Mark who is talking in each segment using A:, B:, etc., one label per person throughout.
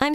A: I'm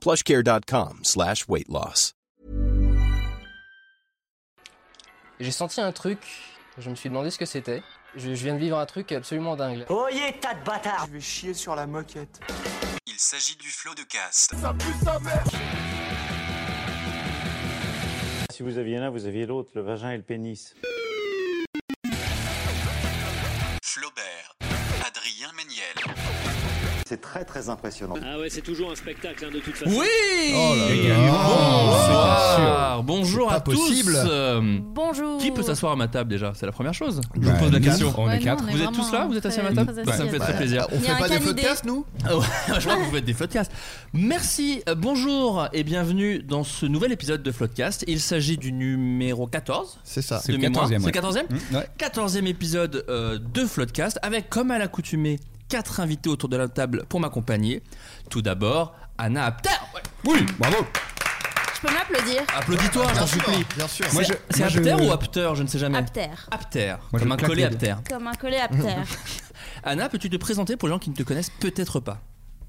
B: plushcare.com slash weight loss.
C: J'ai senti un truc, je me suis demandé ce que c'était. Je, je viens de vivre un truc absolument dingue.
D: Oyez, tas de bâtards
E: Je vais chier sur la moquette.
F: Il s'agit du flot de cast.
G: Si vous aviez l'un, vous aviez l'autre, le vagin et le pénis.
F: Flaubert. Adrien Méniel.
H: C'est très très impressionnant.
I: Ah ouais, c'est toujours un spectacle hein, de toute façon.
J: Oui
K: Oh là là.
J: Bonsoir.
K: C'est
J: Bonjour
K: pas
J: à
K: possible.
J: tous Euh,
L: Bonjour.
J: Qui peut s'asseoir à ma table déjà C'est la première chose. Je
K: Bah,
J: vous pose la
K: nous
J: question.
K: quatre. On
L: Ouais,
K: est
L: nous,
K: quatre.
L: on est
J: Vous êtes
L: vraiment
J: tous là Vous êtes assis à ma
L: très-
J: table
L: très
J: Ça me
L: assis
J: fait
L: à
J: très
L: la
J: plaisir.
K: On
L: Il y a
K: fait
L: un
K: pas des feux de
L: canidé.
K: casse, nous
J: Ah ouais, Je crois que vous faites des floodcasts. Merci, euh, bonjour et bienvenue dans ce nouvel épisode de Floodcast. Il s'agit du numéro 14.
K: C'est ça.
J: de
K: le
J: mémoire.
K: 14e,
J: C'est
K: ouais.
J: le 14e
K: Mmh, ouais.
J: 14e épisode euh, de Floodcast avec, comme à l'accoutumée, quatre invités autour de la table pour m'accompagner. Tout d'abord, Anna Apter. Ouais.
K: Oui, bravo.
L: Je peux m'applaudir
J: Applaudis-toi, je t'en supplie.
K: Bien sûr.
J: C'est- C'est
K: moi, je-
J: Apter ou Apter Je ne sais jamais.
L: Apter.
J: Apter,
K: Moi, je
J: comme un
K: claque
J: collé
K: les deux.
J: Apter.
L: Comme un collet apter.
J: Anna, peux-tu te présenter pour les gens qui ne te connaissent peut-être pas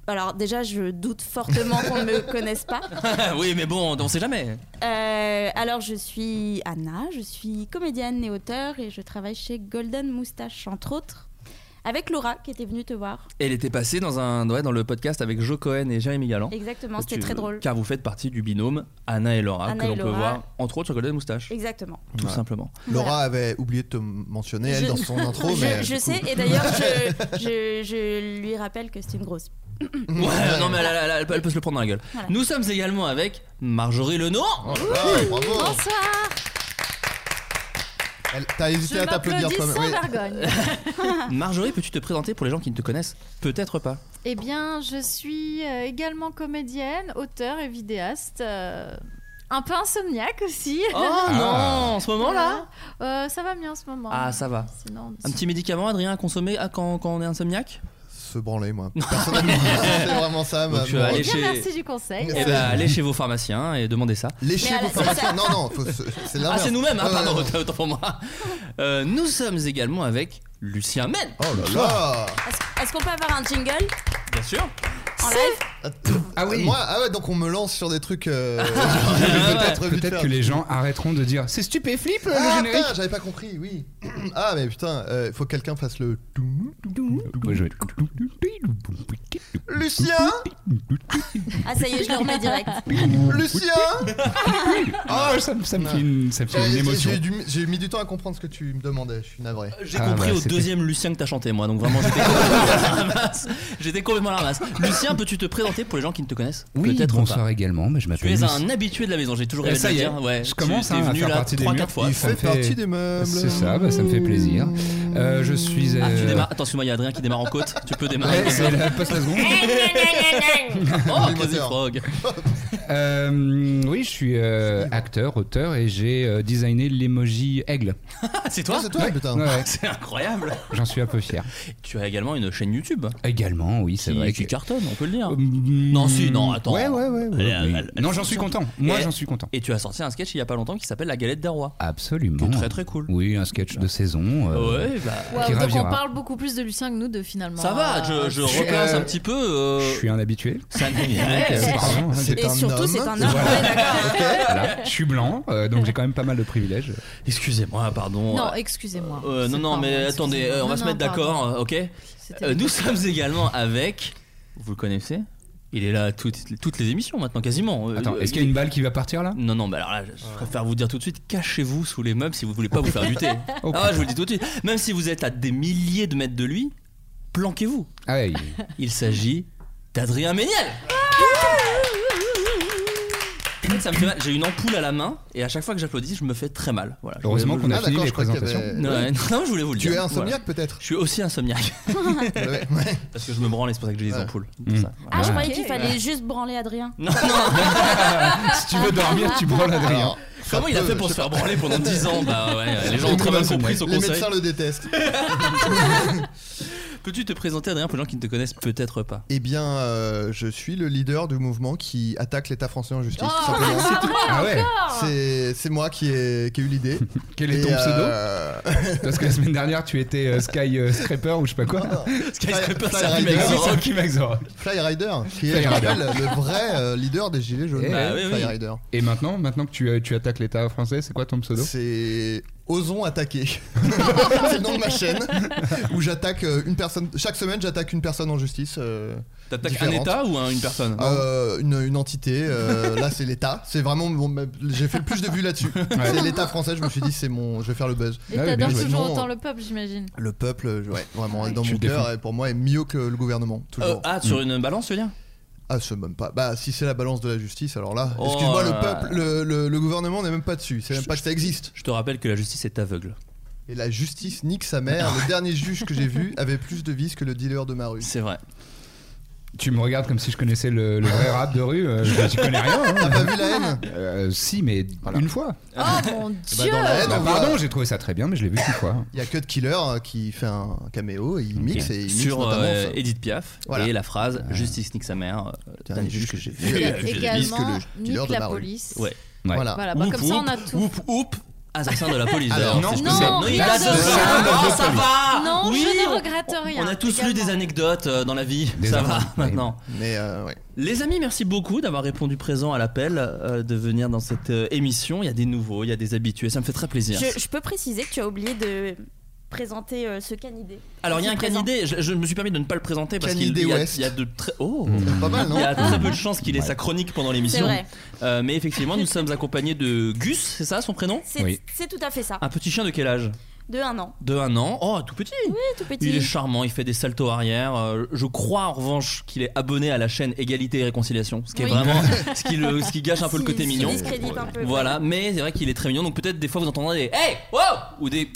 L: Alors déjà, je doute fortement qu'on ne me connaisse pas.
J: Ah Oui, mais bon, on sait jamais.
L: Euh, alors je suis Anna, je suis comédienne et auteure et je travaille chez Golden Moustache entre autres. Avec Laura qui était venue te voir.
J: Elle était passée dans, un, ouais, dans le podcast avec Joe Cohen et Jérémy Galland.
L: Exactement, c'était
J: Tu-
L: très drôle.
J: Car vous faites partie du binôme Anna et Laura, que
L: Anna
J: l'on
L: et
J: peut
L: Laura.
J: voir entre autres sur Golden Moustache.
L: Exactement.
J: Tout simplement.
K: Laura
L: Voilà.
K: avait oublié de te mentionner, elle,
L: Je-
K: dans son intro,
L: je,
K: mais.
L: je
K: du coup-
L: sais et d'ailleurs je, je- je lui rappelle que c'est une grosse.
J: Ouais, non, mais elle, elle- elle- elle peut- elle peut se le prendre dans la gueule.
L: Voilà.
J: Nous sommes également avec Marjorie Lenon.
K: Oh là là, bravo.
L: Bonsoir.
K: Elle- T'as hésité à t'applaudir quand même. Oui.
I: vergogne.
L: Ah.
J: Marjorie, peux-tu te présenter pour les gens qui ne te connaissent peut-être pas
I: eh bien, je suis euh, également comédienne, auteur et vidéaste. euh, un peu insomniaque aussi.
J: Oh
K: Ah.
J: non, en ce moment-là
I: Euh, Ça va mieux en ce moment.
J: Ah, ça va.
I: Sinon,
J: Un petit médicament, Adrien, à consommer ah, quand, quand on est insomniaque
K: Se branler, moi. Personnellement, c'est vraiment ça.
J: Donc
K: ma-
J: tu vas
K: mon-
J: aller
I: Bien,
J: chez-
A: Ah,
I: merci du conseil.
K: Mais
J: Eh
K: c'est-
J: bah, allez chez vos pharmaciens et demandez ça.
K: Lécher
L: Mais à
K: vos
L: la-
K: pharmaciens. Non, non, faut se- c'est
J: Ah,
K: l'inverse.
J: c'est nous-mêmes, hein,
K: Ouais,
J: pardon,
K: ouais, ouais.
J: autant pour moi. Euh, nous sommes également avec Lucien Men,
K: Oh
G: Ah,
K: là là
L: Est-ce est-ce qu'on peut avoir un jingle
J: bien sûr.
L: en live
K: Ah oui Moi, ah ouais, donc on me lance sur des trucs. euh, j'aurais dû peut-être vite faire.
G: Ah, Peut-être que les gens arrêteront de dire c'est stupéflip le
K: Ah
G: générique.
K: putain, j'avais pas compris, oui. ah mais putain, euh, faut que quelqu'un fasse le.
G: Moi, je vais-
K: Lucien
L: Ah ça y est, je le remets direct.
G: Ah,
K: Lucien
G: Oh, ça, me- ça me fait une, ça me fait une
K: J'ai-
G: émotion.
K: J'ai dû- j'ai mis du temps à comprendre ce que tu me demandais, je suis navré.
J: J'ai
G: Ah,
J: compris
G: bah,
J: au
G: c'était-
J: deuxième Lucien que t'as chanté, moi, donc vraiment j'étais complètement à la ramasse. J'étais complètement à la ramasse. Lucien, peux-tu te présenter pour les gens qui ne te connaissent
M: Oui,
J: Peut-être
M: bonsoir
J: pas.
M: également. mais je
J: Tu
M: m'appelle
J: es
M: Lucie.
J: un habitué de la maison, j'ai toujours
G: Eh,
J: rêvé de
G: ça
J: le
G: y est,
J: dire. Ouais,
G: je commence,
J: tu,
G: hein,
J: t'es
G: à
J: venu
G: faire
J: là
G: partie des
J: 3-4
G: murs.
J: fois.
K: Il
G: ça
K: fait,
G: me fait-
K: partie des meubles.
G: C'est ça, bah, ça me fait plaisir. Euh, je suis.
J: Ah, tu
G: euh,
J: démarres. Attends, excuse-moi, il y a Adrien qui démarre en côte. Tu peux démarrer.
G: Ouais, c'est la passe la seconde.
J: Oh, quasi
K: moteur.
J: frog.
G: Euh, oui, je suis euh, acteur, auteur et j'ai euh, designé l'emoji aigle.
J: Ah, c'est
K: Ah,
J: toi
K: c'est toi, putain.
G: Ouais, ouais,
J: C'est incroyable.
G: J'en suis un peu fier.
J: Tu as également une chaîne YouTube
G: Eh,
M: Également, oui, c'est
J: qui,
M: vrai.
J: qui
M: que-
J: cartonne, on peut le dire.
G: Non,
J: si, non, attends.
G: Euh, Ouais, ouais, ouais. ouais.
J: Elle- elle- elle-
G: non, j'en suis content. Moi,
J: Et-
G: j'en suis content.
J: Et tu as sorti un sketch il y a pas longtemps qui s'appelle La galette des rois. Qui
M: Absolument.
J: est très très cool.
M: Oui, un sketch de saison. euh,
J: Ouais, bah.
I: Waouh,
G: Qui
I: donc
G: ravira.
I: on parle beaucoup plus de Lucien que nous deux finalement.
J: Ça va, je, je
I: Euh,
G: suis,
J: replace
G: euh,
J: un petit peu. euh,
G: Je suis un habitué.
J: Ça n'est
G: Euh,
J: Ouais.
G: pardon, hein,
K: C'est
L: Et
K: un
L: surtout,
K: homme.
L: c'est un homme.
G: Voilà.
L: Ouais, d'accord.
G: voilà. Je suis blanc, euh, donc j'ai quand même pas mal de privilèges.
J: Excusez-moi, pardon.
I: Non,
J: Euh,
I: excusez-moi.
J: euh, non,
I: C'est
J: non,
I: pas
J: mais
I: vrai,
J: attendez,
I: excusez-moi.
J: euh, on va
I: Non,
J: se
I: non,
J: mettre
I: pardon.
J: d'accord, euh, ok
I: C'était-
J: Euh, Nous sommes également avec. Vous le connaissez Il est là à toutes, toutes les émissions maintenant, quasiment. Euh,
N: Attends,
J: euh,
N: est-ce qu'il y a une balle qui va partir là
J: Non, non, mais alors là, je préfère vous dire tout de suite, cachez-vous sous les meubles si vous voulez pas vous faire buter.
N: Oh.
J: Ah, je vous le dis tout de suite. Même si vous êtes à des milliers de mètres de lui, planquez-vous.
N: Ah
J: Il s'agit d'Adrien Méniel. En fait, ça me fait mal. J'ai une ampoule à la main et à chaque fois que j'applaudis, je me fais très mal. Voilà. Je
N: Heureusement
J: voulais
N: qu'on a
J: vous-
N: Ah, fini d'accord, les je crois qu'il y présentations.
J: Non,
N: avait-
J: ouais, non, je voulais vous le
K: Tu
J: dire.
K: es insomniaque, peut-être
J: Je suis aussi insomniaque. Parce que je me branle, et c'est pour ça que j'ai des ampoules. Pour ça.
L: Ah, je
J: Voilà.
L: croyais qu'il fallait juste branler Adrien.
J: Non,
N: Si tu veux dormir, tu branles Adrien.
J: Alors, Comment il a fait pour se faire branler pendant 10 ans Bah ouais, les gens ont très mal compris son
K: Les
J: conseil.
K: médecins le détestent.
J: Peux-tu te présenter Adrien pour les gens qui ne te connaissent peut-être pas
K: Eh bien, euh, je suis le leader du mouvement qui attaque l'État français en justice.
J: Oh,
K: tout simplement.
J: c'est vrai, Ah ouais. encore
K: C'est- C'est moi qui ai, qui ai eu l'idée.
N: Quel est
K: Et,
N: ton pseudo
K: euh,
N: Parce que la semaine dernière, tu étais euh, Sky euh, Scraper ou je sais pas quoi.
J: Sky
K: Scraper,
N: Fly
K: c'est Ricky
N: Rider.
K: Maxorock.
N: C'est Ricky Maxorock.
K: Fly Rider, qui est
N: Fly
K: je
N: Rider.
K: rappelle, le vrai euh, leader des Gilets jaunes. euh, Fly Rider.
N: Et maintenant, maintenant que tu, euh, tu attaques l'État français, c'est quoi ton pseudo
K: C'est Osons attaquer. c'est le nom de ma chaîne où j'attaque euh, une personne. Chaque semaine, j'attaque une personne en justice. euh,
J: T'attaques
K: différente.
J: un État ou un- une
N: Ah
J: personne
K: Euh, une, une entité. euh, là, c'est l'État. C'est vraiment. mon- J'ai fait le plus de vues là-dessus. C'est l'État français. Je me suis dit, c'est mon. Je vais faire le buzz.
G: Et t'adores toujours autant le peuple, j'imagine.
K: Le peuple, ouais, vraiment, dans
J: Tu
K: mon
J: le défends.
K: cœur, et pour moi, est mieux que le gouvernement. Toujours.
J: Euh, ah, sur une balance, tu veux dire
K: Ah, c'est même pas. Bah, si c'est la balance de la justice, alors là,
J: Oh
K: excuse-moi,
J: là
K: le
J: là.
K: peuple, le, le- le gouvernement n'est même pas dessus. C'est même pas que ça existe.
J: Je te rappelle que la justice est aveugle.
K: Et la justice nique sa mère. le dernier juge que j'ai vu avait plus de vices que le dealer de ma rue.
J: C'est vrai.
N: Tu me regardes comme si je connaissais le, le vrai rap de rue. euh, je, tu connais rien. hein.
K: T'as pas vu la haine
N: Euh, Si, mais une fois.
L: Ah
G: Oh mon
K: Bah,
G: dieu
K: dans la haine,
N: Bah,
K: on voit-
N: pardon, j'ai trouvé ça très bien, mais je l'ai vu qu'une fois.
K: Il y a Cut Killer euh, qui fait un caméo, et il mixe et il mixe
J: Sur
K: notamment
J: euh,
K: ça.
J: Edith Piaf
K: Voilà.
J: et la phrase Justice nique sa mère. Euh, dernier juge que j'ai vu.
K: Et
J: euh, je
G: également,
J: dévise que le
G: nique
J: dealer de
G: la
J: ma rue.
G: police.
J: Ouais.
K: Voilà.
G: Voilà, bah,
J: Oup,
G: comme ça, on a
J: oup,
G: tout.
J: Oup, oup, assassin de la police.
K: Alors,
J: d'ailleurs,
K: non,
J: si je
K: non,
J: peux dire.
K: non,
J: il
K: rien
J: a
K: de
J: deux
K: ça. Rien
J: ans.
K: de
J: Oh, ça
K: police.
J: va.
G: Non,
J: Oui,
G: je
J: on-
G: ne regrette rien.
J: On a tous lu des anecdotes euh, dans la vie,
N: Des
J: ça
N: anecdotes,
J: va
N: oui.
J: maintenant.
K: Mais euh, ouais.
J: Les amis, merci beaucoup d'avoir répondu présent à l'appel euh, de venir dans cette euh, émission. Il y a des nouveaux, il y a des habitués, ça me fait très plaisir.
L: Je, je peux préciser que tu as oublié de présenter euh, ce canidé.
J: Alors il y a un
L: Qui est présent.
J: canidé, je, je me suis permis de ne pas le présenter parce qu'il
K: Canidé
J: il y, a-
K: West.
J: il y a de très oh,
K: pas mal, non
J: il y a très peu de chances qu'il ait sa chronique pendant
L: C'est
J: l'émission.
L: vrai.
J: Euh, mais effectivement, nous sommes accompagnés de Gus, c'est ça son prénom
L: C'est c'est tout à fait ça.
J: Un petit chien de quel âge
L: De un an.
J: De un an. Oh, tout petit.
L: Oui, tout petit.
J: Il est charmant, il fait des saltos arrière. Euh, Je crois en revanche qu'il est abonné à la chaîne Égalité et Réconciliation, ce qui
L: Oui.
J: est vraiment ce qui, le- ce qui gâche un peu le
L: Si-
J: côté
L: si
J: mignon.
L: discrédite un peu.
J: Voilà, mais c'est vrai qu'il est très mignon, donc peut-être des fois vous entendrez des Hey, wow ou des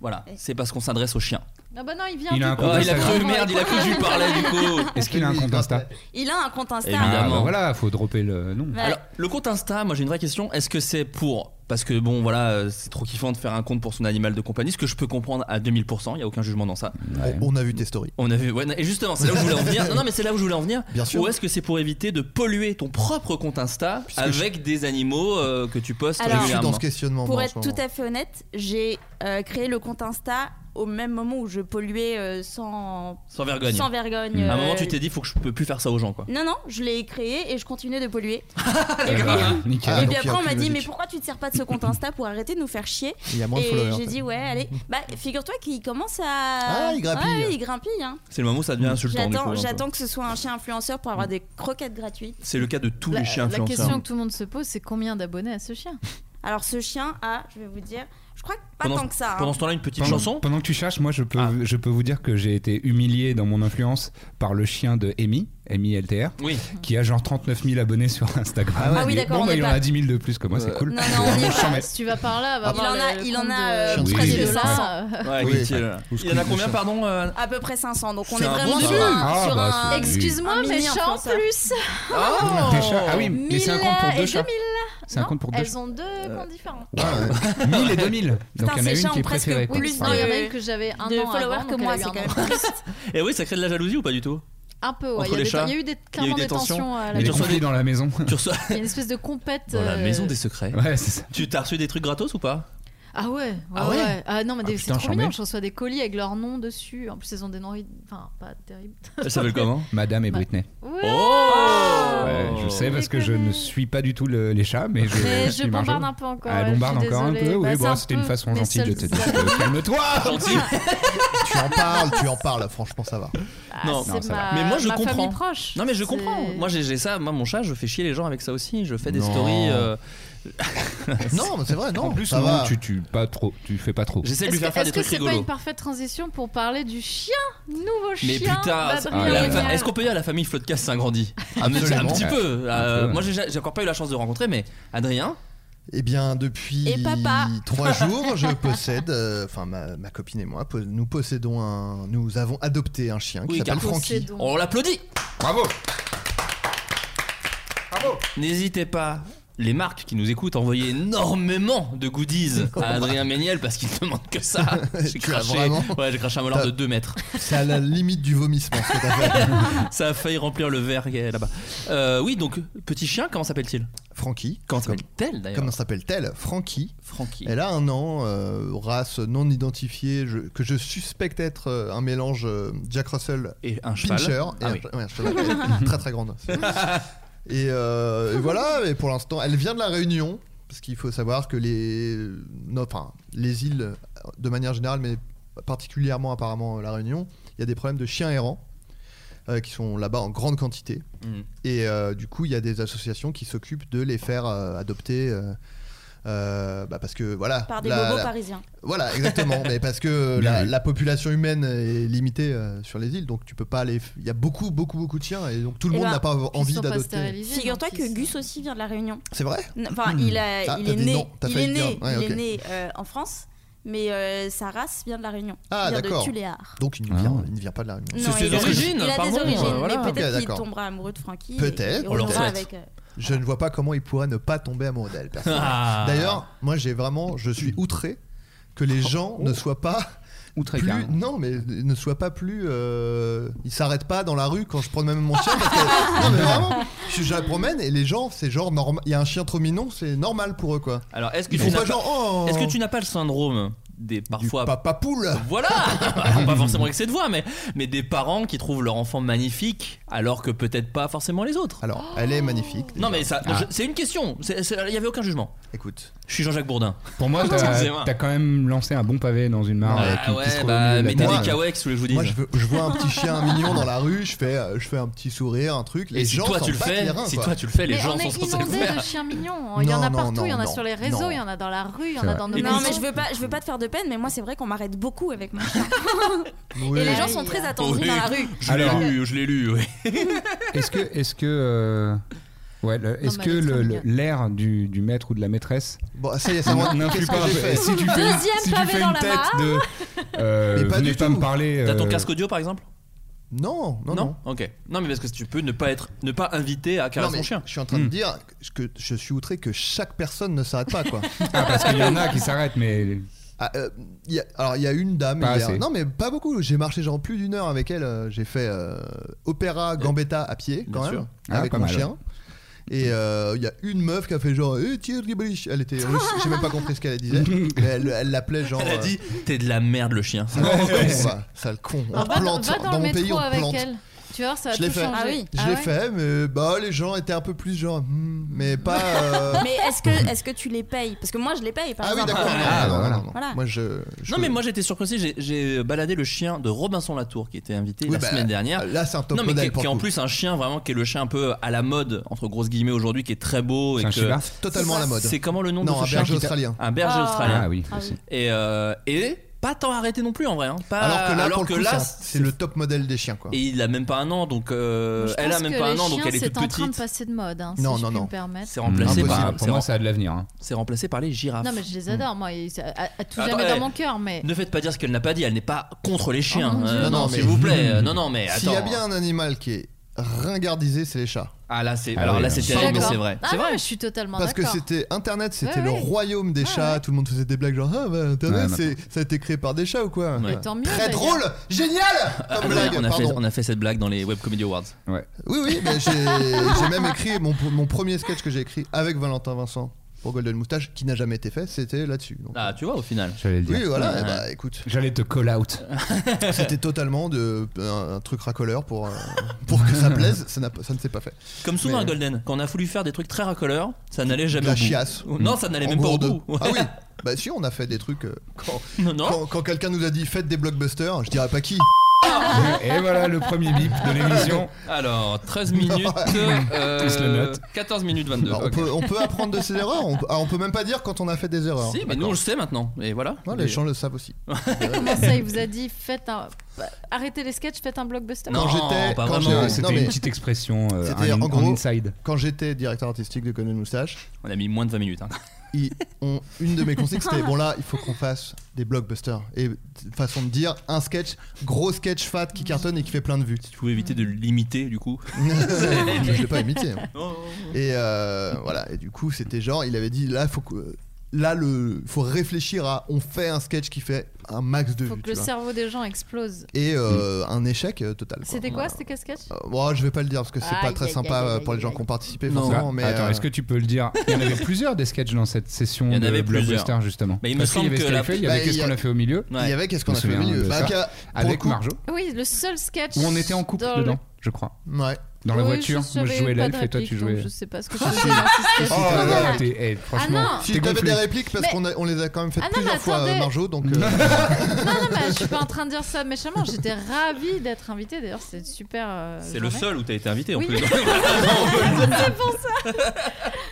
J: voilà. C'est parce qu'on s'adresse aux chiens.
G: Non, bah non, il vient
N: Il a
G: du
N: un
G: coup.
N: compte
J: Ah, il a
N: Instagram.
J: cru merde, il a cru que je lui parlais du coup.
N: Est-ce qu'il a un compte Insta
L: Il a un compte Insta.
N: Ah, bah
J: Évidemment.
N: voilà, faut dropper le nom.
L: Ouais.
J: Alors, le compte Insta, moi j'ai une vraie question. Est-ce que c'est pour. Parce que bon, voilà, euh, c'est trop kiffant de faire un compte pour son animal de compagnie, ce que je peux comprendre à 2000%, il n'y a aucun jugement dans ça.
K: On, on a vu tes stories.
J: On a vu, ouais, et justement, c'est là où je voulais en venir. Non, non, mais c'est là où je voulais en venir.
K: Bien sûr.
J: Ou est-ce que c'est pour éviter de polluer ton propre compte Insta
K: Puisque
J: avec des animaux euh, que tu postes
L: Alors, Je suis dans ce
J: régulièrement
K: questionnement.
L: Pour être tout à fait honnête, j'ai euh, créé le compte Insta au même moment où je polluais euh, sans...
J: Sans vergogne. Hmm.
L: Sans vergogne.
J: À un
L: euh,
J: moment, tu t'es dit, faut que je peux plus faire ça aux gens, quoi.
L: Non, non, je l'ai créé et je continuais de polluer.
J: Euh, Nickel.
G: Ah,
L: et puis après, on m'a dit, mais pourquoi tu te sers pas de ce compte Insta pour arrêter de nous faire chier
J: Il y a moins de
L: Et euh,
J: followers, en
L: j'ai
J: fait.
L: dit, ouais, allez. Bah, figure-toi qu'il commence à.
J: Ah, il grappille.
L: Ouais, oui, il grimpille. hein.
J: C'est le moment où ça devient insultant. du coup, un
L: J'attends,
J: peu.
L: j'attends que ce soit un chien influenceur pour avoir des croquettes gratuites.
J: C'est le cas de tous
L: La-
J: les chiens
L: la
J: influenceurs.
G: question que tout le monde se pose, c'est combien d'abonnés à ce chien
L: Alors, ce chien a, je vais vous dire, je crois que pas
J: Pendant-
L: tant que ça. hein.
J: pendant ce temps-là, une petite
N: pendant,
J: chanson
N: Pendant que tu cherches, moi je peux, je peux vous dire que j'ai été humilié dans mon influence par le chien de Amy, Amy LTR,
J: Oui.
N: qui a genre 39 000 abonnés sur Instagram.
L: Ah ouais. Ah oui, d'accord,
N: Bon,
L: on
N: bah,
L: est
N: il en
L: pas-
N: a 10 000 de plus que moi, c'est cool.
L: Non,
N: C'est
L: non, on y
N: vraiment
L: est
N: charmant.
L: pas.
G: Si tu vas par là,
J: Ah,
G: va
L: Il
G: voir
L: en a,
G: le
L: il
G: compte
L: en
G: de-
L: a euh,
N: Oui.
L: presque
N: Oui.
L: 500.
J: Ouais,
K: Oui.
J: Gauthier, là.
K: Ou
J: Il y en a
K: Squeezie,
J: combien,
K: ça.
J: pardon euh,
L: À peu près 500, donc on
J: C'est
L: est
J: un
L: vraiment
J: bon
L: sur
J: début.
L: un-
J: Ah,
L: sur
J: bah,
L: un-
J: c'est-
G: Excuse-moi,
L: Un
G: mais
L: mini
G: chat en
L: influenceur.
G: plus
J: Oh
N: Des chats. Ah oui, mais
G: 1000
N: c'est un compte pour
G: et
N: deux chats.
G: 2000.
N: C'est un compte pour deux
G: Elles
N: chats.
G: ont deux Euh, comptes différents.
N: Ouais, 1000 et 2000. Donc
L: Putain,
N: il y en a
L: ces
N: une
L: chats
N: qui est
L: ont presque
N: préférée. par-
L: plus
G: Non,
L: de-
G: il y en a une que j'avais un
L: de
G: an
L: followers
G: avant,
L: que
G: donc
L: moi,
G: elle a eu
L: c'est
G: un
L: quand
G: an.
L: même triste.
J: Et Eh oui, ça crée de la jalousie ou pas du tout
G: Un peu, ouais.
J: Entre
G: Il y a
J: les
G: des-
J: chats,
G: il y a eu des,
J: Il y a eu
G: clairement
J: des tensions.
G: à la
J: Mais
N: Les
J: tu
G: maison.
J: reçois
N: conflits
J: des-
N: dans la maison.
J: Tu reçois
G: Il y a une espèce de compète.
J: dans la
G: euh,
J: maison des secrets.
N: Ouais, c'est ça.
J: Tu t'as reçu des trucs gratos ou pas
G: Ah ouais, ouais,
J: Ah ouais
G: ouais. Ah non, mais des- c'est
N: putain,
G: trop
N: charmé.
G: mignon. Je reçois des colis avec leur nom dessus. En plus, ils ont des noms. rid- Enfin, pas terribles.
J: Ça s'appelle comment
N: Madame et Britney.
G: Ouais.
J: Oh
N: Ouais, je sais parce que je ne suis pas du tout le- les chats, mais je.
G: Mais je
N: suis margeau.
G: bombarde un peu encore.
N: Ah,
G: ouais,
N: bombarde
G: je suis
N: encore un
G: désolée.
N: peu.
G: Bah,
N: Oui,
G: c'est un
N: bon, c'était une
G: peu
N: façon
G: mes
N: gentille de
G: seuls-
N: te dire. euh, Calme-toi
J: Ah, Gentil.
K: tu en parles, tu en parles, franchement ça va.
J: non,
A: c'est
J: ça
A: ma-
J: va. mais moi je
A: ma
J: comprends.
A: famille proche.
J: Non mais je
A: C'est-
J: comprends. Moi j'ai j'ai ça, moi mon chat, je fais chier les gens avec ça aussi. Je fais des
K: Non.
J: stories. euh,
K: Non, mais c'est vrai, non.
N: En plus,
K: ça
N: non,
K: va.
N: tu, tu, pas trop, tu fais pas trop.
J: J'essaie de
A: Est-ce
J: lui faire
A: que
J: faire des
A: est-ce que
J: trucs
A: c'est pas
J: rigolos.
A: une parfaite transition pour parler du chien Nouveau
J: Mais
A: chien
J: putain,
A: d'Adrien
J: la-
A: Méniel.
J: est-ce qu'on peut dire la famille Floodcast s'agrandit Un petit-
K: Absolument.
J: Ah, un petit peu. euh,
K: Un peu.
J: Moi j'ai j'ai encore pas eu la chance de rencontrer, mais Adrien,
K: Eh bien, depuis
L: Et papa.
K: trois jours, je possède, euh, enfin ma, ma copine et moi, po- nous possédons un, nous avons adopté un chien qui
J: oui,
K: s'appelle
J: car-
K: Francky.
J: on l'applaudit. Bravo. N'hésitez pas. Les marques qui nous écoutent envoyez énormément de goodies à Adrien Méniel parce qu'il ne demande que ça.
K: Tu
J: J'ai
K: as
J: craché,
K: vraiment-
J: ouais, j'ai craché un voleur de 2 mètres.
K: C'est à la limite du vomissement. ce que t'as fait.
J: Ça a failli remplir le verre qui est là-bas. Euh, oui, donc petit chien, comment s'appelle-t-il
K: Francky.
J: Comment s'appelle-t-elle d'ailleurs
K: Comment s'appelle-t-elle Francky.
J: Francky.
K: Elle a un an, euh, race non identifiée, je- que je suspecte être euh, un mélange euh, Jack Russell
J: et un
K: Pinscher
J: cheval.
K: et
J: Ah
K: un
J: oui.
K: che- ouais, un cheval. Elle est très très grande. Et, euh, et voilà, et pour l'instant, elle vient de la Réunion, parce qu'il faut savoir que les, non, enfin, les îles, de manière générale, mais particulièrement apparemment la Réunion, il y a des problèmes de chiens errants euh, qui sont là-bas en grande quantité.
J: Mm.
K: Et euh, du coup, il y a des associations qui s'occupent de les faire euh, adopter. euh, euh, bah, parce que voilà.
L: Par des
K: la-
L: bobos
K: la-
L: parisiens.
K: Voilà, exactement. mais parce que euh,
N: Bien
K: la,
N: vu.
K: la population humaine est limitée euh, sur les îles, donc tu peux pas aller. f- Il y a beaucoup, beaucoup, beaucoup de chiens, et donc tout le
L: Eh
K: monde
L: ben,
K: n'a pas
L: ils
K: envie
L: sont pas
K: d'adopter.
L: stérilisés, Figure-toi que Gus aussi vient de la Réunion.
K: C'est vrai
L: Enfin,
K: Hmm.
L: il, a-
K: Ah,
L: il
K: t'as
L: est
K: des
L: né,
K: noms, t'as
L: il est
K: failli dire.
L: né,
K: Ouais,
L: il
K: ok.
L: est né euh, en France, mais euh, sa race vient de la Réunion.
K: Ah,
L: il vient de
K: d'accord.
L: Tuléar.
K: Donc il ne vient, il ne vient pas de la Réunion.
L: Non, il- Il a des origines, mais
K: Ok,
L: peut-être qu'il
K: d'accord.
L: tombera amoureux de Francky. et-
K: Peut-être.
L: et on verra avec, euh,
K: Je ne vois pas comment il pourrait ne pas tomber amoureux d'elle. personnellement.
J: Ah.
K: D'ailleurs, moi, j'ai vraiment, je suis outré que les gens ne soient pas.
N: Outré,
K: plus,
N: carrément.
K: non mais ne soient pas plus euh, ils s'arrêtent pas dans la rue quand je prends même mon chien parce que- non mais vraiment je, je la promène et les gens c'est genre normal il y a un chien trop mignon c'est normal pour eux quoi
J: Alors, est-ce que,
K: Ils
J: tu
K: font
J: n'as
K: pas genre, oh.
J: est-ce que tu n'as pas le syndrome des parfois.
K: papa poule
J: Voilà Bah, Alors, Pas forcément avec cette voix, mais, mais des parents qui trouvent leur enfant magnifique alors que peut-être pas forcément les autres.
K: Alors, elle est magnifique.
J: Non, mais ça,
N: Ah.
J: je- c'est une question. C'est- c'est- Il n'y avait aucun jugement.
K: écoute
J: Je suis Jean-Jacques Bourdin.
N: Pour moi,
J: Excusez-moi.
N: t'as t'as quand même lancé un bon pavé dans une mare
J: Ah
N: euh, qui, qui
J: ouais,
N: se
J: bah,
N: remue
J: mettez
N: là-dedans.
J: des kawex, je vous dise.
K: moi je, veux- je vois un petit chien mignon dans la rue je fais euh, je fais un petit sourire un truc les
J: Et si
K: gens
J: toi
K: s'en
J: tu le
K: battent
J: fais,
K: les reins,
J: si
K: quoi.
J: toi tu le fais, les
A: Mais
J: gens
A: on
J: sont
A: est
J: censés le
A: inondé de
J: faire.
A: chiens mignons. Il y en a
K: Non, non,
A: partout, il y en a
K: non,
A: sur les
K: non.
A: réseaux, il y en a dans la rue, il y en
K: C'est
A: a
K: vrai.
A: dans nos
K: Et
L: Non,
A: maisons.
L: mais je veux pas, je veux pas te faire de peine, mais moi c'est vrai qu'on m'arrête beaucoup avec mon chien.
K: Oui.
L: Et les gens sont très
A: Ah,
L: attendus
J: Oui,
L: dans la rue.
J: Je l'ai
N: Alors-
J: lu, je l'ai lu, oui.
N: Est-ce que, est-ce que, euh, ouais, le- est-ce
A: mais
N: que
A: elle est
N: le-
A: très
N: le-
A: mignonne.
N: l'air du, du maître ou de la maîtresse
K: bon ça y est ça va
N: n'influe
K: Qu'est-ce
N: pas
K: que j'ai
N: un peu-
K: fait
N: Si tu fais,
L: Deuxième
N: si tu
L: pavé
N: fais
L: dans
N: une
L: la
N: tête
L: mare.
N: de, euh,
K: Mais pas
N: venez
K: du
N: pas
K: tout.
N: me parler.
J: T'as ton
N: euh,
J: casque audio par exemple
K: non non, non.
J: Ok. Non, mais parce que tu peux ne pas être, ne pas inviter à
K: Non,
J: caresser
K: mais
J: ton chien.
K: Je suis en train de dire que je suis outré que chaque personne ne s'arrête pas quoi.
N: Ah, parce qu'il y en a qui s'arrêtent, mais
K: Ah, euh, il y a- alors il y a une dame.
N: Pas
K: il y a-
N: assez.
K: non mais pas beaucoup. J'ai marché genre plus d'une heure avec elle. euh, J'ai fait euh, Opéra Gambetta à pied quand
J: Bien
K: même
J: sûr.
N: Ah,
K: avec
N: pas
K: mon
N: mal,
K: chien. Et euh, il y a une meuf qui a fait genre Eh, Thierry Brich. Elle était russe. J'ai même pas compris ce qu'elle disait. Mais elle elle l'appelait genre.
J: Elle a
K: euh,
J: dit, t'es de la merde le chien.
K: Sale con, va, sale con. On
A: Alors, va,
K: plante.
A: va dans,
K: dans
A: le
K: mon
A: métro
K: pays, on
A: avec
K: plante.
A: elle. Tu vois, ça va
K: Je l'ai
A: tout
K: fait.
A: changer.
L: Ah oui.
K: Je l'ai fait, mais bah les gens étaient un peu plus genre, Hmm, mais pas. euh,
L: Mais est-ce que, est-ce que tu les payes Parce que moi je les paye par
K: Ah oui,
L: exemple.
K: d'accord.
N: Ah,
K: non, non,
N: voilà.
K: non, non.
L: Voilà.
K: Moi, je. je-
J: Non mais moi j'étais surpris aussi, j'ai- j'ai baladé le chien de Robinson Latour qui était invité
K: Oui,
J: la
K: bah,
J: semaine dernière.
K: Là, c'est un top
J: non mais qui,
K: modèle
J: est-
K: pour
J: qui est en
K: le coup.
J: plus un chien vraiment qui est le chien un peu euh, à la mode entre grosses guillemets aujourd'hui qui est très beau et
N: c'est un
J: que-
N: Shiba.
K: Totalement à la mode.
J: C'est comment le nom
K: Non,
J: de
K: un
J: ce chien
K: berger
J: qui t'a-
K: australien.
J: Un berger
L: Ah.
J: australien.
N: Ah oui.
L: Ah oui.
J: Et euh, et pas tant arrêté non plus en vrai. hein. Pas-
K: Alors que là, pour
J: que
K: le coup, c'est
J: là,
K: un- c'est le top modèle des chiens, quoi.
J: et il a même pas un an donc euh,
A: Je
J: elle a
A: pense
J: même
A: que
J: pas un
A: les
J: an donc
A: chiens,
J: elle est toute
A: C'est en train de
J: petite.
A: passer de mode, hein,
K: Non,
A: si
K: non,
A: je puis
K: non.
A: me permettre.
J: C'est remplacé
K: Impossible.
J: par
N: pour
J: c'est
N: moi,
J: rem-
N: ça a de l'avenir. hein.
J: c'est remplacé par les girafes. Hmm.
A: Non, mais je les adore, moi. ils- À, à- à tout
J: Attends,
A: jamais
J: eh,
A: dans mon cœur, mais.
J: Ne faites pas dire ce qu'elle n'a pas dit, elle n'est pas contre les chiens.
A: Oh mon
J: Euh,
A: Dieu.
K: Non,
J: non,
K: non,
J: s'il
K: mais-
J: vous plaît. euh, Non, non, mais attends.
K: S'il y a bien un animal qui est ringardisé, c'est les chats.
J: Ah là, c'est
N: Ah
J: alors
N: oui,
J: là
N: oui.
J: c'est
A: Je suis
J: terrible, mais
A: d'accord.
J: c'est vrai.
A: Ah
J: C'est
A: non,
J: vrai.
A: mais Je suis totalement
K: Parce que
A: d'accord.
K: c'était Internet, c'était
A: Ouais,
K: le
A: ouais.
K: royaume des chats. Tout le monde faisait des blagues genre Ah, bah, Internet,
N: Ouais,
K: c'est- ça a été créé par des chats ou quoi
J: Ouais.
A: Et tant mieux.
K: Très
A: d'ailleurs.
K: drôle, génial
J: Ah,
K: comme
J: on a-
K: blague,
J: on, a fait,
K: pardon.
J: on a fait cette blague dans les Web Comedy Awards.
N: Ouais.
K: Oui, oui, mais j'ai j'ai même écrit mon, mon premier sketch que j'ai écrit avec Valentin Vincent pour Golden Moustache, qui n'a jamais été fait, c'était là-dessus. Donc,
J: Ah, tu vois, au final.
N: J'allais le dire.
K: oui, voilà,
J: Ouais.
K: eh bah écoute,
N: J'allais te call out.
K: c'était totalement de, un, un truc racoleur pour, euh, pour que ça plaise, ça, n'a pas- ça ne s'est pas fait.
J: Comme souvent
K: Mais-
J: à Golden, quand on a voulu faire des trucs très racoleurs, ça n'allait jamais
K: La
J: au bout. Oh,
K: chiasse.
J: Non, ça n'allait
K: En
J: même pas au
K: gourde.
J: bout. Hein
K: Ah oui, Bah si, on a fait des trucs. euh, quand
J: non.
K: quand, quand quelqu'un nous a dit faites des blockbusters, je dirais pas qui.
G: Et voilà le premier bip de l'émission.
J: Alors, 13 minutes. euh,
G: Tous le notent.
J: 14 minutes 22.
K: Alors, Ah Bah, on,
J: ok.
K: peut, on peut apprendre de ses erreurs. On, peut- ah, on peut même pas dire quand on a fait des erreurs.
J: Si, mais nous on le sait maintenant. Et voilà.
K: Ouais, les gens le savent aussi.
L: Comment ça, il vous a dit faites un... bah, arrêtez les sketchs, faites un blockbuster
K: Quand j'étais, quand j'ai-
G: C'était
K: non,
G: une
K: mais-
G: petite expression. euh,
K: C'était
G: un-
K: en
G: un
K: gros,
G: inside.
K: quand j'étais directeur artistique de Conan Moustache,
J: On a mis moins de 20 minutes. hein.
K: ils ont- une de mes conseils c'était bon là, il faut qu'on fasse des blockbusters. Et de façon de dire, un sketch, gros sketch fat qui cartonne et qui fait plein de vues.
J: Tu pouvais éviter de l'imiter du coup.
L: Ah,
K: je l'ai pas imité. hein.
J: Oh.
K: Et euh, voilà, et du coup, c'était genre, il avait dit là, faut que- Là, le, faut réfléchir à. On fait un sketch qui fait un max de
L: Faut
K: vues.
L: que le
K: tu
G: hein.
K: vois.
L: cerveau des gens explose.
G: Oh
K: Et euh, un échec euh, total.
L: C'était quoi C'était quel sketch
K: Euh, bon, je vais pas le dire parce que c'est
L: Aïe,
K: pas très
L: aïe,
K: sympa
L: aïe,
K: euh,
L: aïe,
K: pour les
L: aïe,
K: gens
L: aïe.
K: qui ont participé
G: Non.
K: forcément. Mais
G: Attends,
K: euh,
G: est-ce que tu peux le dire Il y en avait plusieurs des sketchs dans cette session
J: Il y en
G: de
J: avait plusieurs.
G: Blockbuster justement.
J: Mais il me
G: Parce qu'il y
J: semble
G: avait
J: que
G: ce qu'elle
J: la-
G: fait, il y
J: Bah,
G: avait
J: il
G: qu'est-ce
J: y a-
G: qu'on a fait au milieu.
J: Ouais. Il y avait
K: qu'est-ce
G: Je
K: qu'on a
G: me
K: fait au
G: souviens
K: milieu.
G: de
K: Bah,
G: ça.
K: qu'à- pour le
G: Avec
K: coup-
G: Marjo.
L: Oui, le seul sketch.
G: Où on était en couple
L: dans le-
G: dedans, je crois.
K: Ouais.
G: Dans la
L: Oui,
G: voiture,
L: je
G: moi je
L: savais
G: jouais
L: pas de
G: l'elfe et toi tu
L: réplique,
G: jouais.
L: donc Je sais pas ce que je faisais dans ce sketch.
G: Oh là là,
L: Ah
G: t'es- eh, franchement,
L: non.
G: t'es
K: Si t'avais
G: gonflé.
K: des répliques parce
L: Mais-
K: qu'on a- on les a quand même fait
L: Ah non,
K: plusieurs
L: mais
K: fois
L: attendez.
K: euh, Marjo, donc euh,
L: Non, ah non, mais je suis pas en train de dire ça méchamment. J'étais ravie d'être invitée. D'ailleurs, c'est super. euh,
J: C'est le
L: journée.
J: seul où t'as été invité en
L: Oui.
J: plus.
L: c'est pour ça.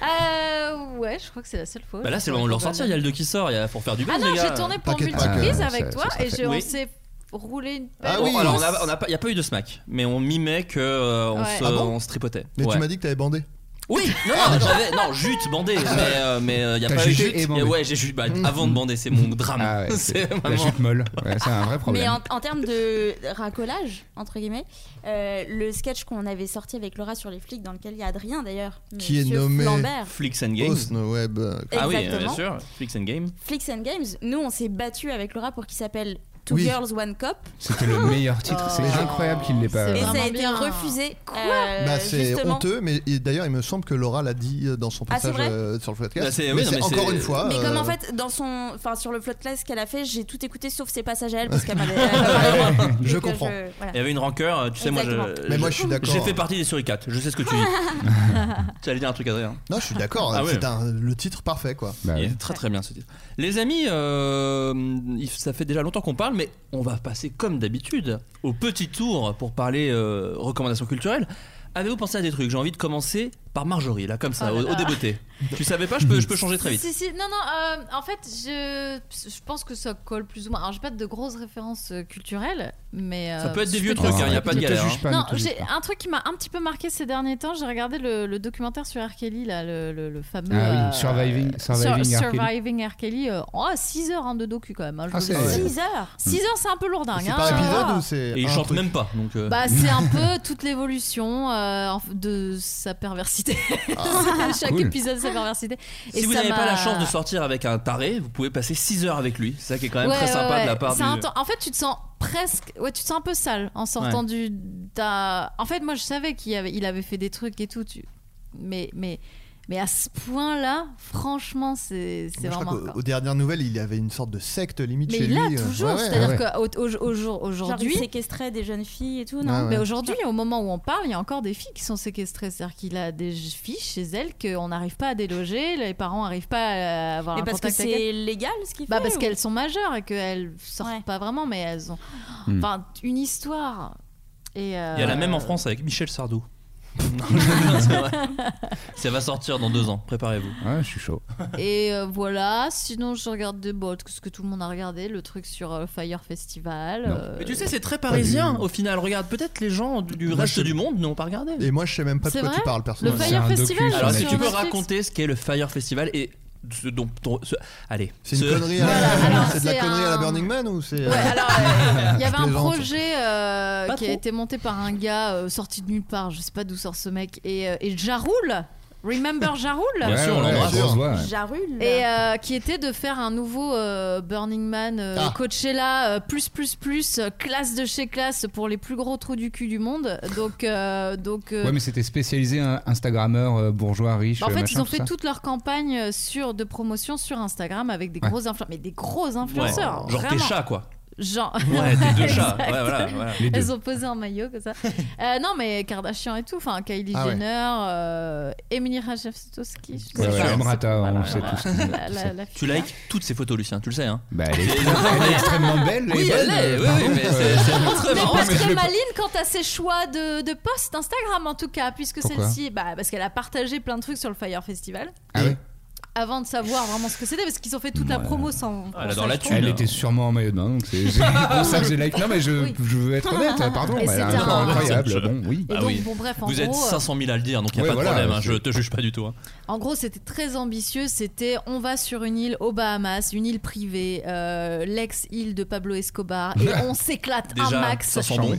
L: Euh, ouais, je crois que c'est la seule fois.
J: bah là, c'est le moment de le ressortir. Il y a le 2 qui sort. Il y a- faut faire du
L: Ah
J: buzz,
L: non,
J: les gars. euh,
L: j'ai tourné pour
G: euh,
L: multiprise avec toi et j'ai on
J: Oui.
L: s'est roulé une pelle.
J: Ah oui. Alors, on a, on a pas, y a pas eu de smack, mais on mimait que euh, on,
L: Ouais.
J: se,
L: Ah bon
J: on se tripotait.
K: Mais
J: Ouais.
K: tu m'as dit que t'avais bandé.
J: Oui, non, non, j'avais, non, jute bandé, mais, euh, mais euh, y a
G: T'as
J: pas eu
G: juté et bandé.
J: Et ouais, j'ai jute, bah, avant de bander, c'est mon drame.
G: Ah ouais,
J: c'est
G: c'est la
J: vraiment-
G: chute molle. Ouais, c'est un vrai problème.
O: Mais en, en termes de racolage, entre guillemets, euh, le sketch qu'on avait sorti avec Laura sur les flics, dans lequel il y a Adrien d'ailleurs,
K: Qui est
O: Monsieur
K: nommé
O: Flambert.
J: Flicks and Games.
K: Web.
J: Ah oui, euh,
O: Exactement.
J: bien sûr, Flicks and Game.
O: Flicks and Games, nous on s'est battu avec Laura pour qu'il s'appelle Two
G: Oui.
O: Girls One Cop.
G: C'était le meilleur titre. C'est
K: Oh.
G: incroyable qu'il l'ait pas.
O: Et ça a
L: vraiment
O: été
L: bien.
O: refusé. Euh, Quoi
K: Bah, c'est honteux, mais il- d'ailleurs, il me semble que Laura l'a dit euh, dans son
O: Ah, c'est
K: passage
O: vrai
K: euh, sur le podcast.
J: Bah, c'est-
K: Mais
J: oui, non,
K: c'est
J: mais
K: encore
J: c'est-
K: une fois.
O: Mais comme
K: euh,
O: en fait, dans son, enfin sur le flot class qu'elle a fait, j'ai tout écouté sauf ses passages à elle parce qu'elle m'avait. elle m'avait- Donc,
K: Je
O: euh,
K: comprends.
O: voilà.
J: Il y avait une rancœur, euh, tu sais, moi je.
O: Exactement.
K: Mais moi, je suis d'accord.
J: J'ai fait partie des suricates, je sais ce que tu dis. tu allais dire un truc, Adrien.
K: Non, je suis d'accord.
J: Ah
K: hein,
J: ouais.
K: C'est un- le titre parfait, quoi.
J: Il est très très bien ce titre. Les amis, euh, il- ça fait déjà longtemps qu'on parle, mais on va passer comme d'habitude au petit tour pour parler euh, recommandations culturelles. Avez-vous pensé à des trucs J'ai envie de commencer par Marjorie, là, comme ça,
L: Oh là
J: au,
L: là.
J: au débeauté. tu savais pas, je peux, je peux changer très
L: Si,
J: vite.
L: si, non, non, euh, en fait, je, je pense que ça colle plus ou moins. Alors, j'ai pas de grosses références euh, culturelles, mais.
J: Ça
L: euh,
J: peut être des
L: je
J: vieux
L: peux
J: trucs,
L: dire-
J: hein, y a pas de
G: Ne te
J: galère.
G: juge pas,
L: non,
G: ne te juge
L: j'ai
G: pas.
L: un truc qui m'a un petit peu marqué ces derniers temps. J'ai regardé le, le documentaire sur R. Kelly, là, le, le- le fameux.
G: Ah oui,
L: euh,
G: Surviving-
L: sur-
G: Surviving R. Kelly.
L: Surviving R. Kelly. euh, oh, 6 heures hein, de docu quand même.
G: Ah, c'est-
O: 6 heures
L: 6 heures, c'est un peu lourdingue.
K: C'est
L: hein.
K: par épisode
L: Ah.
K: ou c'est.
J: Et il
K: un
J: chante
K: truc
J: même pas, donc. euh,
L: Bah, c'est un peu toute l'évolution euh, en- de sa perversité. Chaque
J: Cool.
L: épisode, sa perversité.
J: si vous n'avez pas la chance de sortir avec un taré, vous pouvez passer 6 heures avec lui. C'est ça qui est quand même
L: Ouais,
J: très
L: ouais,
J: sympa
L: ouais.
J: de la part
L: C'est
J: du.
L: un temps- En fait, tu te sens presque. Ouais, tu te sens un peu sale en sortant du. t'as- En fait, moi, je savais qu'il avait... Il avait fait des trucs et tout. tu- Mais, mais, mais à ce point-là, franchement, c'est c'est
K: Moi, je
L: vraiment.
K: crois qu'au-
L: hardcore.
K: aux dernières nouvelles, il y avait une sorte de secte limite
L: Mais
K: chez
L: il
K: lui.
L: l'a
K: euh,
L: toujours.
K: ouais, ouais.
L: C'est-à-dire qu'au au- au jour- aujourd'hui.
O: Aujourd'hui, séquestrait des jeunes filles et tout, non
K: Ouais, ouais.
L: Mais aujourd'hui, au moment où on parle, il y a encore des filles qui sont séquestrées. C'est-à-dire qu'il a des filles chez elles qu'on n'arrive pas à déloger, les parents n'arrivent pas à avoir
O: Mais
L: un
O: parce que
L: contact avec
O: c'est
L: elles.
O: légal ce qu'il fait.
L: Bah parce
O: ou-
L: qu'elles sont majeures et qu'elles sortent pas vraiment, mais elles ont
K: Mm.
J: Hmm.
L: enfin une histoire. Et euh,
J: Il y a la même en France avec Michel Sardou. Non, je- c'est vrai. Ça va sortir dans 2 ans, préparez-vous.
G: Ouais, je suis chaud.
L: Et euh, voilà. Sinon, je regarde de bot, ce que tout le monde a regardé, le truc sur euh, Fire Festival. euh,
J: Mais tu sais, c'est très parisien au final. Regarde, peut-être les gens du du reste du monde n'ont pas regardé.
K: Et moi, je sais même pas de
L: C'est
K: quoi tu
L: vrai
K: parles, personnellement.
L: Le Fire C'est un Festival, docu sur
J: Alors, si
L: Netflix.
J: tu peux
L: Netflix.
J: raconter ce qu'est le Fire Festival et ce dont. ton- ce- allez.
K: C'est une
J: ce-
K: connerie à
L: Voilà,
K: la-
L: alors,
K: C'est de la
L: c'est
K: connerie à la
L: un-
K: Burning Man ou c'est. euh,
L: Ouais, alors, euh, il y
K: je
L: avait un
K: plaisante.
L: projet euh,
J: Pas
L: qui a
J: trop.
L: été monté par un gars euh, sorti de nulle part. Je sais pas d'où sort ce mec. Et, euh, et Jaroul, remember Jaroul
J: Bien sûr, on
G: ouais,
J: l'embrasse.
G: grosse voix, ouais.
O: Jarul.
L: Et euh, qui était de faire un nouveau euh, Burning Man, euh,
K: Ah.
L: Coachella, euh, plus plus plus, euh, classe de chez classe pour les plus gros trous du cul du monde. Donc euh, donc. euh,
G: Ouais, mais c'était spécialisé un Instagrammeur euh, bourgeois riche.
L: bah, en fait,
G: machin,
L: ils ont
G: tout
L: fait
G: ça.
L: toute leur campagne euh, sur, de promotion sur Instagram avec des
G: Ouais.
L: gros influenceurs, mais des gros
J: Ouais.
L: influenceurs.
J: Genre tes
L: vraiment.
J: chats, quoi.
L: Genre.
J: Ouais, des deux chats. Ouais,
L: Exact.
J: voilà, voilà. Les deux.
L: Elles ont posé en maillot comme ça. Euh, non, mais Kardashian et tout, enfin Kylie
K: Ah ouais.
L: Jenner, euh, Emily Ratajkowski. je
K: Ouais,
L: sais pas.
K: ouais, Emrata, on
L: Voilà,
K: sait
L: voilà.
K: tous. qui-
L: La- la- la
J: tu
L: fille, là.
J: likes toutes ces photos, Lucien, tu le sais, hein
K: Bah, elle est, elle est extrêmement belle.
J: Oui, elle est, oui, oui, mais c'est c'est très
L: Mais
J: marrant.
L: parce que Maline, quant à ses choix de, de post Instagram en tout cas, puisque
K: Pourquoi
L: celle-ci, bah, parce qu'elle a partagé plein de trucs sur le Fire Festival.
K: Ah ouais
L: Avant de savoir vraiment ce que c'était, parce qu'ils ont fait toute la promo sans.
J: Elle adore
L: Ah
J: la thune.
K: Elle était sûrement en maillot de bain, donc c'est c'est pour ça que j'ai like. Non, mais je, je veux être honnête, pardon.
L: Et
K: elle a un
L: c'était
K: corps
L: un-
K: incroyable. Bon, oui.
J: Bah
L: Et donc, Ah bon, bref, en
J: Ah Vous êtes
L: gros, euh,
J: 500 000 à le dire, donc il n'y a
K: Ouais,
J: pas de
K: voilà,
J: problème, hein,
K: c'est-
J: je te juge pas du tout. hein.
L: En gros, c'était très ambitieux. C'était on va sur une île aux Bahamas, une île privée, euh, l'ex-île de Pablo Escobar, et on s'éclate un
J: Déjà,
L: max.
J: ça sent bon. Ouais.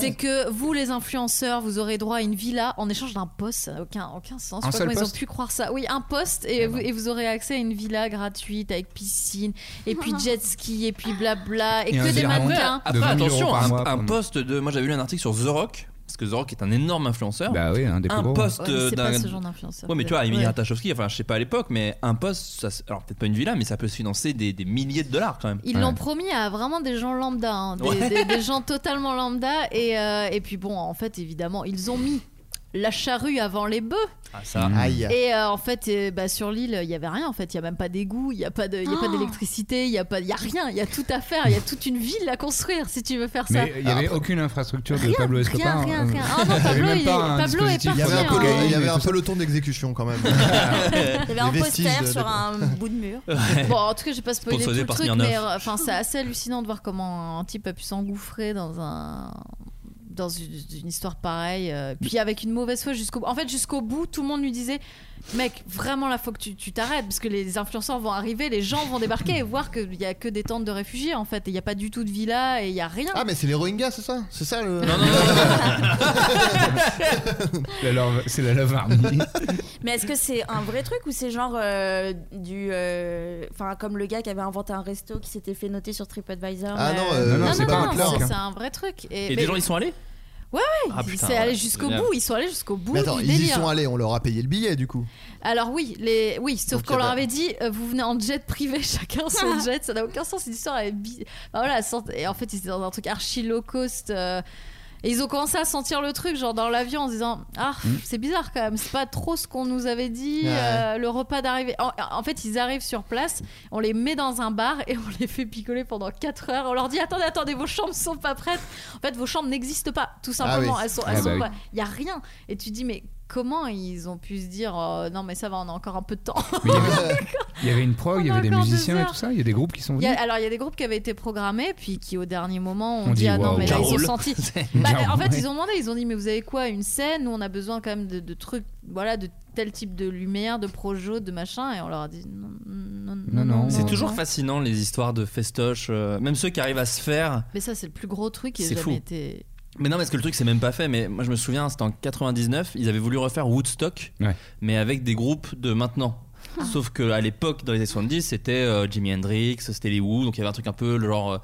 L: C'est que vous, les influenceurs, vous aurez droit à une villa en échange d'un poste. Ça n'a Aucun, aucun sens.
J: Un
L: Je sais
J: seul
L: pas comment ils ont
J: poste
L: pu croire ça. Oui, un poste,
N: Eh
L: et,
N: ben.
L: vous, et vous aurez accès à une villa gratuite avec piscine, et puis jet ski, et puis blabla, et,
J: un
L: que des
J: virement
L: mannequins.
J: Après, attention, un, un
K: pendant-
J: poste de. Moi, j'avais lu un article sur The Rock. Parce que The Rock est un énorme influenceur.
K: Bah
N: hein,
K: oui, un des plus gros.
J: poste
L: Ouais, mais c'est
J: d'un.
L: pas ce genre d'influenceur,
J: Ouais, mais tu vois,
L: peut-être.
J: Emily
L: Ouais.
J: Ratajkowski, enfin, je sais pas à l'époque, mais un poste, ça se- alors peut-être pas une villa, mais ça peut se financer des, des milliers de dollars quand même.
L: Ils l'ont promis à vraiment des gens lambda, hein, des,
J: Ouais.
L: des- des gens totalement lambda. Et, euh, et puis bon, en fait, évidemment, ils ont mis la charrue avant les bœufs.
J: Ah, ça.
L: Et euh, en fait, euh, bah, sur l'île, il y avait rien. En fait, il y a même pas d'égout, il y a pas de, il y a pas
A: Oh.
L: d'électricité, il y a pas, il y a rien. Il y a tout à faire, il y a toute une ville à construire si tu veux faire ça.
K: Mais il n'y avait aucune infrastructure de
L: Rien,
K: Pablo
L: rien,
K: Escobar.
L: rien,
K: euh,
L: rien. Ah
K: il
L: non,
K: y avait
L: Pablo,
K: même
L: il-
K: pas un
L: Pablo est
K: dispositif
N: Il y avait un peu,
K: pour
L: hein.
N: le- il y
K: cocaïne
N: avait
K: et
N: un
K: tout
N: peu le ton d'exécution quand même.
L: Il
A: y avait un
N: Les vestiges euh,
A: poster
N: de-
A: sur un bout de mur.
L: Bon, en tout cas, j'ai pas spoilé tout
J: Sponsorisé
L: le
J: par
L: truc,
J: Smirnoff.
L: mais euh, enfin, c'est assez hallucinant de voir comment un type a pu s'engouffrer dans un dans une, une histoire pareille, euh, puis avec une mauvaise foi jusqu'au. En fait, jusqu'au bout, tout le monde lui disait, mec, vraiment là, faut que tu tu t'arrêtes parce que les influenceurs vont arriver, les gens vont débarquer et voir qu'il y a que des tentes de réfugiés en fait, et il y a pas du tout de villa et il y a rien.
N: Ah mais c'est les Rohingyas, c'est ça C'est ça le.
K: La love- C'est la Love Army.
A: Mais est-ce que c'est un vrai truc ou c'est genre euh, du. euh, Enfin, comme le gars qui avait inventé un resto qui s'était fait noter sur TripAdvisor.
J: Ah non,
N: euh,
L: non,
N: non, c'est pas un clerc,
L: c'est
N: hein.
L: c'est un vrai truc.
J: Et
L: Et,
J: des gens, ils sont allés
L: Ouais, ouais,
J: Ah,
L: ils
J: putain,
L: sont allés
J: ouais,
L: jusqu'au
J: génial.
L: bout, ils sont allés jusqu'au bout
N: Mais attends,
L: du
N: ils y
L: délire.
N: sont allés, on leur a payé le billet du coup.
L: Alors oui, les oui, sauf
N: Donc,
L: qu'on
N: y a
L: leur
N: pas-
L: avait dit euh, vous venez en jet privé chacun son
A: Ah.
L: jet, ça n'a aucun sens cette histoire est bi- Enfin, voilà, sans- et en fait ils étaient dans un truc archi low cost euh, et ils ont commencé à sentir le truc genre dans l'avion en se disant ah
A: Mm.
L: c'est bizarre quand même, c'est pas trop ce qu'on nous avait dit
N: Ah,
A: Ouais.
L: euh, le repas d'arrivée. En, en fait, ils arrivent sur place, on les met dans un bar et on les fait picoler pendant 4 heures. On leur dit attendez attendez, vos chambres sont pas prêtes. En fait, vos chambres n'existent pas tout
A: Ah
L: simplement,
A: oui.
L: elles sont
A: Ah
L: elles
A: bah
L: sont
A: oui.
L: pas- il y a rien et tu dis mais comment ils ont pu se dire euh, non mais ça va on a encore un peu de temps
K: Il y avait une prog, il y avait des
L: encore deux
K: musiciens et
L: heures.
K: tout ça. Il y a des groupes qui sont
L: Il y
K: venus.
L: a- alors il y a des groupes qui avaient été programmés puis qui au dernier moment ont
K: On
L: dit,
K: dit,
L: ah
J: oh,
L: non
K: waouh.
L: mais là ils ont
K: Jarul.
L: senti Bah, en fait ils ont demandé ils ont dit mais vous avez quoi une scène nous on a besoin quand même de, de trucs voilà de tel type de lumière de projo de machin et on leur a dit non non non, non, non,
J: C'est
L: non.
J: toujours fascinant les histoires de festoches, euh, même ceux qui arrivent à se faire.
L: mais ça c'est le plus gros truc qui a
J: C'est
L: jamais
J: fou.
L: été
J: Mais non, parce que le truc, c'est même pas fait. Mais moi, je me souviens, c'était en 99, ils avaient voulu refaire Woodstock, mais avec des groupes de maintenant.
L: Ah.
J: Sauf que à l'époque, dans les années 70, c'était euh, Jimi Hendrix, c'était les Who, donc il y avait un truc un peu le genre. euh,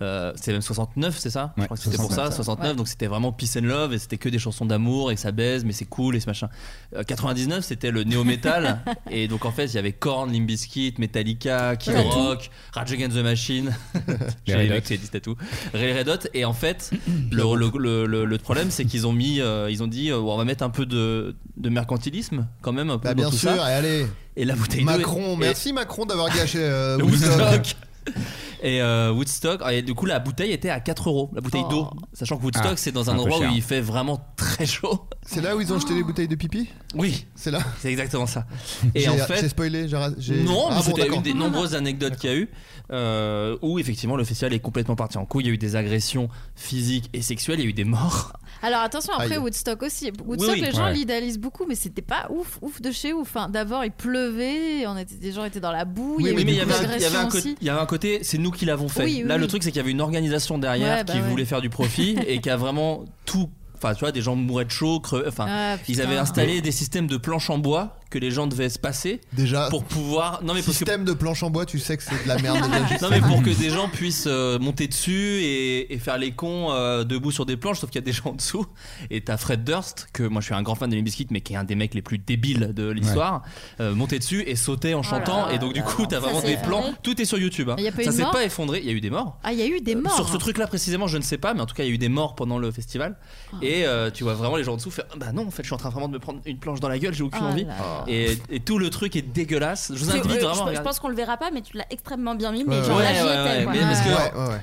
J: euh, c'était même 69, c'est ça Je
K: Ouais,
J: crois que c'était pour
K: 69,
J: ça,
K: ouais.
J: 69,
K: Ouais.
J: donc c'était vraiment peace and love, et c'était que des chansons d'amour, et ça baise, mais c'est cool, et ce machin. Euh, 99, c'était le néo-metal, et donc en fait, il y avait Korn, Limp Bizkit, Metallica, Kid
K: Ouais.
J: Rock, Rage Against the Machine,
K: Les
J: J'ai les
K: Red
J: mecs qui dit tatou. Ray Red Hot. Et en fait, le, le- le- le- le problème, c'est qu'ils ont mis, euh, ils ont dit, euh, on va mettre un peu de, de mercantilisme quand même. Un peu
N: Bah,
J: dans
N: bien
J: tout
N: sûr,
J: ça.
N: et allez.
J: Et la bouteille d'eau est-
N: Macron,
J: et-
N: merci Macron d'avoir gâché euh,
J: Le
N: Woodstock.
J: Woodstock. Et euh, Woodstock, et du coup la bouteille était à 4 euros, la bouteille d'eau. Sachant que Woodstock
N: Ah,
J: c'est dans
N: un
J: un
N: peu
J: endroit où
N: cher.
J: il fait vraiment très chaud.
N: C'est là où ils ont jeté les bouteilles de pipi
J: Oui,
N: c'est là.
J: C'est exactement ça. Et
N: J'ai- euh,
J: en fait,
N: j'ai spoilé, j'ai ra- j'ai-
J: non,
N: Ah
J: mais
N: bon,
J: c'était
N: d'accord.
J: une des nombreuses anecdotes qu'il y a eu euh, où effectivement le festival est complètement parti en couille. Il y a eu des agressions physiques et sexuelles, il y a eu des morts.
L: Alors attention, après
J: Aïe.
L: Woodstock aussi. Woodstock,
J: Oui, oui.
L: les gens
J: Ouais.
L: l'idéalisent beaucoup, mais c'était pas ouf, ouf de chez ouf. Enfin, D'abord, il pleuvait, on était, les gens étaient dans la boue, il y avait
J: mais il y
L: beaucoup
J: avait un- il y avait un
L: d'agressions
J: côté-
L: aussi.
J: il y avait un côté, c'est nous qui l'avons fait.
L: Oui, oui,
J: Là, le
L: oui.
J: truc, c'est qu'il y avait une organisation derrière
L: Ouais, bah
J: qui
L: ouais.
J: voulait faire du profit et qui a vraiment tout. Enfin, tu vois, des gens mouraient de chaud, creux. Enfin,
L: Ah,
J: ils
L: putain.
J: avaient installé des systèmes de planches en bois que les gens devaient se passer
N: Déjà,
J: pour pouvoir. Non mais parce que-
N: système de planche en bois, tu sais que c'est de la merde.
J: Ah. non mais pour que des gens puissent euh, monter dessus et, et faire les cons euh, debout sur des planches sauf qu'il y a des gens en dessous et t'as Fred Durst que moi je suis un grand fan de Limbiskit mais qui est un des mecs les plus débiles de l'histoire euh, monter dessus et sauter en chantant
L: Oh là
J: et donc du
L: là
J: coup
L: là.
J: t'as
L: Ça
J: vraiment
L: s'est
J: des
L: effondré.
J: plans tout est sur YouTube hein.
L: Il y a pas eu
J: ça
L: de
J: s'est
L: mort
J: pas effondré il y a eu des morts Euh,
L: Ah, il y a eu des morts.
J: sur ce truc là précisément je ne sais pas mais en tout cas il y a eu des morts pendant le festival
L: Ah.
J: et euh, tu vois vraiment les gens en dessous faire Ah bah non en fait je suis en train vraiment de me prendre une planche dans la gueule j'ai aucune
A: Ah
J: envie
A: là là.
J: et, et tout le truc est dégueulasse je vous
A: Tu-
J: invite
A: euh,
J: vraiment à
A: je, je
J: regarder.
A: pense qu'on le verra pas, mais tu l'as extrêmement bien mis. Mais
J: Ouais,
A: genre là,
J: ouais,
A: j'y
J: ouais,
A: étais,
J: ouais,
A: quoi.
J: mais parce que-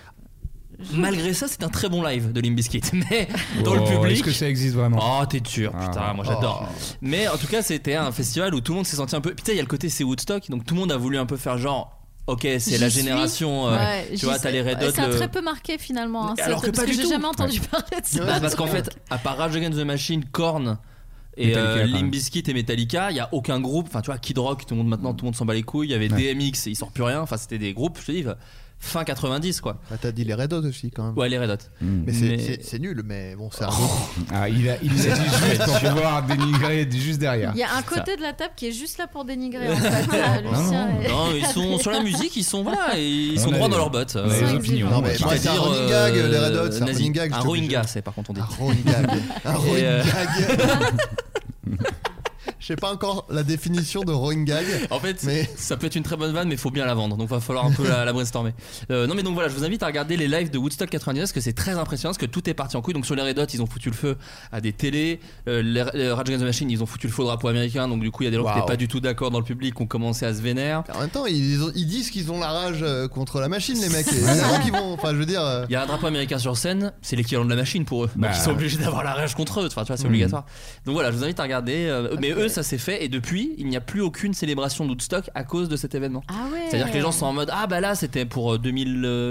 J: Malgré ça, c'est un très bon live de Limbiskit. Mais dans le
K: Oh,
J: public.
K: est-ce que ça existe vraiment
J: Oh, t'es dur,
K: Ah.
J: putain,
K: Oh.
J: moi j'adore. Mais en tout cas, c'était un festival où tout le monde s'est senti un peu. Putain, il y a le côté c'est Woodstock, donc tout le monde a voulu un peu faire genre. Ok, c'est la
L: J'y suis.
J: génération. euh,
L: Ouais,
J: tu
L: j'y
J: vois,
L: sais-
J: t'as les Red Hot.
L: Ça a
J: le-
L: très peu marqué finalement. hein,
J: Mais alors
L: cette-
J: que pas
L: parce que
J: du
L: j'ai
J: tout.
L: jamais entendu parler de ça.
J: Bah, parce qu'en fait, à part Rage Against the Machine, Korn et
K: Metallica,
J: euh,
K: quand même.
J: Limp Bizkit et Metallica, il y a aucun groupe. Enfin, tu vois, Kid Rock, tout le monde maintenant, tout le monde s'en bat les couilles. Il y avait
N: Ouais.
J: DMX, il sort plus rien. Enfin, c'était des groupes, je te dis, fin 90 quoi.
N: Ah, t'as dit les Red Hot aussi quand même.
J: Ouais, les Red Hot.
N: Mais c'est-
J: Mais-
N: c'est c'est nul, mais bon, c'est un
K: Ah, il a, il l'a dit juste pour pouvoir dénigrer juste derrière.
L: Il y a un côté de la table qui est juste là pour dénigrer. En fait, euh, Lucien et-
J: Non, ils sont sur la musique, ils sont voilà, et ils
K: On
J: sont
K: a
J: droits
K: les-
J: dans leurs bottes.
K: on a les
J: Ouais.
K: opinions. Non, mais
J: Quitte
K: moi,
J: à
K: c'est un
J: dire,
K: running
J: euh,
N: gag, les Red Hot, c'est un
J: nazi.
N: running gag,
J: Un
N: j'étais
J: running
N: obligé.
J: gag, c'est par contre on dit.
N: running gag. Un running
J: Et, euh,
N: gag. Je sais pas encore la définition de running gag.
J: En fait,
N: Mais-
J: ça peut être une très bonne vanne, mais faut bien la vendre. Donc, va falloir un peu la, la brainstormer. Euh, non, mais donc voilà, je vous invite à regarder les lives de Woodstock 99 parce que c'est très impressionnant, parce que tout est parti en couille. Donc, sur les Red Hot, ils ont foutu le feu à des télés. Euh, les les Rage Against the Machine, ils ont foutu le feu au drapeau américain. Donc, du coup, il y a des gens qui
N: Waouh.
J: n'étaient pas du tout d'accord dans le public, ont commencé à se vénérer.
N: En même temps, ils, ont- ils disent qu'ils ont la rage euh, contre la machine, les mecs. Et évidemment qu'ils vont. Enfin, je veux dire. euh,
J: Il y a un drapeau américain sur scène, c'est l'équivalent de la machine pour eux.
N: Bah.
J: Donc ils sont obligés d'avoir la rage contre eux. Enfin, tu vois, c'est
N: Mhm.
J: obligatoire. Donc voilà, je vous invite à regarder. euh, Mais eux, ça s'est fait. Et depuis, il n'y a plus aucune célébration de Woodstock à cause de cet événement.
L: Ah ouais.
J: C'est-à-dire que les gens sont en mode Ah bah là, c'était pour euh,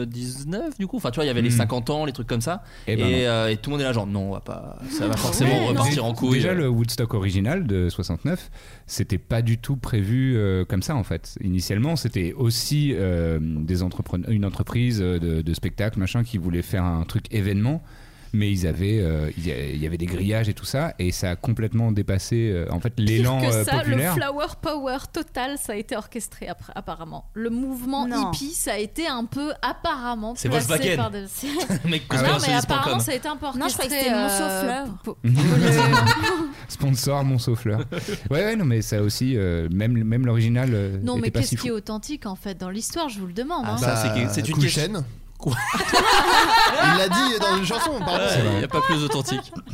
J: 2019, du coup. Enfin, tu vois, il y avait les
K: Mhm.
N: Hmm.
J: 50 ans, les trucs comme ça.
K: Eh
J: Et,
K: ben non.
J: euh, et tout le monde est là, genre, non, on va pas. Ça
A: Ah
J: va forcément repartir en couille.
K: Déjà, le Woodstock original de 69, c'était pas du tout prévu euh, comme ça en fait. Initialement, c'était aussi euh, des entrepreneurs, une entreprise euh, de, de spectacle machin qui voulait faire un truc événement. Mais ils avaient, euh, il y a- il y avait des grillages et tout ça, et ça a complètement dépassé euh, en fait l'élan
L: Pire que
K: euh,
L: ça,
K: populaire.
L: le flower power total, ça a été orchestré après- apparemment. Le mouvement
A: Non.
L: hippie, ça a été un peu apparemment
J: C'est
L: placé
J: Volkswagen.
L: par des-
J: Mec,
K: Ah
L: non, mais
J: conspirationniste.com.
L: apparemment, ça a été un peu
A: Non, je crois
L: orchestré.
A: que c'était
L: euh,
A: Monceau-Fleur.
L: po-
K: Sponsor mon souffleur. Ouais, ouais, non, mais ça aussi, euh, même, même l'original. euh,
L: Non,
K: était
L: mais
K: pas
L: qu'est-ce
K: si
L: qui est
K: fou.
L: authentique en fait dans l'histoire Je vous le demande.
N: Ah,
L: hein.
N: bah, c'est que- c'est une Kouchen. question-
L: Il
N: l'a dit dans une chanson, pardon.
J: Ouais, Il n'y a pas plus authentique.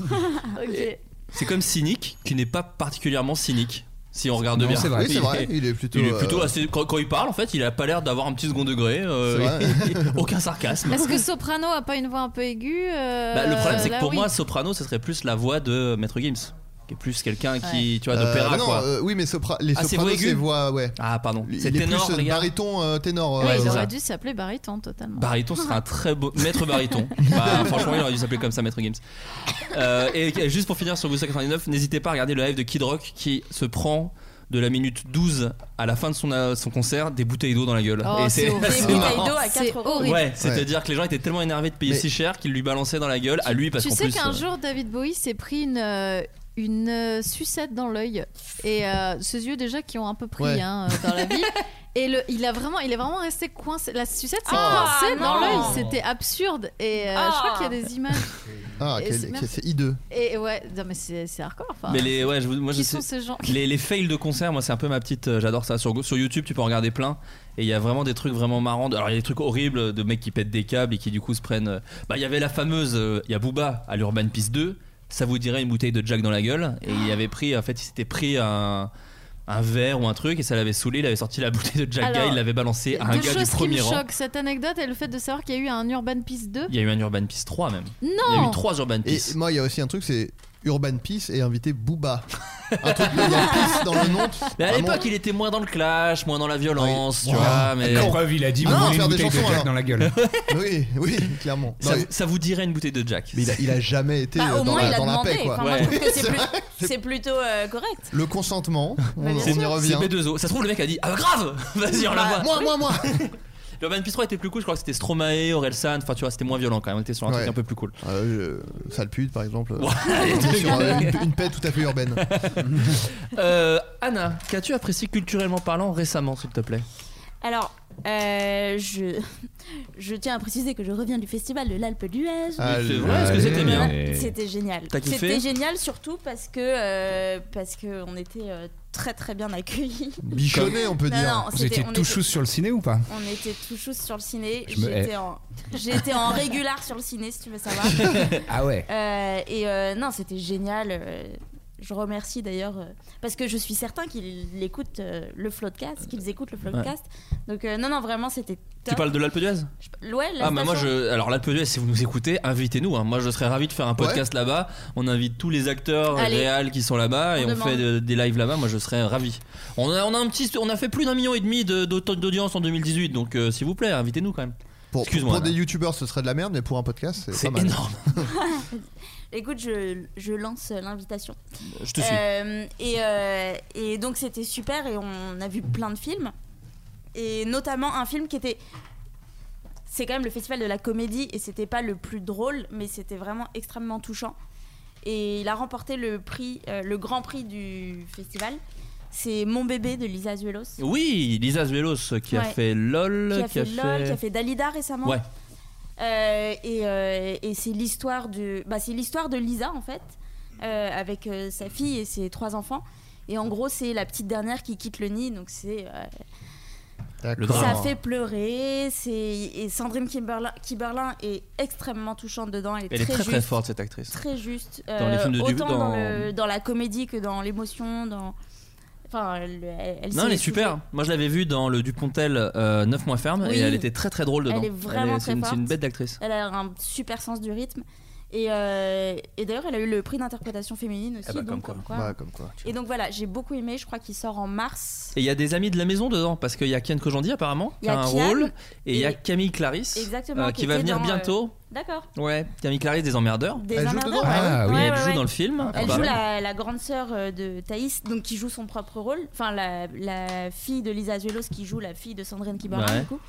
L: Ok.
J: C'est comme cynique, qui n'est pas particulièrement cynique. Si on regarde
N: Non,
J: bien,
N: c'est vrai. Oui, c'est vrai. Il est plutôt,
J: il est plutôt
N: euh,
J: assez. Quand, quand il parle, en fait, il a pas l'air d'avoir un petit second degré. euh, aucun sarcasme.
L: Est-ce que Soprano a pas une voix un peu aiguë euh,
J: Bah, le problème, c'est que
L: là,
J: pour
L: oui.
J: moi, soprano, ce serait plus la voix de Maître Gims, qui est plus quelqu'un qui, tu vois,
N: Euh,
J: d'opéra.
N: non,
J: quoi.
N: euh, oui, mais sopra- les
J: Ah, c'est
N: sopranos,
J: voix aiguë
N: c'est voix, ouais.
J: Ah, pardon.
N: Il
J: C'est
N: est
J: ténor,
N: plus, euh,
J: les gars.
N: baryton, euh, ténor.
L: Ouais,
N: euh,
L: il
J: c'est ça.
L: aurait dû s'appeler baryton totalement.
J: Bariton serait un très beau maître Bariton. bah, franchement, il aurait dû s'appeler comme ça, maître Games. Euh, et juste pour finir sur Woodstock 99, n'hésitez pas à regarder le live de Kid Rock qui se prend de la minute 12 à la fin de son, euh, son concert des bouteilles d'eau dans la gueule.
L: Oh,
J: Et
L: c'est horrible.
J: c'est
L: Des bouteilles
J: marrant.
L: d'eau à C'est 4 euros. horrible.
J: Ouais, c'est-à-dire que les gens étaient tellement énervés de payer
N: Mais-
J: si cher qu'ils lui balançaient dans la gueule à lui parce
L: tu
J: qu'en
L: sais
J: plus.
L: qu'un
J: euh,
L: jour David Bowie s'est pris une euh, une euh, sucette dans l'œil et euh, ses yeux déjà qui ont un peu pris
J: Ouais.
L: hein, euh, dans la vie et le, il a vraiment il est vraiment resté coincé la sucette s'est
A: Ah,
L: coincée dans
A: non.
L: l'œil c'était absurde et euh, je crois
A: Ah.
L: qu'il y a des images
N: Ah,
L: Et
N: quel-
L: c'est même-
N: quel- c'est hideux.
L: et ouais non mais c'est c'est hardcore enfin.
J: Mais les, ouais, je, vous- moi,
L: Qui
J: je
L: sont
J: sais-
L: ces gens
J: les, les fails de concert, moi c'est un peu ma petite. euh, J'adore ça. Sur, sur YouTube, tu peux en regarder plein. Et il y a vraiment des trucs vraiment marrants. Alors il y a des trucs horribles euh, de mecs qui pètent des câbles et qui du coup se prennent. euh, Bah il y avait la fameuse. euh, Il y a Booba à l'Urban Peace 2. Ça vous dirait une bouteille de Jack dans la gueule. Et il avait pris. En fait, il s'était pris un. Un verre ou un truc et ça l'avait saoulé. Il avait sorti la bouteille de Jack
L: Alors,
J: Guy, il l'avait balancé à un
L: deux
J: gars du
L: choses qui me
J: premier rang.
L: choquent cette anecdote et le fait de savoir qu'il y a eu un Urban Peace 2
J: Il y a eu un Urban Peace 3 même.
L: Non
J: Il y a eu trois Urban
N: Et
J: Peace.
N: moi, il y a aussi un truc, c'est Urban Peace et inviter Booba. un truc de Urban Peace dans le nom. Ah
J: Mais à
N: Vraiment.
J: l'époque, il était moins dans le clash, moins dans la violence, tu
N: Ouais.
J: vois. Mais...
K: La preuve, il a dit
N: Ah non,
K: vous voulez
N: faire
K: une
N: des
K: bouteille de
N: chansons,
K: Jack
N: alors.
K: dans la gueule.
N: Oui, oui, clairement. Non,
J: Ça,
N: il-
J: ça vous dirait une bouteille de Jack
N: mais il a, il a jamais été
A: Bah,
N: euh,
A: au
N: dans,
A: moins,
N: la,
A: il a
N: dans la
A: demandé.
N: paix, quoi.
A: Enfin, moi, je trouve que c'est
N: C'est
A: plus-
N: vrai.
A: c'est plutôt euh, correct.
N: Le consentement, on,
A: Bah, bien
N: on y
A: sûr.
N: revient.
J: C'est B2O. Ça se trouve, le mec a dit Ah, grave Vas-y, on la
A: Bah,
J: voit.
N: Moi, moi, moi
J: Le Urban Bistro était plus cool, je crois que c'était Stromae, Orelsan, enfin tu vois, c'était moins violent quand même, on était sur un truc
K: Ouais.
J: un peu plus cool.
K: Euh, je- Sale pute, par exemple.
J: Ouais.
K: C'était sur, euh, une, une paix tout à fait urbaine.
J: Euh, Anna, qu'as-tu apprécié culturellement parlant récemment, s'il te plaît
L: Alors, euh, je, je tiens à préciser que je reviens du festival de l'Alpe d'Huez.
J: Allez. C'est vrai, est-ce que c'était bien
L: Voilà, Mmh. C'était génial.
J: T'as kiffé
L: C'était génial surtout parce que euh, parce que on était euh, très très bien accueillis.
P: Bichonné, on peut
L: Non,
P: dire.
L: non,
P: Vous
L: c'était-
P: étiez
L: on
P: tout
L: était-
P: chousse sur le ciné ou pas
L: On était tout chaud sur le ciné.
P: Je me
L: J'étais
P: hais.
L: en, j'étais en régular sur le ciné, si tu veux savoir.
P: Ah ouais.
L: Euh, et euh, non, c'était génial. euh, Je remercie d'ailleurs euh, parce que je suis certain qu'ils écoutent euh, le Floodcast, qu'ils écoutent le Floodcast. Donc euh, non, non, vraiment, c'était.
J: Tu
L: top.
J: parles de l'Alpe d'Huez
L: Ouais, la
J: ah bah moi
L: station.
J: je alors l'Alpe d'Huez si vous nous écoutez invitez-nous hein. moi je serais ravi de faire un podcast là-bas on invite tous les acteurs
L: Allez.
J: réels qui sont là-bas
L: On
J: et on
L: demande.
J: fait de- des lives là-bas moi je serais ravi on a, on a un petit on a fait plus d'un million et demi de- d'aut- d'audience en 2018 donc euh, s'il vous plaît invitez-nous quand même
K: Pour,
J: excuse-moi
K: pour des
J: Anna.
K: youtubeurs, ce serait de la merde, mais pour un podcast, c'est
J: C'est
K: pas mal.
J: énorme.
L: Écoute, je, je lance l'invitation.
K: Je te suis.
L: Euh, et, euh, et donc c'était super et on a vu plein de films. Et notamment un film qui était... C'est quand même le festival de la comédie et c'était pas le plus drôle, mais c'était vraiment extrêmement touchant. Et il a remporté le prix, euh, le grand prix du festival. C'est Mon bébé de Lisa Azuelos.
J: oui Lisa Azuelos qui a
L: Ouais.
J: fait LOL
L: Qui a fait LOL, qui a fait Dalida récemment.
J: ouais
L: Euh, et euh, et c'est l'histoire de, bah, c'est l'histoire de Lisa en fait, euh, avec euh, sa fille et ses trois enfants. Et en gros, c'est la petite dernière qui quitte le nid, donc c'est. euh,
J: Le
L: ça
J: drame.
L: fait pleurer. C'est et Sandrine Kimberlin, Kiberlin est extrêmement touchante dedans. Elle est,
J: Elle est
L: très,
J: très, très
L: juste,
J: forte, cette actrice.
L: Très juste. euh,
J: Dans les films de Dubu-
L: autant dans...
J: dans-
L: le- dans la comédie que dans l'émotion, dans. Enfin, elle, elle- elle
J: non
L: sait
J: elle est
L: les
J: super moi je l'avais vue dans le Dupontel euh, 9 mois ferme
L: Oui.
J: et elle était très très drôle dedans
L: Elle est vraiment
J: c'est
L: très
J: une, c'est une
L: forte.
J: bête d'actrice
L: Elle a un super sens du rythme. Et, euh, et d'ailleurs, elle a eu le prix d'interprétation féminine aussi.
J: Ah bah,
L: donc,
J: comme
L: comme
J: quoi.
L: quoi.
J: Bah, comme quoi,
L: Et donc voilà, j'ai beaucoup aimé. Je crois qu'il sort en mars.
J: Et il y a des amis de la maison dedans, parce qu'il y a Kian Kojandi apparemment, qui
L: Il y
J: a
L: a
J: un
L: Kian,
J: rôle, et il y a Camille Clarisse,
L: Exactement.
J: euh, qui, va
L: était
J: venir
L: dans, euh,
J: bientôt.
L: D'accord.
J: Ouais, Camille Clarisse des emmerdeurs.
L: Des Emmerdeurs, ouais.
J: Ah oui,
L: Ouais,
J: elle
L: ouais,
J: joue
L: ouais.
J: dans le film.
L: Elle
J: Bah,
L: joue la, la grande sœur euh, de Thaïs, donc qui joue son propre rôle. Enfin, la, la fille de Lisa Azuelos qui joue la fille de Sandrine Kiberlin,
J: Ouais.
L: du coup.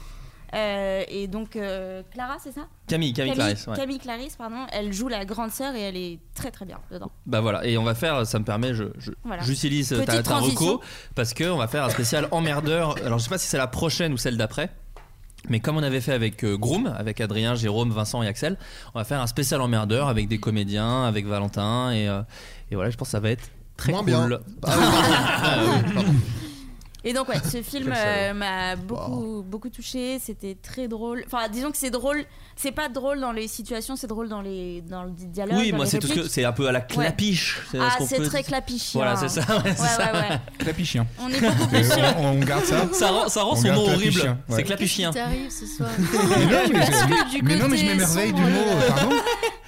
L: Euh, et donc euh, Clara, c'est ça
J: Camille, Camille Clarisse, ouais.
L: Camille Clarisse, pardon. Elle joue la grande sœur et elle est très très bien dedans.
J: Bah voilà, et on va faire, ça me permet, je, je-
L: Voilà.
J: j'utilise ta- ta,
L: Petite transition.
J: reco, parce qu'on va faire un spécial emmerdeur. Alors je sais pas si c'est la prochaine ou celle d'après. Mais comme on avait fait avec euh, Groom, avec Adrien, Jérôme, Vincent et Axel, on va faire un spécial emmerdeur avec des comédiens, avec Valentin et, euh, et voilà, je pense que ça va être très
K: Moins
J: cool.
K: bien.
J: Ah oui, pardon.
L: Et donc ouais, ce film
J: Quel salaud.
L: euh, m'a beaucoup beaucoup touché. C'était très drôle. Enfin, disons que c'est drôle. C'est pas drôle dans les situations, c'est drôle dans les dans le dialogue.
J: Oui,
L: dans
J: moi
L: les
J: c'est tout ce que
L: répliques.
J: c'est un peu à la
L: Ouais.
J: clapiche. ce
L: Ah,
J: qu'on
L: c'est
J: peut-
L: très clapichien.
J: Voilà, c'est ça.
L: Ouais, ouais, ouais.
P: Clapichien.
L: On est beaucoup plus sûr.
P: On, on garde ça.
J: Ça rend, ça rend
P: On
J: son
P: garde
J: nom horrible.
P: clapichien, ouais.
J: C'est clapichien.
A: T'arrives ce soir.
P: Mais non, mais,
A: Parce que
P: je-
A: du
P: mais non, mais je
A: côté
P: m'émerveille du
A: sombre,
P: mot.
A: le-
P: Pardon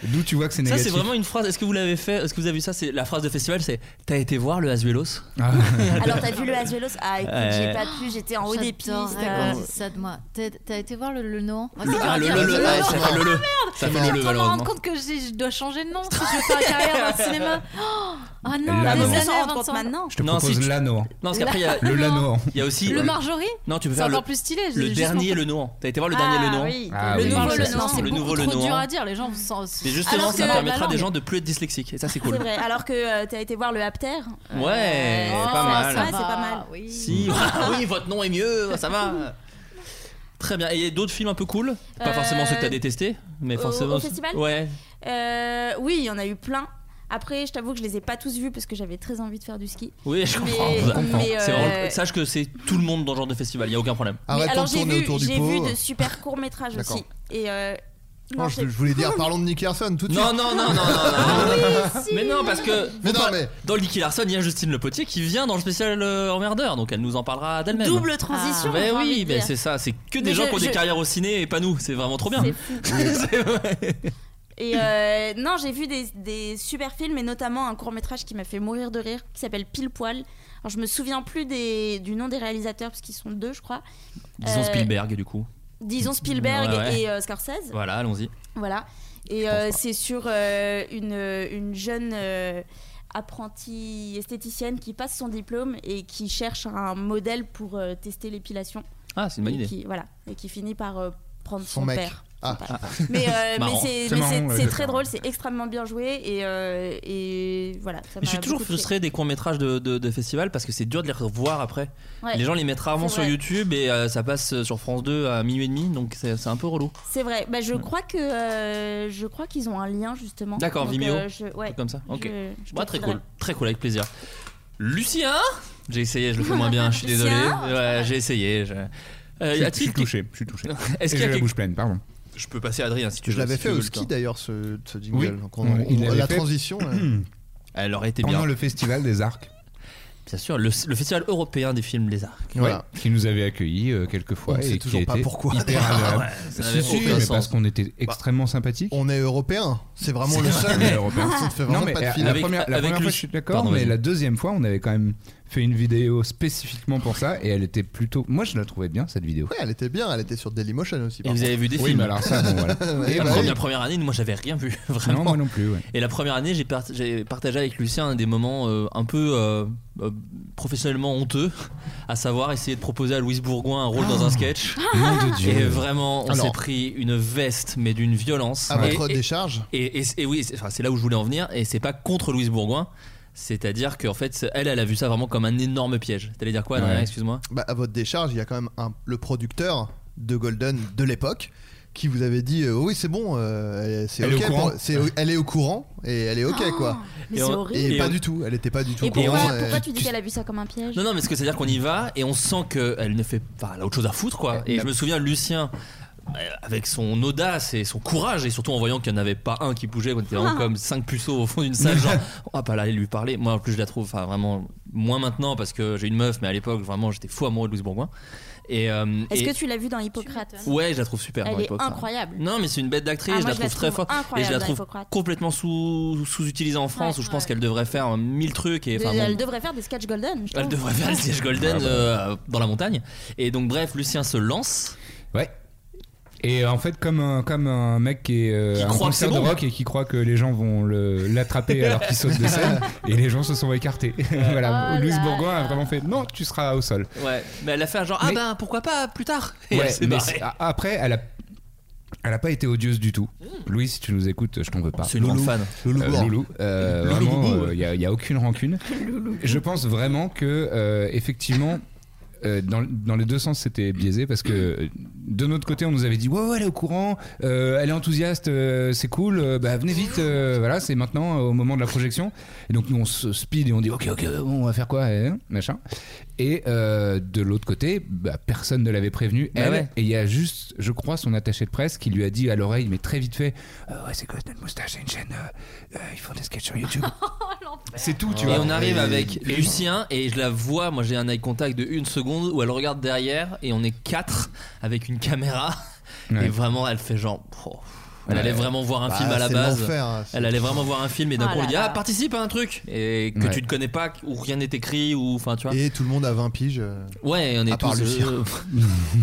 P: D'où tu vois que c'est
J: Ça
P: négatif
J: c'est vraiment une phrase. Est-ce que vous l'avez fait Est-ce que vous avez vu ça C'est la phrase de festival. C'est T'as été voir le Azuelos
L: Alors t'as vu le Azuelos Ah écoute,
J: Ouais.
L: j'ai pas pu, j'étais en haut des pistes.
A: J'adorerais
L: euh,
A: qu'on dise ça de moi. T'as- T'as été voir le, le Nohan Moi,
J: Le-
A: c'est
J: ah,
A: dur
J: le-
A: à
J: le-
A: dire.
J: le-
A: Non,
J: ouais,
A: non,
J: ça
A: non,
J: fait le-
A: non,
J: le.
A: merde.
J: Ça fait
A: Je
J: le-
A: suis en train
J: le,
A: de me
J: malheureusement.
A: rendre compte que j'ai- je dois changer de nom si je veux faire une carrière dans le cinéma. Oh non, Ah
J: La
A: des
J: maman.
A: années
J: On
L: s'en rend
A: avant de
L: compte
A: s'en-
L: maintenant.
J: te non,
P: propose
J: tu-
P: l'anneau.
J: Non, parce qu'après il y a
P: Le l'anneau.
J: Il y a aussi euh,
A: Le Marjorie
J: Non, tu peux
A: C'est
J: faire le-
A: encore plus stylé.
J: Le dernier le Nohan. T'as été voir le
L: Ah
J: dernier le Ah, Nohan.
A: le nouveau le
J: Nohan.
A: Nohan, c'est
J: Le nouveau
A: beaucoup
J: le
A: trop dur
J: Nohan.
A: à dire. Les gens s'en- s'en-
J: Mais justement,
L: Alors
J: ça
L: que-
J: permettra
L: la
J: des
L: langue.
J: gens de plus être dyslexiques. Et ça c'est cool.
L: C'est vrai. Alors que euh, t'as été voir le Apter. euh,
J: Ouais,
L: euh,
J: pas
L: ça-
J: mal.
L: ouais, c'est pas mal.
J: Si, oui, votre nom est mieux, ça va. Très bien. Et il y a d'autres films un peu cool Pas
L: Euh,
J: forcément ceux que t'as détestés, mais
L: au-
J: forcément.
L: au festival
J: Ouais.
L: Euh, oui, il y en a eu plein. Après, je t'avoue que je les ai pas tous vus parce que j'avais très envie de faire du ski.
J: Oui, je
L: Mais-
J: comprends.
L: mais, euh,
J: C'est vraiment- Sache que c'est tout le monde dans ce genre de festival, il n'y a aucun problème.
N: Ah
L: Mais alors j'ai vu, j'ai vu de super courts métrages
J: D'accord.
L: aussi. Et euh,
K: Non,
L: non,
K: je,
L: c'est- Ah
K: je voulais dire, parlons de Nick Larson tout de
J: Non,
K: suite.
J: non, non, non, non, non. Mais non, parce que
K: Mais non, mais-
J: dans le Nicky Larson, il y a Justine Le Potier qui vient dans le spécial euh, Emmerdeur, donc elle nous en parlera d'elle-même. Ah,
L: Double transition,
J: mais
L: j'ai envie
J: Bah oui,
L: de
J: mais
L: dire.
J: c'est ça, c'est que des
L: Mais
J: gens
L: je-
J: qui ont des
L: je-
J: carrières au ciné et pas nous, c'est vraiment trop bien.
L: C'est fou.
J: C'est vrai.
L: Et euh, non, j'ai vu des, des super films, et notamment un court métrage qui m'a fait mourir de rire, qui s'appelle Pile Poil. Alors je me souviens plus des, du nom des réalisateurs, parce qu'ils sont deux, je crois.
J: Disons
L: Euh,
J: Spielberg du coup.
L: Disons Spielberg
J: Ouais, ouais.
L: et euh, Scorsese.
J: Voilà, allons-y.
L: Voilà. Et euh, c'est sur euh, une, une jeune euh, apprentie esthéticienne qui passe son diplôme et qui cherche un modèle pour euh, tester l'épilation.
J: Ah, c'est une bonne
A: et
J: idée.
A: Qui, voilà, et qui finit par euh, prendre son,
J: Son mec.
A: père.
J: Ah.
A: Son père.
J: Ah.
A: Mais, euh, mais
J: Marrant.
A: c'est
J: C'est
A: mais
J: marrant,
A: c'est-
J: ouais,
A: c'est
J: c'est
A: très
J: marrant.
A: drôle, c'est extrêmement bien joué et, euh, et voilà. ça
J: Je
A: m'a
J: suis toujours
A: beaucoup fait-
J: frustré des courts-métrages de, de, de festivals parce que c'est dur de les revoir après.
A: Ouais.
J: Les gens les mettent rarement
A: C'est
J: sur
A: vrai.
J: YouTube et euh, ça passe sur France 2 à minuit et demi, donc c'est c'est un peu relou.
A: C'est vrai, bah, je crois que euh, je crois qu'ils ont un lien justement.
J: D'accord,
A: Donc,
J: Vimeo.
A: euh, je-
J: un
A: ouais,
J: truc comme ça. Ok.
A: je- je
J: Bah, très
A: t'écrirai.
J: cool, très cool, avec plaisir. Lucien J'ai essayé, je le fais moins bien, je suis désolé.
A: Ah, Lucien
J: Ouais, j'ai essayé. Je... Euh,
K: Je-
J: y a-t-il
K: je suis touché, je suis touché.
J: Est-ce
K: Et
J: qu'il y a
K: j'ai la
J: quelque-
K: bouche pleine, pardon.
J: Je peux passer à Adrien si tu veux.
N: Je l'avais
J: si
N: fait
J: tu
N: au
J: veux le
N: ski
J: temps.
N: d'ailleurs ce, ce jingle.
J: Oui.
N: Donc, on-
J: Il
N: on-
J: l'avait
N: la
J: fait.
N: transition. hein. là.
J: Elle aurait été
K: Pendant
J: bien.
K: le festival des Arcs.
J: Bien sûr, le, le festival européen des films Les Arcs.
K: Ouais, qui nous avait accueillis euh, quelques fois.
N: On ne sait
K: et
N: toujours
K: qui
N: pas
K: était
N: pourquoi.
K: Hyper
N: Ah
K: agréable.
N: ouais, ça
K: Si,
N: n'avait
K: si,
N: aucun
K: mais
N: sens. Bah.
K: parce qu'on était extrêmement sympathiques.
N: On est européen. C'est vraiment le seul.
K: Mais européen.
N: Ça te fait
K: Non,
N: vraiment
K: mais
N: pas de
K: la
N: film.
K: première, la première fois, je suis d'accord, mais la deuxième fois, on avait quand même fait une vidéo spécifiquement pour ça et elle était plutôt. Moi, je la trouvais bien cette vidéo.
N: Ouais, elle était bien. Elle était sur Dailymotion aussi.
J: Et
N: par
J: vous avez
N: contre.
J: vu des
K: Oui,
J: films
K: mais alors ça, bon, voilà.
J: Et
N: Et
J: la
N: bah oui.
J: première, première année, moi j'avais rien vu, vraiment.
K: Ah Non, moi non plus, ouais.
J: Et la première année, j'ai part- j'ai partagé avec Lucien des moments euh, un peu euh, euh, professionnellement honteux, à savoir essayer de proposer à Louise Bourgoin un rôle dans un sketch.
K: Nom de Ah. Dieu.
J: Et vraiment, on
N: Alors.
J: s'est pris une veste, mais d'une violence.
K: Ah,
N: À
J: Et-
N: votre
J: et-
N: décharge.
J: Et, et- et oui, c'est enfin, c'est là où je voulais en venir, et c'est pas contre Louise Bourgoin. C'est-à-dire qu'en fait, elle, elle a vu ça vraiment comme un énorme piège. T'allais dire quoi, Adrien,
N: Ouais.
J: Excuse-moi.
N: Bah, à votre décharge, il y a quand même un- le producteur de Golden de l'époque qui vous avait dit euh, oui c'est bon euh, c'est
J: Elle est
N: ok
J: au courant.
N: pour- c'est- elle est au courant et elle est ok
J: Ah,
N: quoi
A: mais
N: et,
A: c'est
N: on-
A: horrible.
N: et pas du tout elle était pas du tout
A: Et
N: au courant Euh,
A: pourquoi,
N: et-
A: pourquoi tu dis qu'elle a vu ça comme un piège
J: euh, Non, non, mais ce que c'est à dire qu'on y va et on sent qu'elle ne fait pas, elle a autre chose à foutre quoi. Et je me souviens, Lucien, euh, avec son audace et son courage, et surtout en voyant qu'il n'y en avait pas un qui bougeait, qu'on était vraiment
N: Ah.
J: comme cinq puceaux au fond d'une salle, genre, on va pas là, aller lui parler. Moi, en plus, je la trouve, enfin, vraiment, moins maintenant parce que j'ai une meuf, mais à l'époque, vraiment, j'étais fou amoureux de Louise Bourgoin. Et, euh,
A: Est-ce
J: et-
A: que tu l'as vu dans Hippocrate
J: Ouais, je la trouve super.
A: Elle
J: dans
A: est
J: l'époque, hein.
A: incroyable.
J: Non, mais c'est une bête d'actrice,
A: Ah,
J: je
A: moi,
J: la
A: je la
J: trouve très
A: trouve
J: forte. Et je
A: incroyable
J: la
A: dans
J: trouve
A: Hippocrate.
J: complètement sous- sous-utilisée en France,
A: Ouais,
J: où je pense qu'elle devrait faire euh, mille trucs. Et,
A: De-
J: enfin, bon.
A: Elle devrait faire des sketchs golden. je
J: Elle
A: trouve.
J: devrait faire le siège golden
K: Ah bah.
J: euh, dans la montagne. Et donc, bref, Lucien se lance.
K: Ouais. Et euh, en fait, comme un, comme un mec qui est euh,
J: Qui
K: à un
J: croit que
K: concert
J: c'est
K: de
J: bon.
K: rock et qui croit que les gens vont le- l'attraper alors qu'il saute de scène, et les gens se sont écartés. voilà,
J: Oh
K: Louise
J: là
K: Bourgoin a vraiment fait non, tu seras au sol.
J: Ouais, mais elle a fait un genre, ah ben pourquoi pas plus tard Et
K: Ouais,
J: elle s'est
K: mais
J: barrée.
K: c'est- a- après, elle a. Elle n'a pas été odieuse du tout. Louis, si tu nous écoutes, je t'en veux pas.
J: C'est une grande
K: Loulou.
J: fan.
K: Loulou.
J: Hmm. Loulou.
K: Euh, Loulou. Euh,
J: Loulou
K: vraiment,
J: boubou,
K: euh,
J: ouais.
K: il n'y a, aucune rancune. Je pense vraiment que, euh, effectivement, euh, dans, dans les deux sens, c'était biaisé parce que euh, de notre côté, on nous avait dit Ouais, ouais, elle est au courant, euh, elle est enthousiaste, euh, c'est cool, euh, bah, venez vite, euh, voilà, c'est maintenant euh, au moment de la projection. Et donc, nous, on se speed et on dit Ok, ok, bon, on va faire quoi euh, Machin. Et euh, de l'autre côté, bah, personne ne l'avait prévenu,
J: Bah
K: elle.
J: ouais.
K: Et il y a juste, je crois, son attaché de presse qui lui a dit à l'oreille, mais très vite fait Euh, Ouais, c'est Golden Moustache, c'est une chaîne, euh, euh, ils font des sketchs sur YouTube. c'est tout, tu
J: et
K: vois.
J: on arrive avec
K: Et-
J: Lucien et je la vois, moi j'ai un eye contact de une seconde où elle regarde derrière et on est quatre avec une caméra
K: Ouais.
J: et vraiment elle fait genre oh. elle
K: Ouais.
J: allait vraiment voir un
K: Bah,
J: film à la
K: c'est
J: base
K: l'enfer, hein, c'est-
J: elle allait vraiment voir un film et d'un
K: Ah
J: coup on
K: là
J: lui dit
K: là.
J: ah participe à un truc et que
K: Ouais.
J: tu ne connais pas ou rien n'est écrit ou enfin tu vois
N: et tout le monde a 20 piges euh,
J: ouais on est
N: à part
J: tous
N: Lucien.
J: euh,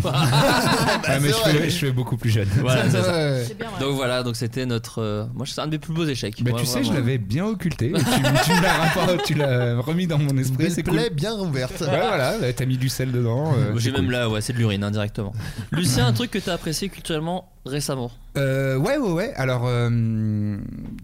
K: Ouais, Ah, mais je
N: c'est vrai.
K: fais, je fais beaucoup plus jeune.
J: Bah, Voilà, c'est
N: Ouais.
J: ça. Donc voilà, donc c'était notre. euh, moi, c'est un de mes plus beaux échecs.
K: Bah,
J: Ouais,
K: tu sais,
J: vraiment.
K: je l'avais bien occulté. Tu, tu me l'as rapport- tu l'as remis dans mon esprit.
N: Belle
K: C'est
N: plaie
K: cool.
N: bien ouverte.
K: Ouais, voilà, bah, t'as mis du sel dedans. euh,
J: J'ai
K: c'est
J: même
K: cool.
J: là, ouais, c'est de l'urine hein, indirectement. Lucien, un truc que t'as apprécié culturellement récemment
K: Euh, ouais, ouais, ouais. Alors, euh,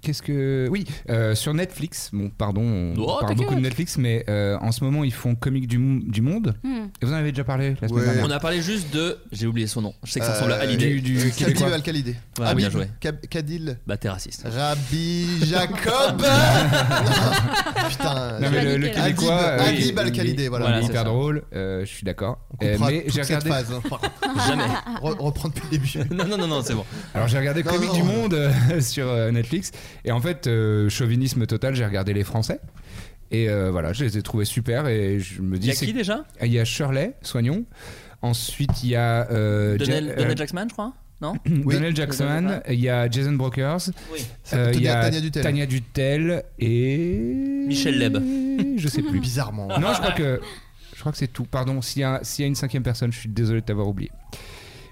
K: qu'est-ce que. Oui, euh, sur Netflix, bon, pardon, on
J: Oh,
K: parle
J: t'inquiète.
K: beaucoup de Netflix, mais euh, en ce moment, ils font Comique du, Mou- du Monde.
J: Hmm.
K: Et vous en avez déjà parlé la semaine dernière.
J: On a parlé juste de. J'ai oublié son nom. Je sais que ça
N: Euh,
J: ressemble à l'idée.
K: du- du-
N: Khabib
K: Québécois.
N: Al-Khalidi.
J: Ouais,
N: Habib
J: bien joué.
N: Kab- Kadil
J: Bah, t'es raciste.
N: Rabbi Jacob Putain,
K: Non, mais le, le Québécois. euh,
N: Adib,
K: il-
N: Adib Al-Khalidi,
K: il-
N: voilà.
K: il est hyper drôle, euh, je suis d'accord. Euh,
N: Eh,
K: mais j'ai regardé.
N: hein.
J: Jamais.
N: reprendre depuis le début.
J: Non, non, non, non, c'est bon.
K: Alors j'ai regardé
N: Non,
K: Comique
N: non.
K: du Monde euh, sur euh, Netflix et en fait euh, chauvinisme total j'ai regardé les Français et euh, voilà je les ai trouvés super et je me dis
J: Il y a
K: c'est- Ah,
J: qui déjà
K: Il y a Shirley Soignon ensuite il y a euh,
J: Donald,
K: Ja- euh,
J: Donald Jacksman, je crois Non
K: Donald Jackson
J: Jackman.
K: il y a Jason Brokers
N: Ça peut
K: il y
N: tenir
K: a
N: Tania Dutel.
K: Tania Dutel et
J: Michel Leb.
K: je sais plus
N: Bizarrement.
K: non je crois que je crois que c'est tout pardon s'il y, a- s'il y a une cinquième personne je suis désolé de t'avoir oublié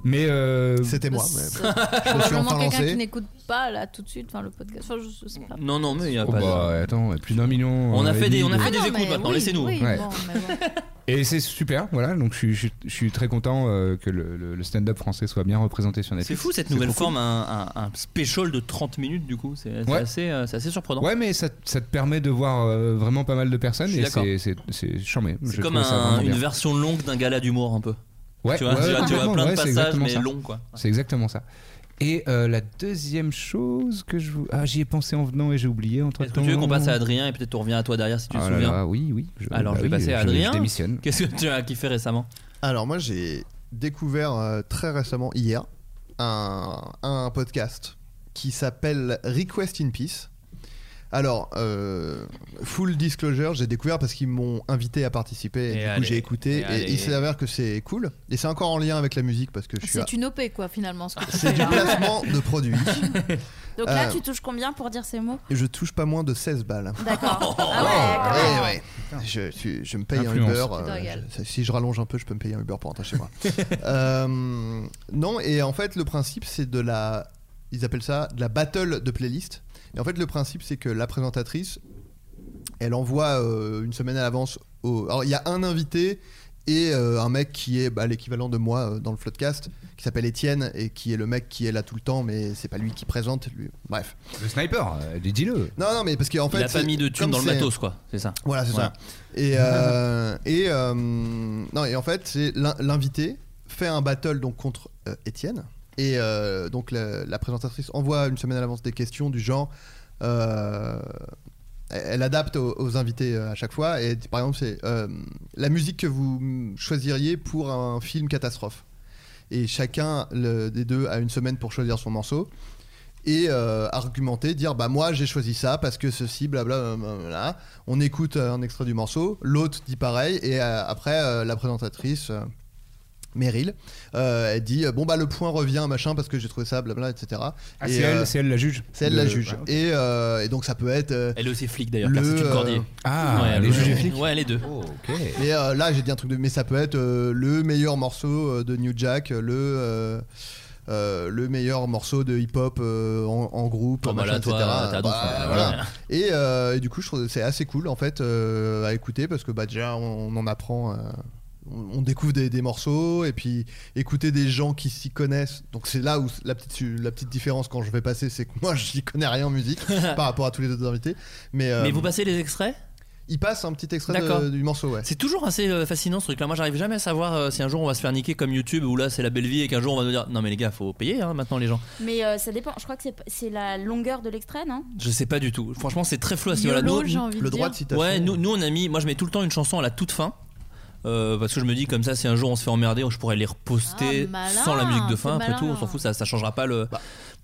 N: Mais euh,
K: c'était moi. mais
A: C'est probablement quelqu'un qui n'écoute pas là tout de suite, enfin le podcast. Enfin, je, je sais pas.
J: Non, non, mais il y a
N: Oh
J: pas. de-
N: bah, attends, plus d'un million.
J: On a
N: euh,
J: fait
N: et
J: des-
N: demi
J: on a
N: de-
J: fait Ah des non, écoutes mais maintenant, oui, laissez-nous. oui,
N: Ouais.
J: bon,
N: Et c'est super, voilà. Donc je suis, je suis- je suis très content euh, que le, le- le stand-up français soit bien représenté sur
J: C'est
N: Netflix.
J: fou cette nouvelle
N: trop cool.
J: forme, un, un, un special de 30 minutes du coup, c'est c'est
N: Ouais.
J: assez, euh, c'est assez surprenant.
N: Ouais, mais ça, ça te permet de voir euh, vraiment pas mal de personnes
J: Je suis
N: et
J: d'accord.
N: c'est- c'est c'est charmé.
J: C'est
N: Je
J: comme
N: trouve ça
J: un-
N: vraiment
J: une
N: bien.
J: version longue d'un gala d'humour un peu.
N: Ouais,
J: tu vois,
N: ouais,
J: tu vois- tu vois
N: complètement,
J: plein
N: ouais,
J: de
N: c'est
J: passages
N: exactement
J: mais
N: ça.
J: longs quoi.
N: C'est exactement ça. Et euh, la deuxième chose que je vous. Ah, j'y ai pensé en venant et j'ai oublié entre
J: Est-ce que
N: temps.
J: tu veux qu'on passe à Adrien et peut-être on revient à toi derrière si tu te
N: Ah là
J: souviens
N: là, oui, oui. je-
J: Alors
N: bah
J: je vais
N: oui,
J: passer à
N: je- je
J: Adrien.
N: démissionne.
J: Qu'est-ce que tu as kiffé récemment
K: Alors moi j'ai découvert euh, très récemment hier un, un podcast qui s'appelle Request in Peace. Alors, euh, full disclosure, j'ai découvert parce qu'ils m'ont invité à participer et,
J: Et
K: du coup
J: allez,
K: j'ai écouté
J: et
K: et,
J: allez.
K: il s'avère que c'est cool et c'est encore en lien avec la musique parce que
L: Ah,
K: je suis à-
A: C'est une OP quoi finalement. ce que tu
K: c'est
A: fais,
K: du
A: là.
K: placement de produits.
L: Donc là,
K: Euh,
L: tu touches combien pour dire ces mots
K: et je touche pas moins de 16 balles.
L: D'accord.
K: Ah
L: Ah
K: ouais,
L: ouais,
K: ouais. Je, tu- je me paye
N: Influence.
K: un Uber.
N: Tu te
K: euh,
N: régales.
K: je- si je rallonge un peu, je peux me payer un Uber pour rentrer chez moi. Euh, non, et en fait, le principe, c'est de la. Ils appellent ça de la battle de playlist. Et en fait, le principe, c'est que la présentatrice, elle envoie euh, une semaine à l'avance. Au... Alors, il y a un invité et euh, un mec qui est bah, l'équivalent de moi euh, dans le Floodcast, qui s'appelle Étienne et qui est le mec qui est là tout le temps, mais c'est pas lui qui présente. Lui. Bref.
N: Le sniper, euh, dis-le.
K: Non, non, mais parce qu'en fait.
J: Il a pas
K: c'est-
J: mis de thunes
K: comme
J: dans le
K: c'est-
J: matos quoi, c'est ça.
K: Voilà, c'est ça.
J: Voilà.
K: Et, euh, et, euh, non, et en fait, c'est l'in- l'invité fait un battle donc contre euh, Étienne. Et euh, donc la, la présentatrice envoie une semaine à l'avance des questions du genre. euh, elle- elle adapte aux, aux invités euh, à chaque fois. Et par exemple, c'est euh, la musique que vous choisiriez pour un film catastrophe. Et chacun le- des deux a une semaine pour choisir son morceau et euh, argumenter, dire bah moi j'ai choisi ça parce que ceci, blablabla. blablabla. On écoute euh, un extrait du morceau, l'autre dit pareil, et euh, après euh, la présentatrice. euh, Meryl, euh, elle dit euh, bon bah le point revient machin parce que j'ai trouvé ça blabla etc.
N: Ah,
K: Et,
N: c'est elle-
K: euh,
N: c'est elle la juge
K: C'est elle
N: de-
K: la juge.
N: Ah, ok.
K: et, euh, et donc ça peut être. euh,
J: Elle est aussi flic d'ailleurs,
K: le,
J: car c'est une
K: euh,
J: cordier.
N: Ah,
J: Ouais,
N: les
J: le-
N: juges et flics.
J: Ouais, les deux.
N: Oh,
K: mais euh, là, j'ai dit un truc de. Mais ça peut être euh, le meilleur morceau euh, de New Jack, le. euh, euh, le meilleur morceau de hip-hop euh, en, en groupe,
J: Oh, bah
K: machin,
J: là, toi,
K: etc.
J: t'as
K: Bah,
J: donc, euh,
K: voilà.
J: voilà.
K: Et, euh, et du coup, je trouve que c'est assez cool en fait euh, à écouter parce que bah, déjà, on, en apprend, euh, on, on découvre des, des morceaux et puis écouter des gens qui s'y connaissent. Donc c'est là où la petite, la petite différence quand je vais passer, c'est que moi, j'y connais rien en musique par rapport à tous les autres invités. Mais, euh,
J: Mais vous passez les extraits
K: il passe un petit extrait de-
J: D'accord.
K: du morceau, ouais.
J: C'est toujours assez euh, fascinant ce truc là. Moi j'arrive jamais à savoir euh, si un jour on va se faire niquer comme YouTube ou là c'est la belle vie et qu'un jour on va nous dire non mais les gars faut payer hein, maintenant les gens.
L: Mais euh, ça dépend. Je crois que c'est- c'est la longueur de l'extrait,
A: hein.
L: non
J: Je sais pas du tout. Franchement c'est très flou à ce
L: YOLO,
J: niveau-là. Nous-
L: j'ai envie de Le dire. droit de citation.
J: Ouais, nous, nous, on a mis. Moi je mets tout le temps une chanson à la toute fin. euh, parce que je me dis comme ça si un jour on se fait emmerder je pourrais les reposter
A: Ah, malin,
J: sans la musique de fin
A: c'est
J: après tout on
A: malin.
J: s'en fout ça, ça changera pas le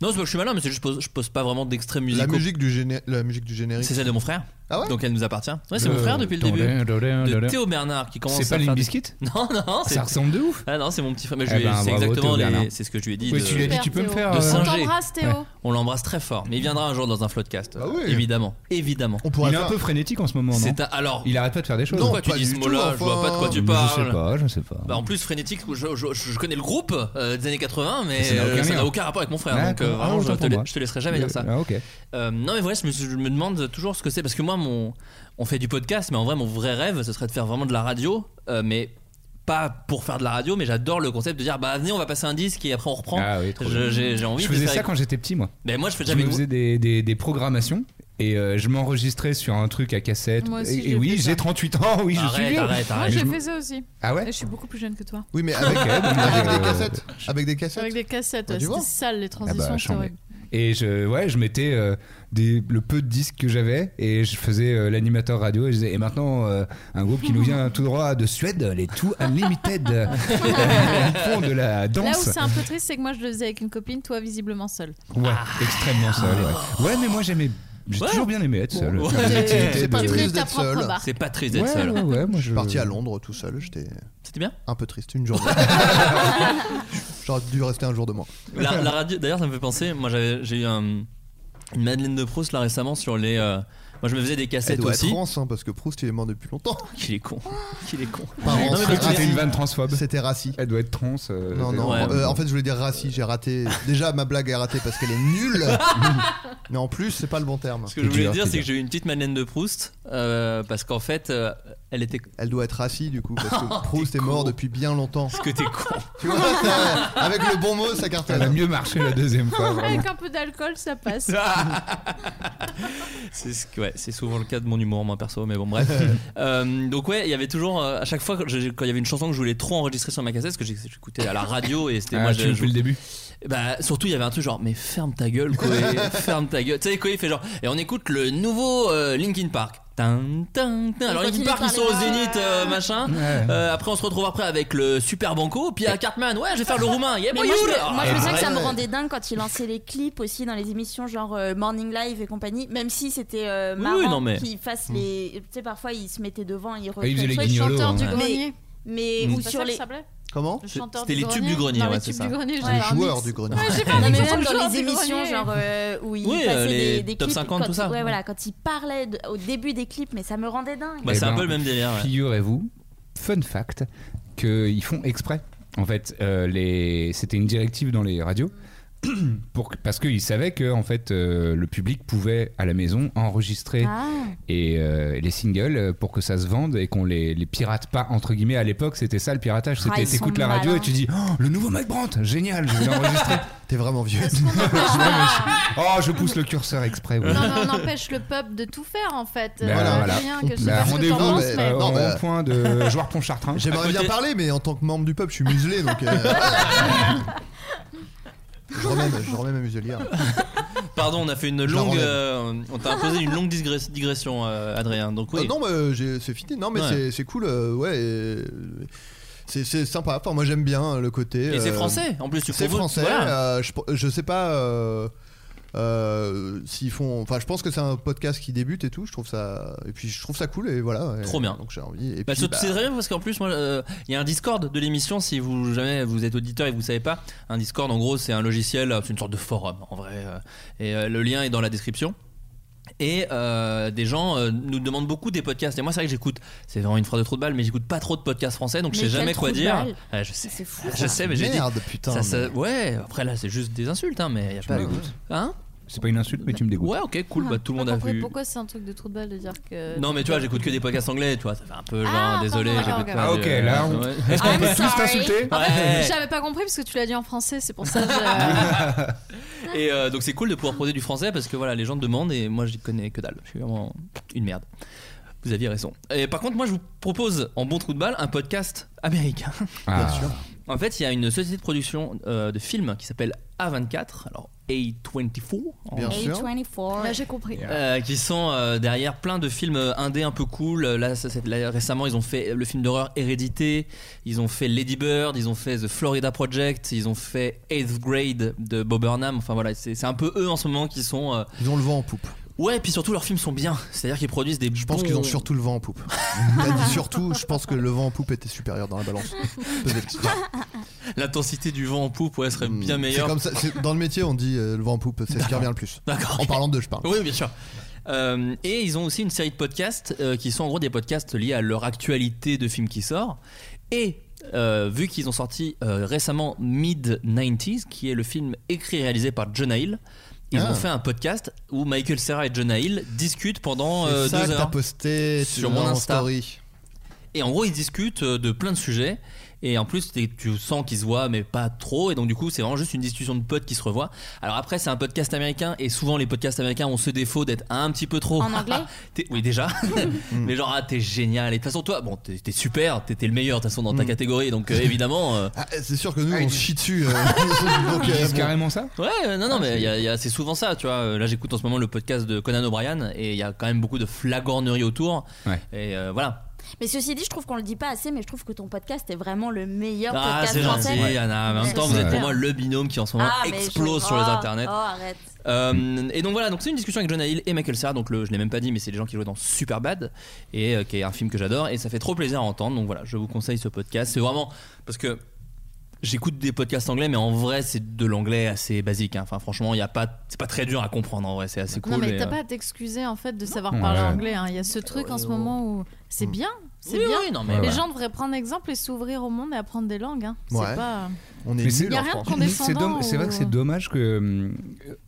J: non c'est pas que je suis malin mais c'est juste que je pose, je pose pas vraiment d'extraits musicaux
K: Bah. La musique, du géné- la musique du générique.
J: c'est celle de mon frère
K: Ah ouais
J: donc elle nous appartient ouais c'est
N: Le-
J: mon frère depuis le début
N: Dodin, dodin,
J: de
N: dodin.
J: Théo Bernard qui commence
N: C'est pas
J: à faire
N: Limp
J: des-
N: Bizkit
J: non non c'est-
N: Ça ressemble de ouf.
J: Ah non, c'est mon petit frère. Mais je
N: Eh
J: lui ai-
N: ben,
J: c'est
N: bravo,
J: exactement
N: Théo
J: les-
N: Bernard.
J: c'est ce que je lui ai dit.
N: Oui,
J: de-
N: tu lui as dit, tu peux me faire,
J: de
N: euh,
A: On
J: singer.
A: t'embrasse Théo.
J: Ouais. On l'embrasse très fort. Mais il viendra un jour dans un floodcast.
K: Bah oui.
J: Évidemment, évidemment.
K: On pourrait
N: Il est un
K: faire-
N: peu frénétique en ce moment, non
J: C'est un- alors.
N: Il arrête pas de faire des choses.
J: Pourquoi tu
K: pas
J: dis ce
K: du
J: mot-là
K: tout,
J: Je vois
K: enfin.
J: pas de quoi tu
N: Je
J: parles.
N: sais pas, je sais pas.
J: Bah en plus frénétique, je, je- je connais le groupe euh, des années 80, mais
N: Ça n'a aucun
J: euh, ça
N: lien.
J: n'a aucun rapport avec mon frère. Donc
N: D'accord.
J: euh, vraiment,
N: Ah,
J: je,
N: autant
J: te,
N: pour
J: la-
N: moi.
J: je te laisserai jamais dire ça.
N: Ah, ok.
J: Euh, non mais voilà, je me, je me demande toujours ce que c'est parce que moi, mon, on fait du podcast, mais en vrai, mon vrai rêve, ce serait de faire vraiment de la radio, euh, mais pas pour faire de la radio, mais j'adore le concept de dire bah venez, on va passer un disque et après on reprend.
N: Ah oui, trop
J: Je-
N: bien.
J: j'ai, j'ai envie.
N: Je
J: de
N: faisais
J: faire-
N: ça quand j'étais petit, moi.
J: Mais moi, je fais
N: Je
J: jamais.
N: me faisais des, des, des programmations et euh, je m'enregistrais sur un truc à cassette.
A: Moi aussi,
N: et, et
A: j'ai
N: oui,
A: fait ça.
N: j'ai 38 ans, oui, je suis
J: Arrête,
N: vieux.
J: arrête,
A: Moi
J: arrête.
N: Mais
A: j'ai
N: je me-
A: fait ça aussi.
N: Ah ouais
A: Et Je suis beaucoup plus jeune que toi.
K: Oui, mais avec,
N: Ok, bon,
K: avec
N: bah,
K: des
N: euh,
K: cassettes. Avec des cassettes.
A: Avec des cassettes,
K: Bah,
A: ouais,
K: tu
A: c'était
K: vois.
A: sale les
N: Ah bah,
A: transitions. c'était
N: chambé.
A: horrible.
N: Et je, ouais, je mettais euh, des, le peu de disques que j'avais et je faisais euh, l'animateur radio et je disais et maintenant euh, un groupe qui nous vient tout droit de Suède, les Two Unlimited, Euh, ils font de la
A: Là où
N: danse.
A: c'est un peu triste, c'est que moi je le faisais avec une copine, toi visiblement seule.
N: Ouais, extrêmement seul. Ouais, Ouais, mais moi j'aimais, j'ai
J: Ouais.
N: toujours bien aimé être seul.
J: Ouais.
N: Faire des activités
K: C'est pas
N: de-
K: triste
A: ta
K: d'être
A: propre
K: seul.
A: barre.
J: C'est pas triste
N: Ouais,
J: d'être seul.
N: ouais, ouais, moi
K: Je
N: je.
K: suis parti à Londres tout seul, j'étais
J: C'était bien.
K: un peu triste une journée. J'aurais dû rester un jour de moins.
J: La, la radio, d'ailleurs, ça me fait penser. Moi, j'avais- j'ai eu un- une Madeleine de Proust là récemment sur les euh, Moi, je me faisais des cassettes
K: Elle doit
J: aussi.
K: Être rance, hein, parce que Proust il est mort depuis longtemps.
J: Qu'il est con. Qu'il est con.
K: Pardon,
J: Non, mais parce que
K: c'était
J: tu-
K: une vanne transphobe. C'était raci.
N: Ah bah. Elle doit être trans. euh,
K: Non, non.
N: Ouais.
K: euh, en fait, je voulais dire raci. J'ai raté. Déjà, ma blague est ratée parce qu'elle est nulle. mais en plus, c'est pas le bon terme.
J: Ce que je voulais dire, c'est que j'ai eu une petite Madeleine de Proust euh, parce qu'en fait, euh, elle était.
K: Elle doit être raci du coup parce
J: Oh,
K: que Proust est mort depuis bien longtemps. Parce
J: que t'es con.
K: Tu vois, ça- avec le bon mot, ça cartonne.
N: Elle a mieux marché la deuxième fois. vraiment.
A: Avec un peu d'alcool, ça passe.
J: C'est ce que- ouais, c'est souvent le cas de mon humour, moi perso, mais bon, bref. Euh, donc, ouais, il y avait toujours, euh, à chaque fois, que je- quand il y avait une chanson que je voulais trop enregistrer sur ma cassette, parce que j'ai- j'écoutais à la radio et c'était
N: Ah,
J: moi.
N: tu
J: je-
N: depuis le début.
J: Bah, surtout, il y avait un truc genre, mais ferme ta gueule, Koé, ferme ta gueule. Tu sais, Koé, il fait genre, et on écoute le nouveau euh, Linkin Park. Tin, tin, tin. Alors,
K: Quand
J: Linkin
K: il
J: Park,
K: est
J: ils sont
K: par
J: au
K: les-
J: Zénith, euh, machin. Euh, après, on se retrouve après avec le Super Banco. Puis à Cartman, ouais, je vais faire le roumain. Yeah,
L: Mais
J: boy,
L: moi, je,
J: you.
L: me- moi, je
J: Ah,
L: me souviens que ça me
J: ouais.
L: rendait dingue quand il lançait les clips aussi dans les émissions genre euh, Morning Live et compagnie, même si c'était euh,
J: Oui,
L: marrant
J: non, mais- Mm.
L: qu'il fasse les. Tu sais, parfois il se mettait devant, il
J: il faisait
L: reprenait
J: les
L: le truc.
J: guignolos, Chanteur hein, du ouais.
A: grenier.
L: Mais
J: Mm.
L: ou
A: C'est
L: sur
A: ça que
L: les.
A: ça s'appelait
K: Comment
A: Le chanteur
J: C'était
A: du
J: les tubes du
A: grenier.
J: grenier,
A: Dans
J: ouais,
A: les
J: c'est
A: tubes
J: ça.
A: du grenier,
K: Le joueur du grenier.
A: Ouais, j'ai pas
L: Non, mais
A: envie de
L: même
A: dire le
L: dans
A: joueur
L: les
A: du
L: émissions
A: grenier.
L: genre euh, où il
J: Oui,
L: passait
J: euh, les
L: des, des
J: top
L: clips,
J: 50,
L: quand-
J: tout ça.
L: Ouais, voilà, quand il parlait de- au début des clips, mais ça me rendait dingue.
J: Bah,
N: Eh
J: c'est un
N: ben,
J: peu le même délire, ouais.
N: Figurez-vous, fun fact, qu'ils font exprès. En fait, euh, les... c'était une directive dans les radios. Pour, que- parce qu'ils savaient que en fait, euh, le public pouvait à la maison enregistrer
D: Ah.
N: et, euh, les singles euh, pour que ça se vende et qu'on les, les pirate pas entre guillemets à l'époque c'était ça le piratage
D: Ah,
N: c'était
D: ils
N: t'écoutes
D: sont
N: la radio
D: malins.
N: et tu dis Oh, le nouveau Mike Brandt génial je vais l'enregistrer
K: t'es vraiment vieux
N: oh je pousse le curseur exprès oui.
A: Non, mais on empêche le peuple de tout faire en fait.
N: Ben
A: Euh,
N: voilà,
A: Adrien, que je sais
N: Bah,
A: pas ce que
N: rendez-vous
A: t'en penses,
N: euh,
A: mais-
N: au rond-point de joueur
J: Hein
N: Pontchartrain
K: J'aimerais bien parler, mais en tant que membre du peuple, je suis muselé donc. euh, je remets ma- je remets ma muselière.
J: Pardon, on a fait une
K: Je la
J: longue.
K: remets.
J: euh, on t'a imposé une longue digress- digression, euh, Adrien. Donc, oui.
K: Ah non, mais j'ai- c'est fini. Non, mais
J: Ouais.
K: c'est- c'est cool. euh, ouais. euh, C'est c'est sympa. Enfin, moi, j'aime bien hein, le côté. euh,
J: Et c'est français, en plus, tu
K: C'est
J: provoques-
K: français.
J: voilà.
K: euh, je, je sais pas. euh, euh, s'ils font enfin je pense que c'est un podcast qui débute et tout je trouve ça et puis je trouve ça cool et voilà Et
J: Trop bien.
K: donc j'ai envie et
J: Bah,
K: puis,
J: c'est
K: bah,
J: c'est très bien parce qu'en plus, moi, euh, il y a un Discord de l'émission. Si vous jamais vous êtes auditeur et que vous savez pas, un Discord, en gros, c'est un logiciel, euh, c'est une sorte de forum en vrai. euh, et euh, le lien est dans la description. Et euh, des gens euh, nous demandent beaucoup des podcasts. Et moi, c'est vrai que j'écoute, c'est vraiment une phrase de trou de balle, mais j'écoute pas trop de podcasts français, donc je
K: Mais
J: sais jamais
K: quel
J: quoi
K: trou de
J: dire.
K: balle
J: Ouais, je sais,
K: C'est fou,
J: je
K: ça.
J: sais, mais j'ai dit.
K: ah, Merde, putain,
J: ça, ça-
K: mais-
J: Ouais, après là, c'est juste des insultes, hein, mais il y a
N: Tu
J: pas.
N: me dégoûtes.
J: Hein
N: c'est pas une insulte mais tu me dégoûtes
J: Ouais, ok,
A: Ah,
J: cool, bah, tout le monde a
A: Après,
J: vu.
A: pourquoi c'est un truc de trou de balle de dire que.
J: Non mais tu vois j'écoute que des podcasts anglais tu vois ça fait un peu genre
A: Ah,
J: désolé
A: pardon,
J: j'écoute
A: d'accord,
J: pas
N: ok.
J: du-
N: Ah, ok, là, on-
J: Ouais.
N: est-ce qu'on peut
A: I'm sorry. En fait,
J: Ouais.
A: J'avais pas compris parce que tu l'as dit en français, c'est pour ça que. je-
J: Et euh, donc c'est cool de pouvoir poser du français parce que voilà les gens demandent et moi j'y connais que dalle je suis vraiment une merde vous aviez raison et par contre moi je vous propose en bon trou de balle un podcast américain
N: Ah. Bien sûr.
J: en fait il y a une société de production euh, de films qui s'appelle A24 alors A24 en-
L: A24.
A: Là, j'ai compris.
J: Euh, qui sont euh, derrière plein de films euh, indés un peu cool. Euh, Là, ça, c'est- là, récemment, ils ont fait le film d'horreur Hérédité, ils ont fait Lady Bird, ils ont fait The Florida Project, ils ont fait Eighth Grade de Bob Burnham. Enfin voilà, c'est c'est un peu eux en ce moment qui sont. euh,
K: ils ont le vent en poupe
J: Ouais, et puis surtout leurs films sont bien. C'est-à-dire qu'ils produisent des.
K: je pense qu'ils ont surtout le vent en poupe T'as dit surtout je pense que le vent en poupe était supérieur dans la balance Peut-être.
J: L'intensité du vent en poupe, ouais, serait bien meilleure.
K: Hmm. C'est comme ça, c'est- dans le métier, on dit euh, le vent en poupe, c'est ce qui revient le plus.
J: D'accord.
K: En parlant de je parle.
J: Oui, bien sûr. Euh, et ils ont aussi une série de podcasts euh, qui sont en gros des podcasts liés à leur actualité de films qui sort. Et euh, vu qu'ils ont sorti euh, récemment Mid 90s, qui est le film écrit et réalisé par John Hill, ils
K: Ah.
J: ont fait un podcast où Michael Serra et John Hill discutent pendant
K: C'est
J: euh,
K: ça
J: deux
K: que t'as
J: heures
K: posté tu
J: sur
K: l'as
J: mon
K: en
J: Insta.
K: story.
J: Et en gros, ils discutent euh, de plein de sujets. Et en plus, t'es- tu sens qu'ils se voient, mais pas trop. Et donc, du coup, c'est vraiment juste une discussion de potes qui se revoient. Alors, après, c'est un podcast américain. Et souvent, les podcasts américains ont ce défaut d'être un petit peu trop.
L: En anglais
J: T'es- Oui, déjà. mais genre, ah, t'es génial. Et de toute façon, toi, bon, t'es t'es super. T'es t'es le meilleur, de toute façon, dans ta catégorie. Donc, euh, évidemment. euh,
K: Ah, c'est sûr que nous, on se chie dessus. euh, donc,
N: Ils
K: euh,
N: disent
K: bon.
N: carrément ça
J: Ouais, euh, non, non, mais il y a- il y a- c'est souvent ça, tu vois. Euh, Là, j'écoute en ce moment le podcast de Conan O'Brien et il y a quand même beaucoup de flagornerie autour. Et euh, voilà.
L: Mais ceci dit, je trouve qu'on le dit pas assez, mais je trouve que ton podcast est vraiment le meilleur
J: Ah,
L: podcast
J: c'est
L: français.
J: gentil, Anna. Mais en même temps, vous êtes pour moi le binôme qui en ce moment
L: Ah, mais je-
J: explose sur les
L: oh,
J: internets.
L: Oh, arrête.
J: Euh, et donc voilà, donc c'est une discussion avec Jonah Hill et Michael Sarr. Donc le, je l'ai même pas dit, mais c'est les gens qui jouent dans Superbad et euh, qui est un film que j'adore et ça fait trop plaisir à entendre. Donc voilà, je vous conseille ce podcast. C'est vraiment parce que J'écoute des podcasts anglais, mais en vrai, c'est de l'anglais assez basique. hein. Enfin, franchement, il y a pas, c'est pas très dur à comprendre. En vrai, c'est assez cool.
L: non, mais
J: et,
L: t'as
J: euh,
L: pas à t'excuser en fait de savoir
J: Ouais.
L: parler anglais. hein. Il y a ce truc
J: Oh.
L: en ce moment où
A: Mm.
L: c'est bien, c'est
J: Oui,
L: bien.
J: oui, non, mais
L: Les
J: ouais.
L: gens devraient prendre exemple et s'ouvrir au monde et apprendre des langues. hein. C'est
K: Ouais.
L: pas.
N: On
L: Il y a rien de condescendant.
K: C'est domm- c'est vrai
L: ou- euh,
K: que c'est dommage que hum,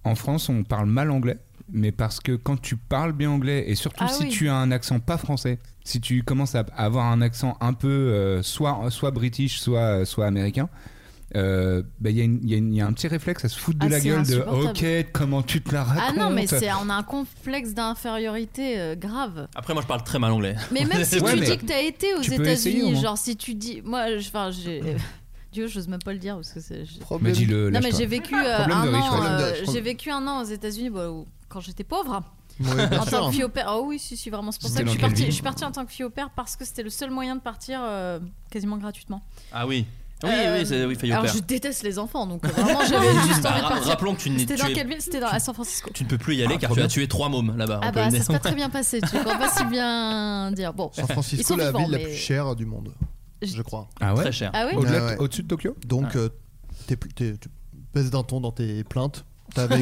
K: en France on parle mal anglais. Mais parce que quand tu parles bien anglais, et surtout
L: Ah
K: si
L: oui.
K: tu as un accent pas français, si tu commences à avoir un accent un peu euh, soit, soit british, soit, soit américain, euh, bah, il y, a une- il y a une- il y a un petit réflexe à se foutre de
L: Ah,
K: la
L: c'est
K: gueule de Ok,
L: insupportable.
K: comment tu te la
L: Ah
K: racontes
L: non, mais c'est on a un complexe d'infériorité euh, grave.
J: Après, moi, je parle très mal anglais.
L: Mais même si
J: Ouais,
L: tu
J: mais-
L: dis que t'as été aux
J: tu peux essayer, au
L: États-Unis,
J: moins.
L: genre si tu dis, moi, je- enfin, j'ai. Dieu, j'ose même pas le dire parce que c'est. je-
K: Problème- Mais dis-le,
L: Non, mais
K: lâche-toi.
L: j'ai vécu euh,
K: Problème de
L: un
K: riche,
L: an.
K: problème de
L: euh,
K: riche,
L: J'ai
K: problème.
L: vécu un an aux États-Unis, bah, où- quand j'étais pauvre.
K: Ouais, bien
L: en tant
K: sûr.
L: que fille au père. Oh oui, si, si, vraiment, c'est pour ça
J: C'était
L: que je suis
J: dans quelle
L: partie.
J: ville
L: Je suis partie en tant que fille au père parce que c'était le seul moyen de partir euh, quasiment gratuitement.
J: Ah oui. Oui,
L: Euh,
J: oui, c'est oui, failli au
L: Alors
J: père.
L: je déteste les enfants, donc euh, vraiment j'avais juste
J: Bah,
L: envie de
J: ra-
L: partir.
J: rappelons que tu n'es-
L: C'était
J: tu
L: dans
J: es-
L: quelle ville C'était dans- à San Francisco.
J: Tu ne peux plus y aller car
K: trop
J: tu
K: bien.
J: as tué trois mômes là-bas. on
L: Ah
J: peut
L: bah
J: le
L: ça s'est pas
J: dire.
L: très bien passé, tu crois pas si bien dire. Bon,
N: San Francisco,
L: Ils sont
N: la
L: vivants,
N: ville la
L: mais-
N: plus chère du monde,
L: Je-
N: je crois.
K: Ah ouais
J: Très cher.
L: Ah oui
K: Au-delà de-
N: Ouais, ouais.
K: Au-dessus de Tokyo
N: Donc,
K: Ah.
N: euh, t'es plus- t'es- tu baisses d'un ton dans tes plaintes. T'as vécu,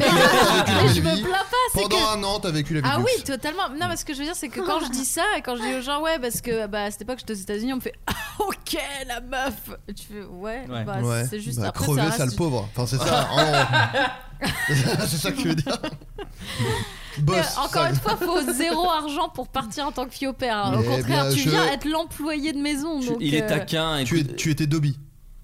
N: t'as
L: Mais
N: vécu la
L: mais je
N: vie.
L: me plains pas, c'est
N: Pendant
L: que-
N: un an, t'as vécu la vie.
L: Ah
N: de
L: oui,
N: luxe.
L: totalement. Non, mais ce que je veux dire, c'est que quand je dis ça et quand je dis aux gens, ouais, parce que bah, à cette époque, j'étais aux États-Unis, on me fait Ah, ok, la meuf Et Tu fais, ouais,
N: Ouais.
L: bah,
N: Ouais.
L: c'est juste
N: Bah,
L: après,
N: crever,
L: ça reste
N: sale
L: du-
N: pauvre. Enfin, c'est ça, en- C'est ça que tu veux dire Boss,
L: Mais, euh, encore
N: sale.
L: une fois, faut zéro argent pour partir en tant que fille au père. hein. Au
N: Mais
L: contraire,
N: bien,
L: tu
N: je-
L: viens être l'employé de maison. donc, euh,
N: Tu, es- tu étais Dobby.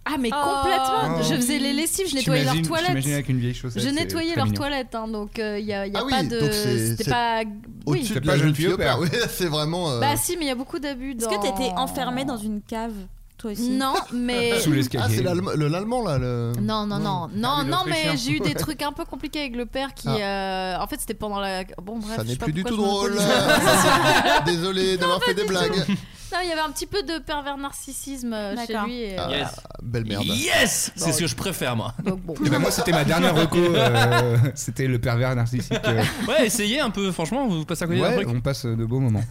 L: Ah, mais complètement.
K: Oh.
L: Je faisais les lessives, je nettoyais leurs
K: T'imagines-
L: toilettes.
K: t'imagines avec une vieille chaussette,
L: Je
K: c'est
L: nettoyais
K: très
L: leurs
K: mignon.
L: toilettes, hein, donc il n'y a, y a
N: Ah oui,
L: pas de.
N: donc c'est-
L: C'était
N: c'est
L: pas. Oui.
N: Au-dessus
K: C'est
N: de la
K: pas
N: jeune
K: jeune
N: fille
K: fille
N: au
K: au père.
N: père. Oui, c'est vraiment. euh,
L: Bah si, mais il y a beaucoup d'abus dans.
A: Est-ce que t'étais enfermé dans une cave, toi aussi
L: Non, mais.
N: Ah, c'est l'allem- le- l'allemand là. le- Ah,
L: Non, non, non, non,
N: mais
L: non, mais
N: l'Autrichien.
L: j'ai eu des trucs un peu compliqués avec le père qui, euh, en fait, c'était pendant la. Bon, bref,
N: Ça
L: je
N: n'est
L: sais pas
N: plus du tout
L: pourquoi je me
N: drôle. Désolé d'avoir fait des blagues.
L: Non, il y avait un petit peu de pervers narcissisme euh, chez
A: D'accord.
L: lui. et,
N: Ah,
L: euh,
J: Yes.
N: Belle merde.
J: Yes
N: Bon.
J: C'est ce que je préfère, moi.
K: Eh ben, moi, c'était ma dernière reco. euh, c'était le pervers narcissique. euh.
J: Ouais, essayez un peu, franchement, vous passez à côté d'un
K: Ouais,
J: truc.
K: on passe de beaux moments.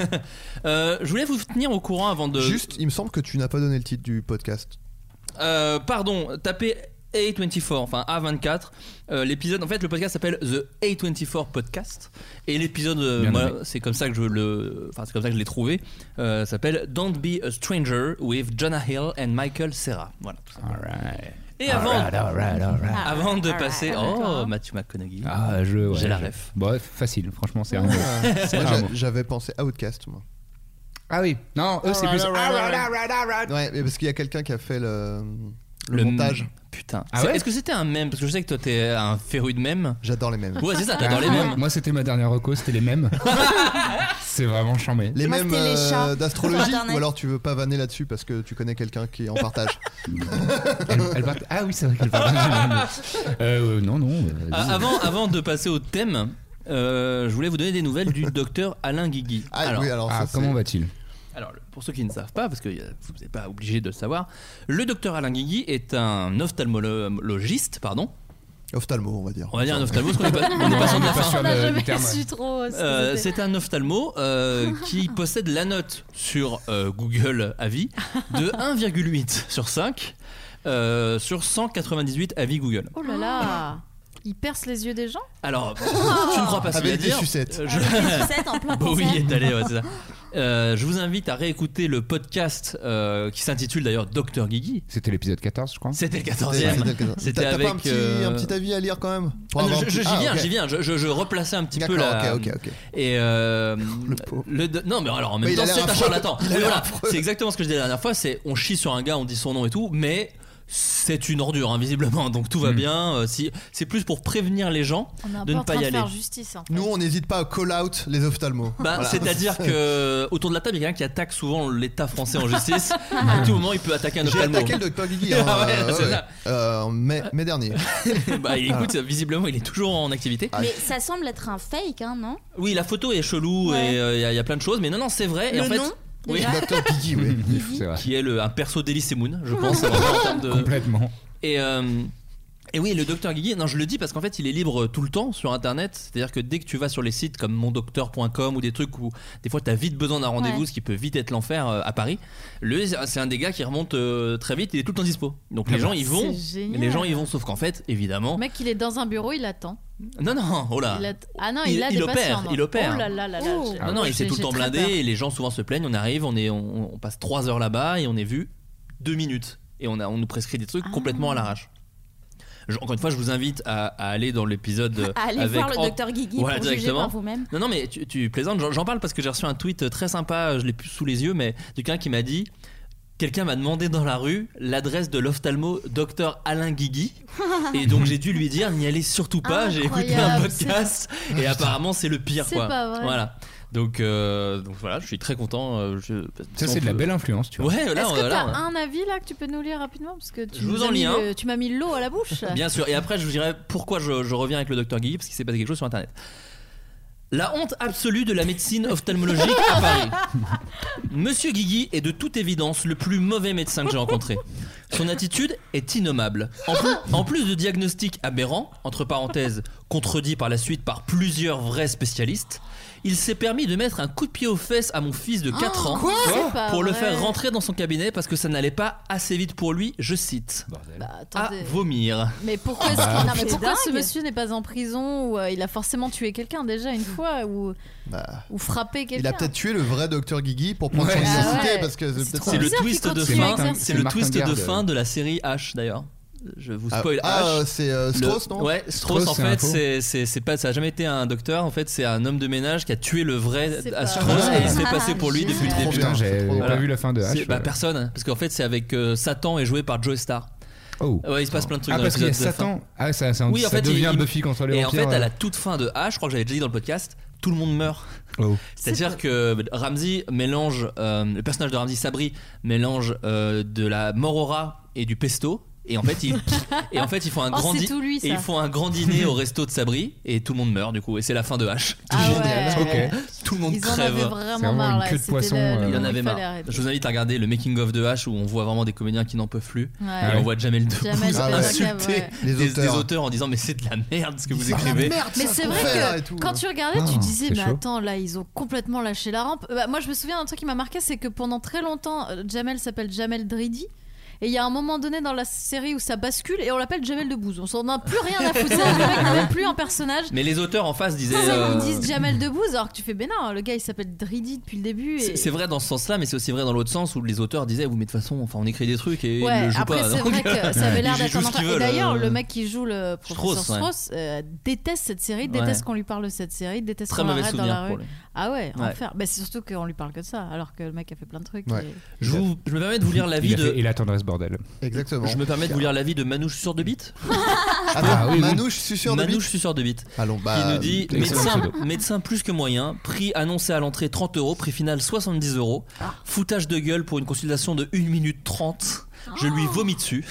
J: Euh, je voulais vous tenir au courant avant de.
N: Euh, Juste, il me semble que tu n'as pas donné le titre du podcast.
J: Euh, pardon, tapez A24, enfin A24. Euh, l'épisode, en fait, le podcast s'appelle The A24 Podcast. Et l'épisode, euh,
K: Bien
J: moi,
K: nommé.
J: c'est comme ça que je le, enfin, c'est comme ça que je l'ai trouvé. Euh, s'appelle Don't Be a Stranger with Jonah Hill and Michael Serra. Voilà. tout simplement. Et
N: Ah
K: All
J: avant, Ah.
K: right, all right, all right.
J: avant de
K: All right,
J: passer,
K: all right.
J: oh, Matthew McConaughey.
K: Ah, je, ouais,
J: J'ai la
K: je-
J: ref.
K: Bon, facile, franchement, c'est un mot.
N: Ah,
K: C'est
N: moi,
K: un
N: j'a-
K: mot.
N: J'avais pensé Outcast, moi.
K: Ah oui, non, eux, c'est plus.
N: Ouais, mais parce qu'il y a quelqu'un qui a fait le, le
J: Le-
N: montage.
J: Putain.
K: Ah
J: C'est-
K: ouais
J: Est-ce que c'était un mème Parce que je sais que toi t'es un féru de mème.
N: J'adore les Ah. mêmes.
J: Ouais, c'est ça, t'adores les mèmes.
K: Ah, Moi, c'était ma dernière reco, c'était les mêmes. c'est vraiment chambé.
N: Les mêmes
A: c'était les
N: euh,
A: chats sur
N: d'astrologie
A: Internet.
N: ou alors tu veux pas vanner là-dessus parce que tu connais quelqu'un qui en partage.
K: Ah oui, c'est vrai qu'elle parle euh, euh, Non, non. euh,
J: Ah, avant, avant de passer au thème, euh, je voulais vous donner des nouvelles du docteur Alain Guigui.
N: Ah, oui, ah. alors ça,
K: Ah,
N: c'est- Bah,
K: comment va-t-il
J: Alors, le- pour ceux qui ne savent pas, parce que euh, vous n'êtes pas obligé de le savoir, le docteur Alain Guigui est un ophtalmologiste, pardon.
N: Ophtalmo, on va dire.
J: On va dire un ophtalmo, parce qu'on
N: Ouais.
J: n'est pas, on n'est pas
N: Non,
J: sûr de
N: on
J: la
N: n'est pas
J: fin.
N: sûr
L: On n'a jamais su trop. ce que
J: Euh,
L: c'était.
J: c'est un ophtalmo euh, qui possède la note sur euh, Google Avis de 1,8 sur 5 euh, sur 198 avis Google.
L: Oh là là, il perce les yeux des gens.
J: Alors, tu
L: Oh.
J: ne crois pas ce qu'il
N: Avec
J: y a à
N: Ah bah, des
J: dire.
N: sucettes.
J: Euh, je-
L: Avec des sucettes en plein
J: Bowie
L: concert.
J: est allé, ouais, c'est ça. Euh, je vous invite à réécouter le podcast euh, qui s'intitule d'ailleurs Docteur Guigui.
K: C'était l'épisode 14, je crois.
J: C'était le
N: C'était-
J: 14e.
N: c'était- T'as-
J: C'était
N: t'as
J: avec.
N: pas un petit,
J: euh,
N: un petit avis à lire quand même Pour
J: ah non,
N: avoir un
J: je- je-
N: petit-
J: J'y
N: Ah,
J: viens,
N: ok.
J: j'y viens. Je, je- je replaçais un petit peu
N: D'accord,
J: la.
N: ok, ok, ok.
J: Et euh, le do- non, mais alors en même
N: Mais il a
J: temps,
N: l'air
J: c'est un
N: affreux.
J: charlatan.
N: Il a
J: Oui,
N: l'air
J: voilà.
N: affreux.
J: C'est exactement ce que je disais la dernière fois. C'est on chie sur un gars, on dit son nom et tout, mais c'est une ordure hein, visiblement. Donc tout va bien. Euh, si c'est plus pour prévenir les gens
L: On est un
J: de
L: peu
J: ne
L: en
J: pas
L: train
J: y
L: de
J: aller.
L: faire justice. hein.
N: Nous, on n'hésite pas à call out les ophtalmos.
J: Bah,
N: Voilà.
J: C'est-à-dire que autour de la table, il y a quelqu'un qui attaque souvent l'État français en justice. à tout moment, il peut attaquer un
N: J'ai
J: ophtalmo.
N: attaqué le docteur Guigui hein,
J: Ah ouais,
N: euh,
J: c'est
N: ouais,
J: ça.
N: euh, en mai, mai dernier.
J: Bah, écoute, visiblement, il est toujours en activité.
A: Mais ça semble être un fake, hein, non
J: Oui, la photo est chelou
A: Ouais.
J: et euh, il y, a- il y a plein de choses, mais non, non, c'est vrai. et
A: Le
J: en fait,
A: nom,
J: oui.
A: déjà. Docteur
N: Guigui, oui.
K: C'est vrai.
J: qui est le, un perso d'Elysée Moon, je pense, vraiment en termes de-
K: Complètement.
J: Et euh, Et oui, le docteur Guigui, non, je le dis parce qu'en fait, il est libre tout le temps sur internet. C'est-à-dire que dès que tu vas sur les sites comme mondocteur.com ou des trucs où des fois tu as vite besoin d'un rendez-vous,
D: Ouais.
J: ce qui peut vite être l'enfer euh, à Paris, le c'est un des gars qui remonte euh, très vite, il est tout le temps dispo. Donc les
L: Ah
J: gens
L: bah,
J: ils vont,
L: c'est génial.
J: les gens ils vont, sauf qu'en fait, évidemment.
L: Le mec, il est dans un bureau, il attend.
J: Non, non, oh là.
L: Il att- Ah non, il, a des
J: opère,
L: patients, moi.
J: il opère.
L: Oh là là là là. j'ai-
J: Ah non,
A: Ah,
J: non, il s'est
L: j'ai-
J: tout le temps
L: j'ai très
J: blindé
L: peur.
J: et les gens souvent se plaignent. On arrive, on, est, on, on passe 3 heures là-bas et on est vu 2 minutes. Et on, a, on nous prescrit des trucs
A: Ah.
J: complètement à l'arrache. Je- Encore une fois, je vous invite à, à aller dans l'épisode.
A: À aller
J: avec
A: voir le
J: An-
A: docteur Guigui
J: Voilà,
A: pour juger
J: directement.
A: par vous-même.
J: Non, non, mais tu, tu plaisantes. J'en- J'en parle parce que j'ai reçu un tweet euh, très sympa, je l'ai plus sous les yeux, mais de quelqu'un qui m'a dit Quelqu'un m'a demandé dans la rue l'adresse de l'ophtalmo docteur Alain Guigui. Et donc j'ai dû lui dire n'y allez surtout pas, j'ai écouté un
L: Incroyable,
J: podcast et apparemment c'est le pire
L: C'est
J: quoi.
L: pas vrai.
J: Voilà. Donc, euh, donc voilà, je suis très content. euh, je-
K: Ça, c'est de la belle influence, tu vois.
J: Ouais, là,
L: Est-ce
J: on-
L: que
J: là,
L: t'as
J: on-
L: un avis là que tu peux nous lire rapidement parce que tu
J: Je vous
L: nous
J: en
L: as
J: lis
L: mis
J: un.
L: le- tu m'as mis l'eau à la bouche.
J: Bien sûr. Et après, je vous dirai pourquoi je, je reviens avec le docteur Guigui, parce qu'il s'est passé quelque chose sur Internet. La honte absolue de la médecine ophtalmologique à Paris. Monsieur Guigui est de toute évidence le plus mauvais médecin que j'ai rencontré. Son attitude est innommable. En plus, en plus de diagnostics aberrants, entre parenthèses, contredits par la suite par plusieurs vrais spécialistes, il s'est permis de mettre un coup de pied aux fesses à mon fils de 4
L: Oh,
J: ans
L: quoi C'est pas
J: pour le
L: vrai.
J: faire rentrer dans son cabinet parce que ça n'allait pas assez vite pour lui, je cite, à
L: Bah, attendez.
J: vomir.
L: Mais pourquoi,
J: Ah
L: est-ce
J: bah.
L: qu'il-
J: Non, mais
L: c'est
J: pourquoi
L: dingue.
J: ce
L: ce monsieur n'est pas en prison ou euh, il a forcément tué quelqu'un déjà
J: Bah.
L: une fois ou, ou frappé
N: Bah, Il
L: quelqu'un
N: a peut-être tué le vrai Docteur Guigui pour prendre son
J: Ouais. Ah
N: identité
L: ouais.
N: parce que c'est peut-être
J: C'est
N: ça.
J: le twist de fin. C'est le twist de fin de la série H d'ailleurs. Je vous
N: Ah,
J: spoil
N: ah,
J: H.
N: euh, c'est, euh,
J: Le-
N: Strauss, non
J: Ouais, Strauss,
N: Strauss,
J: en
N: c'est
J: fait,
N: un faux.
J: c'est- c'est c'est pas ça a jamais été un docteur. En fait, c'est un homme de ménage qui a tué le vrai
L: C'est
J: à
L: pas
J: Strauss
L: vrai. Ah,
J: et il s'est passé pour lui depuis le
K: Trop
J: début.
K: bien, j'ai
J: Voilà.
K: pas vu la fin de H, euh,
J: C'est- bah,
K: ouais.
J: personne, parce qu'en fait, c'est avec euh, Satan et joué par Joe Star.
K: Oh.
J: Ouais, il se passe plein de trucs.
K: Ah,
J: dans
K: parce qu'il y a
J: l'épisode de
K: Satan.
J: fin.
K: Ah, ça, ça-
J: oui, en
K: ça
J: fait,
K: devient
J: il-
K: Buffy contre les
J: Et en
K: vampires,
J: fait, à
K: ouais.
J: la toute fin de H, je crois que j'avais déjà dit dans le podcast, tout le monde meurt.
K: Euh,
J: C'est-à-dire que Ramsey mélange euh, le personnage de Ramsey Sabri mélange euh, de la morora et du pesto et en fait ils et en fait ils font un
L: Oh,
J: grand
L: c'est
J: di-
L: tout lui, ça.
J: et ils font un grand dîner au resto de Sabri et tout le monde meurt du coup et c'est la fin de H.
L: Ah ouais.
J: Tout le monde
L: Ils en
J: crève.
L: avaient vraiment C'est vraiment marre, une là, queue de c'était poisson, le- euh,
J: Il y en
L: il
J: avait
L: fallait
J: marre.
L: arrêter.
J: Je vous invite à regarder le making of de H où on voit vraiment des comédiens qui n'en peuvent plus
L: Ouais.
J: et on voit Jamel Debbouze
L: Jamel Debbouze, ouais.
J: insulter
N: Les
J: des, des
N: auteurs.
J: auteurs en disant mais c'est de la merde ce que vous
N: C'est de la
J: écrivez.
N: merde,
L: Mais c'est vrai que quand tu regardais,
J: Ah,
L: tu disais,
J: c'est
L: mais
J: chaud.
L: attends, là, ils ont complètement lâché la rampe. Euh, bah, moi, je me souviens d'un truc qui m'a marqué, c'est que pendant très longtemps, euh, Jamel s'appelle Jamel Dridi. Et il y a un moment donné dans la série où ça bascule et on l'appelle Jamel Debbouze. On s'en a plus rien à foutre. ça, le mec n'a même plus un personnage.
J: Mais les auteurs en face disaient
L: Ils
J: euh,
L: disent Jamel Debbouze alors que tu fais, ben non, le gars, il s'appelle Dridi depuis le début.
J: C'est
L: Et...
J: c'est vrai dans ce sens-là, mais c'est aussi vrai dans l'autre sens où les auteurs disaient oui mais de toute façon, enfin on écrit des trucs et ils
L: Ouais,
J: le jouent
L: après
J: pas. hein.
L: c'est
J: donc, euh,
L: vrai que ça
J: ils
L: avait l'air
J: jouent
L: d'être
J: ce
L: un enfer.
J: qu'ils
L: Et
J: veulent,
L: d'ailleurs,
J: euh,
L: le mec qui joue le professeur
J: Strauss, ouais.
L: Strauss euh, déteste cette série,
J: Ouais.
L: déteste qu'on lui parle de cette série, déteste
J: Très
L: qu'on
J: mauvais
L: l'arrête dans
J: souvenir
L: la
J: pour
L: rue.
J: lui.
L: Ah ouais,
J: Ouais.
L: enfer. Bah, c'est surtout qu'on lui parle que de ça, alors que le mec a fait plein de trucs.
J: Ouais.
L: et-
J: Je, vous- je me permets de vous lire l'avis
K: Il a fait-
J: de.
K: Il attendrait ce bordel.
N: Exactement.
J: Je me permets de vous lire l'avis de Manouche sur de bite.
N: Attends, oui, oui. Manouche Suceur de Bite
J: Ah Manouche Suceur de bite.
N: Allons, bah,
J: Qui nous dit
N: excellent
J: médecin,
N: pseudo.
J: médecin plus que moyen, prix annoncé à l'entrée 30 euros, prix final 70 euros,
L: Ah.
J: foutage de gueule pour une consultation de 1 minute 30. Je lui vomis dessus.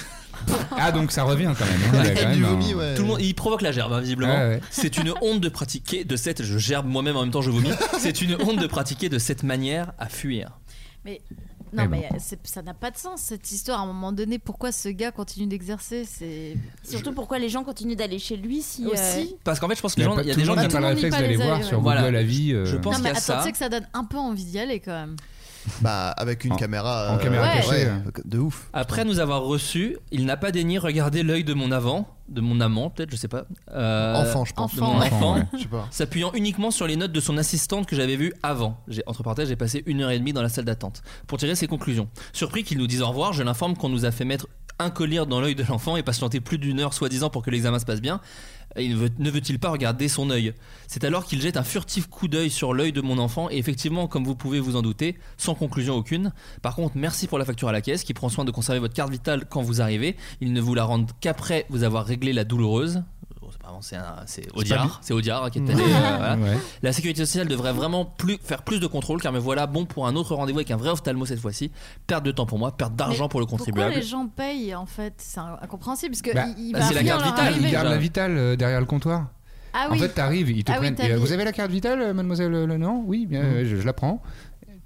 K: Ah, donc ça revient quand même. hein, il a quand même un-
N: Euh.
J: Tout le monde, il provoque la gerbe, hein, visiblement.
K: Ouais, ouais.
J: C'est une honte de pratiquer de cette. Je gerbe moi-même en même temps, je vomis. C'est une honte de pratiquer de cette manière à fuir.
L: Mais non,
J: Eh
L: mais,
J: ben.
L: euh, c'est- ça n'a pas de sens cette histoire. À un moment donné, pourquoi ce gars continue d'exercer C'est
A: Surtout pourquoi les gens continuent d'aller chez lui si.
L: Aussi.
J: Parce qu'en fait, je pense que
K: Il
J: les
K: y a
J: gens,
K: pas-
J: il y a
K: tout
J: des
K: le
J: gens
K: monde n'a
J: qui
K: pas
L: le
K: réflexe d'aller voir sur Google
J: Voilà.
K: Avis, euh,
J: Je pense
L: Non, mais
J: qu'il y a
L: attends, tu
J: ça.
L: sais que ça donne un peu envie d'y aller quand même.
N: Bah, avec une caméra.
K: en caméra
N: ouais,
K: cachée,
N: ouais,
K: ouais.
N: De ouf.
J: Après nous avoir reçus, il n'a pas daigné regarder l'œil de mon avant, de mon amant, peut-être, je sais pas. Euh,
N: Enfant, je pense.
J: De mon
N: Enfant.
J: enfant,
N: Enfant, ouais. Je sais pas.
J: s'appuyant uniquement sur les notes de son assistante que j'avais vue avant. J'ai, entre parenthèses, j'ai passé une heure et demie dans la salle d'attente pour tirer ses conclusions. Surpris qu'il nous dise au revoir, je l'informe qu'on nous a fait mettre un collier dans l'œil de l'enfant et patienter plus d'une heure soi-disant pour que l'examen se passe bien. Et il ne veut- ne veut-il pas regarder son œil C'est alors qu'il jette un furtif coup d'œil sur l'œil de mon enfant et effectivement, comme vous pouvez vous en douter, sans conclusion aucune. Par contre, merci pour la facture à la caisse qui prend soin de conserver votre carte vitale quand vous arrivez. Ils ne vous la rendent qu'après vous avoir réglé la douloureuse. Bon, c'est pas vraiment- C'est un- c'est
M: pas lui.
J: Audiard, c'est Audiard qui est
K: Mm.
J: allé.
M: Ouais.
J: euh, voilà.
M: Ouais.
J: La sécurité sociale devrait vraiment plus, faire plus de contrôle car me voilà bon pour un autre rendez-vous avec un vrai ophtalmo cette fois-ci. Perte de temps pour moi, perte d'argent
L: Mais
J: pour le contribuable.
L: Pourquoi les gens payent en fait C'est incompréhensible parce que
K: Bah,
L: il, il
J: bah,
L: va
J: c'est la
L: rien
J: carte
L: leur
J: vitale,
L: arriver.
K: Il garde
J: déjà.
K: la vitale euh, derrière le comptoir.
L: Ah
K: En
L: oui.
K: fait, t'arrives, ils te
L: Ah oui,
K: prennent.
L: t'as
K: euh,
L: mis-
K: vous avez la carte vitale, euh, mademoiselle euh, Lenant Oui, bien, euh, je, je la prends.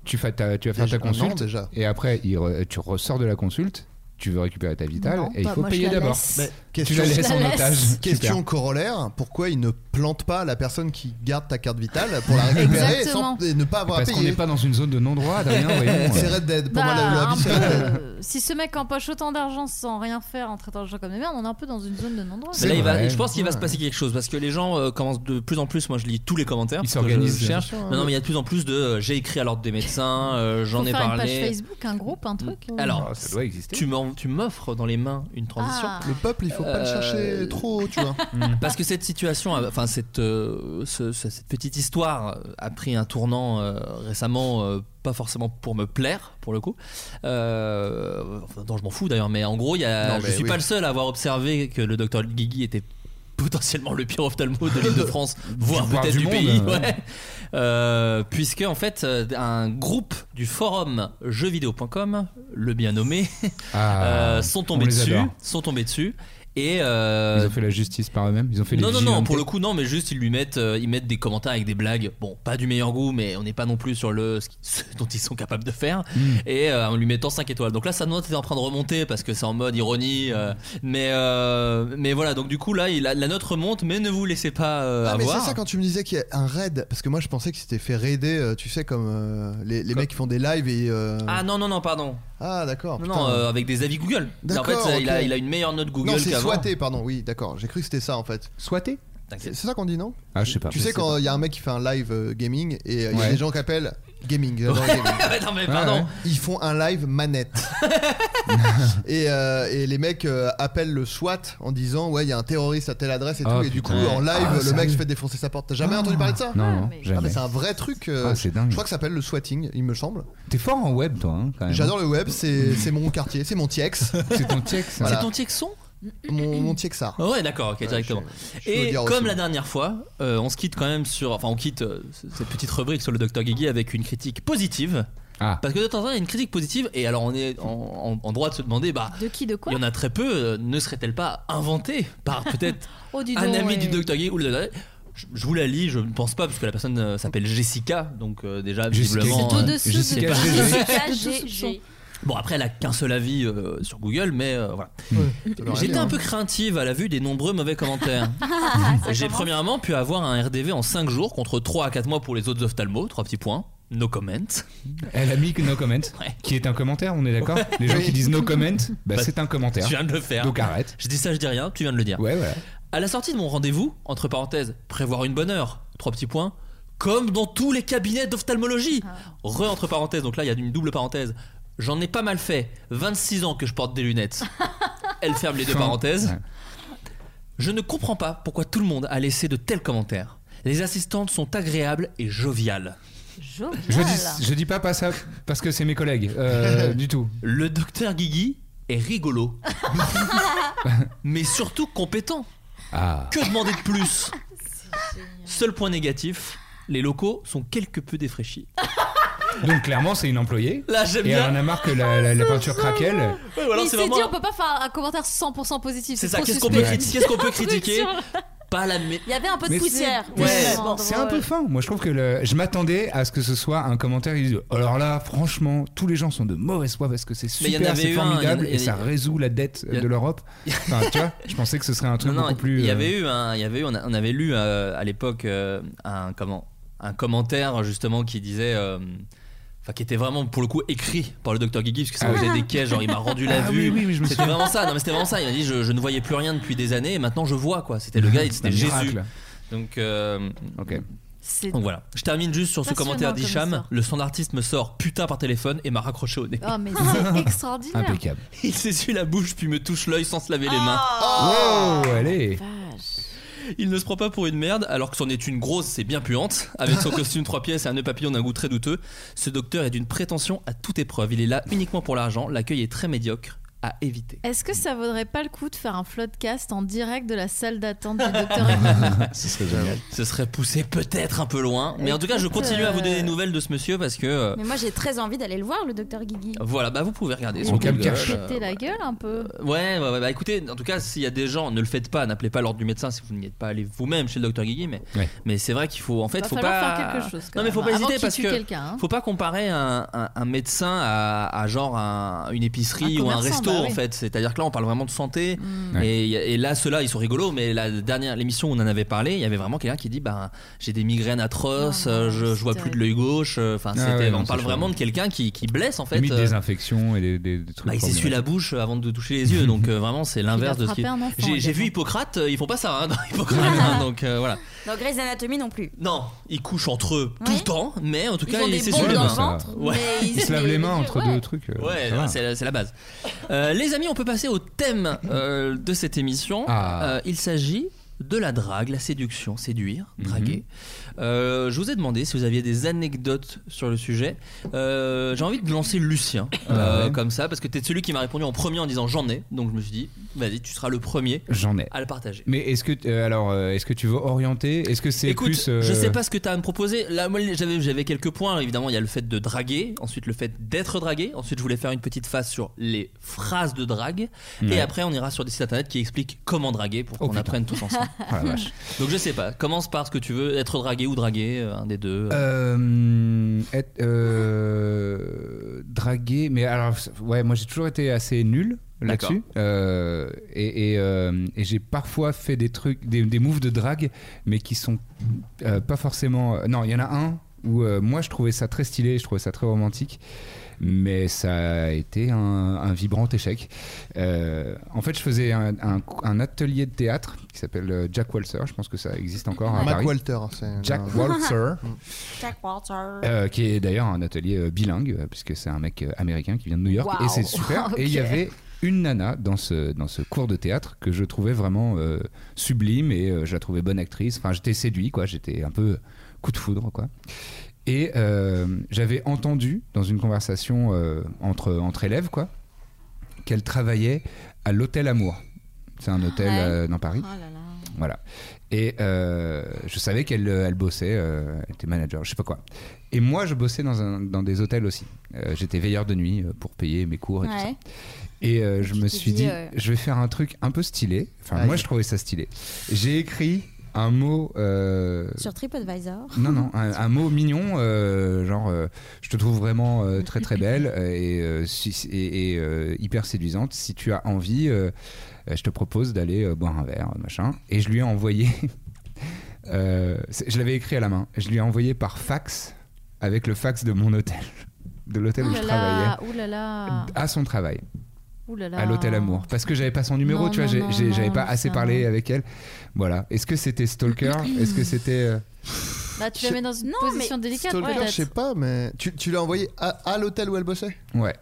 K: Tu, fais ta- tu vas faire
N: Déjà,
K: ta consulte.
N: non, déjà.
K: Et après, il re- tu ressors de la consulte. tu veux récupérer ta vitale
N: Non,
K: et il
N: bah,
K: faut
N: moi, je
K: payer
N: la
K: d'abord.
N: laisse.
K: Mais
N: Question-
K: tu la laisses en otage. Super.
N: Question corollaire pourquoi il ne plante pas la personne qui garde ta carte vitale pour la récupérer et sans-
L: Exactement.
N: et ne pas avoir à
K: Parce qu'on
N: payer
K: n'est pas dans une zone de non-droit, Damien, voyons. euh.
N: C'est Red Dead. Pour moi, la- la vie,
L: Bah, un
N: c'est Red Dead.
L: peu, euh, si ce mec empoche autant d'argent sans rien faire en traitant les gens comme des merdes, on est un peu dans une zone de non-droit.
J: Mais là, il va- je pense qu'il va se passer quelque chose parce que les gens euh, commencent de plus en plus. Moi, je lis tous les commentaires.
K: Ils
J: parce que je-
K: s'organisent,
J: je cherche.
L: bien sûr, hein.
J: Non, non, mais il y a de plus en plus de. euh, J'ai écrit à l'ordre des médecins. euh,
L: Faut
J: J'en ai
L: faire
J: parlé. Mmh.
L: une page Facebook, un groupe, un truc.
J: Alors,
K: ça doit exister.
J: Tu m'en- tu m'offres dans les mains une transition.
L: Ah.
N: Le peuple, il faut pas le
J: Euh,
N: chercher trop, tu vois.
J: Parce que cette situation, a- enfin cette, euh, ce- ce- cette petite histoire euh, a pris un tournant euh, récemment, euh, pas forcément pour me plaire pour le coup. Euh, enfin, non, je m'en fous d'ailleurs, mais en gros, il y a,
N: Non,
J: je
N: mais
J: suis
N: oui.
J: pas le seul à avoir observé que le docteur Guigui était potentiellement le pire ophtalmo de l'Île-de-France, voire
K: voire
J: peut-être
K: du
J: du,
K: monde,
J: pays.
K: ouais.
J: ouais. Euh, puisque en fait, euh, un groupe du forum jeuxvideo.com, le bien nommé,
K: Ah,
J: euh, sont
K: on
J: tombés
K: les
J: dessus,
K: adore.
J: sont tombés dessus. Et euh,
K: Ils ont fait la justice par eux-mêmes. Ils ont fait les
J: non, non, non,
K: vigilantes.
J: pour le coup, non, mais juste ils lui mettent, euh, ils mettent des commentaires avec des blagues. Bon, pas du meilleur goût, mais on n'est pas non plus sur le ce qui- ce dont ils sont capables de faire.
K: Hmm.
J: Et euh, en lui mettant 5 étoiles. Donc là, sa note est en train de remonter parce que c'est en mode ironie. euh, mais, euh, mais voilà, donc du coup, là, il a- la note remonte, mais ne vous laissez pas euh,
N: Ah mais
J: avoir.
N: c'est ça quand tu me disais qu'il y a un raid parce que moi je pensais que c'était fait raider euh, tu sais comme euh, les, les mecs qui font des lives et euh,
J: Ah non, non, non, pardon.
N: Ah, d'accord
J: Non,
N: putain.
J: non, euh, avec des avis Google. En
N: D'accord,
J: fait, ça, il, a,
N: ok.
J: il a une meilleure note
N: non
J: Google
N: c'est
J: qu'avant.
N: soité pardon oui d'accord j'ai cru que c'était ça en fait
K: soité
N: c'est
J: T'inquiète.
N: c'est ça qu'on dit non
K: Ah, je sais pas.
N: tu sais quand il y a un mec qui fait un live euh, gaming et euh, il y a
K: Ouais.
N: des gens qui appellent gaming, j'adore le gaming.
J: Ah non,
K: Ah,
J: mais pardon.
N: ils font un live manette et, euh, et les mecs euh, appellent le SWAT en disant ouais il y a un terroriste à telle adresse et
K: Ah,
N: tout et du coup
K: putain.
N: en live
K: Ah,
N: le mec
K: sérieux
N: se fait défoncer sa porte t'as jamais entendu parler de ça
K: Non, non,
N: Ah, mais
K: jamais.
N: c'est un vrai truc. euh,
K: Ah, c'est dingue.
N: Je crois que ça s'appelle le swatting, il me semble.
K: T'es fort en web, toi, hein, quand même.
N: J'adore le web, c'est c'est mon quartier, c'est mon TIEX.
K: C'est ton tiex.
N: Voilà.
J: C'est ton Tiexon
N: Mon, mon TIEXard.
J: Ah Ouais, d'accord, ok, directement.
N: je veux
J: et
N: dire
J: comme
N: aussi.
J: la dernière fois, euh, on se quitte quand même sur. Enfin, on quitte euh, c- cette petite rubrique sur le Dr. Guigui avec une critique positive.
K: Ah.
J: Parce que de temps en temps, il y a une critique positive, et alors on est en, en- en droit de se demander, bah.
L: De qui, de
J: Il
L: quoi
J: y en a très peu, euh, ne serait-elle pas inventée par peut-être
L: Oh, dis
J: un
L: donc,
J: ami
L: ouais.
J: du Dr. Guigui ou le- je, je vous la lis, je ne pense pas, parce que la personne euh, s'appelle Jessica, donc euh, déjà,
K: Jessica
J: visiblement.
K: Guigui.
J: euh,
L: Au-dessous de-
K: Jessica
L: au-dessous
K: GG.
L: de-
A: KGG.
J: Bon, après, elle a qu'un seul avis euh, sur Google, mais euh, voilà.
N: Alors,
J: J'étais
N: allez,
J: un
N: hein.
J: peu craintive à la vue des nombreux mauvais commentaires.
A: Ça
J: J'ai
A: commence.
J: premièrement pu avoir un RDV en 5 jours contre 3 à 4 mois pour les autres ophtalmos, 3 petits points. No comment.
K: Elle a mis que no comment,
J: Ouais.
K: qui est un commentaire, on est d'accord Les gens qui disent no comment, bah,
J: Bah,
K: c'est un commentaire.
J: Tu viens de le faire.
K: Donc arrête.
J: Je dis ça, je dis rien, tu viens de le dire.
K: Ouais, ouais.
J: À la sortie de mon rendez-vous, entre parenthèses, prévoir une bonne heure, 3 petits points, comme dans tous les cabinets d'ophtalmologie. Re entre parenthèses, donc là il y a une double parenthèse. J'en ai pas mal fait, 26 ans que je porte des lunettes. Elle ferme les deux
K: Fin.
J: parenthèses.
K: Ouais.
J: Je ne comprends pas pourquoi tout le monde a laissé de tels commentaires. Les assistantes sont agréables et joviales.
L: Jovial.
K: Je dis, je dis pas, pas ça parce que c'est mes collègues, euh, du tout.
J: Le docteur Guigui est rigolo. Mais surtout compétent.
K: Ah.
J: Que demander de plus Seul point négatif, les locaux sont quelque peu défraîchis.
K: Donc clairement, c'est une employée.
J: Là, j'aime
K: Et elle
J: bien. Ah,
K: en a marre que la, la- la peinture craquelle.
J: Ouais, ou alors
L: Mais
J: c'est
L: c'est
J: vraiment-
L: dit, on peut pas faire un commentaire 100% positif.
J: C'est ça,
L: trop
J: qu'est-ce qu'on peut,
L: suspect.
J: criti- qu'est-ce qu'on peut
L: Truc
J: critiquer
L: sur-
J: Pas la mé-
A: Il y avait un peu de
K: Mais c'est-
A: poussière.
J: Ouais.
A: C'est vraiment
K: C'est un peu
A: drôle.
K: fin. Moi, je trouve que le- je m'attendais à ce que ce soit un commentaire. Ils disent, alors là, franchement, tous les gens sont de mauvaise foi parce que c'est
J: Mais il y en
K: super,
J: avait
K: c'est
J: eu un,
K: formidable
J: il y en a-
K: et ça résout la dette
J: y a-
K: de l'Europe. Enfin, tu vois, je pensais que ce serait un truc
J: Non, non,
K: beaucoup plus.
J: il y
K: euh,
J: avait eu, un, il y avait eu on, a- on avait lu euh, à l'époque euh, un, comment, un commentaire justement qui disait. euh, Enfin, qui était vraiment pour le coup écrit par le docteur Guigui, parce que ça
K: Ah
J: faisait des caisses, genre il m'a rendu la
K: Ah
J: vue.
K: oui, oui, oui, je me
J: c'était
K: souviens.
J: vraiment ça, non mais c'était vraiment ça. Il a dit je, je ne voyais plus rien depuis des années et maintenant je vois quoi. C'était le gars, il-
K: C'est
J: c'était
K: Ah, un
J: Jésus.
K: miracle.
J: Donc, euh,
K: Ok.
L: C'est-
J: donc voilà. Je termine juste sur ce
L: Passionnant
J: commentaire
L: comme
J: d'Hicham.
L: histoire.
J: Le standardiste me sort putain par téléphone et m'a raccroché au nez.
L: Oh, mais c'est extraordinaire.
K: Impeccable.
J: Il s'essuie la bouche puis me touche l'œil sans se laver les mains.
K: Oh, allez.
J: Il ne se prend pas pour une merde, alors que c'en est une grosse, c'est bien puante. Avec son costume trois pièces et un nœud papillon d'un goût très douteux, ce docteur est d'une prétention à toute épreuve. Il est là uniquement pour l'argent, l'accueil est très médiocre, à éviter.
L: Est-ce que ça vaudrait pas le coup de faire un floodcast en direct de la salle d'attente du docteur Guigui
K: Ce serait génial.
J: Ce serait poussé peut-être un peu loin, mais en tout cas, je continue à vous donner des nouvelles de ce monsieur parce que. euh,
A: Mais moi j'ai très envie d'aller le voir, le docteur Guigui.
J: Voilà, bah vous pouvez regarder
K: On
J: sur
K: calme
J: Google,
K: cache.
J: euh,
L: Péter la gueule un peu.
J: Ouais, ouais, ouais, bah écoutez, en tout cas, s'il y a des gens, ne le faites pas, n'appelez pas l'ordre du médecin si vous n'y êtes pas allé vous-même chez le docteur Guigui, mais,
K: Ouais.
J: mais c'est vrai qu'il faut en fait,
L: Va
J: faut
L: falloir
J: pas.
L: faire quelque chose. quand
J: non, mais faut
L: même,
J: pas
L: avant
J: hésiter
L: qu'il
J: parce
L: tue
J: que
L: quelqu'un, hein.
J: faut pas comparer un, un- un médecin à, à genre un- une épicerie
L: Un
J: ou un
L: commerçant, bah
J: resto, rigolos
G: Ah oui.
J: en fait. C'est-à-dire que là, on parle vraiment de santé.
G: Mm.
J: Et, et là, ceux-là, ils sont rigolos. Mais la dernière l'émission où on en avait parlé, il y avait vraiment quelqu'un qui dit bah, J'ai des migraines atroces, euh, je, je vois plus de l'œil gauche. euh, Enfin,
K: Ah
J: c'était-
K: ouais, non,
J: on
K: c'est
J: parle
K: chaud.
J: vraiment de quelqu'un qui, qui blesse en fait.
K: Limite
J: euh,
K: des infections et des, des- des trucs.
J: bah, il s'essuie la bouche avant de toucher les yeux, donc euh, vraiment c'est l'inverse de ce
A: frappé
J: qui.
A: un enfant,
J: J'ai- J'ai vu Hippocrate, euh, ils font pas ça hein, dans Hippocrate, hein, donc euh, voilà.
A: Dans Grey's Anatomy non plus.
J: Non, ils couchent entre eux tout le temps, mais en tout
A: Ils
J: cas
A: ont des
J: s'essuient
A: bombes
J: les
A: dans
J: mains.
A: le ventre,
J: Ouais.
A: mais ils- Ils se lavent
K: les mains entre deux trucs. euh,
J: Ouais,
K: ça va.
J: c'est la, c'est la base. Euh, les amis, on peut passer au thème euh, de cette émission. Euh, il s'agit de la drague, la séduction, séduire, draguer. Euh, je vous ai demandé si vous aviez des anecdotes sur le sujet. Euh, J'ai envie de lancer Lucien euh, comme ça, parce que t'es celui qui m'a répondu en premier en disant j'en ai. Donc je me suis dit, vas-y, tu seras le premier
K: J'en ai.
J: à le partager.
K: Mais est-ce que euh, alors euh, est-ce que tu veux orienter Est-ce que c'est
J: Écoute,
K: plus euh,
J: je sais pas ce que tu as à me proposer. Là, moi, j'avais, j'avais quelques points. Évidemment, il y a le fait de draguer, ensuite le fait d'être dragué. Ensuite, je voulais faire une petite phase sur les phrases de drague.
K: Ouais.
J: Et après, on ira sur des sites internet qui expliquent comment draguer pour
K: Oh,
J: qu'on
K: putain.
J: apprenne tous ensemble.
K: Ah, la vache.
J: Donc, je sais pas. Commence par ce que tu veux, être dragué ou dragué, euh, un des deux.
K: Euh, être, euh, draguer, mais alors, ouais, moi j'ai toujours été assez nul là-dessus. Euh, et et, euh, et j'ai parfois fait des trucs, des, des moves de drague, mais qui sont euh, pas forcément. Non, il y en a un où euh, moi je trouvais ça très stylé, je trouvais ça très romantique. Mais ça a été un, un vibrant échec. Euh, en fait, je faisais un, un- un atelier de théâtre qui s'appelle euh, Jack Walser. Je pense que ça existe encore à
N: Mac
K: Paris.
N: Walter, c'est
K: Jack
N: un-
K: Walser.
A: Jack Walter.
K: Euh, qui est d'ailleurs un atelier euh, bilingue, euh, puisque c'est un mec euh, américain qui vient de New York,
M: Wow.
K: et c'est super.
M: Ok.
K: Et il y avait une nana dans ce, dans ce cours de théâtre que je trouvais vraiment euh, sublime, et euh, je la trouvais bonne actrice. Enfin, j'étais séduit, quoi. J'étais un peu coup de foudre, quoi. Et euh, j'avais entendu dans une conversation euh, entre, entre élèves, quoi, qu'elle travaillait à l'Hôtel Amour. C'est un hôtel
M: ouais.
K: euh, dans Paris.
M: Oh là là.
K: Voilà. Et euh, je savais qu'elle euh, elle bossait, euh, elle était manager, je sais pas quoi. Et moi, je bossais dans, un- dans des hôtels aussi. Euh, J'étais veilleur de nuit euh, pour payer mes cours et tout ça.
M: Ouais.
K: Et euh, je me
M: t'es
K: suis
M: dit,
K: dit,
M: euh,
K: je vais faire un truc un peu stylé. Enfin,
M: Ah,
K: moi,
M: je-
K: je trouvais ça stylé. J'ai écrit un mot. euh,
A: Sur TripAdvisor.
K: non, non, un, un mot mignon, euh, genre euh, je te trouve vraiment euh, très très belle euh, et, euh, si- et- et, euh, hyper séduisante. Si tu as envie, euh, euh, je te propose d'aller euh, boire un verre, machin. Et je lui ai envoyé, euh, c'est- je l'avais écrit à la main, je lui ai envoyé par fax avec le fax de mon hôtel, de
L: Oh
K: l'hôtel où je travaillais,
L: oulala,
K: à son travail
L: oulala.
K: à l'hôtel Amour parce que j'avais pas son numéro
L: Non,
K: tu vois
L: non,
K: j'ai-
L: non,
K: j'ai- j'avais
L: non,
K: pas assez
L: ça,
K: parlé avec elle voilà est-ce que c'était stalker est-ce que c'était euh,
L: Là, tu la mets dans une
A: Non,
L: position
A: mais-
L: délicate.
N: Stalker,
L: peut-être.
N: je sais pas, mais tu, tu l'as envoyé à, à l'hôtel où elle bossait
K: Ouais.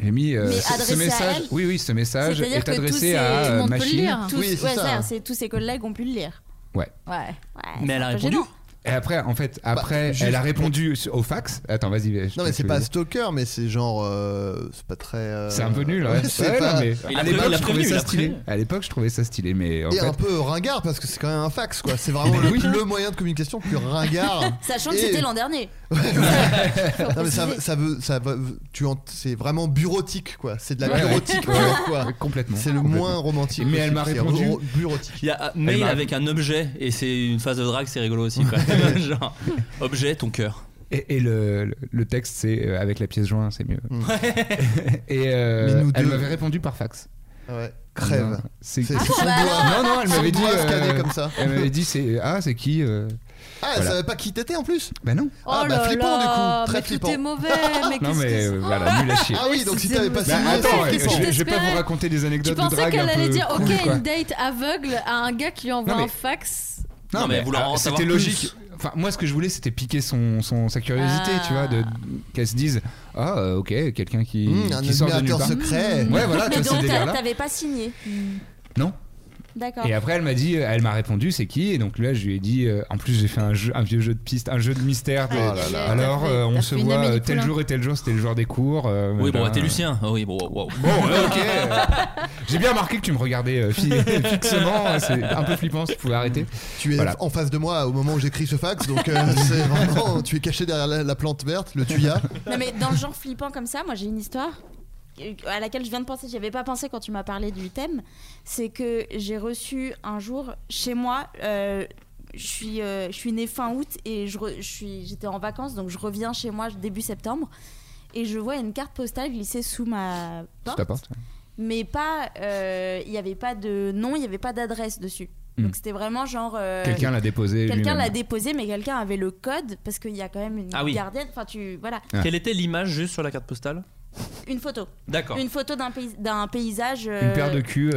K: J'ai mis euh,
A: Mais
K: ce- ce,
A: adressé à
K: message.
A: elle
K: oui, oui, ce message est,
A: C'est-à-dire que tous
K: adressé
A: ses-
K: à
A: tout le
K: euh,
A: monde peut le
K: machine.
A: Tous,
K: Oui, c'est
A: ouais,
K: ça.
A: ça, c'est tous ses collègues ont pu le lire.
K: Ouais.
A: Ouais. ouais
K: Mais elle a
A: un peu répondu. gênant.
K: Et après, en fait, après,
N: Bah, juste-
K: elle a répondu au fax. Attends, vas-y. je-
N: Non mais
K: je-
N: c'est
K: je-
N: pas stalker mais c'est genre euh, c'est pas très euh,
K: C'est un peu nul, ouais.
N: c'est
K: Ouais,
N: pas-
K: non, mais à l'époque, je trouvais ça stylé.
N: Et
K: À l'époque, je trouvais ça stylé, mais en fait,
N: un peu ringard parce que c'est quand même un fax quoi, c'est vraiment le, le moyen de communication le plus ringard.
A: Sachant que
N: Et-
A: c'était l'an dernier.
N: Non, mais ça,
L: Oh
N: ça veut, ça va- tu en- c'est vraiment bureautique quoi. C'est de la
K: Ouais,
N: bureautique
K: ouais.
N: pure, quoi.
K: Ouais, complètement.
N: C'est le
K: Complètement.
N: moins romantique.
K: Mais elle m'a
N: possible,
K: répondu.
N: c'est ro- Bureautique.
J: Il y a euh, mail
N: m'a-
J: avec un objet, et c'est une phase de drague, c'est rigolo aussi. quoi. Genre, objet, ton cœur.
K: Et, et le, le- le texte, c'est euh, avec la pièce jointe, c'est mieux. et euh,
N: Mm. Mais nous
K: elle
N: deux.
K: m'avait répondu par fax.
N: ah Ouais. Crève.
K: Non, C'est
N: C'est
K: Non,
L: Ah,
N: son doigt.
K: non, elle
N: Son
K: m'avait dit.
N: doigt
K: euh,
N: scanné comme ça.
K: Elle m'avait dit, c'est ah, c'est qui euh,
N: Ah, elle
K: voilà.
N: savait pas qui t'étais en plus
K: Bah non.
N: Ah, bah flippant du coup, très
L: mais
N: flippant.
L: tout est mauvais, mais
K: Non
L: qu'est-ce
K: mais euh, voilà, nul à chier.
N: Ah oui, donc si
L: C'est
N: t'avais pas
K: Bah,
N: signé,
K: attends,
N: c'est-
K: je,
N: qu'est-ce
K: je vais pas
L: t'espérais
K: vous raconter des
L: Tu
K: anecdotes de
L: pensais
K: drague un
L: qu'elle
K: peu
L: allait dire
K: cool,
L: ok
K: quoi.
L: une date aveugle à un gars qui lui envoie
K: Non, mais-
L: un fax
K: Non,
J: Non, mais
K: mais,
J: vouloir en
K: ah,
J: savoir
K: c'était logique. Enfin, moi, ce que je voulais, c'était piquer son, son- sa curiosité,
L: Ah.
K: tu vois, de qu'elle se dise ah euh, ok, quelqu'un qui,
N: Mmh, un
K: qui sort de nulle
N: admirateur
K: part.
N: secret.
K: Ouais, voilà, tu
A: Mais
K: vois, ces
A: donc, t'as-
K: délires-là.
A: t'avais pas signé.
K: Non.
A: D'accord.
K: Hmm. Et après, elle m'a dit, euh, elle m'a répondu, c'est qui Et donc là, je lui ai dit, euh, en plus, j'ai fait un, jeu, un vieux jeu de piste, un jeu de mystère. de-
N: Ah là là.
K: Alors,
N: T'as fait-
K: euh, on
N: t'as
K: se
N: fait une
K: voit
N: Amélie
K: euh, tel
N: Poulain.
K: jour et tel jour, c'était le jour des cours. euh,
J: Oui,
K: machin.
J: bon, bah, t'es Lucien. Ah oui, bon, waouh.
K: Bon, ouais, ok. euh, J'ai bien remarqué que tu me regardais euh, fi- fixement. euh, C'est un peu flippant si tu pouvais arrêter.
N: Tu es
K: Voilà.
N: en face de moi au moment où j'écris ce fax, donc euh, c'est vraiment. Tu es caché derrière la, la plante verte, le tuya.
A: Non mais dans le genre flippant comme ça, moi j'ai une histoire euh, à laquelle je viens de penser, j'y avais pas pensé quand tu m'as parlé du thème, c'est que j'ai reçu un jour chez moi, euh, je suis euh, je suis née fin août et je re- je suis j'étais en vacances donc je reviens chez moi début septembre et je vois une carte postale glissée sous ma
K: Sous
A: porte.
K: ta porte.
A: mais pas. euh, Il n'y avait pas de nom, il n'y avait pas d'adresse dessus.
K: Hmm.
A: Donc c'était vraiment genre. euh,
K: Quelqu'un l'a déposé
A: Quelqu'un
K: lui-même.
A: l'a déposé, mais quelqu'un avait le code parce qu'il y a quand même une
J: Ah oui.
A: gardienne. Enfin, tu voilà.
J: Quelle était l'image juste sur la carte postale
A: Une photo.
J: D'accord.
A: Une photo d'un pays- d'un paysage. euh,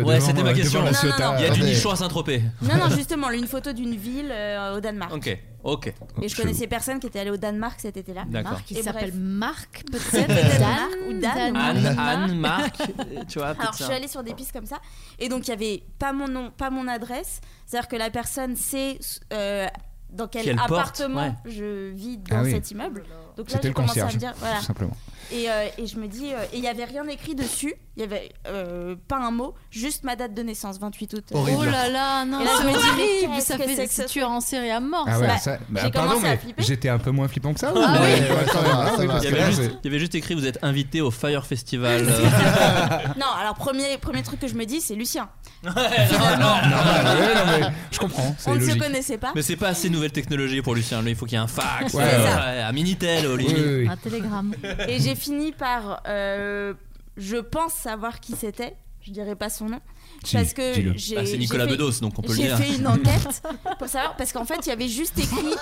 J: Ouais, c'était
K: euh,
J: ma question.
A: Non, non, non.
J: Il y a du
N: Attendez.
J: nichon à Saint-Tropez.
A: Non, non, justement, une photo d'une ville euh, au Danemark.
J: Ok, ok.
A: Et je connaissais personne qui était allé au Danemark cet été-là.
J: D'accord. Marc,
L: il s'appelle
A: Marc, peut-être Dan ou Dan.
J: Anne, Anne, Marc, euh, tu vois.
A: Alors
J: peut-être
A: je
J: ça.
A: suis allée sur des pistes comme ça et donc il y avait pas mon nom, pas mon adresse, c'est-à-dire que la personne sait euh, dans quel
J: Quelle porte,
A: appartement
J: ouais.
A: je vis dans
K: Ah oui.
A: cet immeuble. Donc là
K: C'était
A: j'ai
K: le
A: commencé à me
K: concierge,
A: dire voilà.
K: tout simplement.
A: Et, euh, et je me dis euh, et il y avait rien écrit dessus, il y avait euh, pas un mot, juste ma date de naissance 28 août.
K: Horrible.
L: Oh là là, non,
A: Et là, je
L: c'est
A: me dis, mais
L: horrible.
A: qu'est-ce
L: Ça
A: que
L: fait
A: c'est que
L: c'est
A: ce
L: tueur en série à mort.
K: Ah ouais,
L: Oh, ça.
K: ça- bah,
L: J'ai
K: pardon,
L: commencé à
K: mais
L: flipper.
K: j'étais un peu moins flippant que ça.
L: Ah
K: mais-
L: ouais.
K: ouais, quand même, hein, oui, parce
J: il, y
K: que là,
J: avait juste,
K: c'est-
J: il y avait juste écrit Vous êtes invité au Fire Festival.
A: Bah, non, alors premier premier truc que je me dis c'est Lucien.
J: Normal,
K: ouais, non, mais je comprends.
A: On ne se connaissait pas.
J: Mais c'est pas assez nouvelle technologie pour Lucien. Lui, il faut qu'il y ait un fax,
K: Ouais,
J: euh,
K: ouais.
J: ouais, un Minitel, au limite.
L: Un télégramme.
A: Et j'ai fini par, euh, je pense savoir qui c'était. Je dirais pas son nom.
J: Si,
A: Parce que
J: dis-le.
A: j'ai.
J: Bah, c'est
A: j'ai
J: Nicolas
A: fait-
J: Bedos, donc on peut le
A: J'ai
J: dire.
A: fait une enquête pour savoir. Parce qu'en fait, il y avait juste écrit.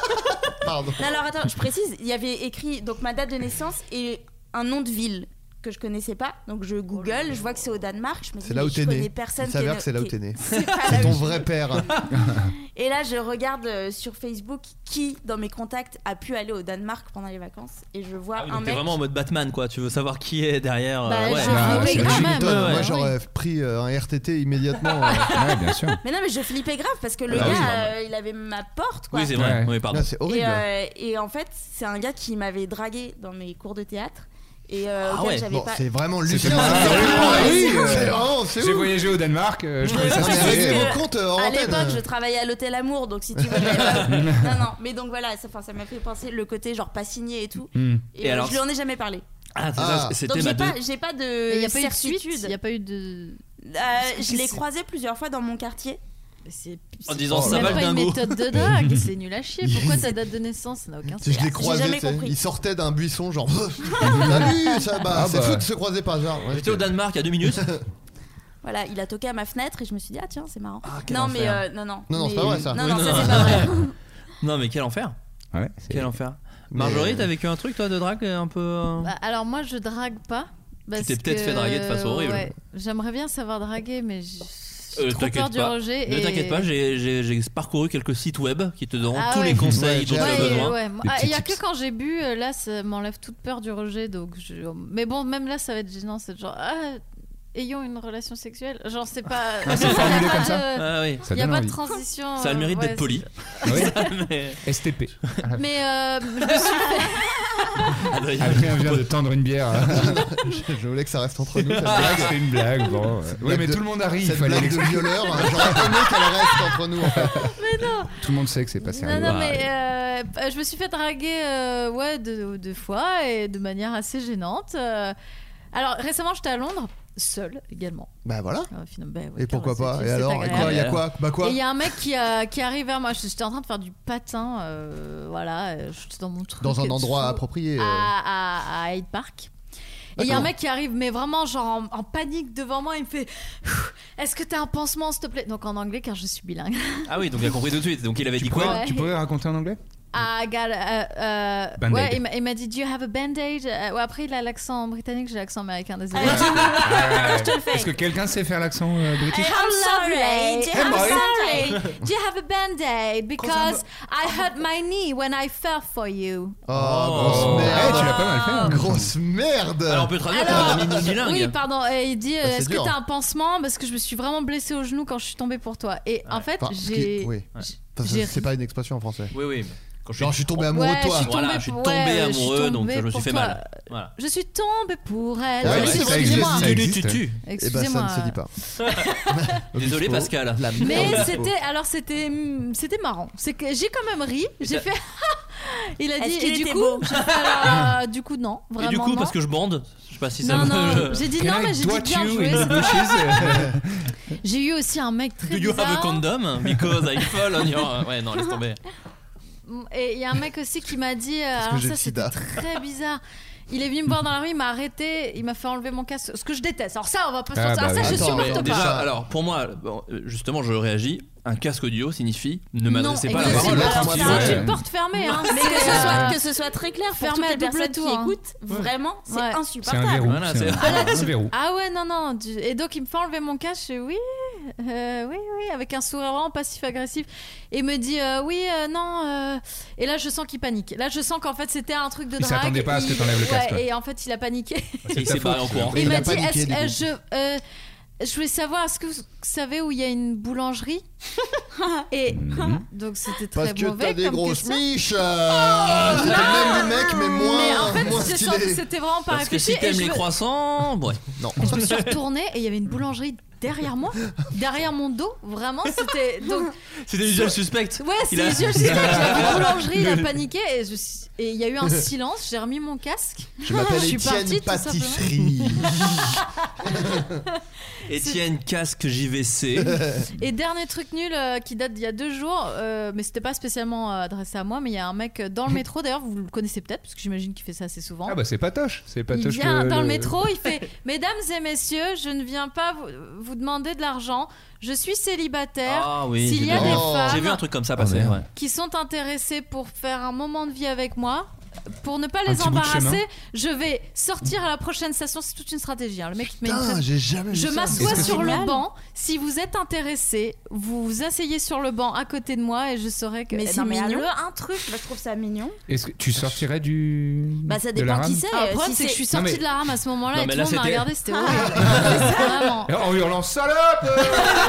N: Pardon.
A: Non, alors attends, je précise. Il y avait écrit donc ma date de naissance et un nom de ville que je connaissais pas. Donc je google, je vois que c'est au Danemark. Je me dis,
N: C'est là
A: mais
N: où
A: je
N: t'es
A: connais
N: né.
A: personne
N: Il
A: qui est
N: s'avère
A: né-
N: que c'est là où
A: qui-
N: t'es né.
A: C'est pas là
N: C'est
A: où
N: ton
A: je-
N: vrai père.
A: Et là, je regarde euh, sur Facebook qui dans mes contacts a pu aller au Danemark pendant les vacances et je vois Ah, un
J: Ah Donc T'es
A: mec.
J: vraiment en mode Batman, quoi. Tu veux savoir qui est derrière. euh,
A: Bah,
J: ouais.
A: je Bah, voulais c'est quand Washington, même,
N: Putain,
J: ouais.
N: moi j'aurais pris euh, un RTT immédiatement.
K: ouais, bien sûr.
A: Mais non, mais je flippais grave parce que le
N: Ah
A: gars,
N: oui, c'est
A: euh, il avait ma porte, quoi.
J: Oui, c'est vrai. Oui, pardon.
N: c'est horrible.
A: Et, euh, et en fait, c'est un gars qui m'avait dragué dans mes cours de théâtre. Et euh,
J: Ah
A: auquel j'avais
N: Bon,
A: pas.
N: c'est vraiment
K: C'était
N: Lucien.
K: pas-
N: c'est vraiment
K: Ah oui,
N: lui,
K: euh,
N: c'est vraiment- c'est
K: J'ai
N: ouf. Ah,
K: voyagé au Danemark, euh, je connais ça.
N: Parce que-
A: Parce que
N: euh,
A: à l'époque, je travaillais à l'hôtel Amour, donc si tu veux. j'avais- non, non, mais donc voilà, ça, enfin, ça m'a fait penser le côté genre pas signé et tout.
J: Hmm.
A: Et,
J: Et
A: euh,
J: alors-
A: je lui en ai jamais parlé.
J: Ah, c'est ça,
A: Donc
J: c'était
A: j'ai
J: ma
A: pas,
J: deux-
A: j'ai pas de.
L: Il n'y a pas eu de suite.
A: certitude.
L: Il n'y a pas eu de.
A: Euh, je l'ai croisé plusieurs fois dans mon quartier.
J: En disant
L: c'est
A: Oh
J: ça
L: même
J: va le
L: pas une
J: dingo.
L: méthode de drague, c'est nul à chier. Pourquoi ta date de naissance n'a aucun
N: Si
L: sens
N: je l'ai croisé,
L: jamais
N: tu sais,
L: compris.
N: il sortait d'un buisson, genre. Salut, ça bah,
J: Ah
N: c'est
J: bah.
N: fou de se croiser par hasard. Ouais,
J: J'étais au Danemark il y a deux minutes.
A: Voilà, il a toqué à ma fenêtre et je me suis dit, ah tiens, c'est marrant.
J: quel
A: non, mais
J: enfer.
A: euh, non, non.
J: Non, non, c'est
A: Mais-
J: pas vrai, ça.
A: Non,
J: Oui,
A: non,
J: non,
A: ça,
J: non.
A: c'est pas vrai.
J: Non, mais quel enfer. quel enfer. Marjorie, t'as vécu un truc, toi, de drague un peu. euh,
L: Bah, alors moi, je drague pas. parce
J: t'es peut-être
L: que-
J: fait draguer de façon horrible.
L: ouais, J'aimerais bien savoir draguer, mais j'ai j'ai
J: euh,
L: trop peur du
J: pas.
L: rejet.
J: Ne
L: et-
J: t'inquiète pas, j'ai- j'ai j'ai parcouru quelques sites web qui te donneront
L: Ah
J: tous
L: ouais.
J: les conseils
L: Ouais,
J: dont tu as
L: ouais,
J: besoin.
L: ouais. Ah, Il y a que quand j'ai bu, euh, là, ça m'enlève toute peur du rejet. Donc je- Mais bon, même là, ça va être gênant. C'est genre, ah, ayons une relation sexuelle. Genre, c'est pas.
K: Ah, c'est
L: Il y a
K: formulé
L: pas
K: comme
L: de-
K: ça Ah oui. Ça
L: Il n'y a
K: donne
L: pas de
K: envie.
L: transition.
J: Ça a le mérite
L: euh, ouais,
J: d'être poli. Ah,
K: STP.
L: c'est- Mais euh, je me suis
J: bah,
K: Adrien vient de tendre une bière.
N: je, je voulais que ça reste entre nous. cette blague.
K: C'était une blague, bon. euh. Oui,
N: Blague
K: mais
N: de-
K: tout le monde arrive.
N: Cette
K: fallait
N: blague de
K: l'expliquer.
N: violeur, hein, j'aurais pas aimé qu'elle reste entre nous. en fait.
L: Mais non
K: Tout le monde sait que c'est pas sérieux.
L: Non, non, mais euh, euh, je me suis fait draguer euh, ouais, deux, deux fois et de manière assez gênante. Euh, alors, récemment, j'étais à Londres, seule également.
N: Bah voilà.
L: Ah, finalement, bah, ouais,
N: Et pourquoi
L: car,
N: pas
L: c'est-
N: Et
L: c'est
N: alors Et
L: agréable.
N: quoi Il y a quoi Bah quoi
L: Et il y a un mec qui, a- qui arrive vers moi. J'étais en train de faire du patin, euh, voilà, euh, j'étais dans mon truc.
N: Dans un
L: et
N: endroit
L: tout,
N: approprié, euh.
L: Ah. À, à, à Hyde Park. Et il y a un
N: D'accord.
L: mec qui arrive, mais vraiment genre en, en panique devant moi. Il me fait Est-ce que t'as un pansement, s'il te plaît Donc en anglais, car je suis bilingue.
J: Ah oui, donc il a compris tout de suite. Donc il avait dit
L: pourrais-
J: quoi
L: tu
K: pourrais raconter en anglais
L: Ah, gars, euh, euh,
J: Band-aid.
L: ouais, il m'a- il m'a dit Do you have a bandage Euh, ouais, Après, il a l'accent britannique, j'ai l'accent américain, désolé.
K: Ah,
L: Je te le fais. Eh,
K: Est-ce que quelqu'un sait faire l'accent euh, british
L: I'm
A: Do
L: sorry.
A: you have
L: I'm
A: a
L: sorry. Do you have a band-aid? Because I hurt my knee when I fell for you.
N: Oh, grosse
K: Eh,
N: merde. tu l'as pas mal fait.
K: hein.
N: Grosse merde.
J: Oh. Alors on peut traduire
N: Alors-
J: comme un ami bilingue.
L: Oui, pardon. Et il dit, euh,
N: Ah, c'est
L: est-ce que
N: dur.
L: t'as un pansement Parce que je me suis vraiment blessée au genou quand je suis tombée pour toi. Et en fait,
N: Enfin, ce qui-
L: j'ai.
N: oui. Enfin,
L: j'ai-
N: C'est pas une expression en français.
J: Oui, oui. Quand
N: Genre, je suis tombé amoureux de
L: Ouais,
N: toi.
L: je suis tombée
J: Voilà, je suis
L: pour-
J: tombé
L: ouais, je suis
J: amoureux, donc
L: tombée
J: je me suis
L: pour
J: fait
L: toi.
J: mal. Voilà.
L: Je suis tombée pour elle.
J: Ouais, bah,
L: Ouais,
J: mais ça
L: excusez-moi.
J: existe, ça
L: Excusez-moi.
J: existe.
L: hein.
J: Eh ben, ça ne se dit
L: Excusez-moi.
J: pas. Désolé Pascal.
L: Mais c'était alors c'était hum, c'était marrant. C'est que j'ai quand même ri. J'ai fait. il a
A: Est-ce
L: dit
A: qu'il
L: et du
A: était
L: coup
A: beau
L: j'ai fait, alors, euh, du coup non
J: Et
L: vraiment
J: du coup,
L: non.
J: parce que je bande, je sais pas si ça
L: Non,
J: me-
L: non, j'ai dit Can non, I mais j'ai dit doit bien you joué, in c'est pas bushes grave. J'ai eu aussi un mec
J: Do
L: très
J: you have a
L: bizarre.
J: condom? Because I fall on your. Ouais, non, laisse tomber.
L: Et il y a un mec aussi qui m'a dit euh, alors
J: j'ai
L: ça
J: le
L: c'était
J: sida.
L: très bizarre. Il est venu me voir dans la rue, il m'a arrêté, il m'a fait enlever mon casque. Ce que je déteste. Alors ça, on va pas se
J: Ah,
L: sortir.
J: bah
L: Ah, ça,
J: oui.
L: je
J: Attends, mais
L: supporte pas.
J: Déjà, alors pour moi, bon, euh, justement, je réagis. Un casque audio signifie ne
L: Non,
J: m'adressez pas à la
L: exactement.
J: parole.
L: Alors,
J: Sinon,
L: c'est
J: euh,
L: une porte fermée. Hein.
A: Mais
L: C'est,
A: que ce, soit,
L: euh,
A: que ce soit très clair pour
L: fermé
A: toutes
L: à
A: les
L: double
A: personnes
L: tour, hein.
A: qui écoutent, vraiment, c'est
L: Ouais.
K: C'est
A: insupportable.
K: un verrou.
J: Voilà,
K: c'est
J: c'est-
K: un- un verrou.
L: Ah ouais, non, non. du- Et donc, il me fait enlever mon casque. Je fais, oui, euh, oui, oui, avec un sourire vraiment passif-agressif. Et il me dit, euh, oui, euh, non. euh. Et là, je sens qu'il panique. Là, je sens qu'en fait, c'était un truc de
K: Il
L: drague.
K: s'attendait pas à ce que
L: Il-
K: t'enlèves le
L: ouais,
K: casque, ouais.
L: Et en fait, il a paniqué.
J: Il s'est barré en courant.
L: il m'a dit, est-ce- euh, je, euh, je voulais savoir, est-ce que vous savez où il y a une boulangerie Et
K: Mhm.
L: donc, c'était très
N: Parce que
L: mauvais.
N: t'as des
L: comme
N: grosses
L: question.
N: miches.
L: Oh,
N: euh, C'était
L: non.
N: le même du mec, mais moins.
L: Mais en fait,
N: moins
L: j'ai
N: stylé.
L: senti que c'était vraiment pas
J: Parce que
L: réfléchi
J: si
L: et
J: t'aimes
L: je
J: les
L: me-
J: croissants, ouais.
N: Non.
L: je me suis retournée et il y avait une boulangerie derrière moi, derrière mon dos. Vraiment, c'était donc.
J: C'était visuel suspect.
L: Ouais, c'est
J: Il a-
L: les yeux. J'ai la boulangerie, il a paniqué et je suis- et il y a eu un silence. J'ai remis mon casque.
N: Je m'appelle
L: suis partie,
N: Étienne
L: tout simplement.
N: Pâtisserie.
J: Étienne casque JVC.
L: Et dernier truc nul euh, qui date d'il y a deux jours, euh, mais c'était pas spécialement euh, adressé à moi, mais il y a un mec euh, dans le métro. D'ailleurs, vous le connaissez peut-être parce que j'imagine qu'il fait ça assez souvent.
K: Ah bah c'est Patoche, c'est
L: Il
K: Patoche.
L: vient dans le métro, il fait Mesdames et messieurs, je ne viens pas vous, vous demander de l'argent. Je suis célibataire.
J: Ah oui.
L: S'il y a
J: j'ai-
L: des
J: Oh. J'ai vu un
L: femmes Ah,
J: truc comme ça passer. ouais.
L: qui sont intéressées pour faire un moment de vie avec moi, pour ne pas
J: Un
L: les
J: petit bout de chemin.
L: embarrasser, je vais sortir à la prochaine station. C'est toute une stratégie. hein. Le mec, il te met une
N: Putain,
L: traîne.
N: j'ai jamais vu
L: Je
N: ça.
L: m'assois
N: Est-ce que
L: sur
N: c'est
L: le
N: mal
L: banc. Si vous êtes intéressé, vous vous asseyez sur le banc à côté de moi et je saurai que.
A: Mais
L: Eh
A: c'est
L: non, mais
A: mignon.
L: allô
A: Un truc, bah, je trouve ça mignon.
K: Est-ce que tu sortirais du. de la rame
L: Ah, le problème,
A: si
L: c'est que je suis
K: c'est- Non,
L: sortie
K: mais-
L: de la rame à ce moment-là
K: Non,
L: et
K: mais
L: tout
K: là,
L: le monde m'a
K: c'était-
L: regardé,
N: Ah.
L: c'était horrible.
K: Et En hurlant salope euh,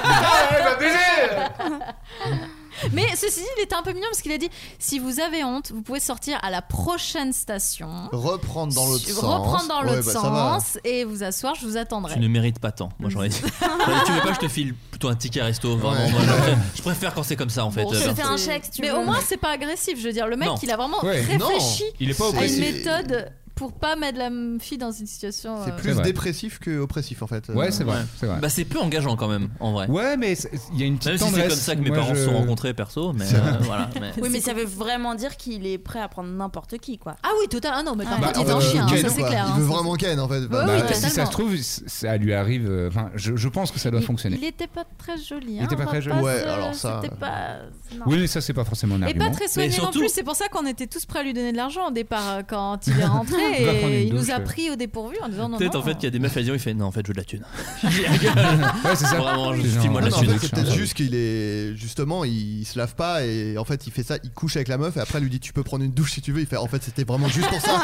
K: Ah, elle va baiser
L: Mais ceci dit, il était un peu mignon parce qu'il a dit si vous avez honte, vous pouvez sortir à la prochaine station.
N: Reprendre dans l'autre
L: Su-
N: sens.
L: Reprendre dans l'autre
N: Ouais, bah, ça va.
L: sens et vous asseoir, je vous attendrai.
J: Tu ne mérites pas tant, moi j'aurais dit. J'aurais dit, tu veux pas que je te file plutôt un ticket resto, vraiment. moi, je, préfère, je préfère quand c'est comme ça en fait.
L: Bon,
J: euh,
L: c'est-
J: perso.
A: un chèque, si tu
L: Mais
A: veux.
L: au moins, c'est pas agressif. Je veux dire, le mec,
J: Non.
L: il a vraiment
J: Ouais.
L: réfléchi
J: Non. Il est pas
N: Oh, bah,
L: à une
J: oppressif.
L: méthode pour pas mettre la m- fille dans une situation.
N: C'est
L: euh,
N: plus dépressif que oppressif en fait.
K: Ouais, c'est vrai,
J: Ouais.
K: c'est vrai.
J: Bah c'est peu engageant quand même, en vrai.
K: Ouais, mais c'est- il y a une petite
J: Même si c'est
K: tendresse.
J: comme ça que mes
K: Moi,
J: parents se
K: je-
J: sont rencontrés perso, mais
K: C'est vrai.
J: euh, voilà. mais-
A: Oui, mais ça veut vraiment dire qu'il est prêt à prendre n'importe qui, quoi.
L: Ah oui, total. Ah non, mais par
A: Ouais.
L: contre,
N: Bah,
L: il est un
N: euh,
L: chien, hein,
N: Ken,
L: ça c'est
N: quoi.
L: clair.
N: Il
L: hein.
N: veut vraiment Ken en fait.
L: Bah oui,
K: Bah, si ça
L: totalement.
K: se trouve, c- ça lui arrive. euh, Enfin, je, je pense que ça doit fonctionner.
L: Il était pas très joli.
K: Il
L: hein,
K: était pas
L: on va
K: très joli.
L: se-
K: Ouais, alors ça-
L: C'était pas. non.
K: Oui, mais ça, c'est pas forcément un
L: Et
K: argument.
L: pas très soigné non plus, c'est pour ça qu'on était tous prêts à lui donner de l'argent au départ euh, quand il est
J: Il va prendre
L: rentré et
J: une
L: il nous
J: douche,
L: a
J: ouais.
L: pris au dépourvu en disant non.
J: Peut-être
L: non,
J: en fait qu'il y a des meufs à dire, il fait non en fait je veux de la thune.
K: ouais,
N: c'est ça.
J: Vraiment, je file-moi de la
N: Non, mais en
J: thune.
N: fait, c'est peut-être juste qu'il est justement, il se lave pas et en fait il fait ça, il couche avec la meuf et après elle lui dit tu peux prendre une douche si tu veux. Il fait en fait c'était vraiment juste pour ça.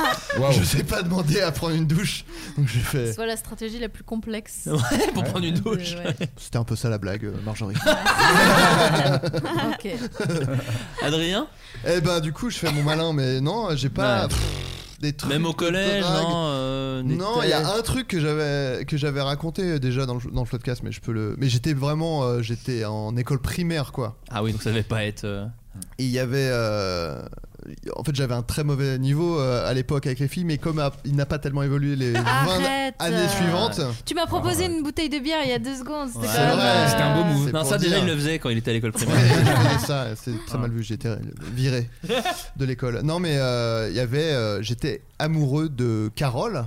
N: Je sais pas demander à prendre une douche, donc j'ai fait.
L: Soit la stratégie la plus complexe.
J: Ouais, pour prendre une douche.
N: C'était un peu ça la blague, euh, Marjorie.
L: ok.
J: Adrien
N: Eh ben du coup je fais mon malin, mais non, j'ai pas
J: Ouais.
N: pff, des trucs.
J: Même au
N: de
J: collège,
N: drague.
J: non euh, des
N: Non, il y a
J: tests.
N: un truc que j'avais que j'avais raconté euh, déjà dans le, dans le podcast, mais je peux le. Mais j'étais vraiment, euh, j'étais en école primaire quoi.
J: Ah oui, donc ça devait pas être. euh,
N: Et il y avait. euh, En fait, j'avais un très mauvais niveau euh, à l'époque avec les filles, mais comme à- il n'a pas tellement évolué les 20
L: Arrête.
N: années
L: euh,
N: suivantes.
L: Tu m'as proposé une bouteille de bière il y a deux secondes. C'était
N: Ouais.
L: quand même,
N: C'est vrai.
L: euh,
N: C'était un beau move. C'est
J: Non,
N: pour
J: ça déjà
N: dire.
J: il le faisait quand il était à l'école primaire.
N: Et ça, c'est très mal vu. J'ai été viré de l'école. Non, mais euh, il y avait. euh, J'étais amoureux de Carole.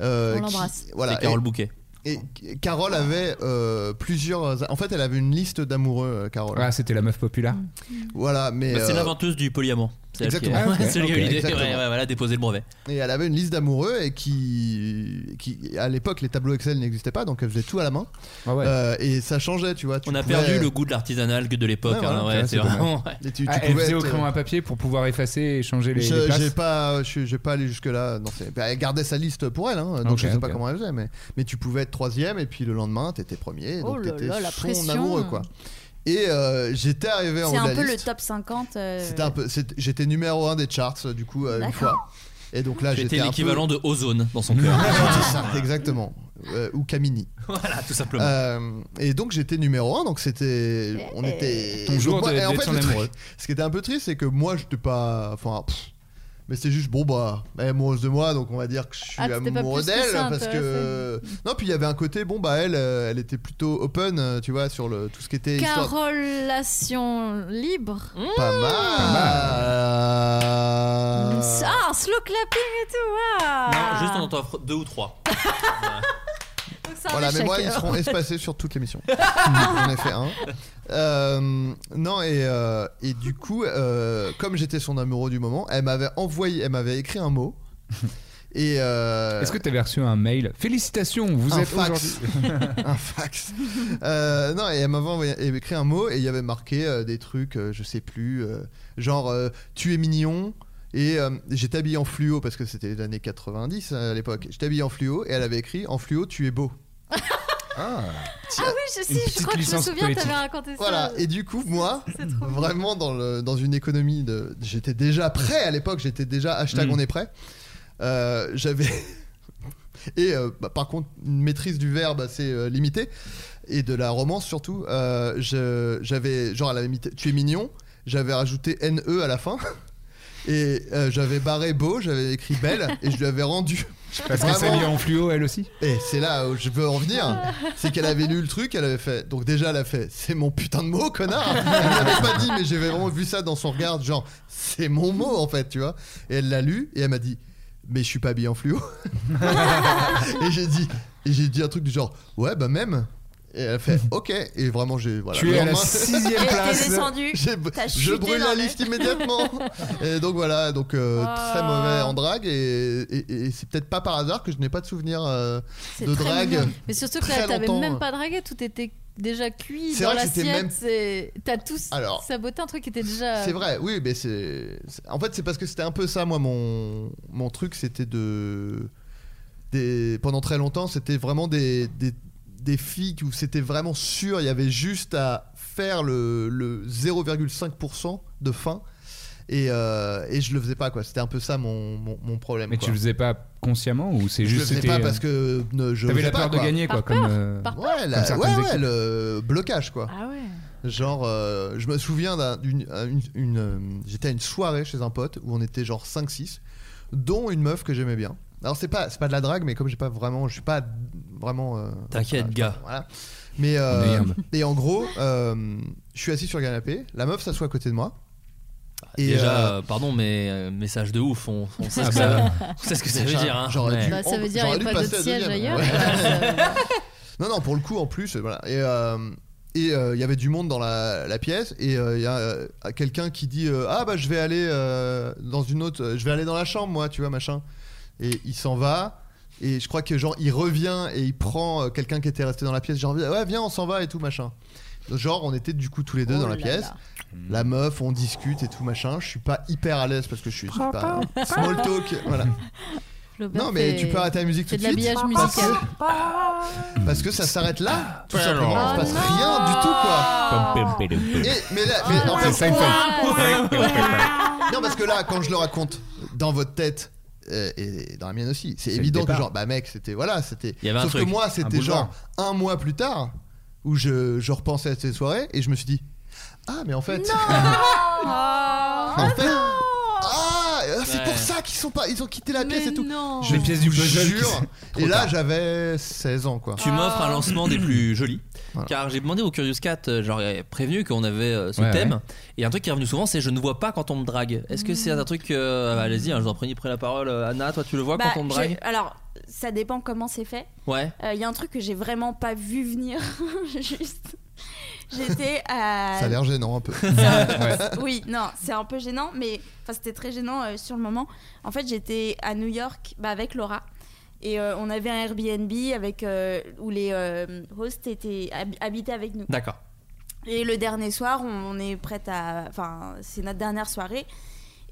N: euh,
J: On
N: qui-
J: l'embrasse.
N: Voilà.
J: C'est Carole
N: et-
J: Bouquet.
N: Et Carole avait euh, plusieurs. En fait, elle avait une liste d'amoureux, euh, Carole.
K: Ah, c'était la meuf populaire.
L: Mm.
N: Voilà, mais.
J: Bah, c'est
N: euh,
J: l'inventeuse du polyamour. C'est elle qui a-
N: Exactement. Ah, ok.
J: C'est elle qui a eu
N: Ok,
J: l'idée. Ouais,
N: exactement.
J: ouais, voilà, déposer le brevet.
N: Et elle avait une liste d'amoureux et qui, qui à l'époque les tableaux Excel n'existaient pas donc elle faisait tout à la main.
K: Ah
N: Euh, et ça changeait, tu vois. tu
J: On a
N: pouvais-
J: perdu le goût de l'artisanal que de l'époque.
N: Ouais,
J: hein,
N: voilà,
J: ouais,
N: ouais,
J: c'est
N: c'est
J: vraiment.
N: dommage.
J: ouais.
N: Et tu- tu
K: Ah, elle
N: pouvais
K: faisait au
N: être- euh,
K: crayon à papier pour pouvoir effacer et changer les, les
N: Je-
K: places.
N: J'ai pas, je suis- j'ai pas allé jusque là. Non, c'est- bah, elle gardait sa liste pour elle, hein, donc
K: Ok,
N: je sais pas
K: ok.
N: comment elle faisait, mais mais tu pouvais être troisième et puis le lendemain t'étais premier,
A: Oh
N: donc
A: là
N: t'étais
A: là, la
N: son
A: pression.
N: amoureux quoi. Et euh, j'étais arrivé
A: C'est
N: en haut de
A: un
N: la
A: peu le
N: liste.
A: top 50. euh,
N: C'était un peu, c'est- j'étais numéro un des charts euh, du coup euh, une
A: D'accord.
N: fois. Et donc là
J: C'était
N: j'étais un peu-
J: l'équivalent de Ozone dans son cœur.
N: C'est ça, exactement. Euh, ou Camini.
J: Voilà, tout simplement.
N: Euh, et donc j'étais numéro 1 donc c'était on était
K: Ton jour
N: Donc, moi-
K: de-
N: et en
K: d'être
N: fait,
K: son
N: le truc-
K: amoureux.
N: ce qui était un peu triste c'est que moi j'étais pas enfin pff, mais c'est juste bon bah elle est amoureuse de moi donc on va dire que je suis
L: Ah, t'étais pas
N: amoureux
L: plus que
N: d'elle
L: ça
N: parce que non puis il y avait un côté bon bah elle euh, elle était plutôt open euh, tu vois sur le tout ce qui était histoire-
L: Carolation libre.
N: pas mal, Ah.
L: Ah, slow clapping et tout. waouh.
J: Non, juste on entend deux ou trois.
L: Donc c'est un
N: Voilà, mais
L: échec. euh.
N: moi, ils seront espacés sur toute l'émission. J'en ai fait un. Euh, non, et, euh, et du coup, euh, comme j'étais son amoureux du moment, elle m'avait envoyé, elle m'avait écrit un mot. Et euh,
K: Est-ce que tu avais reçu un mail Félicitations, vous
N: un
K: êtes
N: fax.
K: aujourd'hui.
N: un fax. Euh, non, et elle m'avait envoyé- elle m'avait écrit un mot et il y avait marqué euh, des trucs, euh, je sais plus, euh, genre euh, tu es mignon. Et euh, j'étais habillé en fluo parce que c'était les années 90 à l'époque. J'étais habillé en fluo et elle avait écrit en fluo tu es beau. ah.
L: Ah oui, je, si, je crois que je me souviens, t'avais raconté ça.
N: Voilà, et du coup, moi, vraiment dans, le, dans une économie de. J'étais déjà prêt à l'époque, j'étais déjà hashtag
J: Mm.
N: on est prêt. Euh, J'avais. Et euh, bah, par contre, une maîtrise du verbe assez euh, limitée et de la romance surtout. Euh, je- J'avais. Genre, elle avait mis Tu es mignon, j'avais rajouté NE à la fin. Et euh, j'avais barré beau, j'avais écrit belle et je lui avais rendu.
K: Parce qu'elle s'habille en fluo elle aussi.
N: Et c'est là où je veux en venir. C'est qu'elle avait lu le truc, elle avait fait. Donc déjà, elle a fait C'est mon putain de mot, connard Elle l'avait pas dit, mais j'ai vraiment vu ça dans son regard, genre C'est mon mot, en fait, tu vois. Et elle l'a lu et elle m'a dit Mais je suis pas habillé en fluo. et j'ai dit, et j'ai dit un truc du genre Ouais, bah même. Et elle a fait OK. Et vraiment, j'ai. Voilà,
K: Tu
N: Le
K: es à la
N: lendemain-
K: sixième Et t'es place.
A: descendu,
N: J'ai-
A: t'as
N: Je
A: chuté
N: brûle
A: dans
N: la
A: le-
N: liste immédiatement. Et donc voilà, donc euh,
A: Ah.
N: très mauvais en drague et, et- et c'est peut-être pas par hasard que je n'ai pas de souvenir euh,
L: C'est
N: de
L: très
N: drague.
L: mignon. Mais surtout que
N: très
L: là, t'avais
N: longtemps.
L: même pas dragué, tout était déjà cuit
N: C'est
L: dans
N: vrai que c'était
L: l'assiette.
N: même-
L: c'est- T'as tous
N: Alors,
L: saboté un truc qui était déjà.
N: C'est vrai, oui, mais c'est. c'est- En fait, c'est parce que c'était un peu ça, moi, mon, mon truc, c'était de. Des... Pendant très longtemps, c'était vraiment des, des... des filles où c'était vraiment sûr, il y avait juste à faire le, le 0,5% de fin. Et, euh, et je le faisais pas, quoi. C'était un peu ça mon, mon, mon problème.
K: Mais
N: quoi.
K: tu le faisais pas consciemment ou c'est
N: Je
K: juste
N: le faisais
K: c'était euh,
N: pas parce que ne- je
K: T'avais
N: osais
K: la
N: pas,
K: peur de
N: quoi.
K: gagner quoi comme euh,
N: Ouais, la-
K: comme certaines
N: ouais, ouais,
K: équipes.
N: le blocage quoi.
L: Ah ouais.
N: Genre, euh, je me souviens d'un- d'une. un- une- une, euh, J'étais à une soirée chez un pote où on était genre 5-6, dont une meuf que j'aimais bien. Alors, c'est pas, c'est pas de la drague, mais comme j'ai pas vraiment. Je suis pas vraiment. euh,
J: T'inquiète, gars.
N: Voilà. Mais euh,
J: On est humble.
N: et en gros, euh, je suis assis sur le canapé, la meuf s'assoit à côté de moi. Et,
J: Déjà,
N: euh,
J: euh, pardon, mais euh, message de ouf, on, on sait,
N: Ah
J: ce que
N: bah.
J: ça, on sait ce que ça veut
N: J'aurais-
J: dire. Hein,
N: j'aurais dû-
L: Bah, ça veut dire
N: j'aurais
L: il
N: dû
L: n'y a pas
N: passer
L: de
N: à la
L: siège
N: deuxième.
L: ailleurs.
N: Ouais.
L: euh,
N: Non, non, pour le coup, en plus, euh, voilà. Et euh, et, euh, il y avait du monde dans la, la pièce, et euh, il y a euh, quelqu'un qui dit euh, Ah, bah, je vais aller euh, dans une autre. euh, Je vais aller dans la chambre, moi, tu vois, machin. Et il s'en va. Et je crois que genre il revient et il prend euh, quelqu'un qui était resté dans la pièce, genre ouais viens on s'en va et tout machin. Genre on était du coup tous les deux
L: Oh
N: dans la
L: là
N: pièce.
L: là.
N: La meuf, on discute et tout machin. Je suis pas hyper à l'aise parce que je suis super
L: Papa.
N: small talk. Voilà.
L: Flaubert
N: Non, mais
L: fait-
N: tu peux arrêter la musique
L: fait
N: tout
L: de
N: de suite.
L: l'habillage musical.
N: Parce que ça s'arrête là, tout
J: Ouais,
N: simplement.
J: alors.
A: Oh
N: Il se passe rien du tout, quoi.
K: Et-
N: mais là, mais
K: Oh
N: en
K: là
N: fait-
K: là. C'est Seinfeld.
N: non, parce que là, quand je le raconte dans votre tête. euh, Et dans la mienne aussi. C'est
J: le
N: évident que
J: départ.
N: genre, bah mec, c'était voilà, c'était.
J: Il y avait un
N: Sauf que
J: truc,
N: moi,
J: un
N: c'était genre
J: boulevard.
N: un mois plus tard où je, je repensais à ces soirées et je me suis dit, ah mais en fait, en fait,
L: Oh,
N: ah c'est pour
J: Ouais.
N: ça qu'ils sont pas, ils ont quitté la pièce et tout.
L: non.
N: Je
K: Les pièces du
N: vous
K: puzzle qui
N: jure.
K: sont-
N: Et là, j'avais 16 ans, quoi.
J: Tu m'offres un lancement des plus jolis. Car j'ai demandé au Curious Cat, euh, genre euh, prévenu qu'on avait euh, ce
K: Ouais,
J: thème.
K: ouais.
J: Et un truc qui est revenu souvent, c'est je ne vois pas quand on me drague. Est-ce que
A: Mm.
J: c'est un truc. euh, Allez-y, hein, je vous en prie, prenez la parole. Euh, Anna, toi tu le vois
A: Bah,
J: quand on me
A: j'ai-
J: drague
A: Alors, ça dépend comment c'est fait. Euh,
J: Ouais.
A: Il y a un truc que j'ai vraiment pas vu venir. Juste. J'étais à.
N: Ça a l'air gênant un peu.
A: Oui, non, c'est un peu gênant, mais enfin, c'était très gênant euh, sur le moment. En fait, j'étais à New York bah, avec Laura. Et euh, on avait un Airbnb avec, euh, où les euh, hosts étaient, hab- habitaient avec nous.
J: D'accord.
A: Et le dernier soir, on, on est prête à. Enfin, c'est notre dernière soirée.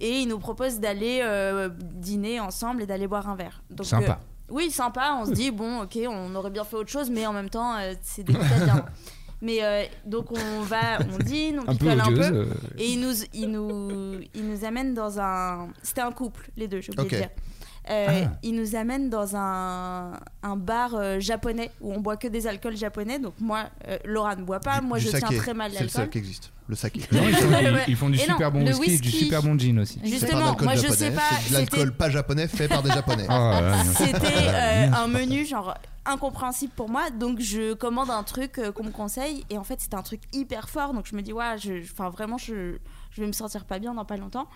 A: Et ils nous proposent d'aller euh, dîner ensemble et d'aller boire un verre. Donc,
K: Sympa.
A: euh, oui, sympa. On se dit, bon, ok, on aurait bien fait autre chose, mais en même temps, euh, c'est des Italiens. Mais euh, donc, on va, on dîne, on
K: Un peu
A: picole un
K: odieuse,
A: peu.
K: euh.
A: Et ils nous, ils, nous, ils nous amènent dans un. C'était un couple, les deux, j'ai oublié de
K: Ok.
A: dire. Euh,
K: Ah.
A: Ils nous amènent dans un, un bar euh, japonais où on boit que des alcools japonais. Donc, moi, euh, Laura ne boit pas. moi,
N: Du
A: je
N: saké.
A: tiens très mal
N: C'est le
A: l'alcool.
N: seul qui existe. Le saké.
K: Non, ils font, ils-
A: Ouais.
K: ils font du
A: Et non,
K: super bon
A: le
K: whisky, et du
A: whisky.
K: super bon gin aussi.
N: C'est pas de
A: Justement,
N: l'alcool
A: moi, je
N: japonais,
A: sais pas,
N: C'est de l'alcool
A: c'était-
N: pas japonais fait par des japonais.
K: Ah, ouais, ouais.
A: C'était euh, un menu genre incompréhensible pour moi, donc je commande un truc euh, qu'on me conseille et en fait c'était un truc hyper fort, donc je me dis ouais, je, enfin vraiment je, je vais me sentir pas bien dans pas longtemps.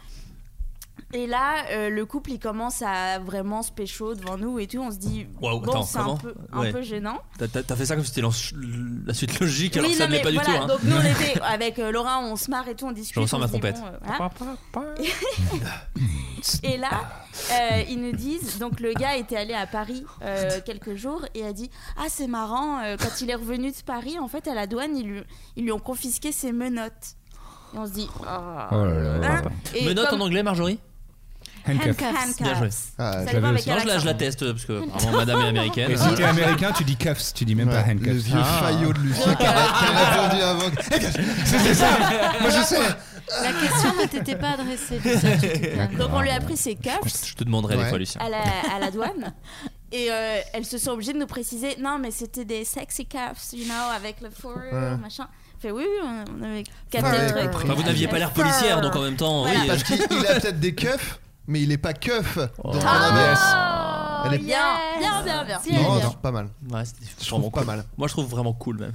A: Et là, euh, le couple, il commence à vraiment se pécho devant nous et tout. On se dit,
J: Waouh,
A: bon,
J: attends,
A: c'est un,
J: comment
A: peu, un
J: Ouais.
A: peu gênant.
J: T'as- T'as t'as fait ça comme si c'était l'en- la suite logique, alors
A: oui,
J: que ça
A: non,
J: ne l'est
A: mais
J: pas
A: voilà,
J: du tout. hein.
A: Donc nous, on était avec euh, Laura, on se marre et tout, on discute.
J: Je ressens
A: on
J: ma
A: se dit,
J: trompette.
A: bon, euh, voilà. et là, euh, ils nous disent donc le gars était allé à Paris euh, quelques jours et a dit Ah, c'est marrant, euh, quand il est revenu de Paris, en fait, à la douane, ils lui, ils lui ont confisqué ses menottes. Et on se dit Ah.
J: Oh là là.
A: Hein Et
J: Menottes
A: comme-
J: en anglais, Marjorie
A: Handcuffs. Handcuffs.
J: Bien joué.
A: Ah, Ça je dépend l'avais avec aussi. quel
J: Non, je la- je la
A: accent.
J: teste parce que vraiment, madame est américaine.
K: Et si t'es américain, tu dis cuffs, tu dis même pas handcuffs. Ah.
N: Le vieux faillot de Lucien qui a qui a
A: Ah.
N: répondu avant.
K: C'était ça Moi je sais
L: La question ne t'était pas adressée. Lucien, tu te plains.
A: Donc on lui a pris ses cuffs
J: Je te demanderai des
A: Ouais.
J: fois, Lucien.
A: à la, à la douane. Et euh, elles se sont obligées de nous préciser non, mais c'était des sexy cuffs, you know, avec le fur,
J: Ouais.
A: machin. Fait oui, oui, on- on avait capté le
N: Ouais,
A: truc.
N: compris.
J: Enfin, vous n'aviez pas l'air policière, donc en même temps, oui.
N: Parce qu'il il a peut-être des keufs, mais il est pas keuf. dans la
A: Ah,
N: Elle est-
A: bien, bien, bien, bien.
N: Non, non, pas mal.
J: Ouais, c'était vraiment
N: pas
J: cool.
N: mal.
J: Moi, je trouve vraiment cool, même.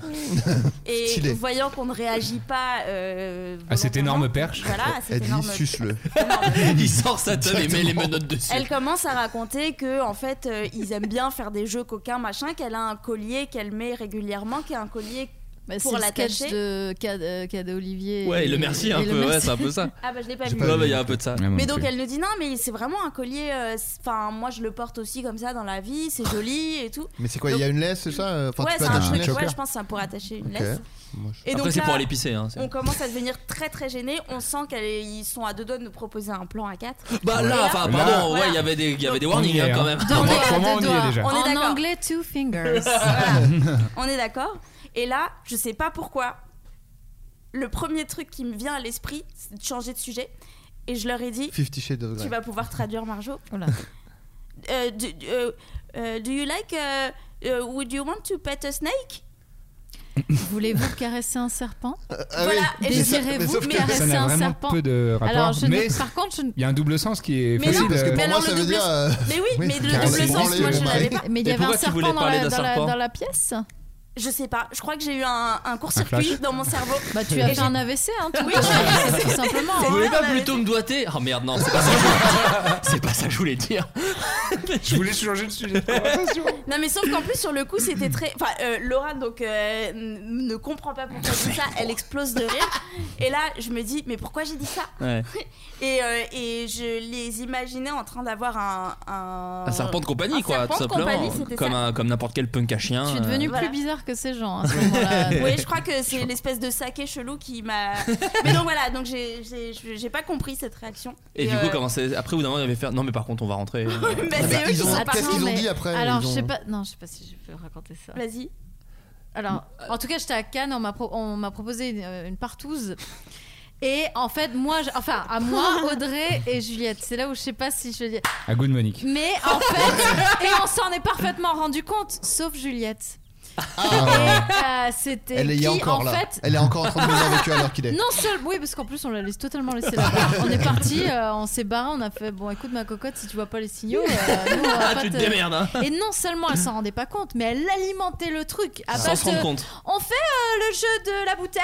A: Et
J: Stylé.
A: voyant qu'on ne réagit pas. euh,
K: Ah,
J: À cette Ah, énorme perche.
A: Voilà, à cette énorme
N: suce-le.
J: Il sort sa teub et met les menottes dessus.
A: Elle commence à raconter que en fait euh, ils aiment bien faire des jeux coquins machin, qu'elle a un collier qu'elle met régulièrement, qui est un collier
L: Bah, c'est
A: pour
L: le sketch
A: l'attacher.
L: de Cad euh, Cadet Olivier.
J: Ouais, et le merci un peu, ouais,
L: merci.
J: c'est un peu ça.
A: Ah bah je l'ai pas
J: Ouais,
A: vu.
J: bah, il y a un peu de
K: Ah,
J: ça.
A: Mais donc elle nous dit non mais c'est vraiment un collier. euh, c'est- Enfin moi je le porte aussi comme ça dans la vie, c'est joli et tout.
N: Mais c'est quoi Il y a une laisse, c'est ça euh, Enfin,
A: ouais
N: Oh, tu peux
A: c'est un
N: attacher une
A: truc.
N: laisse
A: Ouais je pense que c'est pour attacher une
N: Ok.
A: laisse.
N: Moi,
A: Et
J: Après,
A: donc
J: c'est
A: là,
J: pour aller pisser. Hein, c'est-
A: On commence à devenir très très gênés. On sent qu'ils sont à deux doigts de nous proposer un plan à quatre.
J: Bah
A: Et
J: là, enfin,
K: Là.
J: pardon, ouais, il y avait des, il y avait des
K: on
J: warnings
K: y est,
J: hein, quand
K: hein.
J: même.
K: Pour moi- pour moi, on y est déjà.
A: On est
L: en
A: d'accord.
L: anglais, two fingers.
A: On est d'accord Et là, je sais pas pourquoi, le premier truc qui me vient à l'esprit, c'est de changer de sujet. Et je leur ai dit
N: 50 Shades of
A: Tu
N: Grey.
A: vas pouvoir traduire, Marjo Euh, do, euh, euh, do you like. euh, euh, would you want to pet a snake
L: Voulez-vous caresser un serpent
N: ah
A: Voilà,
N: oui.
A: et
N: Mais
A: je
N: ça- mais
A: dirais
N: sauf
A: vous,
N: que-
A: mais
K: Ça
A: arrêtez
K: n'a
A: un
K: vraiment
A: serpent.
K: peu de rapport.
L: Alors, je ne-
K: mais
L: par contre, je ne-
K: il y a un double sens qui est
A: Mais non,
K: facile.
N: parce que
K: euh,
N: pour
A: Mais
N: moi,
A: alors,
N: ça
A: le
N: veut
A: double-
N: dire. euh,
A: Mais oui,
N: oui,
A: mais le
N: carrément.
A: double sens,
N: Branler
A: moi
N: le
A: je l'avais
N: mari.
A: pas.
L: Mais il y
N: Et
L: avait un
N: pourquoi tu
L: serpent
N: voulais
L: dans
N: parler
L: la,
N: d'un
L: dans la-
N: serpent
L: dans la pièce
A: Je sais pas, je crois que j'ai eu un, un court-circuit
J: flash.
A: dans mon cerveau.
L: Bah, tu
A: Et
L: as
A: j'ai-
L: fait un AVC, hein, tout,
A: Oui,
L: tout simplement.
J: Vous voulez
L: hein.
J: pas plutôt me doiter Oh merde, non, c'est pas ça que je voulais dire. C'est pas ça que je voulais dire.
K: Je voulais changer de sujet.
A: Non mais sauf qu'en plus sur le coup c'était très... Enfin euh, Laura donc euh, n- ne comprend pas pourquoi je dis ça, elle explose de rire. Et là je me dis mais pourquoi j'ai dit ça
J: Ouais.
A: et, euh, et je les imaginais en train d'avoir un, un...
J: Un serpent de compagnie,
A: un
J: quoi,
A: serpent
J: tout
A: de compagnie,
J: simplement.
A: c'était
J: Comme
A: ça.
J: un- comme n'importe quel punk à chien.
L: Je suis
J: euh,
L: devenue
A: Voilà.
L: plus bizarre que ces gens à ce moment-là.
A: Oui, je crois que c'est l'espèce de saké chelou qui m'a. Mais donc voilà, donc j'ai- j'ai j'ai pas compris cette réaction.
J: Et, du coup,
A: euh,
J: comment c'est- après, au bout d'un moment, il avait fait Non, mais par contre, on va rentrer.
A: bah, c'est eux qui sont partis.
L: Mais- Alors, je sais
J: ont-
L: pas. Non, je sais pas si je peux raconter ça.
A: Vas-y.
L: Alors, en tout cas, j'étais à Cannes, on m'a pro- on m'a proposé une, euh, une partouze. Et en fait, moi, je- enfin, à moi, Audrey et Juliette. C'est là où je sais pas si je.
K: À goût de Monique.
L: Mais en fait, et on s'en est parfaitement rendu compte, sauf Juliette. Et, euh, c'était
N: Ah. Elle y
L: qui,
N: est encore
L: en
N: là.
L: fait
N: Elle est encore en train de me avec eux alors qu'il est.
L: non seul, oui, parce qu'en plus on la laisse totalement laisser là. On est parti, euh, on s'est barré, on a fait bon, écoute ma cocotte, si tu vois pas les signaux, euh, nous, on va
J: Ah,
L: pas
J: tu te
L: te-
J: démerdes, hein.
L: Et non seulement elle s'en rendait pas compte, mais elle alimentait le truc. À
J: Sans
L: base
J: se rendre
L: de-
J: compte.
L: On fait euh, le jeu de la bouteille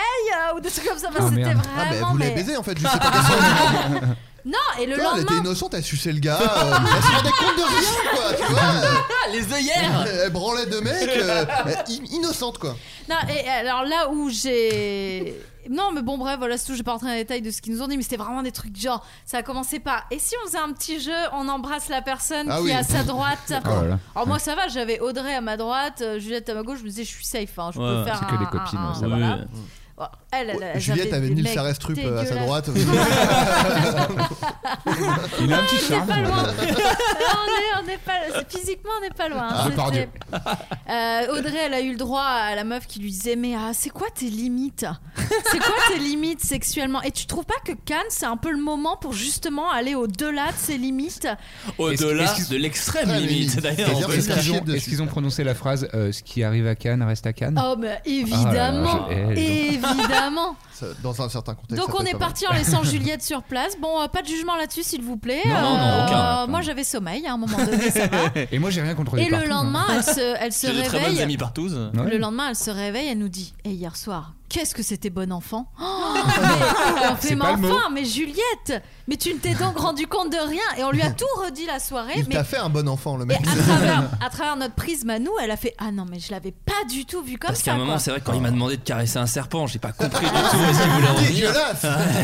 L: euh, ou des trucs comme ça. Enfin,
N: Ah,
L: C'était
N: merde.
L: vraiment.
N: Ah, bah, elle voulait
L: mais-
N: baiser en fait, je sais pas descendre.
L: Non, et le
N: Putain, Elle était
L: lendemain.
N: innocente, elle suçait le gars. euh, elle se rendait compte de rien quoi, tu vois.
J: Les œillères
N: Elle, elle branlait Eh, deux mecs, euh, in- innocente quoi.
L: Non, et alors là où j'ai. Non, mais bon, bref, voilà, c'est tout. J'ai pas rentré dans les détails de ce qu'ils nous ont dit, mais c'était vraiment des trucs genre. Ça a commencé par. Et si on faisait un petit jeu, on embrasse la personne
J: Ah
L: qui
J: oui.
L: est à sa droite
J: D'accord. Oh là là.
L: Alors, moi, ça va, j'avais Audrey à ma droite, euh, Juliette à ma gauche, je me disais, je suis safe, hein, je peux faire. un- un- un-
J: Oui.
L: voilà. Oh, Elle, elle, elle
N: Juliette avait
L: des
N: Nils
L: mecs
N: Sarrestrup euh, à sa
L: dégueulasses.
N: droite.
K: Il a un petit
L: On n'est
K: charme.
L: pas loin. on est, on est pas, c'est- physiquement, on n'est pas loin.
K: Ah,
L: C'était-
K: pardieu.
L: Euh, Audrey, elle a eu le droit à la meuf qui lui disait Mais ah, c'est quoi tes limites C'est quoi tes limites sexuellement Et tu trouves pas que Cannes, c'est un peu le moment pour justement aller au-delà de ses limites
J: Au-delà de l'extrême limite, d'ailleurs. on peut le
K: Est-ce qu'ils
J: dire.
K: ont, est-ce qu'ils ont prononcé la phrase euh, Ce qui arrive à Cannes reste à Cannes
L: Oh, mais évidemment
K: Ah là là, je- eh,
L: Évidemment
N: Dans un certain contexte.
L: Donc on est parti en laissant Juliette sur place. Bon, euh, pas de jugement là-dessus, s'il vous plaît. Euh,
K: Non, non, non, aucun.
L: Moi, j'avais sommeil hein, à un moment donné. ça va.
K: Et moi j'ai rien contre les
L: Et le
K: partous, hein.
L: lendemain, elle se, elle se
J: J'ai de très bonnes
L: réveille.
J: amies partout.
L: Eh, Le lendemain, elle se réveille, elle nous dit Et hier soir, qu'est-ce que c'était bon enfant Oh, mais, on
K: C'est
L: fait, mais
K: pas le mot.
L: enfin, mais Juliette, mais tu ne t'es donc rendu compte de rien et on lui a tout redit la soirée.
N: Il
L: mais
N: t'a fait un bon enfant, le mec.
L: à travers notre prisme à nous, elle a fait ah non mais je l'avais pas du tout vu comme
J: Parce qu'à un
L: ça.
J: moment,
L: quoi. Ah,
J: c'est vrai que quand il m'a demandé de caresser un serpent, j'ai pas compris du tout ce qu'il voulait en dire.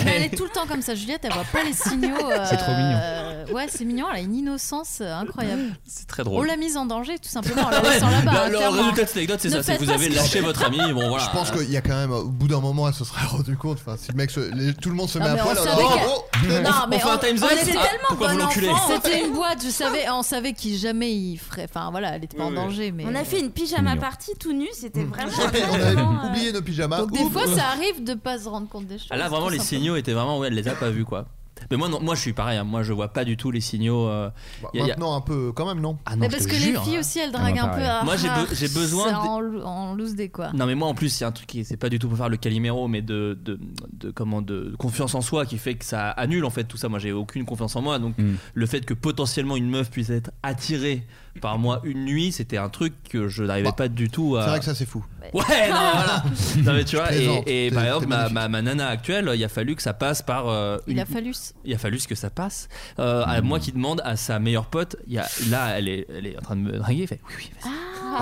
L: Mais elle est tout le temps comme ça, Juliette, elle voit pas les signaux. euh,
J: C'est trop mignon.
L: euh, Ouais, c'est mignon, elle a une innocence euh, incroyable.
J: C'est très Ah, drôle.
L: On l'a mise en danger tout simplement, on la laissant là-bas.
J: Ouais, le- le
L: clairement.
J: résultat de cette anecdote, c'est
L: Ne
J: ça, c'est que
L: faites
J: vous
L: pas
J: avez
L: ce que-
J: lâché votre ami, bon, voilà.
N: Je pense
L: ah.
N: qu'il y a quand même, au bout d'un moment, elle se serait rendu compte. Enfin, si le mec, se- les- tout le monde se
L: Non,
N: met
L: mais
N: à
L: on
N: poil.
L: savait
N: oh,
L: qu'elle-
N: oh,
L: Non, mais
J: fait un time zone
L: on était
J: Ah,
L: tellement
J: pourquoi vous
L: bon
J: l'enculez
L: enfant. C'était une boîte, je savais, on savait qu'il jamais il ferait. Enfin voilà, elle était
J: Ah,
L: pas en danger. Mais
A: On a fait une pyjama party tout nu, c'était vraiment.
N: On avait oublié nos pyjamas.
L: Donc des
N: Oups.
L: fois, ça arrive de pas se rendre compte des choses.
J: Ah là, vraiment,
L: tout
J: les
L: simplement.
J: signaux étaient vraiment, ouais, elle les a pas vus, quoi. Mais moi, non, moi, je suis pareil, hein, moi, je vois pas du tout les signaux. euh, y a- y a-
N: Bah, Maintenant, un peu, quand même, non
J: Ah non,
L: Mais
J: je
L: parce
J: te
L: que
J: jure.
L: les filles aussi, elles draguent un peu. à
J: Moi, j'ai be-
L: rare,
J: j'ai besoin
L: ça
J: de-
L: en, lou- en loose des quoi.
J: Non mais moi en plus c'est un truc qui c'est pas du tout pour faire le calimero mais de, de, de comment de, de confiance en soi qui fait que ça annule en fait tout ça moi j'ai aucune confiance en moi donc le fait que potentiellement une meuf puisse être attirée par moi une nuit c'était un truc que je n'arrivais pas du tout à
N: C'est vrai que ça, c'est fou.
J: Ouais, non, voilà. Non, mais tu vois,
N: Je plaisante.
J: et, et
N: T'es-
J: par
N: t'es
J: exemple, ma,
N: magnifique.
J: ma- ma nana actuelle, il a fallu que ça passe par. euh,
L: Il
J: une-
L: a fallu.
J: Il a fallu que ça passe. Euh, à
K: Hmm.
J: moi qui demande à sa meilleure pote, il y a, là, elle est, elle est en train de me draguer, elle fait oui, oui, vas-y.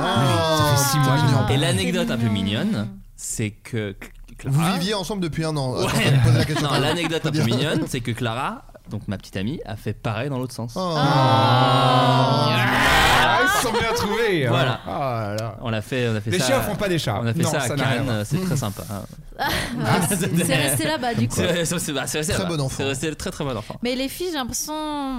N: Ah,
J: Ça fait six mois
N: c'est
J: que-
N: mignon.
J: Et l'anecdote un peu mignonne, c'est que. Clara-
N: Vous viviez ensemble depuis un an.
J: Ouais.
N: Attends, je vais poser la question.
J: Non, l'anecdote un peu
N: Faut dire.
J: mignonne, c'est que Clara, donc ma petite amie, a fait pareil dans l'autre sens.
K: Oh. Ah, ils se sont bien trouvés. hein.
J: Voilà.
K: Ah là là.
J: On l'a fait, on a fait
K: Les
J: ça.
K: chats font pas des chats.
J: On a fait
K: Non,
J: ça à
K: ça n'a rien à
J: Cannes,
K: voir.
J: c'est très sympa. hein.
L: Ah, c'est c'est resté là-bas du coup.
J: C'est c'est- bah, c'est- c'est resté
N: Très
J: là-bas.
N: bon enfant.
J: C'est resté très très bon enfant.
L: Mais les filles, j'ai l'impression,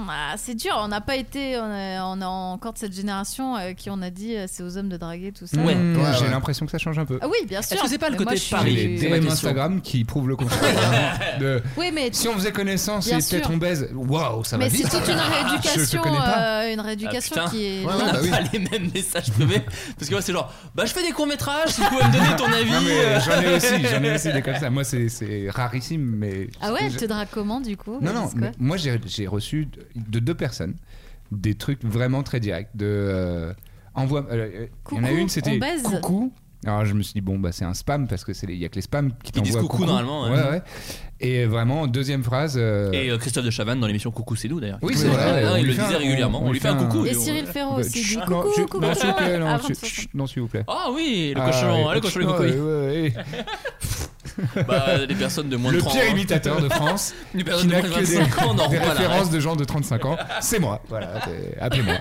L: ah, c'est dur. On n'a pas été, on est, on est encore de cette génération euh, qui on a dit euh, c'est aux hommes de draguer tout ça.
K: Ouais,
N: Ouais,
K: Hmm, j'ai
N: ouais.
K: l'impression que ça change un peu.
L: Ah oui, bien sûr.
J: Est-ce que c'est pas le
L: Mais moi,
J: côté
L: je suis-
J: Paris
K: J'ai les
J: c'est ma
K: DM
J: question.
K: Instagram qui prouvent le contraire. Vraiment, de-
L: Oui, mais
K: Si on faisait connaissance
L: Bien
K: et peut-être
L: sûr.
K: on baise, waouh, ça
L: mais
K: va vite.
L: c'est toute une rééducation,
K: Je te connais pas.
L: euh, une rééducation
J: Ah, putain.
L: qui est.
N: Ouais,
J: On
N: ouais,
J: n'a
N: bah oui.
J: pas les mêmes messages privés. Parce que moi, c'est genre, bah je fais des courts-métrages, si vous pouvez me donner ton avis.
K: Non, mais
J: euh.
K: j'en ai aussi, j'en ai aussi des comme ça. Moi, c'est- c'est rarissime, mais.
L: Ah ouais, elle
K: je-
L: te drague comment du coup
K: Non, non,
L: Alice,
K: mais
L: quoi
K: moi j'ai j'ai reçu de, de deux personnes des trucs vraiment très directs. De, euh, envoie, euh, euh, il y en a
L: Coucou,
K: une, c'était
L: on baise.
K: coucou. Alors je me suis dit, bon, bah, c'est un spam parce qu'il n'y a que les spams qui
J: Ils disent
K: t'envoient.
J: coucou, normalement, ouais.
K: Ouais. ouais. Et vraiment, deuxième phrase. euh,
J: Et euh, Christophe de Chavannes dans l'émission Coucou c'est nous d'ailleurs.
K: Oui,
J: Qui-
K: c'est vrai,
J: Ah,
K: on
J: il
K: lui
J: le
K: fait un-
J: disait régulièrement. On, lui fait un coucou.
L: Et
J: on-
L: Cyril Ferro
K: bah,
L: aussi
K: chut,
L: dit
K: non,
L: Oh, coucou,
K: chut,
L: coucou. Ah,
K: non, s'il vous plaît, non,
L: avant de
K: chut,
L: sortir.
K: chut, non, s'il vous plaît.
J: Ah oui, le
K: Ah,
J: cochon,
K: ouais,
J: le cochon, le
K: cochon,
J: coucou.
K: ouais, ouais, ouais.
J: Bah, les personnes de moins de
K: Le
J: 30
K: pire
J: ans.
K: imitateur de France
J: Les
K: qui
J: personnes de
K: n'a
J: moins de
K: que des,
J: 25 ans, non,
K: des
J: voilà,
K: références
J: ouais.
K: de gens de 35 ans, c'est moi. Voilà, euh, appelez-moi.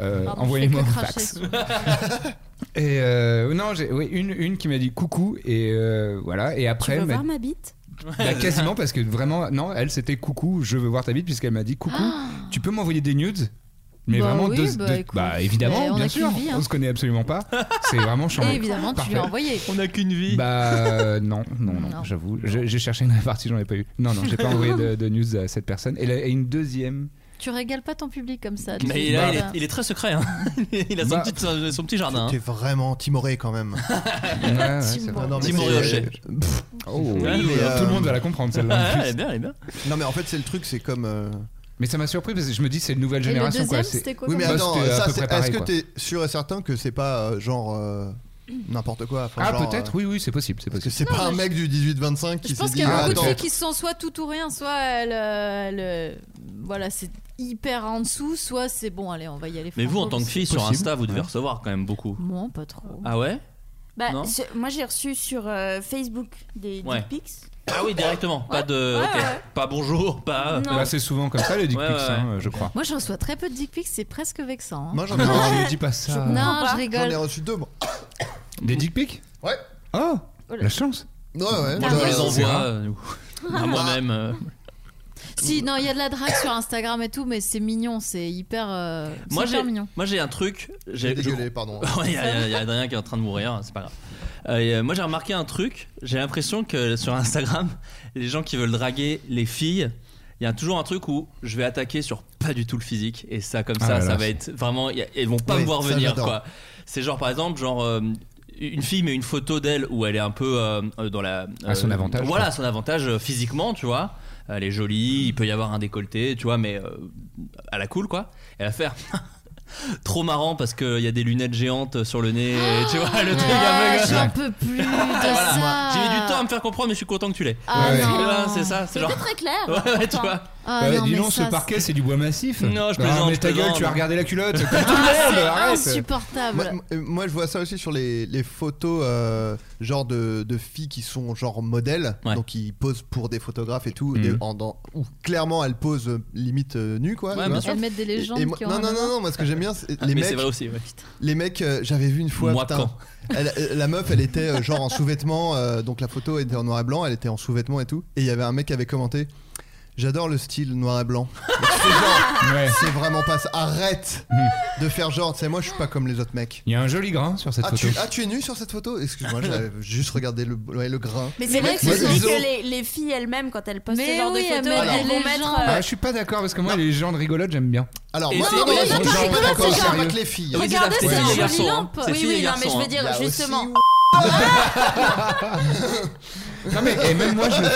K: Euh,
L: Pardon,
K: Envoyez-moi
L: je
K: un
L: fais que cracher.
K: fax. Et euh, non, j'ai oui, une, une qui m'a dit coucou et euh, voilà. Et
A: Tu
K: après,
A: veux
K: elle m'a-
A: voir ma bite
K: bah, quasiment parce que vraiment, non, elle c'était coucou, je veux voir ta bite puisqu'elle m'a dit coucou, tu peux m'envoyer des nudes mais
L: Ah. Bah
K: vraiment,
L: oui,
K: deux-
L: bah,
K: deux-
L: écoute,
K: bah,
L: mais
K: évidemment,
L: on
K: bien
L: a qu'une
K: sûr,
L: vie, hein.
K: on se connaît absolument pas. C'est vraiment charmant.
L: Et Ah évidemment, tu lui as
K: Parfait.
L: envoyé.
J: On n'a qu'une vie.
K: Bah euh, non, non, non,
L: Non.
K: j'avoue. Je- J'ai cherché une répartie, j'en ai pas eu. Non, non, j'ai pas envoyé de, de news à cette personne. Et, la- et une deuxième.
L: Tu régales pas ton public comme ça. tu-
J: Mais là, il est,
L: Bah,
J: il est très secret. hein. Il a son,
K: Bah.
J: petit, son, son petit jardin.
N: T'es
J: hein.
N: vraiment timoré quand même.
K: Ouais, ouais, c'est euh,
L: Timor.
K: vrai.
N: Non, non, mais
J: Timoré
N: c'est-
J: au chef.
N: Pff,
K: Oh,
J: Ouais,
K: oui,
J: mais,
K: euh, tout
N: euh,
K: le monde va la comprendre
J: Ouais,
K: celle-là. en
J: ouais,
K: plus.
J: elle est bien, elle est bien.
N: Non, mais en fait, c'est le truc, c'est comme. euh,
K: Mais ça m'a surpris parce que je me dis c'est une nouvelle
L: Et le
K: génération
L: deuxième,
K: quoi. C'est-
L: c'était quoi
N: Oui, mais
L: comme-
K: Bah,
N: attends,
K: c'était à
N: ça,
K: peu
N: c'est-
K: près pareil,
N: est-ce que
K: quoi.
N: t'es sûr et certain que c'est pas euh, genre euh, n'importe quoi enfin,
K: Ah
N: genre,
K: peut-être,
N: euh,
K: oui, oui, c'est possible, c'est
N: Parce que
K: possible.
N: c'est
L: Non,
N: pas un
L: mais
N: mec du 18-25
L: Je
N: qui s'est
L: pense
N: dit
L: qu'il y a
N: ah,
L: beaucoup de
N: attends,
L: filles qui sont soit tout ou rien, soit elles, euh, elles, euh, voilà, c'est hyper en dessous, soit c'est bon, allez, on va y aller.
J: Mais vous, en
L: franco,
J: tant que
L: c'est
J: fille sur
K: possible.
J: Insta, vous devez recevoir quand même beaucoup.
L: Moi, pas trop.
J: Ah ouais
A: Bah,
J: Non.
A: ce- moi j'ai reçu sur euh, Facebook des
J: Ouais.
A: dick pics.
J: Ah oui, directement. Pas de.
A: Ouais,
J: ok.
A: ouais.
J: Pas bonjour, pas.
A: Non.
K: Bah, c'est souvent comme ça les dick
J: Ouais,
K: pics,
J: ouais, ouais.
K: hein, je crois.
L: Moi, je reçois très peu de dick pics, c'est presque vexant. hein.
N: moi j'en ai, reçu-
K: Non, je dis pas ça.
L: non, je
N: j'en ai
L: rigole.
N: reçu deux moi.
K: Des dick pics
N: Ouais.
K: Oh,
L: Oh là.
K: la chance.
N: Ouais, ouais.
J: Moi,
K: Ah,
N: bah,
J: je
N: euh,
J: les
K: c'est
J: envoie
K: rare.
J: euh, nous. à moi-même. euh.
L: Si, non, il y a de la drague sur Instagram et tout, mais c'est mignon, c'est hyper, euh, c'est
J: Moi, j'ai-
L: hyper mignon.
J: moi, j'ai un truc.
N: J'ai
J: J'ai je-
N: dégueulé, pardon.
J: Ouais, Il y, a- il y a Adrien qui est en train de mourir, c'est pas grave. Euh, et, euh, moi j'ai remarqué un truc, j'ai l'impression que sur Instagram, les gens qui veulent draguer les filles, il y a toujours un truc où je vais attaquer sur pas du tout le physique et ça comme
K: Ah
J: ça,
K: là
J: ça
K: là,
J: va être vraiment, il y a- ils vont pas
N: Oui,
J: me voir
N: ça,
J: venir
N: j'adore.
J: quoi. C'est genre par exemple genre euh, une fille met une photo d'elle où elle est un peu euh, euh, dans la
K: À son avantage,
J: Voilà,
K: quoi.
J: à son avantage euh, physiquement, tu vois. Elle est jolie, il peut y avoir un décolleté, tu vois, mais euh, à la cool quoi. Elle va faire Trop marrant parce qu'il y a des lunettes géantes sur le nez. tu vois, le truc
L: Ah,
J: aveugle.
L: J'en peux plus de
J: Ah, Voilà, moi,
L: ça.
J: J'ai mis du temps à me faire comprendre, mais je suis content que tu l'aies.
L: Ah,
J: Parce que
L: non.
J: là, C'est ça, c'est
A: C'était
J: genre.
A: très clair.
J: Ouais, ouais, tu
A: pourtant.
J: vois.
A: Ah,
K: Bah,
N: Bah,
A: non, mais ça, c'est-
K: c'est du bois massif.
J: Non, je
K: Ah,
J: plaisante.
K: mais
J: je
K: ta gueule,
J: plaisante.
K: tu as regardé la culotte. Comme tout le
L: Ah,
K: monde,
L: c'est
K: arrête.
L: insupportable.
N: Moi, m- moi, je vois ça aussi sur les, les photos euh, genre de, de filles qui sont genre modèles, donc qui posent pour des photographes et tout,
J: Mm.
K: Mhm.
N: et en, dans- où clairement elles posent euh, limite euh, nues quoi. tu vois.
L: Elles mettent des légendes
N: Et moi-
L: qui ont
N: non,
L: rien
N: non,
L: à
N: non,
L: voir.
N: non, moi ce que j'aime bien, c'est
J: Ah,
N: les
J: mais
N: mecs.
J: c'est vrai aussi, ouais.
N: Les mecs, euh, j'avais vu une fois.
J: Moi,
N: putain,
J: quand
N: elle- euh, La meuf, elle était euh, genre en sous-vêtements, euh, donc la photo était en noir et blanc, elle était en sous-vêtements et tout. Et il y avait un mec qui avait commenté J'adore le style noir et blanc. Et tu fais genre,
K: Ouais.
N: C'est vraiment pas ça. Arrête
J: Mm.
N: de faire genre, tu sais, moi je suis pas comme les autres mecs.
K: Il y a un joli grain sur cette
N: ah,
K: photo.
N: Tu, ah, tu es nu sur cette photo Excuse-moi, j'avais juste regardé le, ouais, le grain.
A: Mais c'est vrai que
N: Moi,
A: je me dis
N: ils ont-
A: que les, les filles elles-mêmes, quand elles postent
L: Mais
A: ce genre
L: oui,
A: de
L: elles
A: photos,
L: mettent
A: elles
L: des
A: vont mettre.
L: légendes.
A: euh,
K: Ah, je suis pas d'accord parce que moi les gens de rigolote j'aime bien.
N: Alors
J: Et
N: moi,
J: c'est-
N: non, non,
J: mais
N: les
J: les
N: gens-
J: gens
N: les
J: rigolotes,
N: gens-
J: c'est
N: c'est
J: genre-
N: pas que les filles.
J: Oui,
A: Regardez,
J: c'est
A: c'est
J: les
A: une
J: garçons,
A: jolie
J: hein.
A: lampe.
J: C'est
A: Oui,
J: les
A: oui, non,
J: garçons,
A: mais je
J: hein.
A: veux dire,
J: Il y a aussi-
A: justement.
K: Non mais et même moi je le-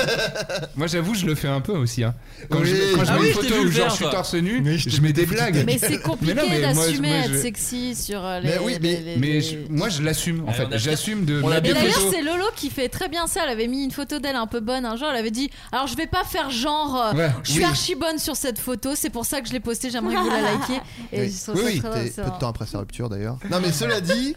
K: moi j'avoue je le fais un peu aussi hein. Quand
N: Oui.
K: je, quand je
J: Ah
K: mets
J: oui,
K: une
J: je t'ai
K: photo
J: vu
K: où
J: le
K: genre
J: faire,
K: je suis
J: toi.
K: torse nu, je mets des blagues.
L: Mais c'est compliqué
K: non, mais moi,
L: d'assumer
K: moi, je-
L: être sexy sur euh, les.
K: Mais oui, mais,
L: les- les-
K: mais
L: les-
K: je- moi je l'assume en
J: Allez,
K: fait.
J: Ah, on a-
K: J'assume de
J: on a
K: mettre
L: Et
K: des
L: d'ailleurs,
K: photos.
L: c'est Lolo qui fait très bien ça. Elle avait mis une photo d'elle un peu bonne un jour. Elle avait dit Alors, je vais pas faire genre, euh,
K: Ouais,
L: je suis
K: oui.
L: archi bonne sur cette photo, c'est pour ça que je l'ai postée, j'aimerais que vous la likiez. Et
N: Oui,
L: je trouve
N: oui,
L: ça
N: oui,
L: très
N: t'es-
L: c'est
N: peu
L: un-
N: de temps après sa rupture d'ailleurs. Non mais cela dit,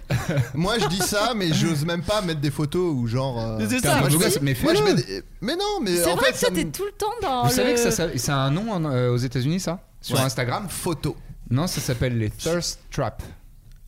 N: moi je dis ça, mais j'ose même pas mettre des photos ou genre. euh,
J: C'est
K: T'es un
J: ça. Oh
K: beau
N: je
K: gosse,
N: dis-
K: mais
N: moi, je
K: fais-le.
N: mets des- Mais non, mais
L: C'est
N: en
L: vrai
N: fait,
L: que
N: ça
L: toi, t'es
N: me-
L: tout le temps dans.
K: Vous
L: le-
K: savez que ça, ça- ça a un nom en- euh, aux États-Unis ça Sur
J: Ouais.
K: Instagram
N: photo.
K: Non, ça s'appelle les thirst trap.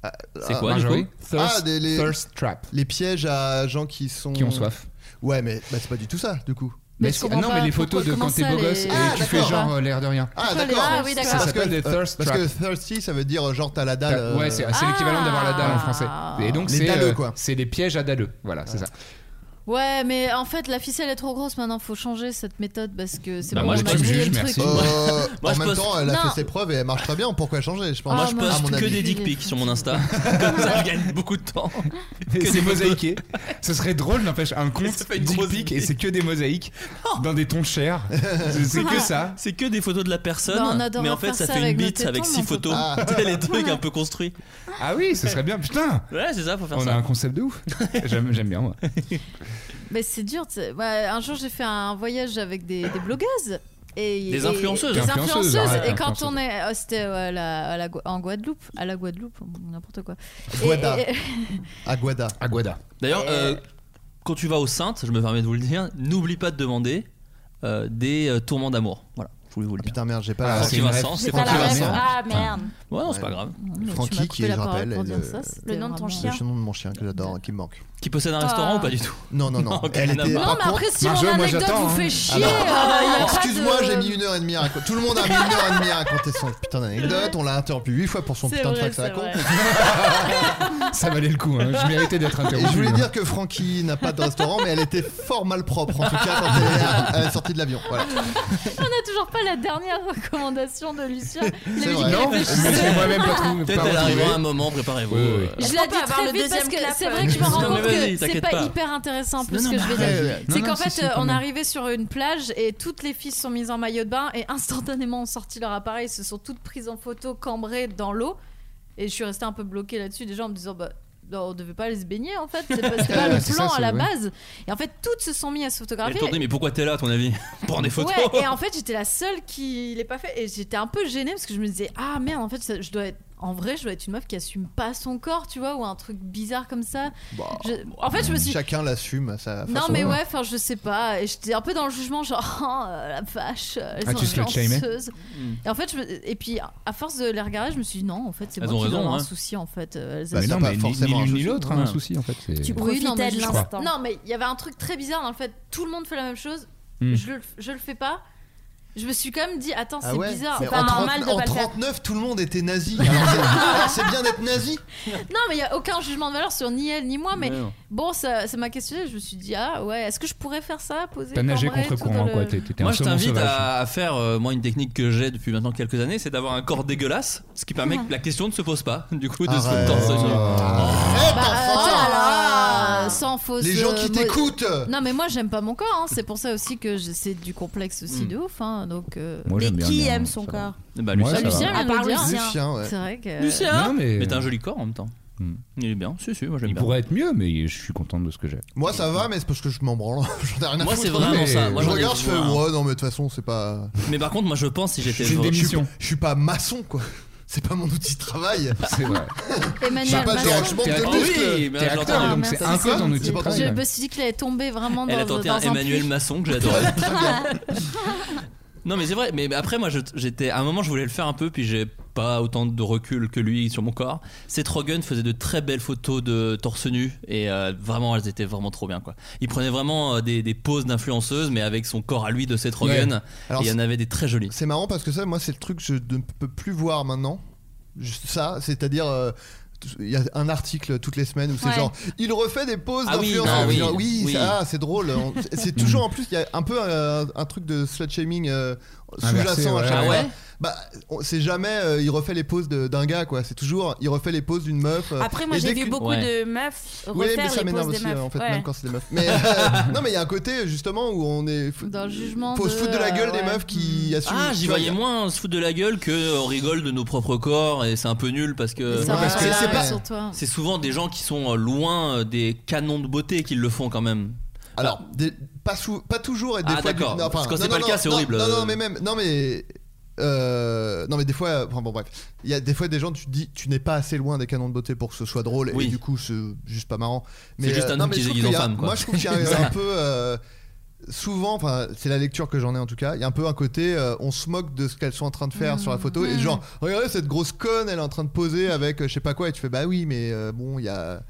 K: Ah,
J: C'est quoi du
K: Marjorie
J: coup
K: thirst,
N: Ah, des- les-
K: thirst trap
N: Les pièges à gens qui sont.
K: qui ont soif.
N: Ouais, mais bah, c'est pas du tout ça, du coup.
L: Mais
K: Mais
L: je
K: si-
L: comprends
K: non,
L: pas
K: mais les photos
L: pourquoi-
K: de quand
L: comment
K: t'es
L: ça,
K: beau
L: les-
K: gosse et
N: Ah,
K: tu fais
N: d'accord.
K: genre euh, l'air de rien.
N: Ah,
L: Pourquoi les-
N: d'accord.
L: Ah oui, d'accord.
N: Parce
K: Ça
N: que,
K: s'appelle des thirst
N: parce
K: traps.
N: que thirsty, ça veut dire euh, genre t'as la dalle. euh,
K: Ouais, c'est c'est l'équivalent d'avoir la
L: Ah.
K: dalle en français. Et donc
N: Les
K: c'est
N: dalleux,
K: euh,
N: quoi.
K: c'est les pièges à dalleux. Voilà, c'est ça.
L: Ouais, mais en fait, la ficelle est trop grosse maintenant, faut changer cette méthode parce que c'est
J: Bah,
L: bon,
J: moi,
L: on
J: je
L: va
J: te
L: griller
K: juge,
L: le
K: merci.
L: truc.
N: euh,
J: Moi,
N: en
J: je
N: même
J: pose-
A: oh,
N: temps, elle a
L: Non.
N: fait ses preuves et elle marche très bien. Pourquoi changer Je pense.
J: Moi,
L: Ah,
J: je
L: moi,
J: poste
L: je
J: que
L: préfère.
J: des dick pics sur mon Insta. Comme ça, je gagne beaucoup de temps.
K: Et
J: Que
K: c'est
J: des
K: mosaïqué. Ce serait drôle, n'empêche, un
J: Ça
K: compte
J: fait une
K: dick
J: grosse
K: pic
J: idée.
K: et c'est que des mosaïques dans des tons chers. C'est c'est que ça.
J: C'est que des photos de la personne,
L: Bah, on adorera
J: mais en fait
L: faire
J: ça
L: ça
J: fait une
L: avec nos
J: bite avec
L: tétons,
J: six
L: on peut
J: photos.
N: pas.
J: Tu sais, les trucs un peu construits.
K: Ah oui, ce serait bien. Putain,
J: Ouais, c'est ça, faut faire
K: on a
J: ça.
K: un concept de ouf. J'aime j'aime bien moi.
L: Mais Bah, c'est dur. tu sais. Ouais, un jour, j'ai fait un voyage avec des, des blogueuses. Et,
J: Des
L: et-
J: influenceuses.
L: des
K: Des influenceuses,
L: influenceuses.
K: arrête,
L: et quand
K: influenceuses.
L: on est. oh, C'était euh, à la- à la Gua- en Guadeloupe. À la Guadeloupe, n'importe quoi.
N: Euh,
L: Et-
N: Guada.
L: et- Ah,
N: Aguada.
K: Aguada.
J: D'ailleurs, euh, quand tu vas aux Saintes, je me permets de vous le dire, n'oublie pas de demander euh, des euh, tourments d'amour. Voilà, je voulais vous le
N: Oh,
J: dire.
N: Putain, merde, j'ai pas
K: Ah,
N: la.
K: c'est
J: Francky
K: une
J: Vincent,
K: ref.
J: c'est
A: C'est pas la
J: Francky
K: Francky
A: ref.
J: Vincent.
K: Vincent.
A: Ah merde.
J: Ouais, non, c'est
N: Ouais.
J: pas grave.
L: Mais tu m'as
N: Francky,
L: coupé
N: qui est,
L: la
N: je
L: parole
N: rappelle,
L: pour dire
N: elle,
L: ça,
N: euh,
L: c'était
A: Le nom de ton
L: vraiment-
N: Le
A: chien.
N: nom de mon chien que j'adore, hein, qui me manque.
J: Qui possède un restaurant
L: Ah.
J: ou pas du tout
N: Non, non, non.
J: Ok,
N: Elle
J: nana.
N: était.
L: Non,
N: par
L: mais
N: contre-
L: après, si
K: Marjo,
L: mon
K: moi,
L: anecdote
K: j'attends,
L: vous
K: hein.
L: fait chier,
N: Alors,
L: euh, y a pas
N: Excuse-moi,
L: de-
N: j'ai mis une heure et demie à raconter. Tout le monde a mis une heure et demie à raconter son putain d'anecdote. On l'a interrompu 8 fois pour son
L: C'est
N: putain
L: vrai,
N: de fax à la
L: c'est
N: con.
L: vrai.
K: Ça valait le coup. hein. Je méritais d'être
N: Et
K: interrompu.
N: je voulais
K: hein.
N: dire que Francky n'a pas de restaurant, mais elle était fort mal propre en tout cas quand elle est- elle est sortie de l'avion. Voilà.
L: On a toujours pas la dernière recommandation de Lucien. Les
N: C'est
L: musiques
N: vrai.
L: qu'il
K: Non, mais
L: réfléchissait.
K: je l'ai moi-même pas trouvé.
J: Peut-être
K: pas
J: elle arrivera
K: retrouvé.
J: un moment, préparez-vous.
K: Oui, oui.
L: Je
A: Est-ce
L: la
A: qu'on peut
L: dis
A: avoir
L: très
A: le
L: vite parce
A: deuxième
L: que
A: clap,
L: c'est
A: euh,
L: vrai que je me rends
J: Non, mais
L: compte
J: vas-y,
L: que c'est
J: t'inquiète
L: pas,
J: pas.
L: hyper intéressant plus
J: Non, non,
L: que je
J: mais
L: vais dire.
J: arrête.
L: C'est
K: Non,
L: qu'en
K: non, si,
L: fait,
K: si,
L: euh,
K: quand
L: on
K: même.
L: arrivait sur une plage et toutes les filles se sont mises en maillot de bain et instantanément ont sorti leur appareil, se sont toutes prises en photo cambrées dans l'eau. Et je suis restée un peu bloquée là-dessus, déjà en me disant, bah. non, on devait pas aller se baigner en fait, c'était pas, c'était pas le
K: C'est ça,
L: plan à
K: c'est-
L: la
K: ouais.
L: base. Et en fait, toutes se sont mises à se
J: Elle
L: photographier.
J: te dit, mais pourquoi t'es là, à ton avis Prends des photos.
L: Ouais, et en fait, j'étais la seule qui l'ait pas fait. Et j'étais un peu gênée parce que je me disais, ah merde, en fait, ça- je dois être. En vrai, je dois être une meuf qui assume pas son corps, tu vois, ou un truc bizarre comme ça.
N: Bah,
L: Je- En fait, je me suis.
N: Chacun l'assume à sa façon.
L: Non, mais ouais, enfin, je sais pas. Et j'étais un peu dans le jugement, genre, oh, euh, la vache, euh, elles
K: Ah, tu
L: sont
K: slut-shamais
L: influenceuses.
J: Mm.
L: Et en fait, je me- et puis, à force de les regarder, je me suis dit, non, en fait, c'est
J: Elles
L: moi
J: ont
L: qui dois
J: raison,
L: avoir
J: hein.
L: un souci, en fait. euh, Elles
N: Bah,
K: Mais
N: ça
K: non,
N: pas
K: mais ni-
N: forcément
K: ni
N: un
K: l'une ni
N: souci.
K: l'autre, hein,
J: Ouais.
K: un souci en fait. c'est-
A: Tu
L: Oui, non, mais
A: profitais de
L: je
K: crois.
A: l'instant.
L: Non, mais il y avait un truc très bizarre dans le fait. Tout le monde fait la même chose.
K: Hmm.
L: Je, le, je le fais pas. Je me suis quand même dit, attends, c'est
N: Ah ouais
L: bizarre.
N: Mais
A: pas
N: en
A: normal
N: 30
A: de
N: en
A: pas le faire.
N: 39, tout le monde était nazi. Alors, c'est- alors, c'est bien d'être nazi.
L: Non, mais il y a aucun jugement de valeur sur ni elle ni moi. Mais
J: non.
L: bon, ça ça m'a questionné. Je me suis dit, ah ouais, est-ce que je pourrais faire ça poser
K: T'as nagé
L: cambré,
K: contre
L: tout dans
K: courant
L: le-
K: quoi. T'es- T'étais
J: Moi,
K: un
J: je
K: saumon
J: t'invite
K: sauvage.
J: à, à faire euh, moi une technique que j'ai depuis maintenant quelques années, c'est d'avoir un corps dégueulasse, ce qui
K: Ah.
J: permet que la question ne se pose pas. Du coup, de se
N: Arrête.
J: torse nu.
N: Eh, t'en
L: Ah,
N: fous.
L: là, là, sans fausse.
N: Les gens
L: euh,
N: qui
L: moi-
N: t'écoutent
L: Non, mais moi, j'aime pas mon corps. hein. C'est pour ça aussi que je- c'est du complexe aussi de ouf. hein. Donc, euh,
K: Hmm. Moi, j'aime
L: mais
K: bien,
L: qui
K: bien,
L: aime
K: ça
L: son
K: va.
L: corps
K: Moi,
J: Bah,
K: ça
J: Lucien,
K: va.
L: Lucien,
A: À
L: vient de
A: part
L: le dire. hein.
N: Lucien, ouais.
L: C'est vrai que.
J: Lucien
K: Non, mais-
J: mais... t'as un joli corps en même temps. Il est bien, si, si, moi j'aime
K: Hmm. Il
J: bien.
K: pourrait être mieux, mais je suis content de ce que j'ai.
N: Moi ça va, mais c'est parce que je m'en branle. J'en ai rien à
J: Moi,
N: foutre.
J: c'est vraiment
N: Mais
J: ça. Moi,
N: je
J: j'en ai
N: regarde, je fais
J: besoin.
N: ouais, non, mais de toute façon, c'est pas.
J: Mais par contre, moi je pense si j'étais.
N: Je suis-
J: vrai-
N: je suis- Je suis pas maçon, quoi. C'est pas mon outil de travail.
K: C'est vrai.
L: Ah,
N: Je sais
L: Emmanuel
N: pas,
L: Macron.
N: je manque
J: Ah
N: de
J: oui,
N: muscles.
J: mais
K: T'es
J: j'entends.
K: acteur, donc c'est
L: bah merci,
K: un
L: c'est
K: peu dans
L: gentil.
K: outil de travail.
L: Je me suis dit qu'il allait tomber vraiment dans,
J: Elle a tenté
L: dans
J: un
L: un
J: Emmanuel
L: puits.
J: Masson que j'adorais. non mais c'est vrai, mais après moi je- j'étais à un moment je voulais le faire un peu puis j'ai pas autant de recul que lui sur mon corps. Seth Rogen faisait de très belles photos de torse nu et euh, vraiment elles étaient vraiment trop bien quoi. Il prenait vraiment euh, des, des poses d'influenceuse mais avec son corps à lui de Seth Rogen
N: Ouais. Alors,
J: et il y en
N: c'est-
J: avait des très jolies.
N: C'est marrant parce que ça, moi, c'est le truc que je ne peux plus voir maintenant. Juste ça, c'est-à-dire. euh, tout- il y a un article toutes les semaines où c'est
A: Ouais.
N: genre il refait des poses
J: Ah oui,
N: d'influenceurs.
J: ah oui,
N: Genre, oui,
J: oui.
N: c'est- ah, c'est drôle On- c'est- c'est toujours en plus il y a un peu euh, un truc de slut shaming euh,
K: Inversé,
N: sous-jacent à
K: ouais.
N: chaque
J: Ah
N: fois.
J: ouais
N: bah on- c'est jamais euh, il refait les poses de- d'un gars quoi c'est toujours il refait les poses d'une meuf euh,
A: Après, moi,
N: et
A: j'ai
N: dès
A: vu
N: que-
A: beaucoup de
J: Ouais.
A: meufs
N: oui, mais
A: refaire les poses
N: ça m'énerve
A: des
N: aussi
A: meufs.
N: en fait,
A: Ouais.
N: même quand c'est des meufs. Mais euh, non, mais il y a un côté justement où on est. fou-
L: Dans le jugement
N: Faut se
L: de,
N: foutre de la gueule des
L: ouais.
N: meufs qui assument.
J: Ah,
N: tu
J: j'y
N: vois,
J: voyais
N: y a-
J: moins se foutre de la gueule que euh, on rigole de nos propres corps et c'est un peu nul parce que
L: Ça
N: Ouais, parce
L: va,
N: que
L: là, euh,
N: c'est pas-
L: sur toi.
J: c'est souvent des gens qui sont euh, loin euh, des canons de beauté qui le font quand même.
N: Alors, des- pas, sou- pas toujours et des
J: Ah,
N: fois.
J: d'accord.
N: non, enfin,
J: Parce que quand
N: non,
J: c'est
N: non,
J: pas le cas,
N: non,
J: c'est
N: non,
J: horrible. euh,
N: Non, non, mais même. Non, mais. euh, non mais des fois, enfin bon bref, il y a des fois des gens tu te dis tu n'es pas assez loin des canons de beauté pour que ce soit drôle
J: Oui.
N: et du coup c'est juste pas marrant.
J: C'est
N: Mais, euh,
J: juste un
N: non,
J: homme
N: mais
J: qui
N: je
J: se
N: trouve
J: déguise en
N: qu'il y a-
J: femme, quoi.
N: Moi je trouve qu'il y
J: C'est
N: a
J: ça.
N: un peu euh, souvent, enfin c'est la lecture que j'en ai en tout cas, il y a un peu un côté euh, on se moque de ce qu'elles sont en train de faire sur la photo et genre regardez cette grosse conne elle est en train de poser avec euh, je sais pas quoi et tu fais bah oui mais euh, bon il y a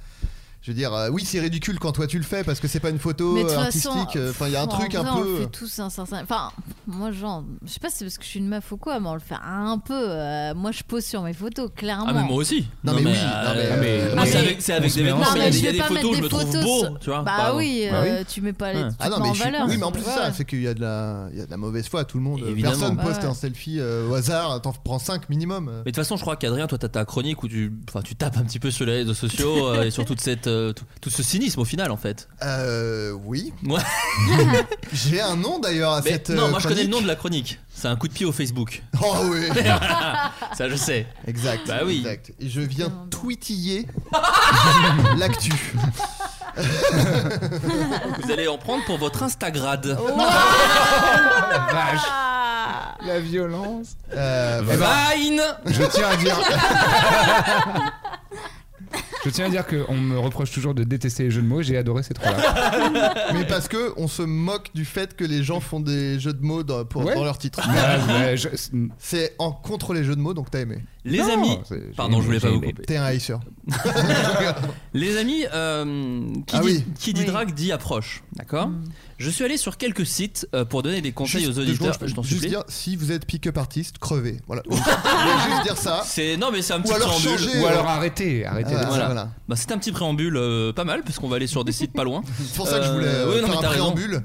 N: je veux dire, euh, oui, c'est ridicule quand toi tu le fais parce que c'est pas une photo
L: Mais de toute
N: euh,
L: façon,
N: artistique. euh, Enfin, il y a un
L: en
N: truc
L: vrai,
N: un
L: On le
N: peu.
L: fait tous un certain. Enfin, moi, genre, je sais pas si c'est parce que je suis une meuf ou quoi, mais on le fait un peu. euh, moi, je pose sur mes photos, clairement.
J: Ah mais moi aussi.
N: Non, mais oui, non, mais,
J: euh,
N: euh,
K: mais-
J: moi,
L: Ah,
J: c'est
L: mais-
J: avec, c'est avec
K: on se
J: des
K: met
J: vêtements.
K: ensemble.
J: mais
L: Non, mais
J: il
L: je
J: y a
L: vais
J: des
L: pas
J: photos,
L: mettre
J: je me
L: des
J: trouve
L: photos.
J: beau,
L: sur-
J: tu vois.
L: Bah
J: Ah, pardon.
L: oui,
K: Bah
L: euh, tu mets pas les.
J: Ouais.
L: tu te
N: Ah non,
L: mets
N: mais
L: en
N: je suis-
L: valeur.
N: oui, mais en plus
L: Ouais.
N: ça, c'est qu'il y a de la, il y a de la mauvaise foi. Tout le monde,
J: Évidemment.
N: personne
L: Bah
N: poste
L: ouais.
N: un selfie euh, au hasard. T'en prends 5 minimum.
J: Mais de toute façon, je crois qu'Adrien, toi, t'as ta chronique où tu, enfin, tu tapes un petit peu sur les réseaux sociaux euh, et sur toute cette, euh, tout, tout ce cynisme au final, en fait.
N: Euh, oui.
J: Moi,
N: J'ai un nom d'ailleurs à
J: mais-
N: cette.
J: non,
N: euh,
J: moi, je connais le nom
N: chronique.
J: de la chronique. C'est un coup de pied au Facebook.
N: Oh oui.
J: Ça, je sais.
N: Exact.
J: Bah oui.
N: exact. Et je viens tweetiller l'actu.
J: Vous allez en prendre pour votre Instagrad.
N: Ah,
K: Vache,
A: Ah.
K: la violence.
N: Euh, voilà.
J: Vine.
K: Je tiens à dire. Je tiens à dire qu'on me reproche toujours de détester les jeux de mots, j'ai adoré ces trois-là.
N: Mais parce que on se moque du fait que les gens font des jeux de mots dans, pour,
K: Ouais.
N: dans leur titre.
K: Bah, bah, je- c'est-
N: C'est en contre les jeux de mots, donc t'as aimé.
J: Les
K: Non,
J: amis.
K: c'est-
J: Pardon,
K: j'ai-
J: je voulais pas
K: j'ai
J: vous
K: aimé.
J: couper.
N: T'es un haïsseur.
J: Les amis, euh, qui,
N: Ah
J: dit,
N: oui.
J: qui dit
L: Oui. Mm.
J: drague dit approche. D'accord Je suis allé sur quelques sites euh, pour donner des conseils
N: Juste
J: aux
N: deux
J: auditeurs.
N: secondes,
J: je t'en
N: peux juste
J: supplie.
N: dire, si vous êtes pick-up artiste, crevez. Voilà. Je voulais juste dire ça.
J: C'est non mais c'est un petit
N: Ou alors
J: préambule.
N: changer.
K: Ou alors arrêtez, arrêtez.
N: Ah,
K: d'être-
J: Voilà.
N: voilà.
J: Bah, c'est un petit préambule euh, pas mal parce qu'on va aller sur des sites pas loin.
N: C'est pour ça que je
J: Euh,
N: voulais euh,
J: oui, non, mais
N: faire un
J: t'as raison.
N: préambule.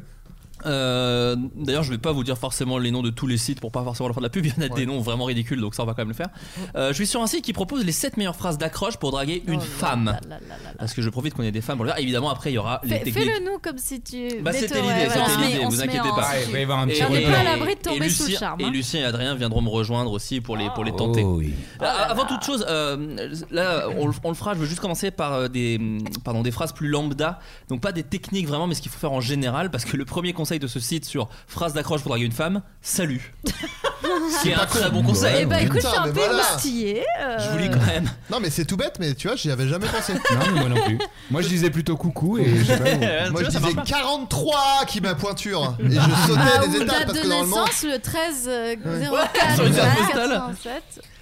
J: Euh, D'ailleurs, je vais pas vous dire forcément les noms de tous les sites pour pas forcément leur faire de la pub. Il y en a des noms vraiment ridicules, donc ça on va quand même le faire. Euh, je suis sur un site qui propose les 7 meilleures phrases d'accroche pour draguer une
L: Oh là
J: femme.
L: là là là là là.
J: Parce que je profite qu'on ait des femmes pour le faire. Évidemment, après il y aura les
L: Fais-
J: techniques.
L: Fais-le nous comme si tu.
J: Bah,
L: Mais
J: c'était
L: toi,
J: l'idée,
L: ouais,
J: c'était
L: voilà.
J: l'idée,
L: On
J: vous
L: se met
J: inquiétez
L: en-
J: pas.
K: Ouais, il va y avoir un petit
L: On n'est
K: replay.
L: pas à l'abri de
J: et
L: tomber sous le
J: Lucien,
L: charme.
J: et
L: hein.
J: Lucien et Adrien viendront me rejoindre aussi pour les, pour les tenter.
M: Oh oui.
J: Ah, avant toute chose, euh, là, on, le- on le fera. Je veux juste commencer par euh, des, hum, pardon, des phrases plus lambda. Donc, pas des techniques vraiment, mais ce qu'il faut faire en général. Parce que le premier conseil de ce site sur phrase d'accroche pour draguer une femme, salut. Ce qui est un très bon conseil.
L: Eh bah écoute, je
N: Putain,
L: suis un
N: mais
L: peu
N: voilà.
L: moustillée. euh,
J: Je vous lis quand même.
N: Non, mais c'est tout bête, mais tu vois, j'y avais jamais pensé.
K: Non, mais moi non plus. Moi je disais plutôt coucou et je sais pas. moi.
J: Tu vois,
N: Moi, je
J: ça
N: disais
J: marche pas.
N: 43 qui ma pointure. Et je sautais
L: Ah,
N: des
L: ou
N: étapes
L: date
N: parce
L: de
N: que normalement.
L: naissance, le 13 euh,
J: sur
L: 04
J: une carte postale.
L: 87.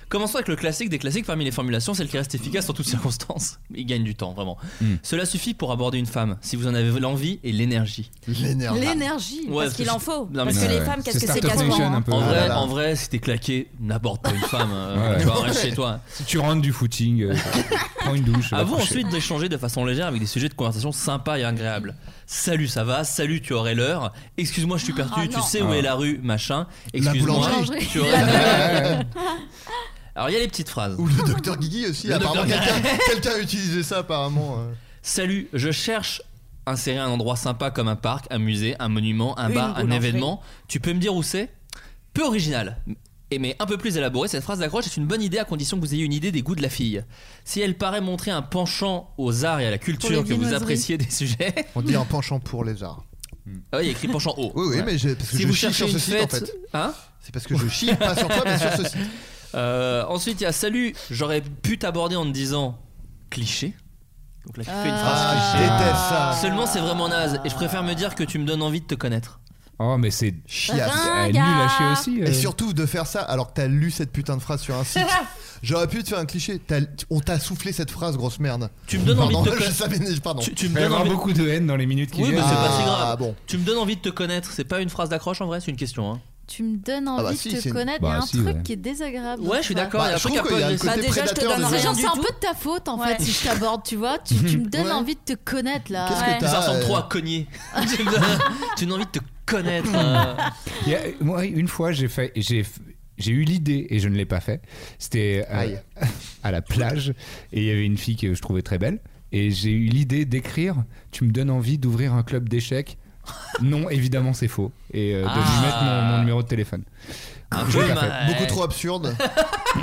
J: Commençons avec le classique des classiques parmi les formulations, celle qui reste efficace en toutes circonstances. Il gagne du temps, vraiment.
K: Mm.
J: Cela suffit pour aborder une femme, si vous en avez l'envie et l'énergie.
N: L'énergie.
L: L'énergie.
J: Ouais,
A: Parce qu'il
J: parce
A: en faut.
J: Non,
A: Parce
J: mais
A: que
K: Ouais,
A: les
K: ouais.
A: femmes, qu'est-ce que c'est
K: Startup
A: qu'à ce
K: Nation,
A: moment
K: un peu.
J: En,
N: Ah
J: vrai,
N: là là.
J: en vrai, si t'es claqué, n'aborde pas une femme. euh,
K: Ouais.
J: Tu vois, reste chez toi.
K: Si tu rentres du footing, euh, prends une douche. va
J: À vous
K: coucher.
J: Ah ensuite d'échanger de façon légère avec des sujets de conversation sympas et agréables. Salut, ça va Salut, tu aurais l'heure Excuse-moi, je suis perdu,
A: Oh,
J: tu
A: non.
J: sais où
K: Ah.
J: est la rue Machin.
N: La
J: Excuse-moi, Ah,
L: boulangerie.
J: tu aurais l'heure Alors, il y a les petites phrases.
N: Ou le docteur Guigui aussi.
J: Le
N: apparemment,
J: Dr.
N: quelqu'un quelqu'un a utilisé ça, apparemment. euh.
J: Salut, je cherche insérer un endroit sympa comme un parc, un musée, un monument, un
D: Une
J: bar, un
D: boulangerie.
J: événement. Tu peux me dire où c'est Peu original. Et mais un peu plus élaboré, cette phrase d'accroche est une bonne idée à condition que vous ayez une idée des goûts de la fille. Si elle paraît montrer un penchant aux arts et à la culture
N: les
J: que vous
N: viennoiseries.
J: appréciez des sujets,
N: On dit un penchant pour les arts.
J: Ah oui, il y a écrit penchant haut.
N: Oui, oui, mais j'ai- parce que je
J: vous
N: chie
J: cherchez
N: sur ce
J: une
N: site,
J: fête-
N: en fait.
J: Hein
N: C'est parce que je chie, pas sur toi, mais sur ce site.
J: Euh, ensuite, il y a salut, j'aurais pu t'aborder en te disant cliché. Donc là, tu fais une
N: Ah,
J: phrase
N: je
J: cliché.
N: déteste ça.
J: Seulement, c'est vraiment naze. Et je préfère me dire que tu me donnes envie de te connaître.
K: Oh, mais c'est
N: chiasse.
J: Ringard. Elle est nulle à chier aussi, euh.
N: Et surtout de faire ça alors que t'as lu cette putain de phrase sur un site. J'aurais pu te faire un cliché. T'as- On t'a soufflé cette phrase, grosse merde.
J: Tu me donnes
N: Pardon,
J: envie de te
N: je
J: connaître.
N: savais- pardon.
J: Tu- tu me Il va y donnes avoir envie- beaucoup
K: de haine dans les minutes
J: Oui, mais c'est pas si grave.
N: Ah, bon.
J: Tu me donnes envie de te connaître. C'est pas une phrase d'accroche en vrai, c'est une question. hein.
L: Tu me donnes
J: Ah
L: envie
J: bah si,
L: de
J: c'est
L: te
J: une-
L: connaître. Il y
J: Bah
L: a un
J: si,
L: truc
J: ouais.
L: qui est désagréable.
J: Ouais, je suis
L: dans
J: d'accord,
L: ça.
J: il y a un Bah, je truc trouve un peu qu'il y a un agressif. côté prédateur dans
L: C'est
J: rien
L: genre,
J: du
L: c'est un
J: tout.
L: peu de ta faute en
J: Ouais.
L: fait. Si je t'aborde, tu vois, tu, tu me donnes
J: Ouais.
L: envie de te connaître là.
J: Mais Ça ressemble
L: euh,
J: trop à cogner. tu me donnes tu me donnes envie de te connaître. euh.
K: Il y a- moi, une fois, j'ai fait, j'ai, j'ai eu l'idée et je ne l'ai pas fait. C'était à,
N: Aïe.
K: à la plage et il y avait une fille que je trouvais très belle et j'ai eu l'idée d'écrire. Tu me donnes envie d'ouvrir un club d'échecs. Non, évidemment, c'est faux. Et euh, de lui mettre
J: Ah.
K: mon, mon numéro de téléphone.
J: Un
K: Je l'ai
J: peu
K: pas fait.
J: mal.
N: Beaucoup trop absurde.
K: Non,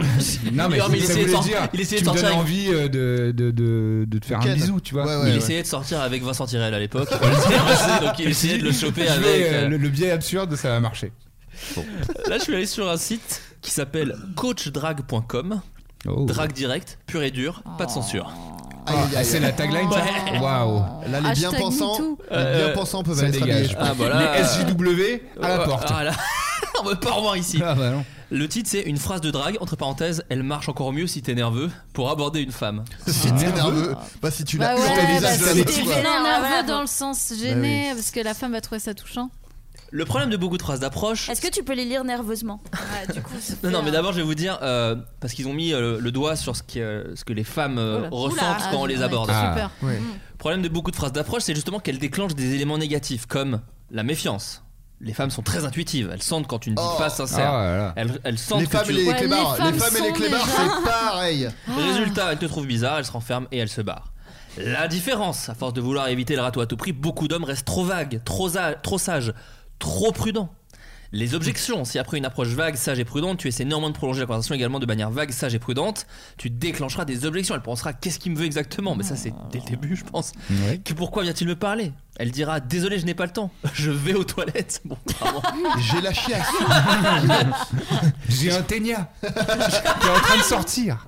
K: mais,
J: Non, mais il
K: ça
J: essayait de
K: voulait
J: sortir-
K: dire.
J: il essayait
K: tu
J: de
K: me donnes
J: sortir
K: envie euh, de, de, de, de te faire un
J: Ken.
K: bisou, tu vois.
J: il essayait de sortir avec Vincent Tirel à l'époque. il faut le dire aussi, donc il essayait de le choper
K: Je
J: avec.
K: vais, euh,
J: euh,
K: le, le biais absurde, ça va marcher. Bon.
J: Là, je suis allé sur un site qui s'appelle coachdrag.com.
K: Oh.
J: Drag direct, pur et dur, pas de censure.
N: Aïe, aïe, aïe.
K: ah, c'est la tagline, ça
J: Ouais.
K: Waouh.
N: Là, les
J: Hashtag
N: bien-pensants
J: MeToo.
N: les
J: Euh,
N: bien-pensants peuvent
K: ça
N: aller se
K: dégage.
N: rhabiller, je
J: Ah,
N: pense.
J: bah là,
K: Les SJW à la
J: euh,
K: porte. Ah, bah
J: ah, là. On veut pas revoir ici.
K: non.
J: Le titre c'est une phrase de drague entre parenthèses elle marche encore mieux si t'es nerveux pour aborder une femme.
N: Si t'es nerveux, bah si tu l'as
L: Bah
N: sur le
L: ouais, bah,
N: visage de la
L: si t'es
N: meuf, quoi.
L: vraiment
A: Ouais,
L: nerveux
A: voilà.
L: dans le sens gêné parce que la femme va trouver ça touchant.
J: Le problème de beaucoup de phrases d'approche.
A: Est-ce que tu peux les lire nerveusement du coup,
J: Non, non, mais d'abord, je vais vous dire, euh, parce qu'ils ont mis euh, le, le doigt sur ce, qui, euh, ce que les femmes euh,
A: Oula.
J: ressentent
A: Oula.
J: quand on
A: Ah,
J: les
A: ouais,
J: aborde.
A: j'ai peur.
N: Ouais.
J: Le problème de beaucoup de phrases d'approche, c'est justement qu'elles déclenchent des éléments négatifs, comme la méfiance. Les femmes sont très intuitives, elles sentent quand tu ne dis
N: Oh.
J: pas sincère.
N: Ah, là, là.
J: Elles, elles sentent
N: Les
J: que
N: femmes
J: tu-
N: et les clébards, les femmes et les clébards, c'est pareil.
J: Résultat, elle te trouve bizarre, elle se renferme et elle se barre. La différence, à force de vouloir éviter le râteau à tout prix, beaucoup d'hommes restent trop vagues, trop, sa- trop sages, trop prudents. Les objections, si après une approche vague, sage et prudente, tu essaies néanmoins de prolonger la conversation également de manière vague, sage et prudente, tu déclencheras des objections. Elle pensera qu'est-ce qu'il me veut exactement, mais ça c'est dès le début, je pense. Que pourquoi vient-il me parler Elle dira désolé, je n'ai pas le temps, je vais aux toilettes. Bon, pardon.
N: J'ai la chiasse.
K: J'ai un ténia qui est en train de sortir.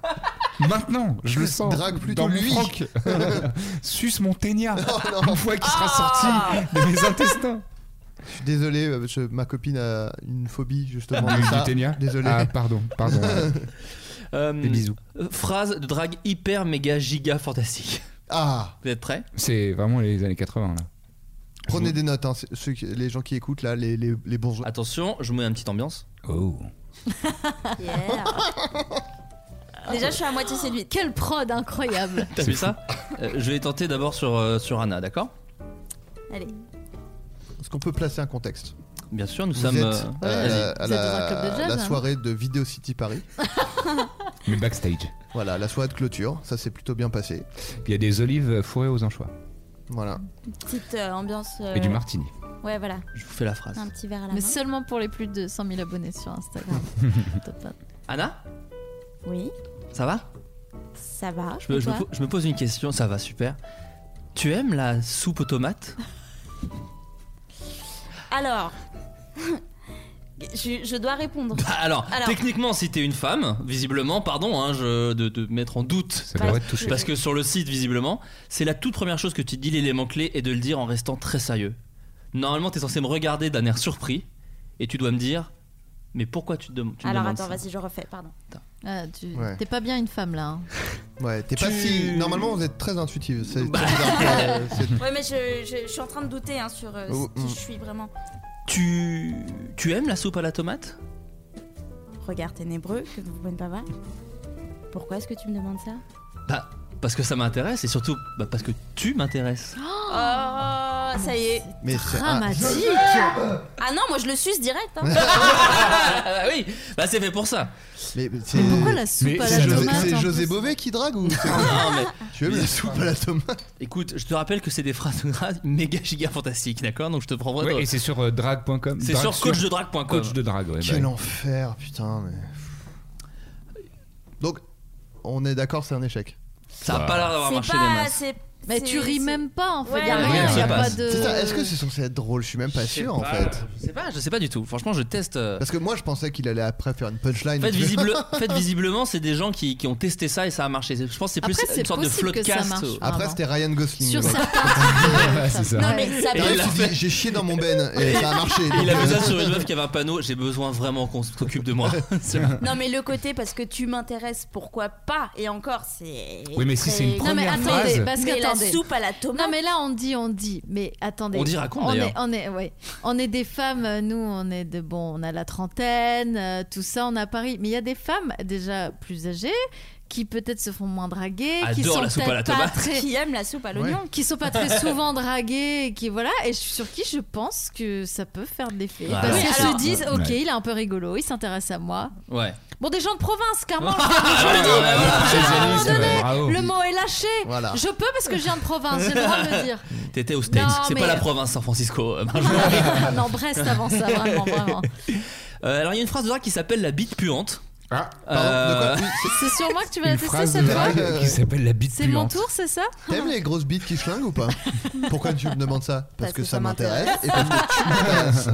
K: Maintenant, je le sens.
N: Drague plutôt
K: dans mon
N: lui.
K: froc. Suce mon ténia
N: Oh,
K: une fois qu'il sera
N: Ah.
K: sorti de mes intestins.
N: Je suis désolé, euh, je- ma copine a une phobie justement de
K: Du-
N: ça.
K: du ténia
N: Désolé.
K: Ah, pardon, pardon.
J: Euh,
K: Des bisous.
J: euh, Phrase de drague hyper méga giga fantastique.
N: Ah
J: Vous êtes prêts
K: C'est vraiment les années 80 là.
N: Prenez des notes, hein, c'est- ceux qui- les gens qui écoutent là, les, les, les bons.
J: Attention, je vous mets une petite ambiance.
K: Oh.
A: Déjà, je suis à moitié séduite.
L: Quelle prod incroyable.
J: T'as vu ça Euh, Je vais tenter d'abord sur, euh, sur Anna, d'accord
A: Allez.
N: Est-ce qu'on peut placer un contexte
J: Bien sûr, nous
N: Vous
J: sommes.
N: êtes
J: euh,
N: à la-
J: vas-y.
N: à la, la soirée de Video City Paris.
K: Mais backstage.
N: Voilà, la soirée de clôture, ça s'est plutôt bien passé.
K: Il y a des olives fourrées aux anchois.
N: Voilà.
A: Petite euh, ambiance. euh,
K: Et du martini.
A: Ouais, voilà.
J: Je vous fais la phrase.
A: Un petit verre à la
L: Mais
A: main.
L: seulement pour les plus de 100 000 abonnés sur Instagram.
J: Anna
A: Oui,
J: Ça va
A: ça
L: Ah,
A: va.
J: je me, je me
A: toi
J: po- je me pose une question, ça va super. Tu aimes la soupe aux tomates
A: Alors, je, je dois répondre.
J: Bah, alors,
A: Alors.
J: techniquement, si t'es une femme, visiblement, pardon hein, je, de, de mettre en doute.
K: devrait te toucher.
J: Parce que sur le site, visiblement, c'est la toute première chose que tu dis, l'élément clé, et de le dire en restant très sérieux. Normalement, t'es censé me regarder d'un air surpris, et tu dois me dire, mais pourquoi tu, te dem- tu me
A: Alors
J: demandes
A: attends,
J: ça
A: vas-y, je refais, pardon.
L: Ah, tu-
N: Ouais.
L: T'es pas bien une femme là. hein.
N: Ouais, t'es pas
J: Tu-
N: si. Normalement, vous êtes très intuitive. C'est
J: Bah.
N: très bizarre. Euh, c'est-
A: Ouais, mais je, je- je suis en train de douter hein, sur euh,
J: Oh,
A: si
J: mm.
A: je suis vraiment.
J: Tu... tu aimes la soupe à la tomate
A: Regard ténébreux que vous pouvez ne pas voir. Pourquoi est-ce que tu me demandes ça Ah.
J: Bah, parce que ça m'intéresse et surtout bah, parce que tu m'intéresses.
A: Oh, Ah, ça y est.
N: Mais c'est
A: Dramatique.
N: un-
A: Ah non, moi je le suce direct. hein.
J: Ah oui, bah c'est fait pour ça.
N: Mais,
A: pourquoi la soupe à la
N: c'est José-
A: tomate,
N: C'est
A: en
L: hein
N: José
A: plus
N: Bové qui drague ou c'est-
J: Non, mais-
N: Tu aimes la Eh soupe à la tomate
J: Écoute, je te rappelle que c'est des phrases méga giga fantastiques, d'accord Donc je te prends
K: Ouais, et c'est sur euh, drag.com.
J: C'est sur coachdedrag.com.
K: Coach de drague, ouais,
N: Quel
K: bah.
N: enfer, putain. Mais... Donc, on est d'accord, c'est un échec.
J: Ça a pas l'air d'avoir
A: C'est
J: marché
A: pas-
J: des masses.
A: c'est-
L: Mais
A: c'est-
L: tu ris
A: c'est-
L: même pas en fait.
A: Ouais.
L: Y a
J: Oui,
L: rien,
J: ça
L: y a pas
J: passe.
L: de.
N: C'est ça, Est-ce que c'est censé être drôle Je suis même pas
J: Euh, Je sais
N: sûr en
J: pas,
N: fait.
J: Je sais pas, je sais pas du tout. Franchement, je teste. euh,
N: Parce que moi je pensais qu'il allait après faire une punchline.
J: En fait,
N: Tu-
J: visible- en fait, visiblement, c'est des gens qui, qui ont testé ça et ça a marché. Je pense que c'est plus
L: Après, c'est
J: une sorte de
L: possible que ça
J: floodcast.
L: marche,
N: Après, c'était Ryan Gosling.
L: Sur
N: donc.
L: certains.
N: Ouais,
K: Ah,
N: c'est ça.
A: Non, mais
L: Ah
A: ça
N: Et
A: peut-
N: là, tu dis, j'ai chié dans mon ben et ça a marché.
J: Et il a besoin sur une meuf qui avait un panneau. J'ai besoin vraiment qu'on s'occupe de moi. C'est-
A: Non, mais le côté parce que tu m'intéresses, pourquoi pas Et encore, c'est.
J: Oui, mais si
A: très-
J: c'est une
L: Non mais
J: Première
L: attendez,
J: phrase.
L: parce
A: Mais
L: que
A: la
L: attendez.
A: soupe à la tomate.
L: Non mais là on dit, on dit, mais attendez.
J: On dit raconte,
L: on
J: d'ailleurs.
L: est, on est, ouais. on est des femmes. euh, Nous, on est de bon, on a la trentaine, euh, tout ça, on a Paris. Mais il y a des femmes déjà plus âgées qui peut-être se font moins draguer, qui
J: Adore
L: sont
J: la soupe à la
L: peut-être pas
J: tomate.
L: très,
A: Qui aime la soupe à l'oignon
L: qui sont pas très souvent draguées, et qui voilà, et sur qui je pense que ça peut faire de l'effet.
J: Ouais.
L: Parce
J: Oui,
L: qu'ils
J: alors-
L: se disent, ok,
J: Ouais.
L: il est un peu rigolo, il s'intéresse à moi.
J: Ouais.
L: Bon, des gens de province, clairement.
J: Ah,
L: je le
J: ouais,
L: dis.
J: ouais, ouais, voilà.
L: Je le dis, à un moment
J: Socialisme,
L: donné,
J: bravo.
L: le mot est lâché.
J: Voilà.
L: Je peux parce que je viens de province, j'ai le droit de le dire.
J: T'étais aux States.
L: Non,
J: C'est
L: mais-
J: pas la province San Francisco. euh, Marjo.
L: non, Brest avant ça, vraiment, vraiment.
J: Euh, alors, il y a une phrase de drague qui s'appelle la bite puante.
N: Ah,
J: euh,
L: C'est sur moi que tu vas la tester
J: phrase
L: cette
J: de
L: fois
J: drague,
N: euh,
K: Qui s'appelle la bite
L: C'est mon
K: puante.
L: tour, c'est ça
N: T'aimes les grosses bites qui schlinguent ou pas Pourquoi tu me demandes ça Parce, que, ça m'intéresse
A: m'intéresse.
N: et parce que tu m'intéresses.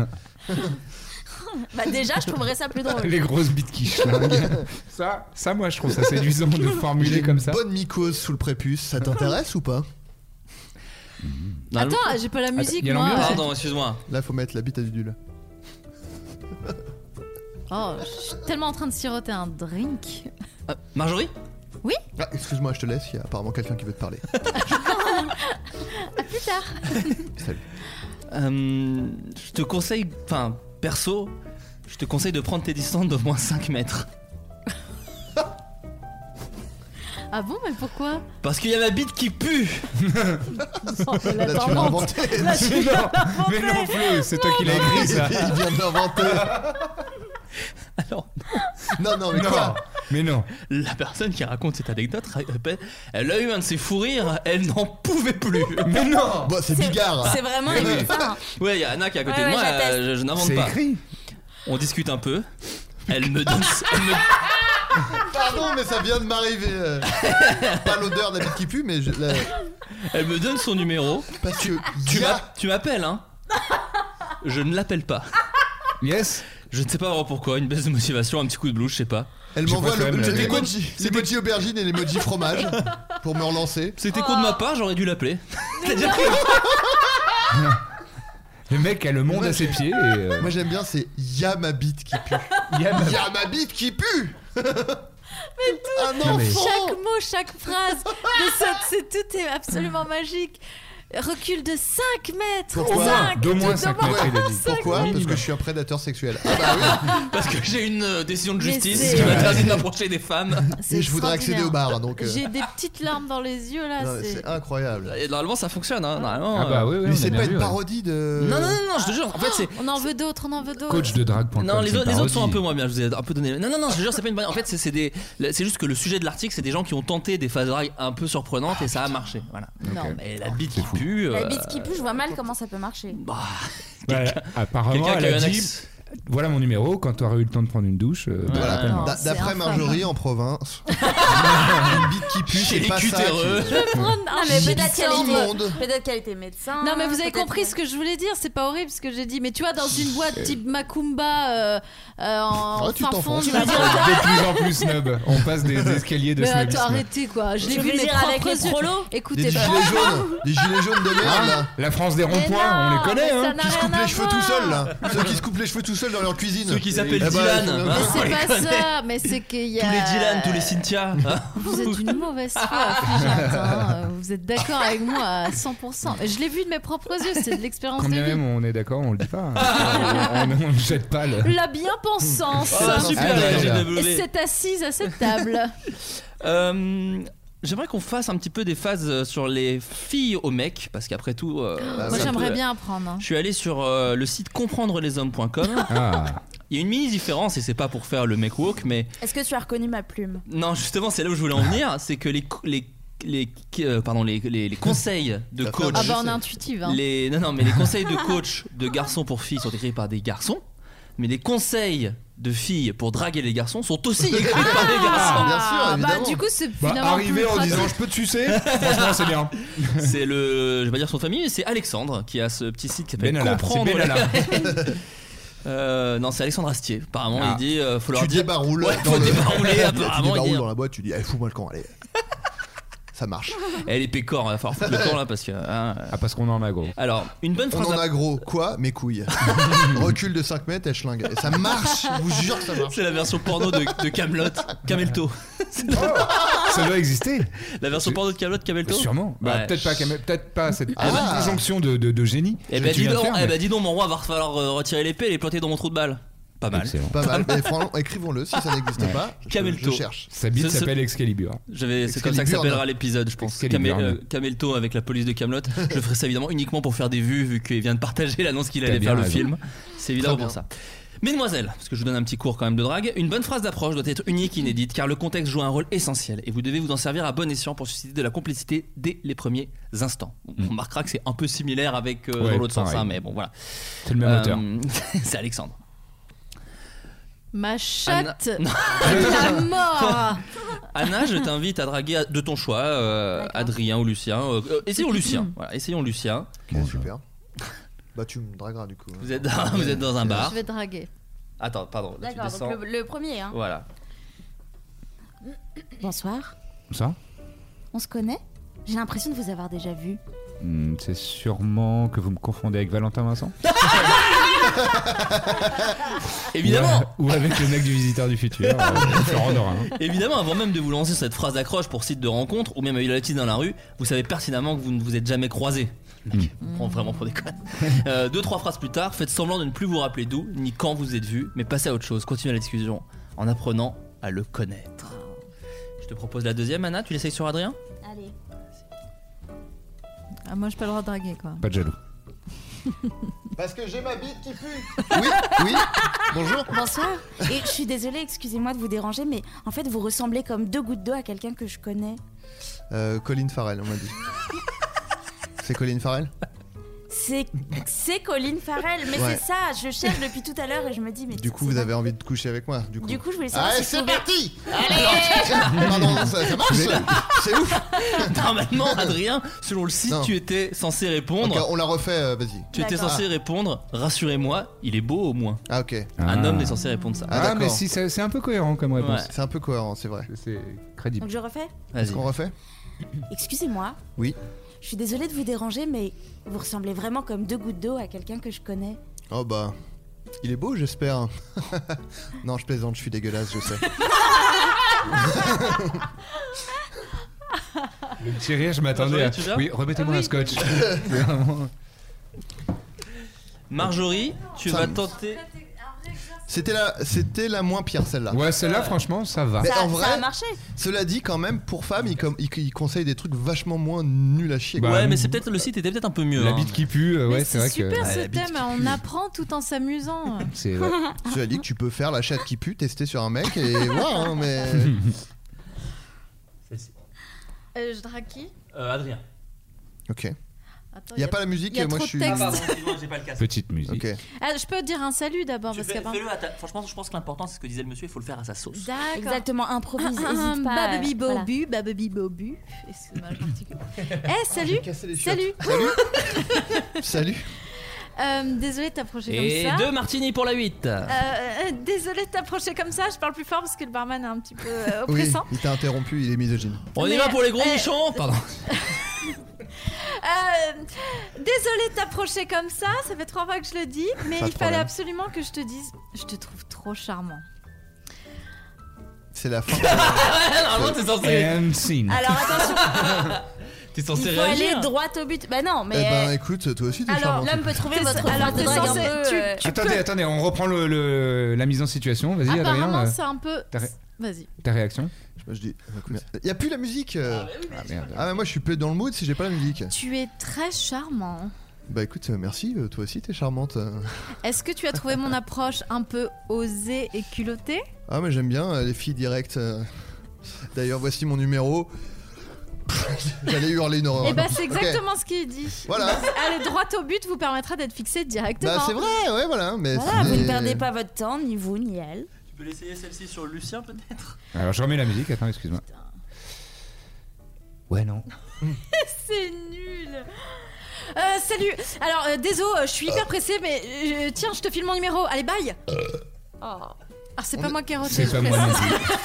A: Bah, déjà, je trouverais ça plus drôle.
K: Les grosses bites qui schlinguent. ça, ça, moi, je trouve ça séduisant de formuler comme ça.
N: Bonne mycose sous le prépuce, ça t'intéresse ou pas
J: Bah,
L: Attends, j'ai pas la musique,
N: y a
L: moi.
N: l'ambiance
J: Pardon, excuse-moi.
N: Là, faut mettre la bite à Dudule.
L: Oh, je suis tellement en train de siroter un drink.
J: Euh, Marjorie
L: Oui
N: Ah, excuse-moi, je te laisse, il y a apparemment quelqu'un qui veut te parler.
L: À plus tard.
J: Euh, je te conseille, enfin, perso, je te conseille de prendre tes distances d'au moins 5 mètres.
L: Ah bon, mais pourquoi
J: Parce qu'il y a ma bite qui pue
L: Oh, mais
N: Là, tu l'as
L: la tormente.
N: inventé.
L: Là, tu
K: Mais
L: l'as
K: non, mais
L: inventé.
K: non, Flo, c'est toi qui l'as écrit ça.
N: Il vient de l'inventer. Non, non, mais quoi
K: Mais non.
J: La personne qui raconte cette anecdote répète Elle a eu un de ses fous rires, elle n'en pouvait plus
K: Mais non
N: Bon, c'est bigard. hein.
A: C'est vraiment
J: Eh oui.
A: une ça.
J: Ouais, il y a Anna qui est à côté
A: Ouais,
J: de
A: ouais,
J: moi,
A: j'atteste.
J: euh, je, je n'invente
K: C'est
J: pas.
K: écrit.
J: On discute un peu. Elle me donne. elle me-
N: Pardon, mais ça vient de m'arriver. euh. Pas l'odeur de la bite qui pue, mais je- la-
J: Elle me donne son numéro.
N: parce que
J: Tu
N: y a-
J: m'app- Tu m'appelles, hein Je ne l'appelle pas.
K: Yes
J: Je ne sais pas vraiment pourquoi, une baisse de motivation, un petit coup de blues, je sais pas.
N: Elle
K: Je
N: m'envoie
K: préfère
N: le-
K: même la-
N: l'emoji l'emoji aubergine et l'emoji fromage pour me relancer.
J: C'était con de ma part, j'aurais dû l'appeler. C'est-à-dire que-
K: Le mec a le monde
N: Moi,
K: à ses pieds et. euh,
N: Moi j'aime bien, c'est y'a ma bite qui pue.
K: il y a ma-
N: Y'a ma bite qui pue Un
K: Non, mais-
N: enfant
L: Chaque mot, chaque phrase, de cette- c'est tout est absolument magique. Recul de 5 mètres.
N: Pourquoi
L: Cinq,
K: D'au moins
L: tout
K: 5 mètres, il a dit.
N: Pourquoi Parce que je suis un prédateur sexuel. Ah bah oui
J: Parce que j'ai une euh, décision de
L: Mais
J: justice
L: c'est-
J: qui m'interdit de m'approcher des femmes.
L: C'est
N: Et je voudrais accéder au
L: extraordinaire.
N: bar donc. euh,
L: J'ai des petites larmes dans les yeux là.
N: non, mais
L: c'est- Oh,
N: C'est incroyable.
J: Et normalement, ça fonctionne, hein. Normalement,
K: Ah bah oui,
J: euh,
K: oui, on
N: Mais
K: a
N: c'est
K: bien
N: pas
K: vu,
N: une
K: ouais.
N: parodie de.
J: Non, non, non, non, je te jure. En fait, c'est.
L: On en veut d'autres, on en veut d'autres.
K: Coach de drague.com.
J: Non, les,
K: c'est
J: autres- les autres sont
K: parodie.
J: un peu moins bien. Je vous ai un peu donné. Non, non, non, je te jure, c'est pas une parodie. En fait, c'est c'est des. C'est juste que le sujet de l'article, c'est des gens qui ont tenté des phases drague un peu surprenantes et ça a marché. Voilà.
L: Non,
K: Ok.
L: mais-
J: Et la bite qui pue.
A: La
J: euh,
A: bite qui pue, je vois mal comment ça peut marcher.
J: Bah,
K: Ouais, apparemment,
J: quelqu'un
K: elle
J: qui a eu
K: a
J: un
K: dit
J: axe.
K: Voilà mon numéro, quand tu auras eu le temps de prendre une douche. euh,
J: Voilà.
K: t'appelles.
L: Non,
N: D'a-
L: c'est
N: D'après
L: infâme.
N: Marjorie en province,
K: bah,
N: une bite qui pue,
J: Chez
N: c'est
J: les
N: pas ça.
J: cutéreux.
N: qui-
L: Je vais prendre un
A: Non, mais
L: petit
A: peut-être qu'elle
L: sorbe.
N: immonde.
A: était, peut-être qu'elle était médecin.
L: Non, mais vous avez
A: Ah, peut-être-
L: compris ce que je voulais dire, c'est pas horrible ce que j'ai dit. Mais tu vois, dans une boîte type Macumba euh, euh, en
N: Ah, tu
L: fin
N: t'en
L: fond,
N: fous.
L: je
K: On
L: veux
K: passe
L: dire.
K: de plus en plus snob. On passe des escaliers de
L: Mais attends,
K: snobisme.
L: arrêtez quoi, je l'ai
A: Tu
L: vu
A: veux
L: mes
A: dire avec
L: propres
A: les
L: yeux.
A: prolos
N: Des
L: Écoutez,
N: gilets jaunes, des gilets jaunes de merde là.
K: Hein La France des ronds-points, on
L: non,
K: les connaît,
L: mais ça
K: hein.
L: n'a
N: Qui se
L: rien
N: coupent
L: à
N: les cheveux
L: voir.
N: tout seuls là Ceux qui se coupent les cheveux tout seuls dans leur cuisine
J: Ceux qui s'appellent
K: ben,
N: Eh bah,
J: Dylan.
N: faut-
J: hein.
L: Mais
J: On
L: c'est
J: les
L: pas
J: connaît.
L: ça, mais c'est qu'il y a. euh,
J: Tous les Dylan, tous les Cynthia.
L: Vous êtes une mauvaise foi, affligeante, hein. Vous êtes d'accord avec moi à 100%. Je l'ai vu de mes propres yeux, c'est de l'expérience
K: Quand
L: de
K: bien même
L: vie.
K: on est d'accord, on le dit pas. hein. on on ne jette pas le.
L: La bien-pensance.
J: Ah, super,
N: Ah,
J: la
N: déjà.
J: GW.
L: Et cette assise à cette table.
J: Euh, J'aimerais qu'on fasse un petit peu des phases euh, sur les filles aux mecs, parce qu'après tout. euh,
L: Moi
J: c'est un
L: j'aimerais
J: peu-
L: bien apprendre. hein.
J: Je suis allé sur euh, le site comprendreleshommes.com.
K: Ah.
J: Il y a une mini différence, et c'est pas pour faire le mec woke, mais
A: Est-ce que tu as reconnu ma plume
J: non, justement, c'est là où je voulais en venir, c'est que les co- les les euh, pardon les, les, les conseils de coach
L: Ah bah on est intuitive. Hein.
J: les non non mais les conseils de coach de garçons pour filles sont écrits par des garçons mais les conseils de filles pour draguer les garçons sont aussi écrits par des garçons
L: Ah, bah du coup c'est
J: Bah,
L: finalement
J: arriver
L: plus
J: en
L: pratique.
J: disant,
K: je peux te sucer Franchement, c'est bien.
J: C'est le. Je vais pas dire son famille, mais c'est Alexandre qui a ce petit site qui s'appelle
K: Benalla,
J: Comprendre.
K: c'est Benalla.
J: les- Euh, non, c'est Alexandre Astier. Apparemment,
N: Ah.
J: il dit euh, faut leur
N: tu
J: dire.
N: débaroules.
J: Ouais,
N: dans
J: faut
N: le-
J: débarouler,
N: tu
J: apparemment. il
N: débaroules
J: dit.
N: dans la boîte, tu dis, eh, fous-moi le camp, allez. Ça marche.
J: Eh, les pécores, il va falloir foutre le camp là parce que. Ah,
K: parce qu'on en a gros.
J: Alors, une bonne
N: On
J: phrase.
N: en
J: à-
N: a gros, quoi Mes couilles. Recul de 5 mètres, elle schlingue. Et ça marche, je vous jure que ça marche.
J: C'est la version porno de, de Camelot, Camelto.
K: Ça doit exister.
J: La version porno de Camelot, Camelto.
K: Sûrement. Bah,
J: Ouais.
K: Peut-être pas, Kamel- peut-être pas cette
J: Ah bah.
K: conjonction de, de, de génie.
J: Eh
K: que
J: ben
K: tu
J: dis
K: viens de
J: donc,
K: faire,
J: eh
K: mais-
J: ben, dis donc, mon roi va falloir euh, retirer l'épée et les planter dans mon trou de balle. Pas mal.
K: ben, Excellent.
N: Pas mal. Mais franchement, écrivons-le si ça n'existe
J: Ouais.
N: pas. Je-
J: Camelto.
N: Je cherche.
K: Sa bite
J: Ce- ce-
K: s'appelle Excalibur. hein,
J: Je vais- c'est comme ça que
K: Excaliburne.
J: s'appellera l'épisode, je pense.
K: Excaliburne.
J: Camel- euh, Camelto avec la police de Camelot. je ferai ça évidemment uniquement pour faire des vues, vu qu'il vient de partager l'annonce qu'il
K: T'as
J: allait
K: bien
J: faire le
K: raison.
J: film. C'est évidemment
K: Très
J: pour
K: bien.
J: ça. Mesdemoiselles, parce que je vous donne un petit cours quand même de drague, une bonne phrase d'approche doit être unique, inédite, car le contexte joue un rôle essentiel et vous devez vous en servir à bon escient pour susciter de la complicité dès les premiers instants. On remarquera que c'est un peu similaire avec euh,
K: Mm. Ouais,
J: dans l'autre sens,
K: pareil.
J: hein, mais bon voilà. Euh,
K: C'est le même auteur.
J: c'est Alexandre.
L: Ma chatte
J: Anna-
L: la mort
J: Anna, je t'invite à draguer à- de ton choix euh, Adrien ou Lucien. Euh, euh, essayons Lucien. Voilà, essayons Lucien.
N: Ok, super. Bah, tu me dragueras du coup.
J: Vous êtes dans, vous êtes dans un bar.
L: Je vais draguer.
J: Attends, pardon.
L: Bah,
J: là, tu
A: D'accord,
J: descends.
A: donc le, le premier. Hein.
J: Voilà.
A: Bonsoir,
K: Ça
A: on se connaît J'ai l'impression de vous avoir déjà vu.
K: Hmm, C'est sûrement que vous me confondez avec Valentin Vincent
A: Ah.
J: Évidemment.
K: Ou avec le mec du visiteur du futur, euh, Florent Dorin.
J: Évidemment, avant même de vous lancer cette phrase d'accroche pour site de rencontre ou même à une latine dans la rue, vous savez pertinemment que vous ne vous êtes jamais croisés.
N: Hmm.
J: Mec, on prend vraiment pour des connes. Euh, deux, trois phrases plus tard, faites semblant de ne plus vous rappeler d'où ni quand vous êtes vus, mais passez à autre chose. Continuez la discussion en apprenant à le connaître. Je te propose la deuxième, Anna. Tu l'essayes sur Adrien
A: Allez.
L: Ah, moi j'ai pas le droit de draguer quoi.
K: Pas de jaloux.
N: Parce que j'ai ma bite qui pue. Oui, oui. Bonjour.
A: Bonsoir. Et je suis désolée, excusez-moi de vous déranger, mais en fait, vous ressemblez comme deux gouttes d'eau à quelqu'un que je connais.
N: Euh, Colin Farrell, on m'a dit. C'est Colin Farrell
A: C'est c'est Colin Farrell, mais
N: Ouais.
A: c'est ça, je cherche depuis tout à l'heure et je me dis, mais
N: Du coup, vous avez envie de coucher avec moi Du coup,
A: Du coup, je voulais savoir si
N: Allez,
A: je
N: c'est
A: pouvais-
N: parti
A: Allez
N: Pardon, ça, ça marche C'est ouf
J: Normalement, Adrien, selon le site,
N: Non.
J: tu étais censé répondre.
N: Ok, on la refait, euh, vas-y.
J: Tu étais
N: D'accord.
J: censé répondre, rassurez-moi, il est beau au moins.
N: Ah, ok.
J: Un
K: Ah.
J: homme est censé répondre ça.
N: Ah,
K: Ah,
N: d'accord.
K: mais si, c'est c'est un peu cohérent comme réponse.
J: Ouais.
N: C'est un peu cohérent, c'est vrai.
K: C'est crédible.
A: Donc je refais
N: Est-ce qu'on refait
A: Excusez-moi,
N: Oui.
A: je suis désolée de vous déranger, mais vous ressemblez vraiment comme deux gouttes d'eau à quelqu'un que je connais.
N: Oh bah. Il est beau, j'espère. non, je plaisante, je suis dégueulasse, je sais.
K: Le petit rire, je m'attendais
J: Marjorie, tu
K: à.
J: viens
K: Oui, remettez-moi
J: Oui.
K: un scotch. C'est vraiment-
J: Marjorie, tu
N: Ça
J: vas
N: me-
J: tenter.
N: C'était la, c'était la moins pire celle-là.
K: Ouais, celle-là, franchement, ça va.
N: Mais
A: Ça-
N: en vrai,
A: ça a marché.
N: cela dit, quand même, pour femmes, ils, com- ils- ils conseillent des trucs vachement moins nuls à chier.
K: Bah,
J: ouais, mais c'est peut-être le site était peut-être un peu mieux.
K: La
J: hein.
K: bite qui pue, euh, ouais, c'est vrai que.
L: Super
J: Ouais, la
L: ce
J: bite
L: thème, on apprend tout en s'amusant.
K: C'est
N: Cela dit que tu peux faire la chatte qui pue, tester sur un mec et voir, hein, mais.
L: Euh, je drague qui
J: Euh, Adrien.
N: Ok.
L: Attends,
N: Y a pas la musique,
L: y a
N: moi
L: trop
N: je suis.
L: de texte.
J: Ah, j'ai pas le casque.
K: Petite musique.
N: Ok.
L: Ah, je peux dire un salut d'abord parce qu'avant.
J: Franchement, je pense que l'important c'est ce que disait le monsieur, il faut le faire à sa sauce.
L: D'accord.
A: Exactement, improvise,
L: Ah, ah,
A: hésite pas. euh,
L: Bababi
A: voilà.
L: Bobu, Bababi Bobu. Excuse-moi, je m'articule. Eh, salut
N: cassé les
L: Salut
N: Salut.
L: euh, Désolée de t'approcher
J: Et
L: comme ça.
J: deux martini pour la 8.
L: Euh, euh, désolée de t'approcher comme ça, je parle plus fort parce que le barman est un petit peu euh,
N: Oui,
L: oppressant.
N: il t'a interrompu, il est misogyne.
J: On y
L: mais,
J: va pour les gros
L: euh,
J: nichons Pardon.
L: Euh, désolée de t'approcher comme ça, ça fait trois fois que je le dis, mais
N: Pas de
L: il fallait
N: problème.
L: absolument que je te dise, je te trouve trop charmant.
N: C'est la fin.
J: Normalement, t'es censé.
K: And scene.
N: Ah,
L: Ah,
A: Alors attention,
J: T'es
A: il
J: censé
A: faut
J: réagir.
A: aller droit au but. Bah non,
N: eh
A: mais.
N: ben
A: euh,
N: écoute, toi aussi t'es
A: alors,
N: charmant.
A: l'homme peut trouver
L: T'es-
A: votre
L: alors,
A: phrase de
L: t'es
A: drague un
L: censé-
A: peu,
L: tu-
A: euh,
L: tu
K: Attendez,
L: peux-
K: attendez, on reprend le, le- la mise en situation. Vas-y, Adrien.
L: Apparemment,
K: euh,
L: c'est un peu.
K: t'as ré-
L: Vas-y.
K: Ta réaction
N: Je dis, Il y a plus la musique. euh. Ah, bah, moi je suis plus dans le mood si j'ai pas la musique.
L: Tu es très charmant.
N: Bah écoute, euh, merci, euh, toi aussi t'es charmante. euh.
L: Est-ce que tu as trouvé mon approche un peu osée et culottée
N: Ah mais j'aime bien euh, les filles directes. euh. D'ailleurs voici mon numéro. J'allais hurler une horreur.
L: Eh ben,
N: Ok.
L: c'est exactement ce qu'il dit.
N: Voilà.
L: Aller droit au but vous permettra d'être fixé directement.
N: Bah c'est vrai, ouais voilà. Mais
A: Voilà,
N: c'est-
A: vous ne perdez pas votre temps, ni vous, ni elle.
J: Tu peux l'essayer celle-ci sur Lucien peut-être
K: Alors je remets la musique, attends, excuse-moi. Ouais, non.
L: c'est nul. Euh, salut. Alors, euh, désolé, euh, je suis hyper pressée, mais euh, tiens, je te file mon numéro. Allez, bye.
N: Euh.
L: Oh. Ah, c'est pas moi qui ai retenu.
K: C'est pas moi non plus.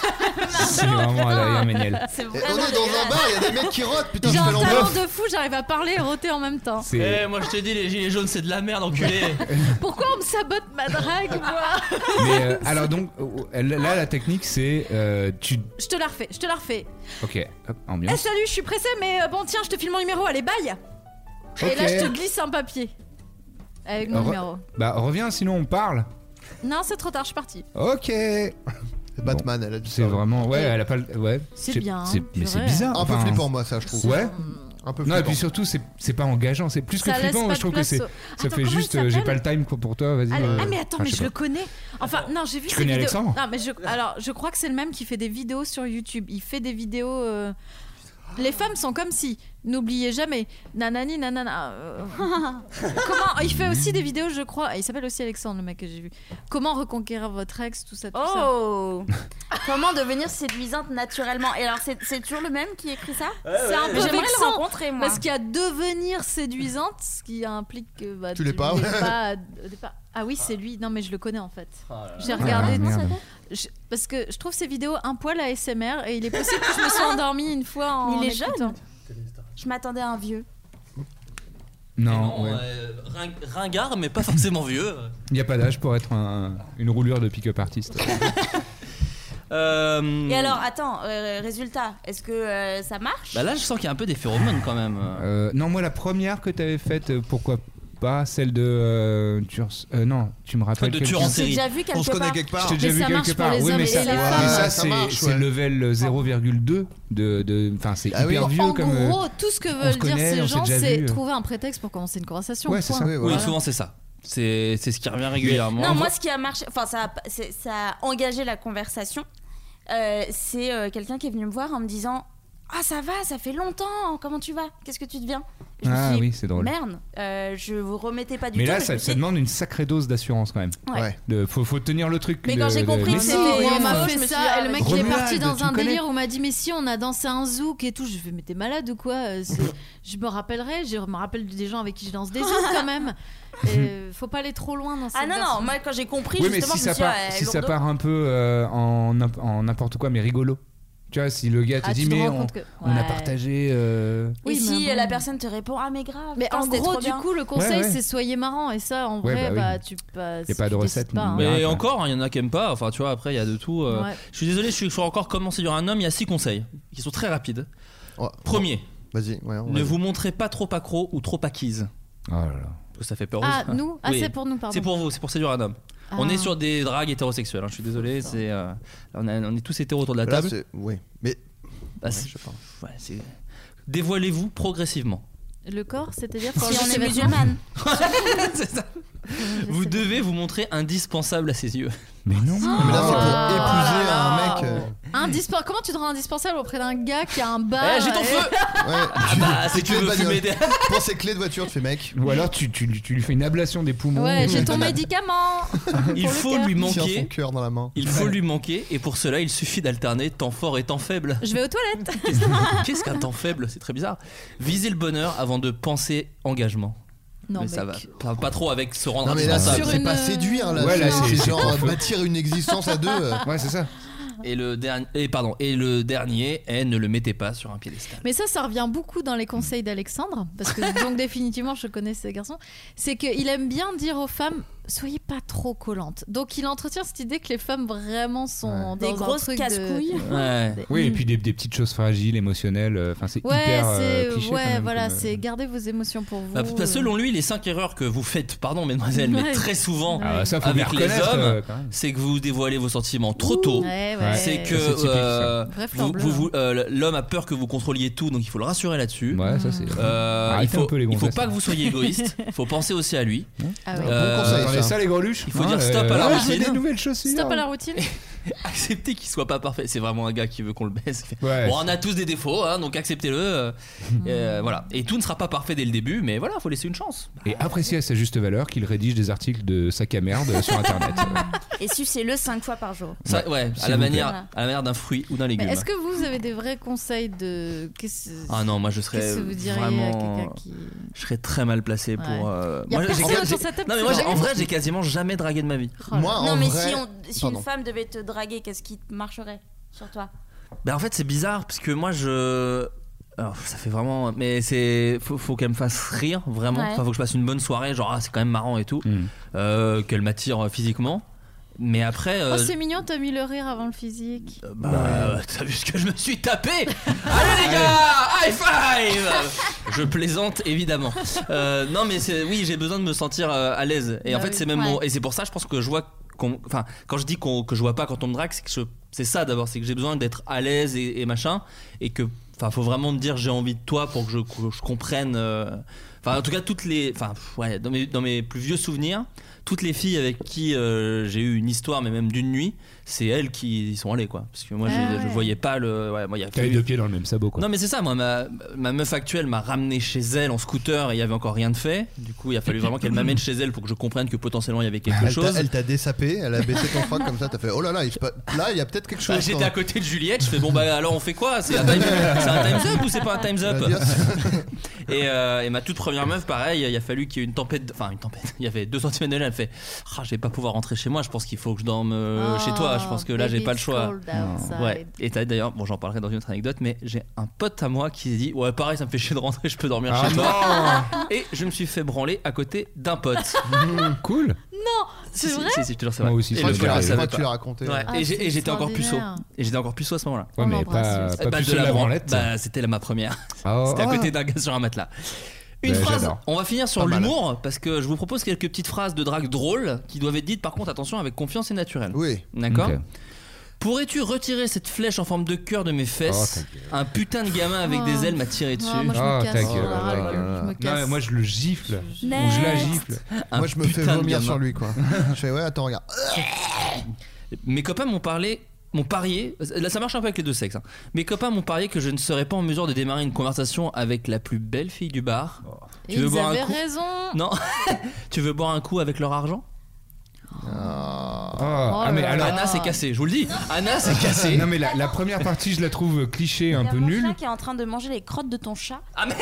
K: C'est vraiment Adrien Méniel.
L: C'est
N: Et on est dans un bar, il y a des mecs qui rotent, putain, je
L: J'ai
N: fais
L: un talent
N: l'enveloppe.
L: de fou, j'arrive à parler et roter en même temps.
J: Eh, moi je te dis, les gilets jaunes c'est de la merde, enculé
L: Pourquoi on me sabote ma drague, moi
K: Mais euh, alors donc, euh, là la technique c'est. euh, tu...
L: Je te la refais, je te la refais.
K: Ok, hop,
L: Eh
K: ambiance.
L: salut, je suis pressée, mais euh, bon, tiens, je te file mon numéro, allez, bye Et
K: Ok.
L: là, je te glisse un papier. Avec mon
K: Re-
L: numéro.
K: Bah reviens sinon on parle.
L: Non, c'est trop tard, je suis partie.
K: Ok.
N: Batman, elle a dû
K: C'est vraiment ouais, elle a pas le- ouais.
L: C'est bien,
K: c'est- Mais
L: c'est
K: c'est
L: vrai.
K: bizarre.
N: Un peu
K: enfin,
N: flippant, moi, ça, je trouve.
K: Ouais.
N: Un peu
K: non et puis
N: flippant.
K: surtout c'est c'est pas engageant, c'est plus que
L: Ça laisse
K: flippant.
L: pas
K: je trouve
L: de
K: que
L: place
K: c'est
L: au-
K: ça
L: Attends,
K: fait
L: comment
K: juste
L: il
K: euh, j'ai pas
L: s'appelle
K: le time quoi, pour toi. Vas-y.
L: Ah,
K: euh,
L: ah, mais attends,
K: enfin,
L: mais
K: sais
L: je le
K: pas.
L: connais. Enfin, non, j'ai vu
K: Tu
L: ses
K: connais
L: vidéos.
K: Alexandre
L: Non, mais je, alors, je crois que c'est le même qui fait des vidéos sur YouTube. Il fait des vidéos. euh, Les femmes sont comme si. N'oubliez jamais. Nanani, nanana. euh, Comment Il fait aussi des vidéos, je crois. Il s'appelle aussi Alexandre, le mec que j'ai vu. Comment reconquérir votre ex, tout ça, tout ça.
A: Oh Comment devenir séduisante naturellement Et alors, c'est c'est toujours le même qui écrit ça
L: C'est un peu
A: J'aimerais le
L: vexant,
A: rencontrer, moi.
L: Parce qu'il y a devenir séduisante, ce qui implique que bah,
N: Tu l'es pas, ouais.
L: pas au départ. Ah oui, c'est lui. Non, mais je le connais en fait.
N: Ah là là.
L: J'ai
N: Ah,
L: regardé.
N: merde.
L: Je- parce que je trouve ses vidéos un poil ASMR et il est possible que je me sois endormie une fois en.
A: Mais il est
L: écoutant.
A: Je m'attendais à un vieux.
K: Non. ouais.
J: Euh, ring- Ringard, mais pas forcément vieux.
K: Il y a pas d'âge pour être un- une roulure de pick-up artiste.
J: Euh,
A: Et alors, attends, euh, résultat, est-ce que euh, ça marche
J: Bah là, je sens qu'il y a un peu des phéromones quand même.
K: Euh, non, moi, la première que t'avais faite, euh, pourquoi pas celle de. euh, Tur- euh, non, tu me rappelles.
J: De
K: quelque
J: tueur en
K: chose.
J: série.
A: déjà vu quelque
N: On se connaît part. quelque part.
K: Je t'ai déjà
N: Mais ça
K: vu
N: marche
K: quelque
N: pour
K: part.
N: les
K: Oui,
N: hommes
K: mais
N: et
K: ça,
N: les femmes.
K: mais
N: Ouais, ça
K: ça, c'est
N: marche,
K: c'est
N: ouais.
K: level 0,2 de. de- Enfin, c'est
N: Ah oui.
K: hyper
N: En
K: vieux
L: En
K: comme. euh,
L: gros, tout ce que
K: on se
L: veulent dire
K: connaît, on
L: ces
K: s'est
L: gens,
K: déjà
L: c'est
K: vu.
L: trouver un prétexte pour commencer une conversation. point.
J: Oui, souvent c'est ça. C'est c'est ce qui revient régulièrement.
A: Non, moi, ce qui a marché, enfin, ça, a- c'est- ça a engagé la conversation. Euh, c'est euh, quelqu'un qui est venu me voir en me disant Ah, ça va, ça fait longtemps, comment tu vas Qu'est-ce que tu deviens Je me
K: Ah
A: suis dit,
K: oui, c'est drôle.
A: Merde, euh, je vous remettais pas du
K: Mais
A: tout.
K: là,
A: je
K: ça,
A: me suis
K: ça
A: dit,
K: demande une sacrée dose d'assurance quand même.
A: Ouais. Ouais.
K: De- faut, faut tenir le truc.
A: Mais quand
K: de-
A: j'ai
K: de-
A: compris
K: mais
A: que
K: si,
L: Non, et
K: ouais,
L: on m'a
K: faut-
L: fait
A: me suis
L: ça
A: dit, ah,
L: et le
A: mais
L: mec il est
K: Romuald,
L: parti dans
K: tu
L: un
K: connais
L: délire où on m'a dit mais si on a dansé un zouk et tout je vais mais t'es malade ou quoi Euh, c'est- je me rappellerai je me rappelle des gens avec qui je danse des zouks quand même Euh, faut pas aller trop loin dans cette
A: Ah non, non, moi, quand j'ai compris,
K: Oui, mais
A: justement,
K: si
A: je me
K: ça
A: suis dit,
K: part,
A: Ah,
K: si ça
A: lourdeau.
K: part un peu euh, en n'im- en n'importe quoi, mais rigolo. Tu vois, si le gars te
A: Ah,
K: dit,
A: tu te
K: mais
A: rends
K: on,
A: compte que-
K: on a
A: Ouais.
K: partagé. euh,
A: Et
L: Oui,
A: si
L: mais bon.
A: la personne te répond Ah, mais grave.
L: mais
A: putain,
L: en
A: c'était
L: gros
A: trop
L: du
A: bien.
L: coup le conseil
K: ouais.
L: c'est soyez marrant et ça en
K: Ouais,
L: vrai
K: bah oui.
L: bah, tu bah,
K: Y a pas de
L: tu
K: recette
L: décides pas, hein.
K: ni
J: Mais
K: miracle, ouais.
J: encore, il y en a qui aiment pas. Enfin, tu vois, après, il y a de tout. euh.
L: Ouais.
J: Je suis désolé, je suis je suis encore comment séduire un homme. Il y a six conseils qui sont très rapides. Premier,
N: Vas-y, ouais, on va-
J: ne vous montrez pas trop accro ou trop acquise.
K: Oh
J: Parce que ça fait peur. aux-
L: Ah, nous Ah,
J: Oui.
L: c'est pour nous, pardon.
J: C'est pour vous, c'est pour séduire un homme.
L: Ah.
J: On est sur des dragues hétérosexuelles. hein, Je suis désolé, c'est euh, on, a- on est tous hétéros autour de la
N: Là,
J: table.
N: c'est- ouais. Mais
J: Ah, c'est- ouais, c'est- Dévoilez-vous progressivement.
L: le corps c'est-à-dire
A: Si
L: pour
A: on est musulmane.
L: musulmane
J: C'est ça. Vous devez vous montrer indispensable à ses yeux.
K: Mais non.
N: mais là, c'est pour
L: Ah.
N: épouser
J: là
N: un
J: là.
N: mec. euh,
L: Indispo- comment tu te rends indispensable auprès d'un gars qui a un bar
J: Eh, j'ai ton
L: et-
J: feu
N: euh, Ouais.
J: Ah bah, si
N: Ses
J: tu
N: clés de
J: veux
N: bagnole.
J: fumer des-
N: Prends ses clés de voiture, tu fais mec.
K: Ou alors tu, tu, tu lui fais une ablation des poumons.
L: ouais j'ai ton
K: Ou-
L: médicament
J: Il
L: Pour le
J: faut
L: cœur.
J: lui
N: Tiens son
J: manquer.
N: cœur dans la main.
J: Il faut lui manquer et pour cela il suffit d'alterner temps fort et temps faible.
L: je vais aux toilettes
J: Qu'est-ce qu'un temps faible C'est très bizarre. Visez le bonheur avant de penser engagement.
L: Non,
J: mais
L: mec.
J: ça va pas, pas trop avec se rendre
N: Non mais là c'est
J: indispensable.
N: c'est
L: une-
N: pas séduire là,
K: Ouais, là,
N: c'est
K: c'est-
N: c'est
K: c'est
N: genre euh,
K: pour-
N: bâtir une existence à deux. euh.
L: bah.
K: Ouais, c'est ça.
J: Et le dernier, et pardon, et le dernier est ne le mettez pas sur un piédestal.
L: Mais ça, ça revient beaucoup dans les conseils d'Alexandre, parce que donc définitivement, je connais ces garçons. C'est qu'il aime bien dire aux femmes soyez pas trop collante. Donc il entretient cette idée que les femmes vraiment sont dans
A: Des
L: un
A: grosses
L: truc de-
A: casse-couilles.
K: Ouais.
L: Des-
K: Oui, et puis des, des petites choses fragiles, émotionnelles. euh, Enfin, c'est
L: Ouais,
K: hyper. euh,
L: c'est
K: cliché quand
L: ouais,
K: même,
L: voilà,
K: comme, euh,
L: c'est garder vos émotions pour vous.
J: Bah, bah, selon lui, les 5 erreurs que vous faites, pardon mesdemoiselles,
L: Ouais.
J: mais très souvent
K: Ah bah ça, faut
J: avec
K: bien
J: les
K: reconnaître, euh,
J: hommes,
K: quand même.
J: c'est que vous dévoilez vos sentiments trop tôt.
L: Ouais, ouais.
J: C'est que
L: Ça, c'est typique, ça.
J: euh,
L: Vrai
J: vous-
L: flambeau,
J: vous-
L: hein.
J: vous- euh, l'homme a peur que vous contrôliez tout, donc il faut le rassurer là-dessus. Euh, il
K: Arrêtez
J: faut,
K: un peu les
J: il faut
K: gonzesses,
J: pas
K: hein.
J: que vous soyez égoïste. Il faut penser aussi à lui.
L: Ah ouais.
J: Euh,
K: Bon conseil, Regardez ça. ça, les greluches.
J: Il faut
K: Hein,
J: dire stop
K: euh,
J: à la
K: ah, j'ai
J: routine.
K: des nouvelles chaussures.
L: Stop à la routine.
J: accepter qu'il soit pas parfait. C'est vraiment un gars qui veut qu'on le baisse.
K: Ouais.
J: Bon, on a tous des défauts, hein, donc acceptez-le. euh, euh, voilà. Et tout ne sera pas parfait dès le début, mais voilà, faut laisser une chance.
K: Et apprécier à sa juste valeur qu'il rédige des articles de sac à merde sur internet. Euh,
A: Et sucez-le 5 fois par jour.
J: Ça, ouais, à
K: S'il
J: la
K: vous plaît.
J: manière, à la manière d'un fruit ou d'un
L: Mais
J: légume.
L: est-ce que vous avez des vrais conseils de qu'est-ce
J: Ah non, moi je serais
L: qu'est-ce que vous diriez
J: vraiment,
L: à quelqu'un qui
J: je serais très mal placé pour. euh,
L: Y a
J: moi, j'ai-
L: personne
J: j'ai-
L: autour de
J: j'ai-
L: cette table
J: non mais
L: qui Oh
J: moi,
L: l'a
J: j'ai- en
L: vu.
J: vrai, j'ai quasiment jamais dragué de ma vie.
N: Moi,
A: non,
N: en
A: mais
N: vrai-
A: si, on- si
J: Pardon.
A: une femme devait te draguer, qu'est-ce qui te marcherait sur toi
J: Bah en fait c'est bizarre parce que moi je alors, ça fait vraiment mais c'est faut, faut qu'elle me fasse rire vraiment
A: Ouais.
J: enfin faut que je passe une bonne soirée genre ah, c'est quand même marrant et tout Euh, qu'elle m'attire euh, physiquement mais après euh,
L: Oh, c'est mignon, t'as mis le rire avant le physique.
J: bah, euh, t'as vu ce que je me suis tapé allez les gars high five je plaisante évidemment Euh, non mais c'est oui j'ai besoin de me sentir euh, à l'aise et en
M: Bah
J: fait
M: oui.
J: c'est même
M: Ouais.
J: mon- et c'est pour ça je pense que je vois qu'on enfin quand je dis qu'on que je vois pas quand on me drague c'est que je- c'est ça d'abord c'est que j'ai besoin d'être à l'aise et, et machin et que enfin faut vraiment me dire j'ai envie de toi pour que je, que je comprenne euh, enfin en tout cas toutes les enfin pff, ouais dans mes dans mes plus vieux souvenirs toutes les filles avec qui euh, j'ai eu une histoire mais même d'une nuit c'est elles qui y sont allées quoi parce que moi
K: Ah
J: j'ai-
K: ouais.
J: je voyais pas le ouais moi il y a
K: T'as les deux pieds dans le même sabot, quoi.
J: non mais c'est ça, moi ma, ma meuf actuelle m'a ramené chez elle en scooter et il y avait encore rien de fait. Du coup, il a fallu vraiment qu'elle m'amène chez elle pour que je comprenne que potentiellement il y avait quelque
N: Elle
J: chose.
N: t'a- elle t'a désapé, elle a baissé ton froc comme ça, t'as fait oh là là, il se pa- là il y a peut-être quelque
J: Bah,
N: chose.
J: J'étais
N: quand-
J: à côté de Juliette, je fais bon bah alors on fait quoi C'est un time- c'est un time's up ou c'est pas un time's
K: Bah,
J: up et, euh, et ma toute première meuf, pareil, il a fallu qu'il y ait une tempête, enfin une tempête, il y avait deux cm de neige, elle fait ah je vais pas pouvoir rentrer chez moi, je pense qu'il faut que je dorme euh,
L: Ah,
M: Oh,
J: chez toi, je pense que là j'ai
M: baby,
J: pas le
M: it's
J: choix.
M: cold outside.
J: Ouais. Et t'as d'ailleurs, bon j'en parlerai dans une autre anecdote, mais j'ai un pote à moi qui dit ouais pareil ça me fait chier de rentrer, je peux dormir
K: Ah
J: chez toi. Et je me suis fait branler à côté d'un pote.
K: cool.
L: Non, c'est
J: Si,
L: vrai.
J: si, si, je te le
K: Moi
J: savais.
K: aussi,
J: Et
K: ça
J: le
K: m'est
J: gars,
K: arrivé.
J: je le savais
K: Toi, tu
J: pas.
K: l'as raconté.
J: Ouais,
L: Ah,
J: et
L: c'est
J: j'ai- et j'étais encore puceau.
L: extraordinaire.
J: Et j'étais encore puceau à ce moment-là.
K: Ouais, mais pas, pas
J: Bah,
K: plus
J: de la bran-
K: branlette.
J: Bah, c'était la ma première.
N: Oh.
K: Ah,
J: c'était à
K: ah.
J: côté d'un gars sur un matelas. Une
K: Bah,
N: Ben,
J: phrase.
K: j'adore.
J: On va finir sur
K: Pas mal.
J: l'humour parce que je vous propose quelques petites phrases de drague drôles qui doivent être dites par contre attention avec confiance et naturel.
N: Oui.
J: D'accord.
K: Ok.
J: Pourrais-tu retirer cette flèche en forme de cœur de mes fesses
K: Oh,
J: Un putain de gamin avec
L: Oh.
J: des ailes m'a tiré dessus.
L: Oh, moi, je me
K: Ah,
L: casse,
K: ta
L: oh
K: gueule,
L: là
K: ta
L: là,
K: gueule.
L: je me
K: Non,
L: casse.
K: mais moi je le gifle. Ou je la
L: Next.
K: gifle.
N: Moi je me fais
J: putain de
N: vomir
J: gamin.
N: sur lui quoi. je fais ouais attends regarde.
J: Mes copains m'ont parlé, m'ont parié. Là, ça marche un peu avec les deux sexes. hein. Mes copains m'ont parié que je ne serais pas en mesure de démarrer une conversation avec la plus belle fille du bar.
N: Oh.
L: Et Ils
J: boire un
L: avaient
J: coup
L: raison.
J: Non. tu veux boire un coup avec leur argent
K: Ah,
L: Oh
K: mais alors-
J: Anna s'est cassée, je vous le dis. Anna s'est cassée.
K: Non, mais la, la première partie, je la trouve cliché, un peu
A: Mon chat
K: nulle.
A: qui est en train de manger les crottes de ton chat.
J: Ah merde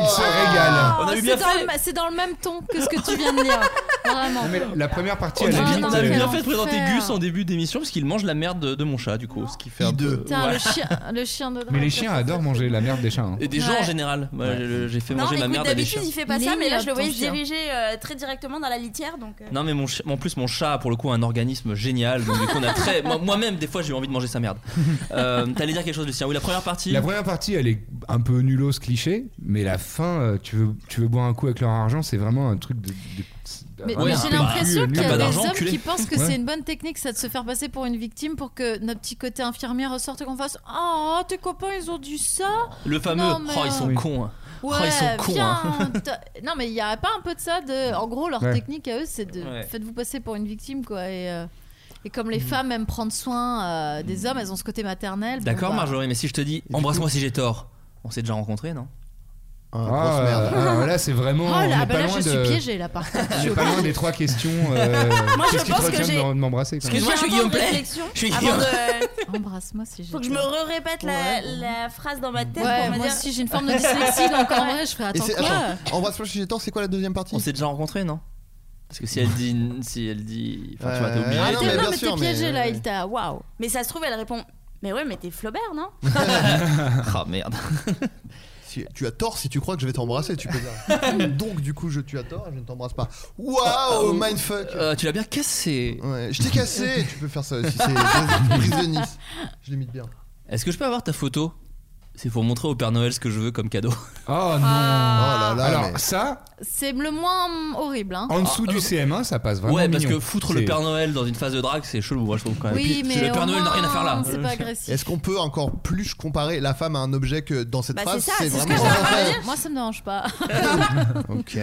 K: Il se régale.
L: Oh, c'est dans le ma- C'est dans le même ton que ce que tu viens de lire. Vraiment.
K: Non, mais la- la première partie,
J: On a
K: elle
J: bien,
K: est
J: on a bien fait de présenter
L: enfer.
J: Gus en début d'émission parce qu'il mange la merde de, de mon chat, du coup. Ce qui fait un peu-
L: Putain,
J: Ouais.
L: le chien, le chien de.
K: Mais les chiens adorent manger la merde des chats. hein.
J: Et des gens
A: Ouais.
J: en général. Moi, je- J'ai fait
A: Non,
J: manger ma
A: écoute,
J: merde à des
A: d'habitude
J: chiens.
A: il fait pas
L: Il
A: ça,
L: est
A: mais là je le
L: ignoble,
A: voyais
L: ton
A: se
L: chien.
A: diriger euh, très directement dans la litière, donc. euh,
J: Non mais mon chi- en plus mon chat a pour le coup un organisme génial donc du coup on a très moi- moi-même des fois j'ai eu envie de manger sa merde. Euh, T'allais dire quelque chose Lucien Oui la première partie.
K: La première partie, elle est un peu nulos cliché, mais la fin, euh, tu veux, tu veux boire un coup avec leur argent, c'est vraiment un truc de. de-
L: Mais
K: vraiment
L: mais
K: un
L: j'ai
K: peu
L: l'impression
K: nul,
L: qu'il y
K: nul.
L: a des hommes qui pensent que c'est une bonne technique, ça de se faire passer pour une victime pour que notre petit côté infirmier ressorte et qu'on fasse Ah, tes copains, ils ont dit ça
J: Le fameux
L: Non, mais,
J: oh ils sont
L: euh,
J: cons. hein.
L: Ouais,
J: oh ils sont cons.
L: viens,
J: hein.
L: on t'a- Non, mais il n'y a pas un peu de ça de. En gros, leur
J: Ouais.
L: technique à eux, c'est de.
J: Ouais.
L: Faites-vous passer pour une victime, quoi. Et, euh, et comme les femmes aiment prendre soin euh, des hommes, elles ont ce côté maternel. bon,
J: D'accord
L: bah,
J: Marjorie mais si je te dis embrasse-moi si j'ai tort. On s'est déjà rencontrés non
K: Ah,
J: merde.
K: alors là, c'est vraiment.
L: Oh
K: on
L: là,
K: est
L: bah
K: pas
L: là,
K: loin
L: je
K: de-
L: suis piégée là par contre.
K: On
L: Je
K: est
L: suis
K: pas loin
L: obligée.
K: des trois questions. euh,
L: Moi, je
K: Qu'est-ce qui te
L: pense que
K: retient
L: j'ai-
K: de m'embrasser quand même
J: Excuse-moi, je suis Guillaume
A: temps de
J: Play.
A: réflexion
J: Je suis
A: avant
J: Guillaume.
A: de-
L: Embrasse-moi si j'ai
A: Faut que je me re-répète la, la phrase dans ma tête
L: Ouais,
A: pour me
L: moi
A: dire.
L: aussi, j'ai une forme de dyslexie, donc en vrai, je fais,
N: Et
L: attends,
N: c'est-
L: quoi
N: attends, Embrasse-moi si j'ai tort, c'est quoi la deuxième partie
J: On s'est déjà rencontrés non Parce que si elle dit si elle dit enfin tu vas
N: Euh, ah non, mais bien
L: mais t'es
N: sûr, mais-
L: piégé là, il t'a. Waouh!
A: Mais ça se trouve, elle répond. Mais ouais, mais t'es Flaubert, non
J: Ah merde.
N: Si- tu as tort si tu crois que je vais t'embrasser, tu peux dire. Donc du coup, je tu as tort, je ne t'embrasse pas.
K: Ah, oh.
N: Waouh, mindfuck.
J: Euh, tu l'as bien cassé.
N: je t'ai cassé. tu peux faire ça aussi. C'est prise de Nice. Je l'imite bien.
J: Est-ce que je peux avoir ta photo C'est pour montrer au Père Noël ce que je veux comme cadeau.
K: Oh non
N: Ah.
K: Oh là là, Alors, mais- ça
L: C'est le moins horrible. Hein.
K: En dessous du CM1, ça passe vraiment.
J: Ah, euh, Ouais, parce
K: mignon.
J: que foutre le
K: C'est-
J: Père Noël dans une phase de drague, Oh, c'est chelou, moi je trouve quand même.
L: Oui,
J: Et puis,
L: mais
J: le Père
L: au
J: Noël n'a rien à faire là.
L: moins, c'est pas agressif.
N: Est-ce qu'on peut encore plus comparer la femme à un objet que dans cette
L: Bah,
N: phrase
L: c'est ça, c'est ce que
N: vraiment.
L: j'allais dire. Moi, ça me dérange pas.
N: ok.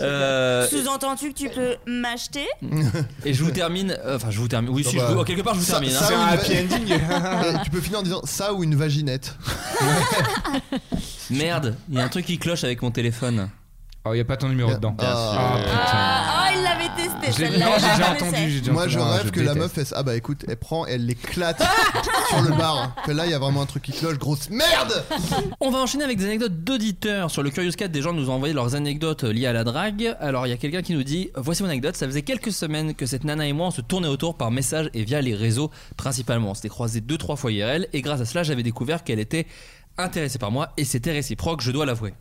J: Euh,
A: Sous-entendu que tu peux m'acheter
J: Et je vous termine. euh, Enfin, je vous termine. Oui,
N: Non,
J: si,
N: bah,
J: je vous- oh, quelque part, je vous
N: ça-
J: termine.
N: ça ou
J: hein.
K: Ah,
N: une- Et tu peux finir en disant ça ou une vaginette.
J: Merde, il y a un truc qui cloche avec mon téléphone.
K: Oh, il n'y a pas ton numéro dedans.
J: Ah,
A: Ah, oh, il l'avait testé.
J: J'ai-
A: celle-là,
J: non,
A: il
J: j'ai
A: l'avait
J: déjà
A: testé.
J: entendu, j'ai déjà
N: Moi,
J: entendu.
N: je
J: Ah,
N: rêve
J: je
N: que la meuf fasse ah bah écoute, elle prend, elle l'éclate sur le bar. Que là, il y a vraiment un truc qui cloche, grosse merde.
J: On va enchaîner avec des anecdotes d'auditeurs. Sur le Curious Cat, des gens nous ont envoyé leurs anecdotes euh, liées à la drague. Alors, il y a quelqu'un qui nous dit Voici mon anecdote. Ça faisait quelques semaines que cette nana et moi, on se tournait autour par message et via les réseaux principalement. On s'était croisés deux, trois fois IRL. Et grâce à cela, j'avais découvert qu'elle était intéressée par moi et c'était réciproque, je dois l'avouer.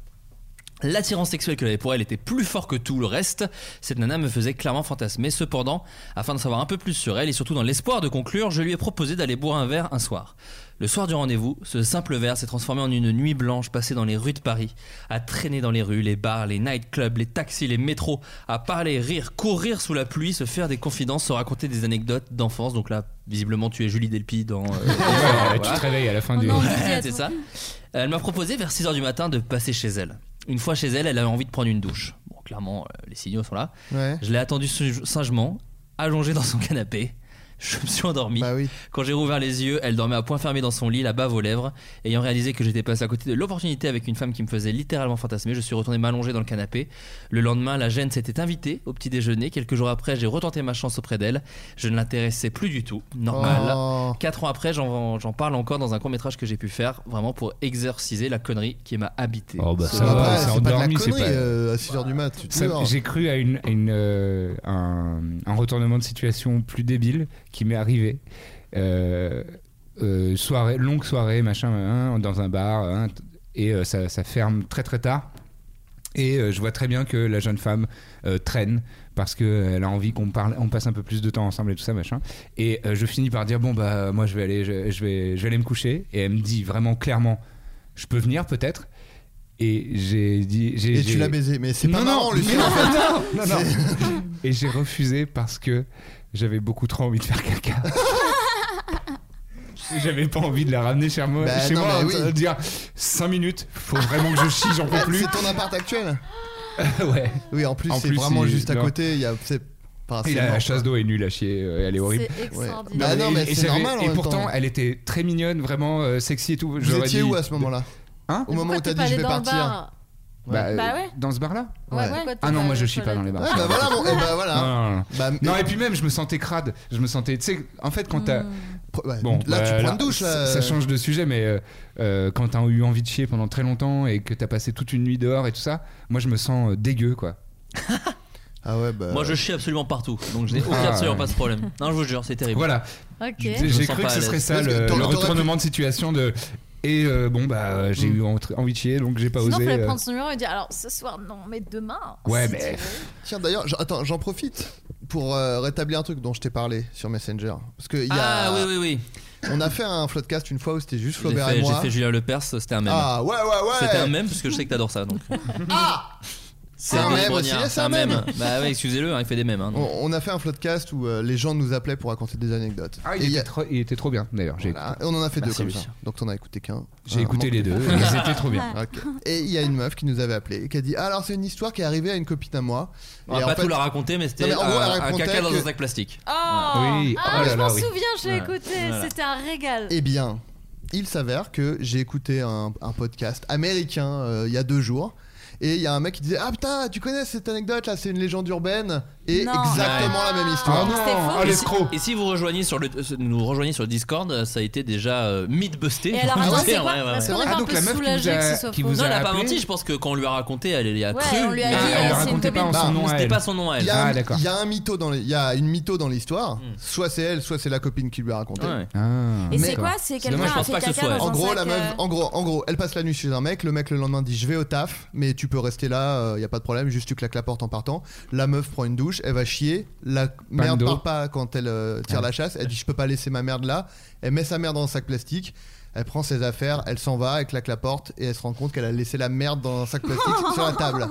J: L'attirance sexuelle que j'avais pour elle était plus fort que tout le reste. Cette nana me faisait clairement fantasmer. Cependant, afin de savoir un peu plus sur elle et surtout dans l'espoir de conclure, je lui ai proposé d'aller boire un verre un soir. Le soir du rendez-vous, ce simple verre s'est transformé en une nuit blanche passée dans les rues de Paris, à traîner dans les rues, les bars, les nightclubs, les taxis, les métros, à parler, rire, courir sous la pluie, se faire des confidences, se raconter des anecdotes d'enfance. Donc là, visiblement, tu es Julie Delpy dans. euh,
K: tu te réveilles à la fin
J: Ouais,
K: du-
J: c'est ça. Elle m'a proposé vers 6h du matin de passer chez elle. Une fois chez elle, elle avait envie de prendre une douche. Bon, clairement, euh, les signaux sont là.
N: Ouais.
J: Je l'ai attendu sing- singement, allongée dans son canapé. Je me suis endormi.
N: Bah
J: Quand j'ai rouvert les yeux, elle dormait à point fermé dans son lit, la bave aux lèvres. Ayant réalisé que j'étais passé à côté de l'opportunité avec une femme qui me faisait littéralement fantasmer, je suis retourné m'allonger dans le canapé. Le lendemain, la gêne s'était invitée au petit déjeuner. Quelques jours après, j'ai retenté ma chance auprès d'elle. Je ne l'intéressais plus du tout.
K: Bah
J: Normal.
N: Oh.
J: Quatre ans après, j'en j'en parle encore dans un court métrage que j'ai pu faire, vraiment pour exorciser la connerie qui m'a habité.
K: Oh, bah,
J: Ce-
K: ça va,
N: Après,
K: c'est
N: c'est pas de la
K: endormi, c'est
N: connerie
K: pas-
N: euh, à 6h du mat. Tu te
K: Ça-
N: leurres.
K: J'ai cru à une, à une, euh, un, un retournement de situation plus débile qui m'est arrivé. Euh, euh, soirée, longue soirée, machin, hein, dans un bar, hein, t- et euh, ça, ça ferme très très tard. Et euh, je vois très bien que la jeune femme euh, traîne parce qu'elle a envie qu'on parle, on passe un peu plus de temps ensemble et tout ça machin. Et euh, je finis par dire bon bah moi je vais aller, je, je vais, je vais aller me coucher. Et elle me dit vraiment clairement, je peux venir peut-être. Et j'ai dit, j'ai-
N: Et tu
K: j'ai- Hmm.
N: l'as baisé, mais c'est pas
K: Non,
N: marrant,
K: non,
N: Lucien,
K: non,
N: en fait.
K: non, non, non. Et j'ai refusé parce que j'avais beaucoup trop envie de faire caca. J'avais pas envie de la ramener chez moi,
N: Bah,
K: chez
N: non,
K: moi
N: mais oui.
K: euh, dire 5 minutes, faut vraiment que je chie, j'en peux plus.
N: C'est ton appart actuel.
K: ouais.
N: Oui, en plus,
K: En
N: c'est
K: plus,
N: vraiment
K: il-
N: juste à
K: non.
N: côté. Il y a. c'est- enfin,
K: Et
N: c'est
K: la,
N: mort,
K: la chasse d'eau est nulle à chier, euh, elle est horrible.
N: C'est extraordinaire. Bah non, mais
K: et- et
N: c'est
K: j'avais-
N: normal en
K: Et
N: même
K: pourtant,
N: temps.
K: elle était très mignonne, vraiment euh, sexy et tout.
N: Vous
K: J'aurais
N: étiez
K: dit-
N: où à ce moment-là
K: Hein
N: Au moment où t'as
L: t'es pas
N: dit je
L: allé
N: vais
L: dans le
N: partir.
L: bar
K: Bah, euh,
L: Bah ouais.
K: Dans ce bar-là
L: Ouais, ouais. Pourquoi t'es
K: Ah non,
L: pas
K: moi
L: allé
K: je
L: aux
K: suis pas dans les bars.
N: Ouais, bah voilà, bon, eh bah voilà.
K: Non, non, non.
N: Bah,
K: Non, et puis même, je me sentais crade. Je me sentais. Tu sais, en fait, quand t'as. Bon,
N: Mmh. là, tu
K: bah,
N: prends une douche, là.
K: Ça, ça change de sujet, mais euh, euh, quand t'as eu envie de chier pendant très longtemps et que t'as passé toute une nuit dehors et tout ça, moi je me sens euh, dégueu quoi.
N: ah ouais, bah.
J: Moi je chie absolument partout, donc je n'ai
K: Ah,
J: aucun- absolument
K: ouais.
J: pas ce problème. Non, je vous jure, c'est terrible.
K: Voilà.
L: Ok.
K: J'ai-
J: Je me
K: J'ai
J: sens
K: cru
J: pas
K: que
J: à
K: ce serait
J: l'aise.
K: ça
J: Parce que
K: le,
J: t'aurais-
K: le
J: t'aurais
K: retournement de situation de. Et euh, bon, bah j'ai eu entre- envie de chier donc j'ai pas
L: Sinon,
K: osé.
L: fallait
K: euh.
L: prendre son numéro et dire alors ce soir, non, mais demain. Oh
K: Ouais,
L: si tu
K: mais.
L: veux.
N: Tiens, d'ailleurs, j'en- attends, j'en profite pour euh, rétablir un truc dont je t'ai parlé sur Messenger. Parce que il y a.
J: Ah oui, oui, oui.
N: On a fait un floodcast une fois où c'était juste
J: J'ai
N: Flaubert et
J: fait,
N: moi.
J: j'ai fait Julien Lepers, c'était un mème.
N: Ah, ouais, ouais, ouais.
J: C'était un mème parce que je sais que t'adores ça donc.
N: C'est un mème aussi,
J: grognard,
N: c'est un mème.
J: Bah ouais, excusez-le, hein, il fait des mèmes. hein, donc.
N: On, on a fait un floodcast où euh, les gens nous appelaient pour raconter des anecdotes.
K: Ah,
N: Et
K: il,
N: il y
K: était
N: a-
K: trop, il était trop bien d'ailleurs. J'ai
N: Voilà, et on en a fait
K: Merci,
N: deux comme ça.
K: Lucien.
N: Donc t'en as écouté qu'un.
K: J'ai
N: Un
K: écouté
N: moment.
K: les deux, et ils étaient trop bien.
N: Ok. Et il y a une meuf qui nous avait appelé et qui a dit Alors, c'est une histoire qui est arrivée à une copine à moi.
J: On va
N: Et en
J: pas
N: fait-
J: tout la raconter, mais
N: Non,
J: c'était
N: mais
J: un,
N: en gros, elle
J: un
N: racontait
J: caca dans
N: que-
J: un sac plastique.
L: Oh
K: Oui,
L: Ah,
K: oh
L: je
K: là
L: m'en
K: là, oui.
L: souviens, je l'ai
J: Ouais.
L: écouté.
J: Voilà.
L: C'était un régal.
N: Eh bien, il s'avère que j'ai écouté un, un podcast américain euh, il y a deux jours. Et il y a un mec qui disait Ah putain, tu connais cette anecdote là, c'est une légende urbaine. et
A: Non.
N: exactement la
K: Ah,
N: même histoire.
J: et, si, Ah, et si vous rejoignez sur le, euh, nous rejoignez sur le Discord, ça a été déjà euh, myth-busté.
A: Et alors,
J: j'ai envie de
A: attends, c'est
J: dire,
A: quoi
J: ouais, ouais,
A: Parce
J: ouais.
A: qu'on est pas un peu soulagé que ce soit faux.
J: Non, elle a pas menti, je pense que quand on lui a raconté, elle y a
A: Ouais,
J: cru.
A: on lui a
J: mais-
A: dit, Ah, elle euh,
N: racontait
J: pas en son nom à Bah, C'était elle. pas son nom à elle.
N: Il y a, un-
J: Ah, d'accord.
N: il y a un mytho dans les- il y a une mytho dans l'histoire. Soit c'est elle, soit c'est la copine qui lui a raconté.
J: Ouais.
A: Et c'est
N: Mais-
A: quoi C'est quelqu'un a fait caca dans
N: En
A: un
N: gros,
A: sac,
N: la meuf,
A: euh,
N: Oh, en gros, en gros, elle passe la nuit chez un mec. Le mec le lendemain dit je vais au taf, mais tu peux rester là, il y a pas de problème. Juste tu claques la porte en partant. La meuf prend une douche, elle va chier. La merde
K: d'eau.
N: part pas quand elle euh, tire la chasse. Elle dit je peux pas laisser ma merde là. Elle met sa merde dans un sac plastique. Elle prend ses affaires, elle s'en va, elle claque la porte et elle se rend compte qu'elle a laissé la merde dans un sac plastique sur la table.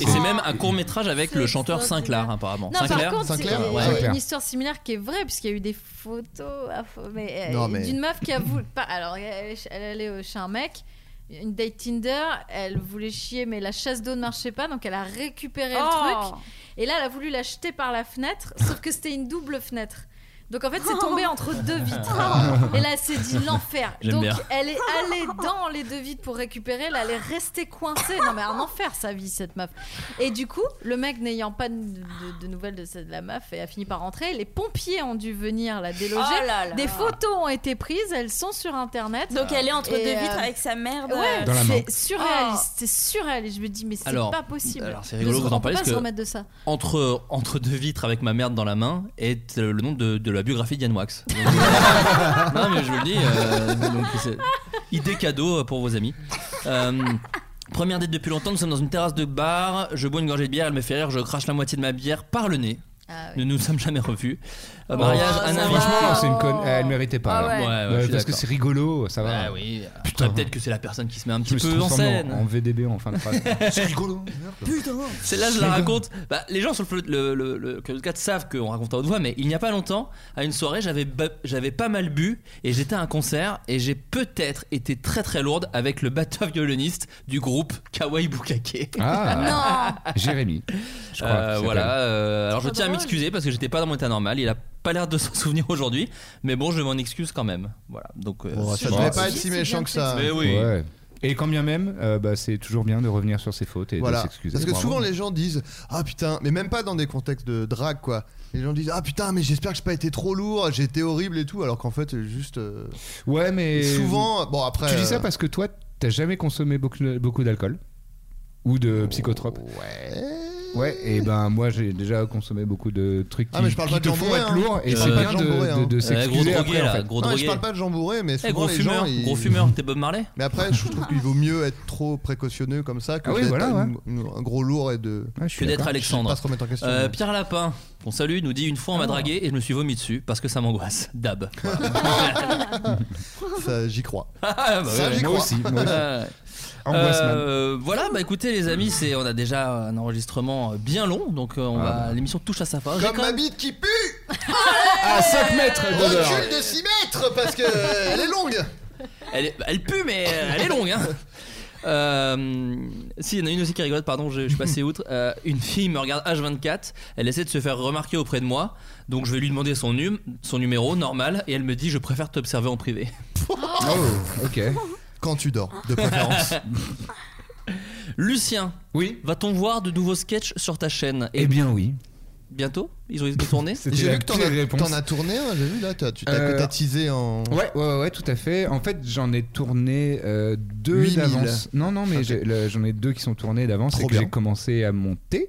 J: Et c'est même un court métrage avec le chanteur Sinclair, apparemment.
L: Non,
J: Sinclair
L: par contre, il y
J: Sinclair,
L: a-
J: ouais.
L: il y a une histoire similaire qui est vraie, puisqu'il y a eu des photos à fo- mais, euh,
J: Non, mais-
L: d'une meuf qui a voulu. pas- alors, elle est- elle allait euh, chez un mec, une date Tinder, elle voulait chier, mais la chasse d'eau ne marchait pas, donc elle a récupéré le
A: Oh.
L: truc. Et là, elle a voulu la jeter par la fenêtre, sauf que c'était une double fenêtre. Donc en fait, c'est tombé entre deux vitres. Et là, elle s'est dit l'enfer.
J: J'aime
L: Donc
J: bien.
L: elle est allée dans les deux vides pour récupérer. Là, elle est restée coincée. Non, mais un enfer sa vie, cette meuf. Et du coup, le mec n'ayant pas de, de- de nouvelles de, cette- de la meuf et a fini par rentrer, les pompiers ont dû venir la déloger.
A: Oh là là.
L: Des photos ont été prises. Elles sont sur internet.
A: Donc elle est entre
L: Et,
A: deux vitres
L: euh,
A: avec sa merde.
L: Ouais,
J: Dans la main.
L: c'est surréaliste,
A: Oh.
L: c'est surréaliste. Je me dis, mais c'est
J: Alors-
L: pas possible.
J: alors, c'est rigolo
L: On
J: que vous en
L: peut
J: parlez,
L: pas
J: parce
L: se
J: que-
L: remettre de ça.
J: Entre, entre deux vitres avec ma merde dans la main est euh, le nom de, de la biographie d'Yann Wax. Donc, euh, non, mais je vous le dis, euh, donc, c'est- idée cadeau pour vos amis. Euh, première date depuis longtemps, nous sommes dans une terrasse de bar. Je bois une gorgée de bière, elle me fait rire, je crache la moitié de ma bière par le nez. Nous nous sommes jamais revus.
K: Oh.
J: Euh, mariage, un an-
K: Ah bah, Franchement, c'est une conne. Eh, Elle méritait pas.
J: Ah ouais.
K: alors.
J: Ouais, ouais, je suis
K: parce que
J: d'accord.
K: c'est rigolo, ça va.
J: Ah oui, putain, peut-être que c'est la personne qui se met un
K: Je
J: petit
K: me suis
J: peu en
K: transformé
J: scène.
K: En VDB en fin de phrase.
N: C'est rigolo. Putain.
J: C'est là je la raconte. Bah, les gens sur le, le, le, le Club 4 savent qu'on raconte à haute voix, mais il n'y a pas longtemps, à une soirée, j'avais ba- j'avais pas mal bu et j'étais à un concert et j'ai peut-être été très très lourde avec le batteur violoniste du groupe Kawaii Bukake.
K: Ah. Jérémy. Je crois.
J: Euh,
K: qu'il
J: voilà,
K: s'appelle.
J: euh, alors je
K: pas
J: tiens à
K: drôle.
J: m'excuser parce que j'étais pas dans mon état normal. Il a pas l'air de s'en souvenir aujourd'hui, mais bon, je m'en excuse quand même. Voilà, donc euh,
N: Oh, ça
J: bon.
N: devait pas être si méchant que ça.
J: Mais oui. Euh,
K: Ouais. Et quand bien même, euh, bah, c'est toujours bien de revenir sur ses fautes et de
N: Voilà.
K: s'excuser.
N: Parce que
K: Bravo.
N: souvent les gens disent Ah putain, mais même pas dans des contextes de drague quoi. Les gens disent Ah putain, mais j'espère que j'ai pas été trop lourd, j'ai été horrible et tout. Alors qu'en fait, juste. euh,
K: Ouais, mais.
N: Souvent, bon après.
K: Tu dis
N: euh,
K: ça parce que toi, t'as jamais consommé beaucoup, beaucoup d'alcool ou de psychotropes.
N: Ouais.
K: Ouais, et ben moi j'ai déjà consommé beaucoup de trucs qui,
N: Ah, mais je parle
K: qui
N: pas de
K: te
N: gens
K: font
N: bourrés,
K: être
N: hein.
K: lourds et
N: Je
K: c'est
N: parle pas
K: bien
N: de
K: de,
N: gens bourrés, hein.
K: de- de
N: Ouais,
J: gros
K: s'excuser
J: drogué,
K: après.
J: là,
K: en fait.
J: gros
N: non, mais
J: drogué.
N: je parle pas de gens bourrés, mais
J: Eh,
N: souvent
J: gros
N: les
J: fumeur,
N: gens. ils-
J: gros fumeur, t'es Bob Marley
N: Mais après, je trouve qu'il vaut mieux être trop précautionneux comme ça que
K: Ah oui,
N: d'être
K: voilà, Ah,
N: une- une- un gros lourd et de.
J: que d'être Alexandre.
N: Pas se remettre en question.
J: Euh,
N: mais-
J: Pierre Lapin, on salue, nous dit une fois on
N: Ah.
J: m'a dragué et je me suis vomi dessus parce que ça m'angoisse. Dab.
N: Ça, j'y crois.
J: Ah, bah
N: Ça,
J: ouais,
N: j'y
J: ouais.
N: crois.
J: Ouais, ouais.
N: Angoissman.
J: Euh, voilà, bah écoutez les amis, c'est on a déjà un enregistrement bien long, donc euh, on
K: Ah,
J: va l'émission touche à sa fin. J'ai
N: Comme
J: quand
N: ma
J: même-
N: bite qui pue
K: À 5 mètres de
N: Recule de 6 mètres parce que euh, elle est longue
J: elle, est- elle pue, mais euh, elle est longue. Hein. Euh, si, il y en a une aussi qui rigole, pardon, je, je suis passé outre. Euh, une fille me regarde H24, elle essaie de se faire remarquer auprès de moi, donc je vais lui demander son, num- son numéro normal, et elle me dit Je préfère t'observer en privé.
K: Oh, ok.
N: Quand tu dors, de préférence.
J: Lucien,
K: oui
J: va-t-on voir de nouveaux sketchs sur ta chaîne
K: Eh bien oui.
J: Bientôt Ils ont été tournés
K: C'était
N: J'ai
K: la
N: vu que t'en
K: pire
N: as,
K: réponse.
N: t'en as tourné, hein, j'ai vu là, t'as- tu t'as
K: Euh,
N: que t'as teasé en.
K: Ouais, ouais, ouais, ouais, tout à fait. En fait, j'en ai tourné euh, deux
N: 8000.
K: d'avance. Non, non, mais j'ai- le- j'en ai deux qui sont tournés d'avance
N: Trop
K: et que j'ai
N: bien.
K: commencé à monter.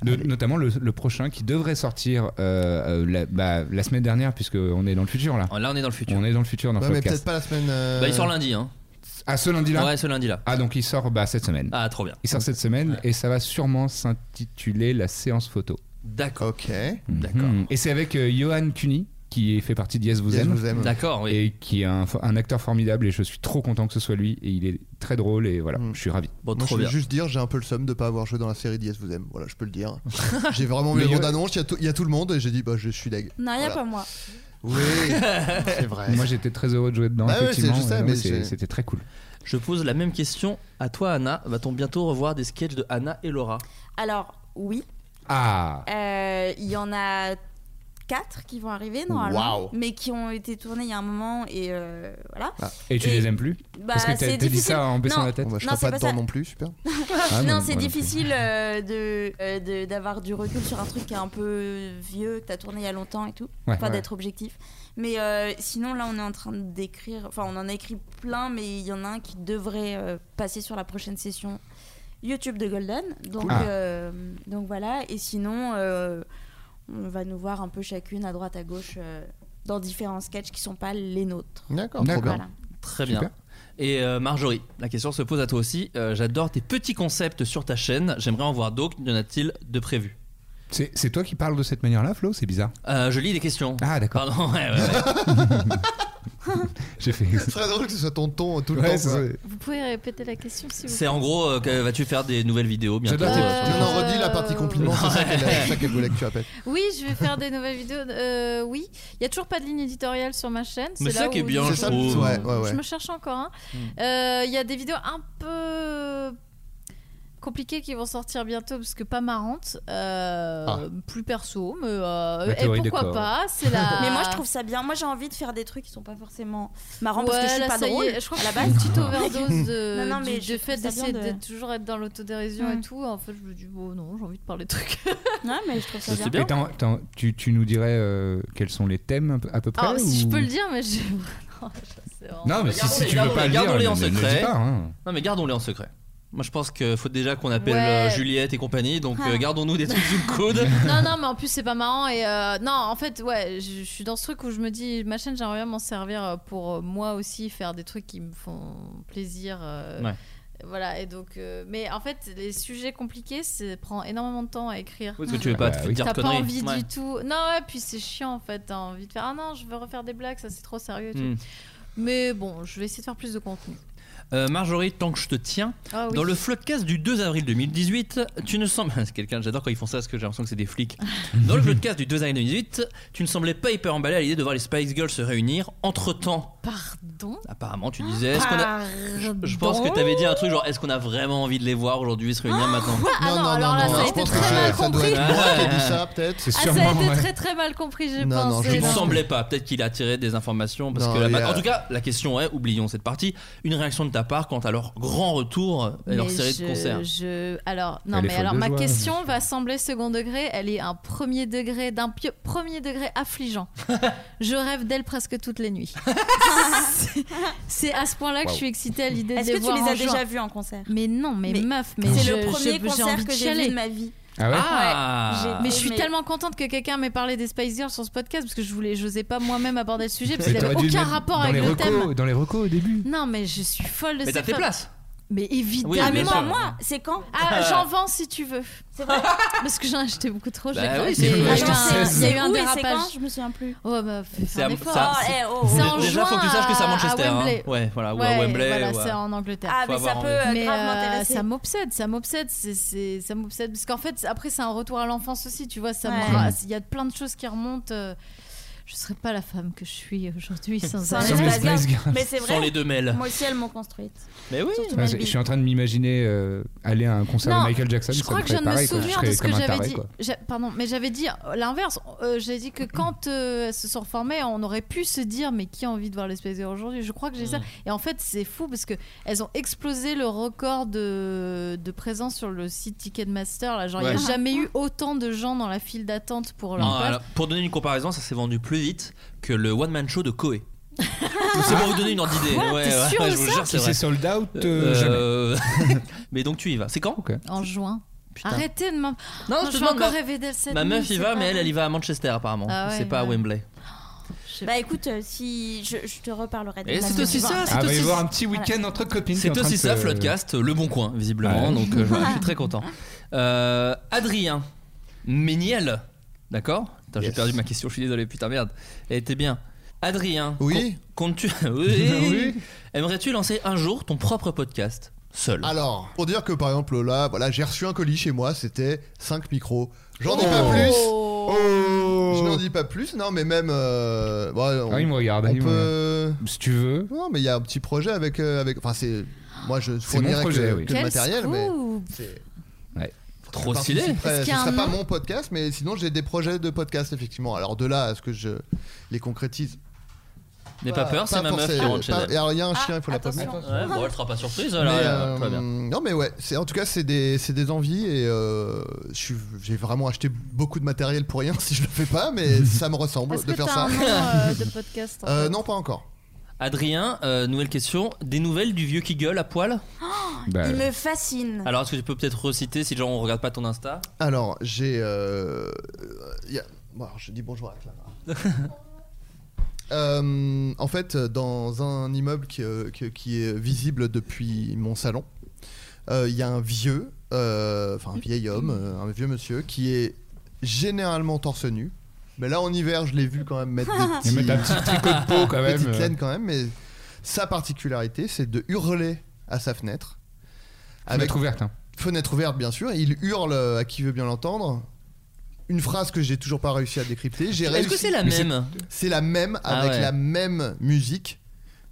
K: De- notamment le, le prochain qui devrait sortir euh, euh, la, bah, la semaine dernière, puisqu'on est dans le futur là.
J: Ah, Là, on est dans le futur.
K: On est dans le futur dans
N: Ouais,
K: le
N: mais
K: podcast.
N: peut-être pas la semaine. euh,
J: Bah, il sort lundi, hein.
K: Ah, ce lundi là
J: Ouais, ce lundi là.
K: Ah, donc il sort bah, cette semaine.
J: Ah, trop bien.
K: Il sort cette semaine et ça va sûrement s'intituler La séance photo.
J: D'accord.
N: Ok.
J: D'accord.
K: Mhm. Et c'est avec euh, Johan Cuny qui fait partie de Yes Vous
N: Yes
K: Aime.
N: Vous Aime.
J: D'accord, oui.
K: Et qui est un, fo- un acteur formidable et je suis trop content que ce soit lui et il est très drôle et voilà,
N: Mm.
K: je suis ravi.
J: Bon,
N: Moi, je
J: trop
N: voulais
J: bien.
N: juste dire, j'ai un peu le seum de pas avoir joué dans la série d'IS vous aime. Voilà, je peux le dire. j'ai vraiment vu
K: Mais
N: les
K: ouais.
N: bandes annonces, il y a tout- il y, a tout le monde et j'ai dit, bah, je suis deg.
A: Non, y a
N: Voilà.
A: pas moi.
N: Oui, c'est vrai.
K: Moi j'étais très heureux de jouer dedans,
N: Bah ouais,
K: effectivement.
N: c'est juste ça,
K: Ouais, non,
N: mais
K: c'est-
N: c'est-
K: c'était très cool.
J: Je pose la même question à toi, Anna. Va-t-on bientôt revoir des sketchs de Anna et Laura
A: Alors, oui.
K: Ah
A: Euh, Il y en a 4 qui vont arriver normalement,
K: Waouh.
A: mais qui ont été tournés il y a un moment et euh, voilà.
K: Ah, Et tu les aimes plus
A: Bah,
K: Parce que
A: c'est
K: t'as t'as dit
A: difficile.
K: ça en baissant
A: Non,
K: la tête.
A: Bon, bah, je non, ferai pas c'est de pas temps ça. non
N: plus, super.
K: Ah,
A: non,
K: non,
A: c'est
K: moi non
A: difficile euh, de euh, de- d'avoir du recul sur un truc qui est un peu vieux, que t'as tourné il y a longtemps et tout,
D: Ouais.
A: enfin
D: Ouais.
A: d'être objectif. Mais euh, sinon, là, on est en train d'écrire, enfin, on en a écrit plein, mais il y en a un qui devrait euh, passer sur la prochaine session YouTube de Golden. Donc,
D: Cool. Ah.
A: euh, donc voilà, et sinon, euh, on va nous voir un peu chacune à droite, à gauche, euh, dans différents sketchs qui sont pas les nôtres.
N: Ah, D'accord,
J: trop bien.
A: Voilà.
J: Très
N: Super.
J: bien. Et euh, Marjorie, la question se pose à toi aussi. Euh, J'adore tes petits concepts sur ta chaîne. J'aimerais en voir d'autres. Y en a-t-il de prévus
K: C'est c'est toi qui parles de cette manière-là, Flo C'est bizarre.
J: Euh, Je lis des questions. Ah,
K: d'accord.
J: Pardon, ouais, ouais, ouais.
K: J'ai fait.
N: C'est très drôle que ce soit ton ton tout le
K: Ouais,
N: temps.
K: c'est
N: quoi.
K: vrai.
L: Vous pouvez répéter la question si vous
J: C'est en gros, euh, que vas-tu faire des nouvelles vidéos bientôt
N: J'adore tes-
J: euh,
N: tu
J: sur-
N: nous en redis la partie compliment, c'est ça qu'elle c'est ça qu'elle voulait que tu appelles.
L: Oui, je vais faire des nouvelles vidéos. euh, oui, il y a toujours pas de ligne éditoriale sur ma chaîne.
J: Mais
L: là
J: ça qui est
L: où
J: bien,
L: je,
J: je C'est ça, trouve. ouais, ouais, ouais.
L: Je me cherche encore. hein.
J: Hmm.
L: Euh, Il y a des vidéos un peu compliquées qui vont sortir bientôt parce que pas marrantes, euh,
A: Ah.
L: plus perso, mais euh,
A: La
L: et
A: théorie des
L: pourquoi
A: corps.
L: pas C'est la.
A: Mais moi je trouve ça bien. Moi j'ai envie de faire des trucs qui sont pas forcément marrants parce
L: Ouais,
A: que je suis
L: là,
A: pas
L: ça y est,
A: drôle.
L: Je crois
A: à
L: que
A: la
L: la
A: base,
L: une petite overdose de,
A: Non, non, mais
L: du-
A: je
L: du
A: trouve
L: fait
A: ça
L: d'essayer
A: bien
L: de...
A: de-
L: toujours être dans l'autodérision
A: Mm.
L: et tout. En fait, je me dis, bon, non, j'ai envie de parler de trucs.
A: Ouais, mais je trouve ça
K: Et t'en- t'en- tu, tu nous dirais euh, quels sont les thèmes à peu- à peu près
L: Alors, si je
K: ou-
L: peux le dire, Ah, mais je. Non, je sais vraiment
K: Non, mais si-
L: pas.
K: si
J: Gardons-les,
K: tu veux pas le dire,
J: gardons-les en
K: ne- ne le dis
J: secret.
K: pas, hein.
J: Non, mais gardons-les en secret. Moi, je pense qu'il faut déjà qu'on appelle
L: Ouais.
J: euh, Juliette et compagnie, donc euh,
L: Ah.
J: gardons-nous des trucs sous le coude.
L: Non, non, mais en plus, c'est pas marrant. Et euh, non, en fait, ouais, je je suis dans ce truc où je me dis, ma chaîne, j'aimerais bien m'en servir euh, pour euh, moi aussi faire des trucs qui me font plaisir. euh,
J: Ouais.
L: Voilà, et donc. euh, mais en fait, les sujets compliqués, ça prend énormément de temps à écrire.
J: Oui, parce que tu veux
N: Ah
J: pas
N: bah
J: te dire
L: T'as pas
J: conneries.
L: envie
J: Ouais.
L: du tout. Non, ouais, puis c'est chiant en fait. T'as envie de faire, ah non, je veux refaire des blagues, ça c'est trop sérieux et tout.
J: Mm.
L: Mais bon, je vais essayer de faire plus de contenu.
J: Euh, Marjorie, tant que je te tiens,
L: Ah oui.
J: dans le floodcast du 2 avril 2018, tu ne sembles. C'est quelqu'un, j'adore quand ils font ça parce que j'ai l'impression que c'est des flics. Dans le floodcast du 2 avril 2018, tu ne semblais pas hyper emballé à l'idée de voir les Spice Girls se réunir. Entre temps,
L: Pardon
J: apparemment, tu disais. Est-ce qu'on
L: Ah,
J: a... je, je pense que t'avais dit un truc genre, est-ce qu'on a vraiment envie de les voir aujourd'hui se réunir maintenant Ah,
L: Ah non, alors là, ça a été très mal compris.
J: C'est
L: Ah, ça a été très très mal compris, j'ai pensé.
J: je ne
L: là.
J: semblais pas. Peut-être qu'il a tiré des informations. Parce
N: Non,
J: que la-
N: il y a-
J: En tout cas, la question est, oublions cette partie, une réaction de ta part quant à leur grand retour et leur
L: Mais
J: série
L: je-
J: de concerts.
L: je- Alors, non,
J: Elle est
L: mais
J: folle
L: alors
J: de
L: ma
J: joie.
L: question va sembler second degré. Elle est un premier degré, d'un pio- premier degré affligeant. je rêve d'elle presque toutes les nuits. C'est- C'est à ce point-là que
A: Wow.
L: je suis excitée à l'idée de
A: Est-ce
L: les
A: que tu
L: voir.
A: les
L: en
A: as déjà
L: juin.
A: vus en concert
L: Mais non, mais,
A: Mais
L: meuf, mais
A: c'est
L: je-
A: le premier
L: je- j'ai
A: concert
L: envie de
A: que j'ai vu
L: chialer.
A: de ma vie.
K: Ah ouais
J: Ah.
A: Ouais, j'ai
L: Mais je suis
A: aimé.
L: tellement contente que quelqu'un m'ait parlé des Spice Girls sur ce podcast parce que je voulais, j'osais pas moi-même aborder le sujet parce
K: Mais
L: qu'il avait
K: t'aurais dû le
L: aucun
K: mettre
L: rapport
K: dans
L: avec
K: les
L: le
K: recos-
L: thème.
K: Dans les recos au début.
L: Non, mais je suis folle de
J: Mais
L: ces
J: t'as fait
L: femmes.
J: place.
L: Mais évidemment.
J: Oui, Ah, mais bien moi, sûr. Euh,
A: moi, c'est quand
L: Ah, j'en vends si tu veux. C'est vrai. Parce que j'en ai acheté Ah, beaucoup trop. j'ai
J: Bah oui,
L: cru- j'ai-
J: c'est
L: il y
J: vrai.
L: a eu
J: Attends,
L: un- il y a eu un
A: Où et c'est
L: dérapage.
A: quand Je me souviens plus.
L: Oh bah fais
J: C'est
L: fais un
J: à-
L: effort.
J: ça-
L: C'est-
J: c'est-
A: oh, oh.
L: c'est en
J: Déjà, faut que tu
L: juin
J: saches que c'est à Manchester, hein.
L: Wembley.
J: Ouais, voilà, ou à Wembley,
L: voilà,
J: ou à-
L: c'est en Angleterre.
A: Ah,
J: mais Faut ça avoir peut,
A: envie. euh, grave m'intéresser.
L: Ça m'obsède, ça m'obsède, c'est- c'est- ça m'obsède. Parce qu'en fait, après, c'est un retour à l'enfance aussi, tu vois. Ça me
A: Ouais.
L: ra- Il y a plein de choses qui remontent. euh, Je serais pas la femme que je suis aujourd'hui sans
A: Sans
L: elle.
A: les Spice Girls. Mais c'est vrai.
J: Sans les deux mêles.
A: Moi aussi, elles m'ont construite.
J: Mais oui.
K: Ouais, je suis en train de m'imaginer euh, aller à un concert
L: Non,
K: de Michael Jackson.
L: Je
K: ça
L: crois
K: me
L: que je viens
K: ferait
L: de me
K: pareil, quoi. Je
L: souvenir
K: serais
L: de ce que
K: comme un
L: j'avais
K: taré,
L: dit.
K: quoi.
L: J'ai- Pardon, mais j'avais dit l'inverse. Euh, j'ai dit que quand euh, elles se sont reformées, on aurait pu se dire mais qui a envie de voir les Spice Girls aujourd'hui Je crois que j'ai ça.
A: Mm.
L: Et en fait, c'est fou parce que elles ont explosé le record de, de présence sur le site Ticketmaster. Là, genre il n'y
J: Ouais.
L: a jamais eu autant de gens dans la file d'attente pour leur
J: Non,
L: place.
J: Ah, alors, pour donner une comparaison, ça s'est vendu plus vite que le One Man Show de Koé. c'est pour vous donner une ordre d'idée.
L: Quoi T'es sûr de
J: je vous
L: ça
J: jure, c'est
K: Qui
J: vrai.
K: s'est sold out, euh,
J: jamais. mais donc tu y vas. C'est quand
L: En juin. Arrêtez de m'en.
J: Non, je
L: je,
J: te
L: vais
J: demande
L: encore
J: ma-
L: rêver d'elle cette
J: Ma
L: nuit,
J: meuf y
L: c'est
J: va,
L: pas
J: mais elle,
L: vrai.
J: elle y va à Manchester apparemment.
L: Ah ouais,
J: c'est pas à
L: ouais.
J: Wembley.
A: Bah écoute, euh, si je, je te reparlerai. de
J: Et
A: la
J: c'est
A: semaine
J: aussi ça,
A: suivante.
J: c'est Ah, va y aussi- avoir un petit
A: Voilà.
J: week-end
K: entre copines. qui est en
J: C'est
K: train
J: aussi
K: de
J: ça,
K: se-
J: Floodcast, le bon coin, visiblement.
K: Ouais.
J: Donc euh, voilà, je suis très content. Euh, Adrien Méniel, d'accord Putain, J'ai
N: Yes.
J: perdu ma question, je suis désolé, putain, merde. Elle était bien. Adrien,
N: Oui.
J: com- comptes-tu. oui. Aimerais-tu lancer un jour ton propre podcast Seul.
N: Alors, pour dire que par exemple là, voilà, j'ai reçu un colis chez moi, c'était 5 micros. J'en dis
K: Oh.
N: pas plus. Je n'en dis pas plus, non, mais même. euh, bon, on-
K: Ah, il me regarde,
N: on
K: il me
N: peut-
K: Si tu veux.
N: Non, mais il y a un petit projet avec. euh, avec... Enfin, c'est. Moi, je fournirais
K: projet,
N: que,
K: oui.
N: que le
K: Quel
N: matériel, mais.
L: scoop.
N: c'est-
J: Trop
N: Je
J: stylé.
N: participerai- euh, Ce sera pas mon podcast, mais sinon j'ai des projets de podcast effectivement. Alors de là à ce que je les concrétise.
J: N'aie pas peur, c'est ma meuf qui
N: forcément-
J: rentre chez
N: pas-
J: elle.
N: et Alors il y a un chien, il faut la passer.
J: Ouais, bon, elle sera pas surprise.
N: Mais,
J: Alors,
N: euh,
J: tout va bien.
N: Non mais ouais, c'est en tout cas c'est des c'est des envies et euh, je suis- j'ai vraiment acheté beaucoup de matériel pour rien si je le fais pas, mais ça me ressemble
A: Est-ce
N: de
A: que
N: faire
A: t'as
N: ça.
A: un nom euh, de podcast en
N: Euh,
A: fait
N: non pas encore.
J: Adrien, euh, nouvelle question. Des nouvelles du vieux qui gueule à poil
N: Bah,
L: Il me fascine.
J: Alors, est-ce que tu peux peut-être reciter si genre on regarde pas ton Insta
N: Alors j'ai euh, il y a- bon, alors, je dis bonjour à Clara. Euh, en fait, dans un immeuble qui, euh, qui- qui est visible depuis mon salon, euh, il y a un vieux, euh, enfin un vieil homme, euh, un vieux monsieur qui est généralement torse nu. Mais là, en hiver, je l'ai vu quand même mettre des petits,
K: Il met un petit tricot de peau, quand même. euh.
N: Petite laine quand même. Mais sa particularité, c'est de hurler à sa fenêtre.
K: Fenêtre ouverte, hein.
N: Fenêtre ouverte, bien sûr. Et il hurle à qui veut bien l'entendre. Une phrase que j'ai toujours pas réussi à décrypter. J'ai
J: Est-ce
N: réussi-
J: que c'est la Mais c'est- même
N: C'est la même
J: Ah
N: avec
J: ouais.
N: la même musique.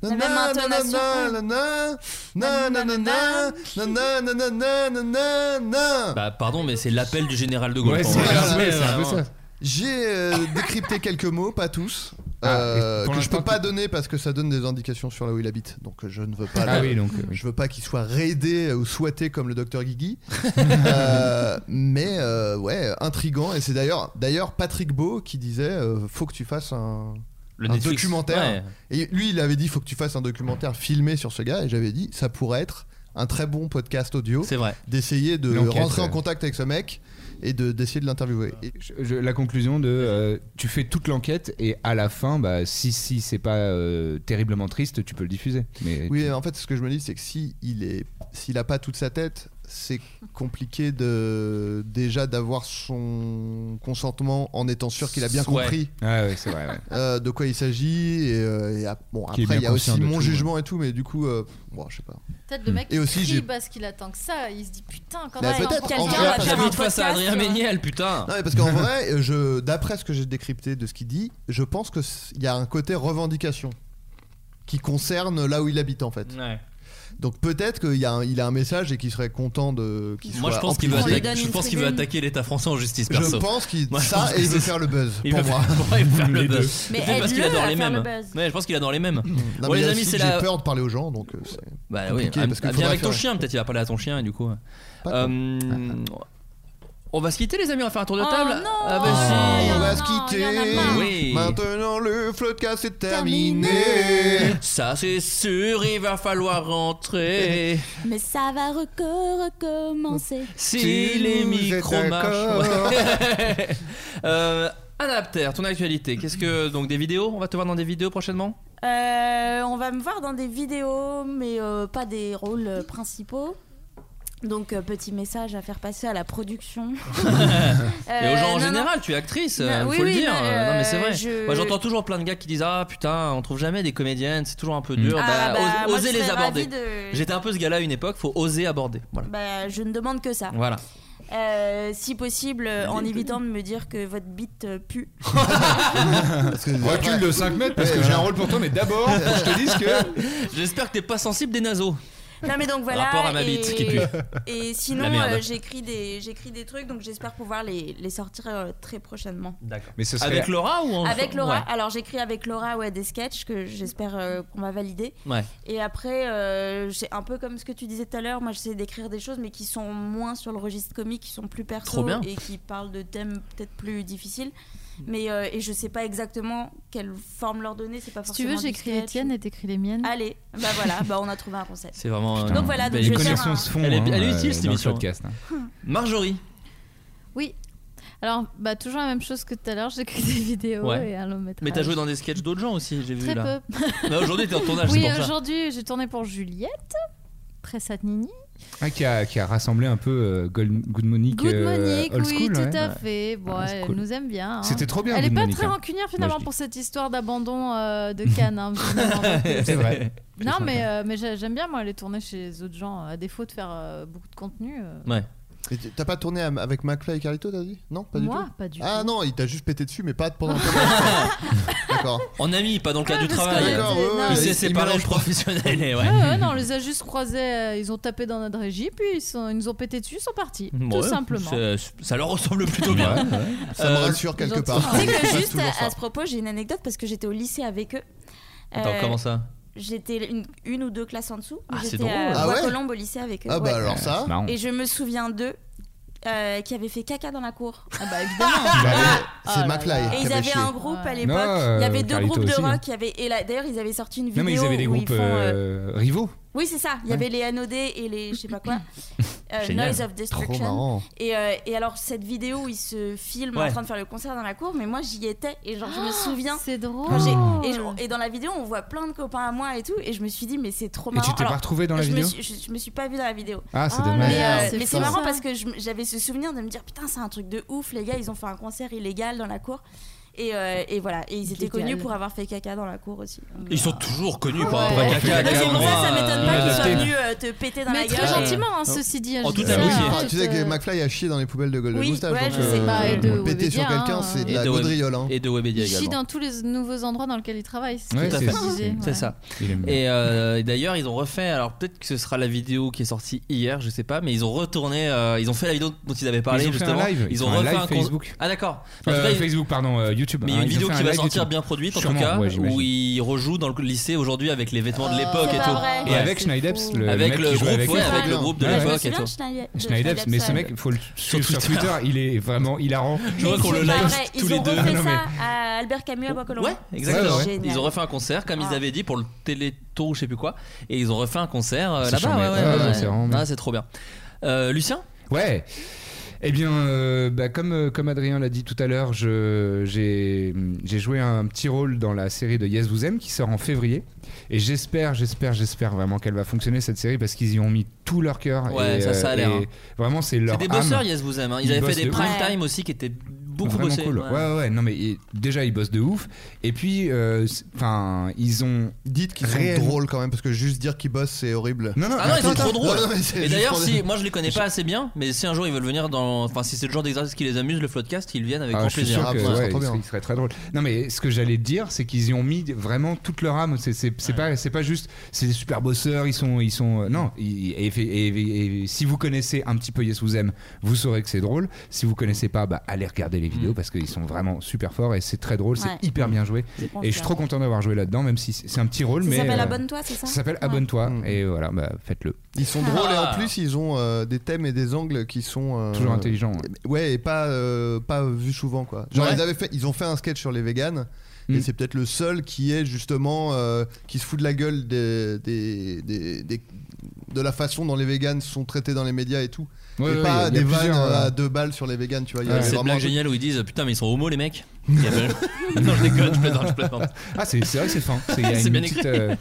J: La même
N: Nanana,
J: intonation,
N: nanana, nanana, nanana, nanana, nanana.
J: Bah, pardon, mais c'est l'appel du général de Gaulle.
N: Ouais,
J: pour
N: c'est
J: moi.
N: ça, ouais,
J: Mais,
N: c'est un peu
J: vraiment.
N: ça. J'ai euh, décrypté quelques mots, pas tous.
K: Ah, et
N: euh,
K: pour
N: que je
K: l'instant,
N: peux pas donner parce que ça donne des indications sur là où il habite donc euh, je ne veux pas
K: Ah
N: le-
K: oui, donc, euh, oui.
N: je veux pas qu'il soit raidé ou souhaité comme le docteur Guigui Euh, mais euh, ouais intrigant et c'est d'ailleurs d'ailleurs Patrick Beau qui disait euh, faut que tu fasses un
J: Le
N: un
J: Netflix,
N: documentaire et lui il avait dit faut que tu fasses un documentaire filmé sur ce gars et j'avais dit ça pourrait être un très bon podcast audio
J: c'est vrai
N: d'essayer de
K: L'enquête,
N: rentrer en
K: ouais.
N: contact avec ce mec et de d'essayer de l'interviewer Et-
K: Je- la conclusion de euh, tu fais toute l'enquête et à la fin bah si si c'est pas euh, terriblement triste tu peux le diffuser mais
N: Oui, euh, en fait, ce que je me dis, c'est que si il est, s'il a pas toute sa tête, c'est compliqué de déjà d'avoir son consentement en étant sûr qu'il a bien
K: Ouais.
N: compris.
K: Ah Ouais, ouais, c'est vrai, ouais.
N: euh, de quoi il s'agit et, euh, et ap- bon
K: Qu'il est
N: après il
K: bien
N: y a aussi
K: conscient de
N: mon
K: tout,
N: jugement et tout mais du coup euh, bon je sais pas
A: Peut-être le mec
N: et aussi j'ai
A: parce qu'il attend que ça, il se dit putain quand
N: Bah,
A: même.
N: peut-être, en
A: quelqu'un
N: vrai,
A: va
N: parce
A: faire
N: que-
A: un
N: Vite face à
A: podcast,
J: Adrien
A: tu vois.
J: Méniel, putain.
N: non mais parce qu'en vrai euh, je d'après ce que j'ai décrypté de ce qu'il dit je pense que c- il y a un côté revendication qui concerne là où il habite en fait
J: Ouais.
N: donc peut-être qu'il y a un, il a un message et qu'il serait content
L: euh,
N: de qu'il
J: Moi,
N: soit
J: je pense qu'il veut
N: amplifié.
J: attaquer, je pense qu'il veut attaquer l'État français en justice
N: Je
J: perso.
N: pense qu'il-
J: Moi, Oh. je
N: ça,
J: pense
N: et il veut
J: que c'est-
N: faire le buzz,
J: Il
N: pour
J: veut-
N: moi.
J: ouais, il veut faire le
N: Les deux. Hmm.
J: buzz.
N: Mais
J: Peut-être parce qu'il
N: aide-le
J: adore
N: à
J: les
N: faire le
J: mêmes.
N: buzz.
J: Ouais, je pense qu'il adore les mêmes.
N: Non,
J: Bon,
N: mais
J: les
N: là
J: amis,
N: aussi,
J: c'est
N: j'ai
J: la
N: peur de parler aux gens, donc euh, c'est
J: Bah oui,
N: compliqué,
J: ah,
N: parce qu'il
J: viens
N: faudrait
J: avec ton
N: faire-
J: chien, peut-être il va parler à ton chien et du coup.
N: Pas Ah,
J: Euh, On va se quitter les amis, on va faire un tour de
N: Oh
J: table.
N: non
J: ah bah si.
N: On va se
A: Oh,
N: quitter.
J: Oui.
N: Maintenant le floodcast est terminé.
J: Ça c'est sûr, il va falloir rentrer.
L: Mais ça va reco- recommencer.
J: Si les micros marchent. Ouais. Euh, Adapter, ton actualité. Qu'est-ce que donc des vidéos On va te voir dans des vidéos prochainement.
L: Euh, on va me voir dans des vidéos, mais euh, pas des rôles euh, principaux. Donc, euh, petit message à faire passer à la production. Euh,
J: Et aux gens en
L: non,
J: général, tu es actrice,
L: Non,
J: euh,
L: oui,
J: faut le
L: oui,
J: dire.
L: non,
J: Euh, non mais c'est vrai.
L: je-
J: Moi j'entends toujours plein de gars qui disent ah putain on trouve jamais des comédiennes, c'est toujours un peu
L: Mm.
J: dur.
L: Ah, bah,
J: ose-
L: moi, je
J: osez
L: serais
J: les aborder.
L: ravie de-
J: J'étais un peu ce gars-là à une époque, faut oser aborder. Voilà.
L: Bah, je ne demande que ça.
J: Voilà.
L: Euh, si possible, euh, en évitant de me dire que votre bite euh, pue.
N: Parce que-
K: recule de 5 mètres parce que j'ai un rôle pour toi mais d'abord faut que je te dise que
J: J'espère que t'es pas sensible des naseaux.
L: Non mais donc voilà.
J: Rapport à ma bite
L: et,
J: qui pue.
L: Et
J: La
L: sinon,
J: merde.
L: euh, j'écris des, j'écris des trucs, donc j'espère pouvoir les, les sortir euh, très prochainement.
J: D'accord.
K: mais ce serait-
J: Avec Laura ou en-
L: Avec Laura.
J: Ouais.
L: Alors j'écris avec Laura ouais des sketchs que j'espère euh, qu'on va valider.
J: Ouais.
L: Et après, euh, j'ai un peu comme ce que tu disais tout à l'heure. Moi, j'essaie d'écrire des choses, mais qui sont moins sur le registre comique, qui sont plus
J: Trop
L: perso
J: bien. Mm.
L: et qui parlent de thèmes peut-être plus difficiles. Mais euh, et je sais pas exactement quelle forme leur donner. C'est pas
A: Si
L: forcément.
A: tu veux,
L: du
A: j'écris
L: sketch.
A: les tiennes et t'écris les miennes.
L: Allez, bah voilà, bah on a trouvé un concept.
J: C'est vraiment. euh,
L: Donc voilà, donc
K: les
L: je vais faire
K: connexions
L: un-
K: se font
J: Elle est-
K: hein,
J: elle est utile,
K: euh,
J: cette
K: dans le
J: émission.
K: podcast, hein.
J: Marjorie.
A: Oui. Alors, bah, toujours la même chose que tout à l'heure, j'écris des vidéos
J: Ouais.
A: et un long métrage.
J: Mais t'as joué dans des sketchs d'autres gens aussi, j'ai vu
A: Très
J: là.
A: peu.
J: Bah, aujourd'hui t'es en tournage,
A: Oui,
J: c'est pour ça.
A: aujourd'hui, j'ai tourné pour Juliette, Pressatnini.
K: Ah, qui, a, qui a rassemblé un peu euh, Gold- Good Monique,
A: Good
K: euh,
A: Monique,
K: old
A: oui,
K: school,
A: tout
K: ouais.
A: à fait. Bon,
K: Ah, c'est
A: elle
K: cool.
A: nous aime bien. hein.
K: C'était trop bien,
A: Elle
K: Good
A: pas
K: Monique,
A: très
K: hein.
A: rancunière
K: Moi,
A: finalement
K: je dis.
A: pour cette histoire d'abandon euh, de Cannes. hein, finalement.
K: C'est vrai.
A: non, mais, euh, mais j'ai- j'aime bien, moi, aller tourner chez d'autres gens, à défaut de faire euh, beaucoup de contenu. euh.
J: Ouais.
N: Et t- T'as pas tourné am- avec McFly et Carlito, t'as dit Non, pas du
A: Moi,
N: tout.
A: pas du
N: ah non, il t'a juste pété dessus, mais pas pendant le tournage. D'accord.
J: En ami, pas dans le cadre
A: Ah,
N: Ouais,
J: du
N: parce que-
J: travail.
N: D'accord, ouais, ouais,
J: il
N: ouais,
J: s'est
N: il
J: séparé
N: mélange
J: le professionnel. et ouais.
A: Ouais, ouais, non, on les a juste croisés, euh, ils ont tapé dans notre régie, puis ils, sont- ils nous ont pété dessus, ils sont partis.
J: Bon,
A: tout
J: ouais,
A: simplement.
J: c'est- Ça leur ressemble plutôt bien.
N: Ça me
J: Euh,
N: rassure quelque part.
L: Tu sais que
N: Ça passe
L: juste
N: toujours
L: à,
A: euh,
N: ça.
L: à ce propos, j'ai une anecdote parce que j'étais au lycée avec eux.
J: Attends, comment ça
L: J'étais une, une ou deux classes en dessous.
J: Ah, c'est
L: J'étais
J: drôle.
L: à
J: Ah ouais
L: Bois-Colombes au lycée avec eux.
J: Ah bah
L: ouais.
J: alors ça. C'est marrant.
L: Et je me souviens d'eux euh, qui avaient fait caca dans la cour.
A: Ah oh bah évidemment.
N: c'est McFly
L: Et
N: qui
L: ils
N: avait
L: avaient
N: chié.
L: un groupe à l'époque.
K: Non, euh,
L: il y avait deux
K: Carlito
L: groupes de
K: aussi, hein.
L: rock. Il y avait, et là, d'ailleurs, ils avaient sorti une vidéo.
K: Non, mais ils avaient des
L: où
K: groupes
L: font,
K: euh,
L: euh,
K: rivaux.
L: Oui, c'est ça. Il y avait les Anodés et les je sais pas quoi. Euh,
K: Génial.
L: Noise of
K: Trop
L: Destruction.
K: marrant.
L: Et, euh, et alors, cette vidéo où ils se filment
J: Ouais.
L: en train de faire le concert dans la cour, mais moi j'y étais et genre je me souviens.
A: Oh, C'est
N: Oh,
A: drôle.
J: Ah,
L: et, je- et dans la vidéo, on voit plein de copains à moi et tout. Et je me suis dit, mais c'est trop
K: Et
L: marrant.
K: tu t'es pas
L: Alors,
K: retrouvée dans la
L: je
K: vidéo
L: me suis- je, je me suis pas vue dans la vidéo.
K: Ah, c'est
L: Mais,
K: dommage.
L: euh,
K: C'est
L: mais c'est
K: fou,
L: marrant
K: ça.
L: parce que je- j'avais ce souvenir de me dire, putain, c'est un truc de ouf. Les gars, ils ont fait un concert illégal dans la cour. Et, euh, et voilà, et ils étaient
A: Illégal.
L: connus pour avoir fait caca dans la cour aussi.
J: Ils sont toujours connus par
L: Ouais.
J: rapport à
L: Ouais,
J: caca.
L: mais c'est pour ça,
J: Ah,
L: ça m'étonne pas qu'ils soient
J: adapté.
L: venus euh, te péter dans
A: Mais
L: la
A: très
L: gueule.
A: gentiment, hein, ceci dit, hein,
J: En
A: je dis
J: toute
A: ça,
J: amitié.
A: hein,
N: Ah, tu
A: toute,
N: sais que
A: euh,
N: McFly a chié dans les poubelles de Golden
A: Oui,
N: Euh, Moustache.
A: ouais,
N: donc,
A: je sais
K: Euh,
A: pas, et de
N: péter sur
A: Webedia,
N: quelqu'un,
A: hein,
N: c'est de
J: Et
N: la
J: de Web-
N: gaudriole. hein.
J: Et de Webedia
A: Ils chient
J: également.
A: dans tous les nouveaux endroits dans lesquels ils travaillent. c'est
J: Ouais,
A: ce que
J: c'est
A: je
J: ça.
A: disais,
J: C'est
A: ouais.
J: ça. Et euh, et d'ailleurs, ils ont refait. Alors peut-être que ce sera la vidéo qui est sortie hier, je sais pas, mais ils ont retourné. euh, ils ont fait la vidéo dont ils avaient parlé
K: Ils ont fait un
J: justement.
K: live.
J: Ils ont
K: Ils font un
J: refait
K: live
J: un con-
K: Facebook.
J: Ah d'accord. Mais en tout
K: Euh,
J: cas, ils-
K: Facebook, pardon, euh, YouTube.
J: Mais il y a
K: hein,
J: une
K: ils ont
J: vidéo
K: fait un
J: qui va
K: live
J: sortir
K: YouTube.
J: bien produite en tout
K: Sûrement,
J: cas,
K: ouais,
J: où
K: j'imagine.
J: il rejoue dans le lycée aujourd'hui avec les vêtements de l'époque
K: Oh, c'est
J: et
K: pas
J: tout.
K: vrai. Et avec Schneideps, le
J: avec
K: mec
J: le
K: qui
J: groupe,
K: jouait avec
J: ouais,
K: eux.
J: avec le groupe de
K: Ouais, ouais.
J: l'époque et
L: Je me souviens
J: tout.
L: de Schneide- de
K: Schneideps, mais ce mec, faut le suivre sur
J: Twitter.
K: Twitter. Il est vraiment hilarant.
J: Je vois qu'on le
L: C'est pas
J: live
L: vrai,
J: tous
L: ils
J: les
L: ont
J: deux.
L: refait
J: Non, mais-
L: ça à Albert Camus à Bois-Colombes.
J: Ouais, exactement.
L: Génial.
J: Ils ont refait un concert, comme
K: Ah.
J: ils avaient dit pour le Téléthon ou je sais plus quoi, et ils ont refait un concert euh,
K: C'est
J: là-bas.
K: charmé.
J: ouais, ouais,
K: Ah,
J: ouais,
K: ouais,
J: ouais.
K: c'est vraiment
J: Ah,
K: bien.
J: c'est trop bien. Euh, Lucien
K: Ouais. Eh bien, euh, bah, comme, euh, comme Adrien l'a dit tout à l'heure, je- j'ai j'ai joué un petit rôle dans la série de Yes Vous Aime qui sort en février. Et j'espère, j'espère, j'espère vraiment qu'elle va fonctionner cette série parce qu'ils y ont mis tout leur cœur.
J: Ouais,
K: et,
J: ça, ça a
K: euh,
J: l'air,
K: et
J: hein.
K: Vraiment, c'est leur.
J: C'est des
K: âme.
J: bosseurs, Yes Vous Aime. hein. Ils,
K: Ils
J: avaient fait
K: bossent
J: des
K: de
J: prime
K: ouf.
J: time aussi qui étaient beaucoup
K: vraiment
J: bossés.
K: cool. Ouais, ouais, ouais. Non, mais et- déjà, ils bossent de ouf. Et puis, euh, enfin, ils ont.
N: Dites qu'ils sont
K: Réellement.
N: drôles quand même, parce que juste dire qu'ils bossent, c'est horrible.
K: Non, non,
J: Ah non, ils sont
N: Attends,
J: trop
N: attends.
J: drôles.
N: Non, non, mais c'est
J: et
N: juste
J: d'ailleurs,
N: pour
J: si
N: dire-
J: moi je les connais pas assez bien, mais si un jour ils veulent venir dans, enfin si c'est le genre d'exercice qui les amuse, le floodcast, ils viennent avec
K: Ah,
J: grand
K: je suis
J: plaisir. bah,
K: sûr que,
N: Ah,
K: ouais,
N: c'est trop
K: il,
N: bien.
K: serait, il serait très drôle. Non, mais ce que j'allais te dire, c'est qu'ils y ont mis vraiment toute leur âme. C'est c'est- c'est pas, c'est pas juste, c'est des super bosseurs, ils sont. Ils sont euh, non, ils- et, et- et- et si vous connaissez un petit peu Yes Vous Aime, vous saurez que c'est drôle. Si vous connaissez pas, bah, allez regarder les vidéos parce qu'ils sont vraiment super forts et c'est très drôle,
L: Ouais.
K: c'est hyper bien joué.
L: Je confirme.
K: Et je suis trop content d'avoir joué là-dedans, même si c'est c'est un petit rôle.
L: Ça
K: mais
L: s'appelle
K: euh,
L: Abonne-toi, c'est ça
K: Ça s'appelle
L: Ouais.
K: Abonne-toi,
N: Mm.
K: et voilà, bah, faites-le.
N: Ils sont drôles et
J: Ah.
N: en plus ils ont euh, des thèmes et des angles qui sont euh,
K: Toujours intelligents, ouais.
N: Ouais et pas euh, pas vu souvent quoi. Genre
K: Ouais.
N: ils avaient fait ils ont fait un sketch sur les véganes
K: Mm.
N: et c'est peut-être le seul qui est justement euh, qui se fout de la gueule des, des, des- des- de la façon dont les véganes sont traités dans les médias et tout.
K: Ouais,
N: et
K: ouais, y
N: pas
K: a- y a
N: des vannes
K: plusieurs, euh,
N: à deux balles sur les véganes tu vois. il y avait
J: Cette
N: vraiment un
J: blague
N: truc-
J: géniale où ils disent putain mais ils sont homo les mecs. Il y avait- non je déconne, je plaisante, je plaisante.
K: Ah, c'est c'est vrai que c'est fin. C'est il y a
J: C'est
K: une
J: bien
K: petite,
J: écrit.
K: euh,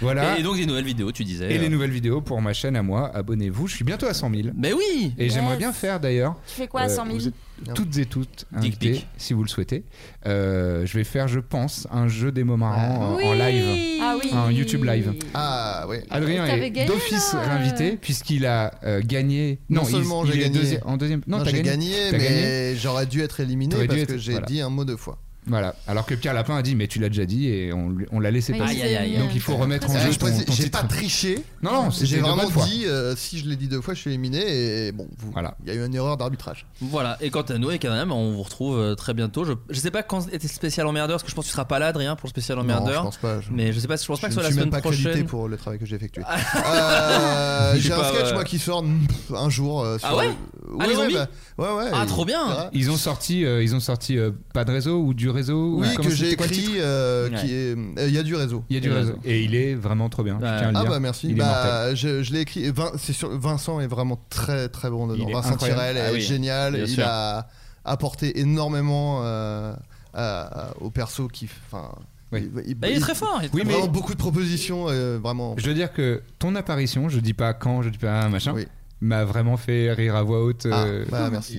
K: voilà.
N: Ah.
J: Et donc des nouvelles vidéos, tu disais.
K: Et
J: euh.
K: les nouvelles vidéos pour ma chaîne à moi, abonnez-vous. Je suis bientôt à 100 000.
J: Mais Ben oui
K: Et
L: Yes.
K: j'aimerais bien faire d'ailleurs.
L: Tu fais quoi à 100 000?
K: Euh, vous êtes
N: Non.
K: Toutes et toutes
J: Dick pic.
K: invitées, si vous le souhaitez. Euh, je vais faire, je pense, un jeu des mots marrants euh, en live.
A: Ah
L: oui.
K: Un YouTube live.
N: Ah ouais.
K: Adrien
A: T'avais
K: est
A: gagné,
K: d'office
A: là, euh,
K: réinvité puisqu'il a euh, gagné.
N: Non,
K: il-
N: seulement
K: il,
N: j'ai
K: est
N: gagné.
K: deuxi- en deuxième. Non,
N: Non,
K: t'as
N: j'ai
K: gagné.
N: gagné,
K: T'as
N: mais
K: gagné.
N: j'aurais dû être éliminé
K: T'aurais dû
N: parce
K: être-
N: que j'ai
K: voilà.
N: dit un mot deux fois.
K: Voilà. Alors que Pierre Lapin a dit, mais tu l'as déjà dit et on, lui- on l'a laissé
A: Mais
K: passer.
A: il Aïe, aïe, aïe.
K: Donc il faut remettre en
N: Ah,
K: jeu
N: je
K: ton,
N: précise,
K: ton
N: J'ai
K: titre.
N: pas triché.
K: Non, non, c'était
N: J'ai
K: de
N: vraiment
K: bonne foi.
N: dit, euh, si je l'ai dit deux fois, je suis éliminé. Et bon, vous- il
K: Voilà.
N: y a eu une erreur d'arbitrage.
J: Voilà, et quant à nous et Canam, on vous retrouve euh, très bientôt. Je, je sais pas quand était le spécial emmerdeur, parce que je pense que tu seras pas là, Adrien, pour le spécial
N: Non, je
J: emmerdeur.
N: pense pas. Je,
J: mais je sais pas, je pense pas
N: je
J: que ce
N: ne
J: soit la
N: suis même
J: semaine
N: pas
J: prochaine.
N: crédité pour le travail que j'ai effectué. Euh,
J: Je sais
N: j'ai un
J: pas,
N: sketch,
J: ouais.
N: moi, qui sort mm, un jour. euh, sur
J: Ah ouais
N: le-
J: Ah, les
N: Ouais, ouais,
J: zombies
N: bah, ouais, ouais.
J: Ah,
N: et-
J: trop bien
N: Ah.
K: Ils ont sorti, euh, ils ont sorti euh, pas de réseau ou du réseau. ou
N: Oui,
K: comment
N: que j'ai
K: c'était quoi le titre
N: écrit. euh,
J: Ouais.
N: qui est- euh, Il y a du réseau.
K: Il y a du
J: Il a
K: réseau.
J: raison.
K: Et il est vraiment trop bien. Je
J: Ouais.
K: tiens à le
N: Ah
K: dire.
N: bah merci.
K: Il est mortel.
N: Bah, je je l'ai écrit. Vin- c'est sûr, Vincent est vraiment très très bon dedans.
K: Il est
N: Vincent
K: incroyable.
N: Tirel est
J: Ah oui,
N: génial.
J: bien
N: Il
J: sûr.
N: a apporté énormément euh, à- à- au perso qui. Enfin,
K: Oui.
J: Bah, il est très fort. il est
K: Oui, mais-
J: très fort.
N: vraiment beaucoup de propositions. euh, vraiment.
K: Je veux dire que ton apparition, je dis pas quand, je dis pas machin,
N: Oui. Ah, bah,
K: m'a vraiment fait rire à voix haute. euh,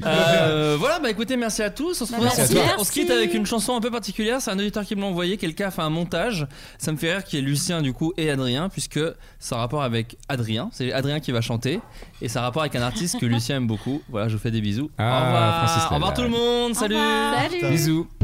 J: Euh, voilà, bah écoutez, merci à tous. On se,
K: Bah,
J: retrouve-
K: merci à
J: on se-
K: toi.
J: on se quitte avec une chanson un peu particulière. C'est un auditeur qui me l'a envoyé. Quelqu'un a fait un montage. Ça me fait rire qu'il y ait Lucien du coup et Adrien, puisque ça a rapport avec Adrien. C'est Adrien qui va chanter. Et ça a rapport avec un artiste que Lucien aime beaucoup. Voilà, je vous fais des bisous.
K: Ah,
J: au revoir.
K: Francis
J: au revoir
K: Lalanne.
J: tout le monde. Salut.
L: Salut.
K: Bisous. Euh,